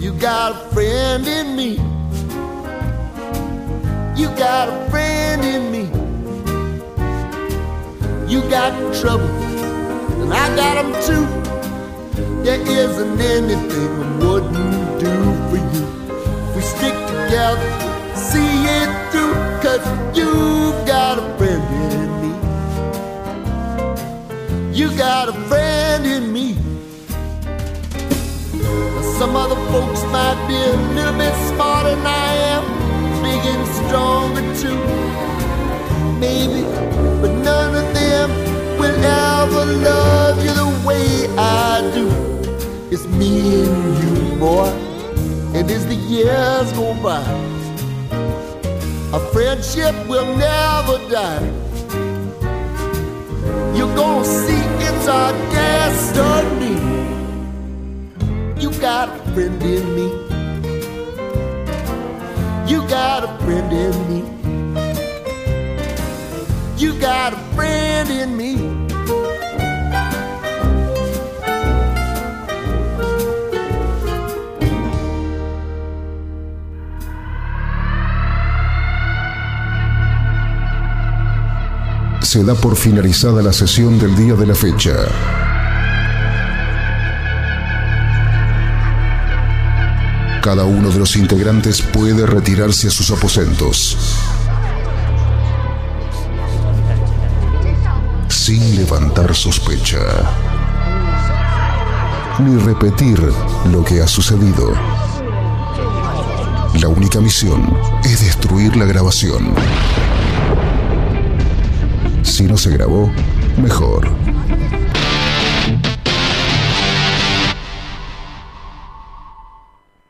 Speaker 13: You got a friend in me. You got a friend in me. You got trouble, and I got 'em too. There isn't anything I wouldn't do for you. We stick together, see it through, cause you've got a friend in me. You got a friend in me. Some other folks might be a little bit smarter than I am, big and stronger too. Maybe, but none of them will ever love you the way I do. It's me and you, boy. And as the years go by, our friendship will never die. You're gonna see it's our destiny. You got a friend in me. You got a friend in me. You got a friend in me.
Speaker 9: Se da por finalizada la sesión del día de la fecha. Cada uno de los integrantes puede retirarse a sus aposentos. Sin levantar sospecha. Ni repetir lo que ha sucedido. La única misión es destruir la grabación. Si no se grabó, mejor.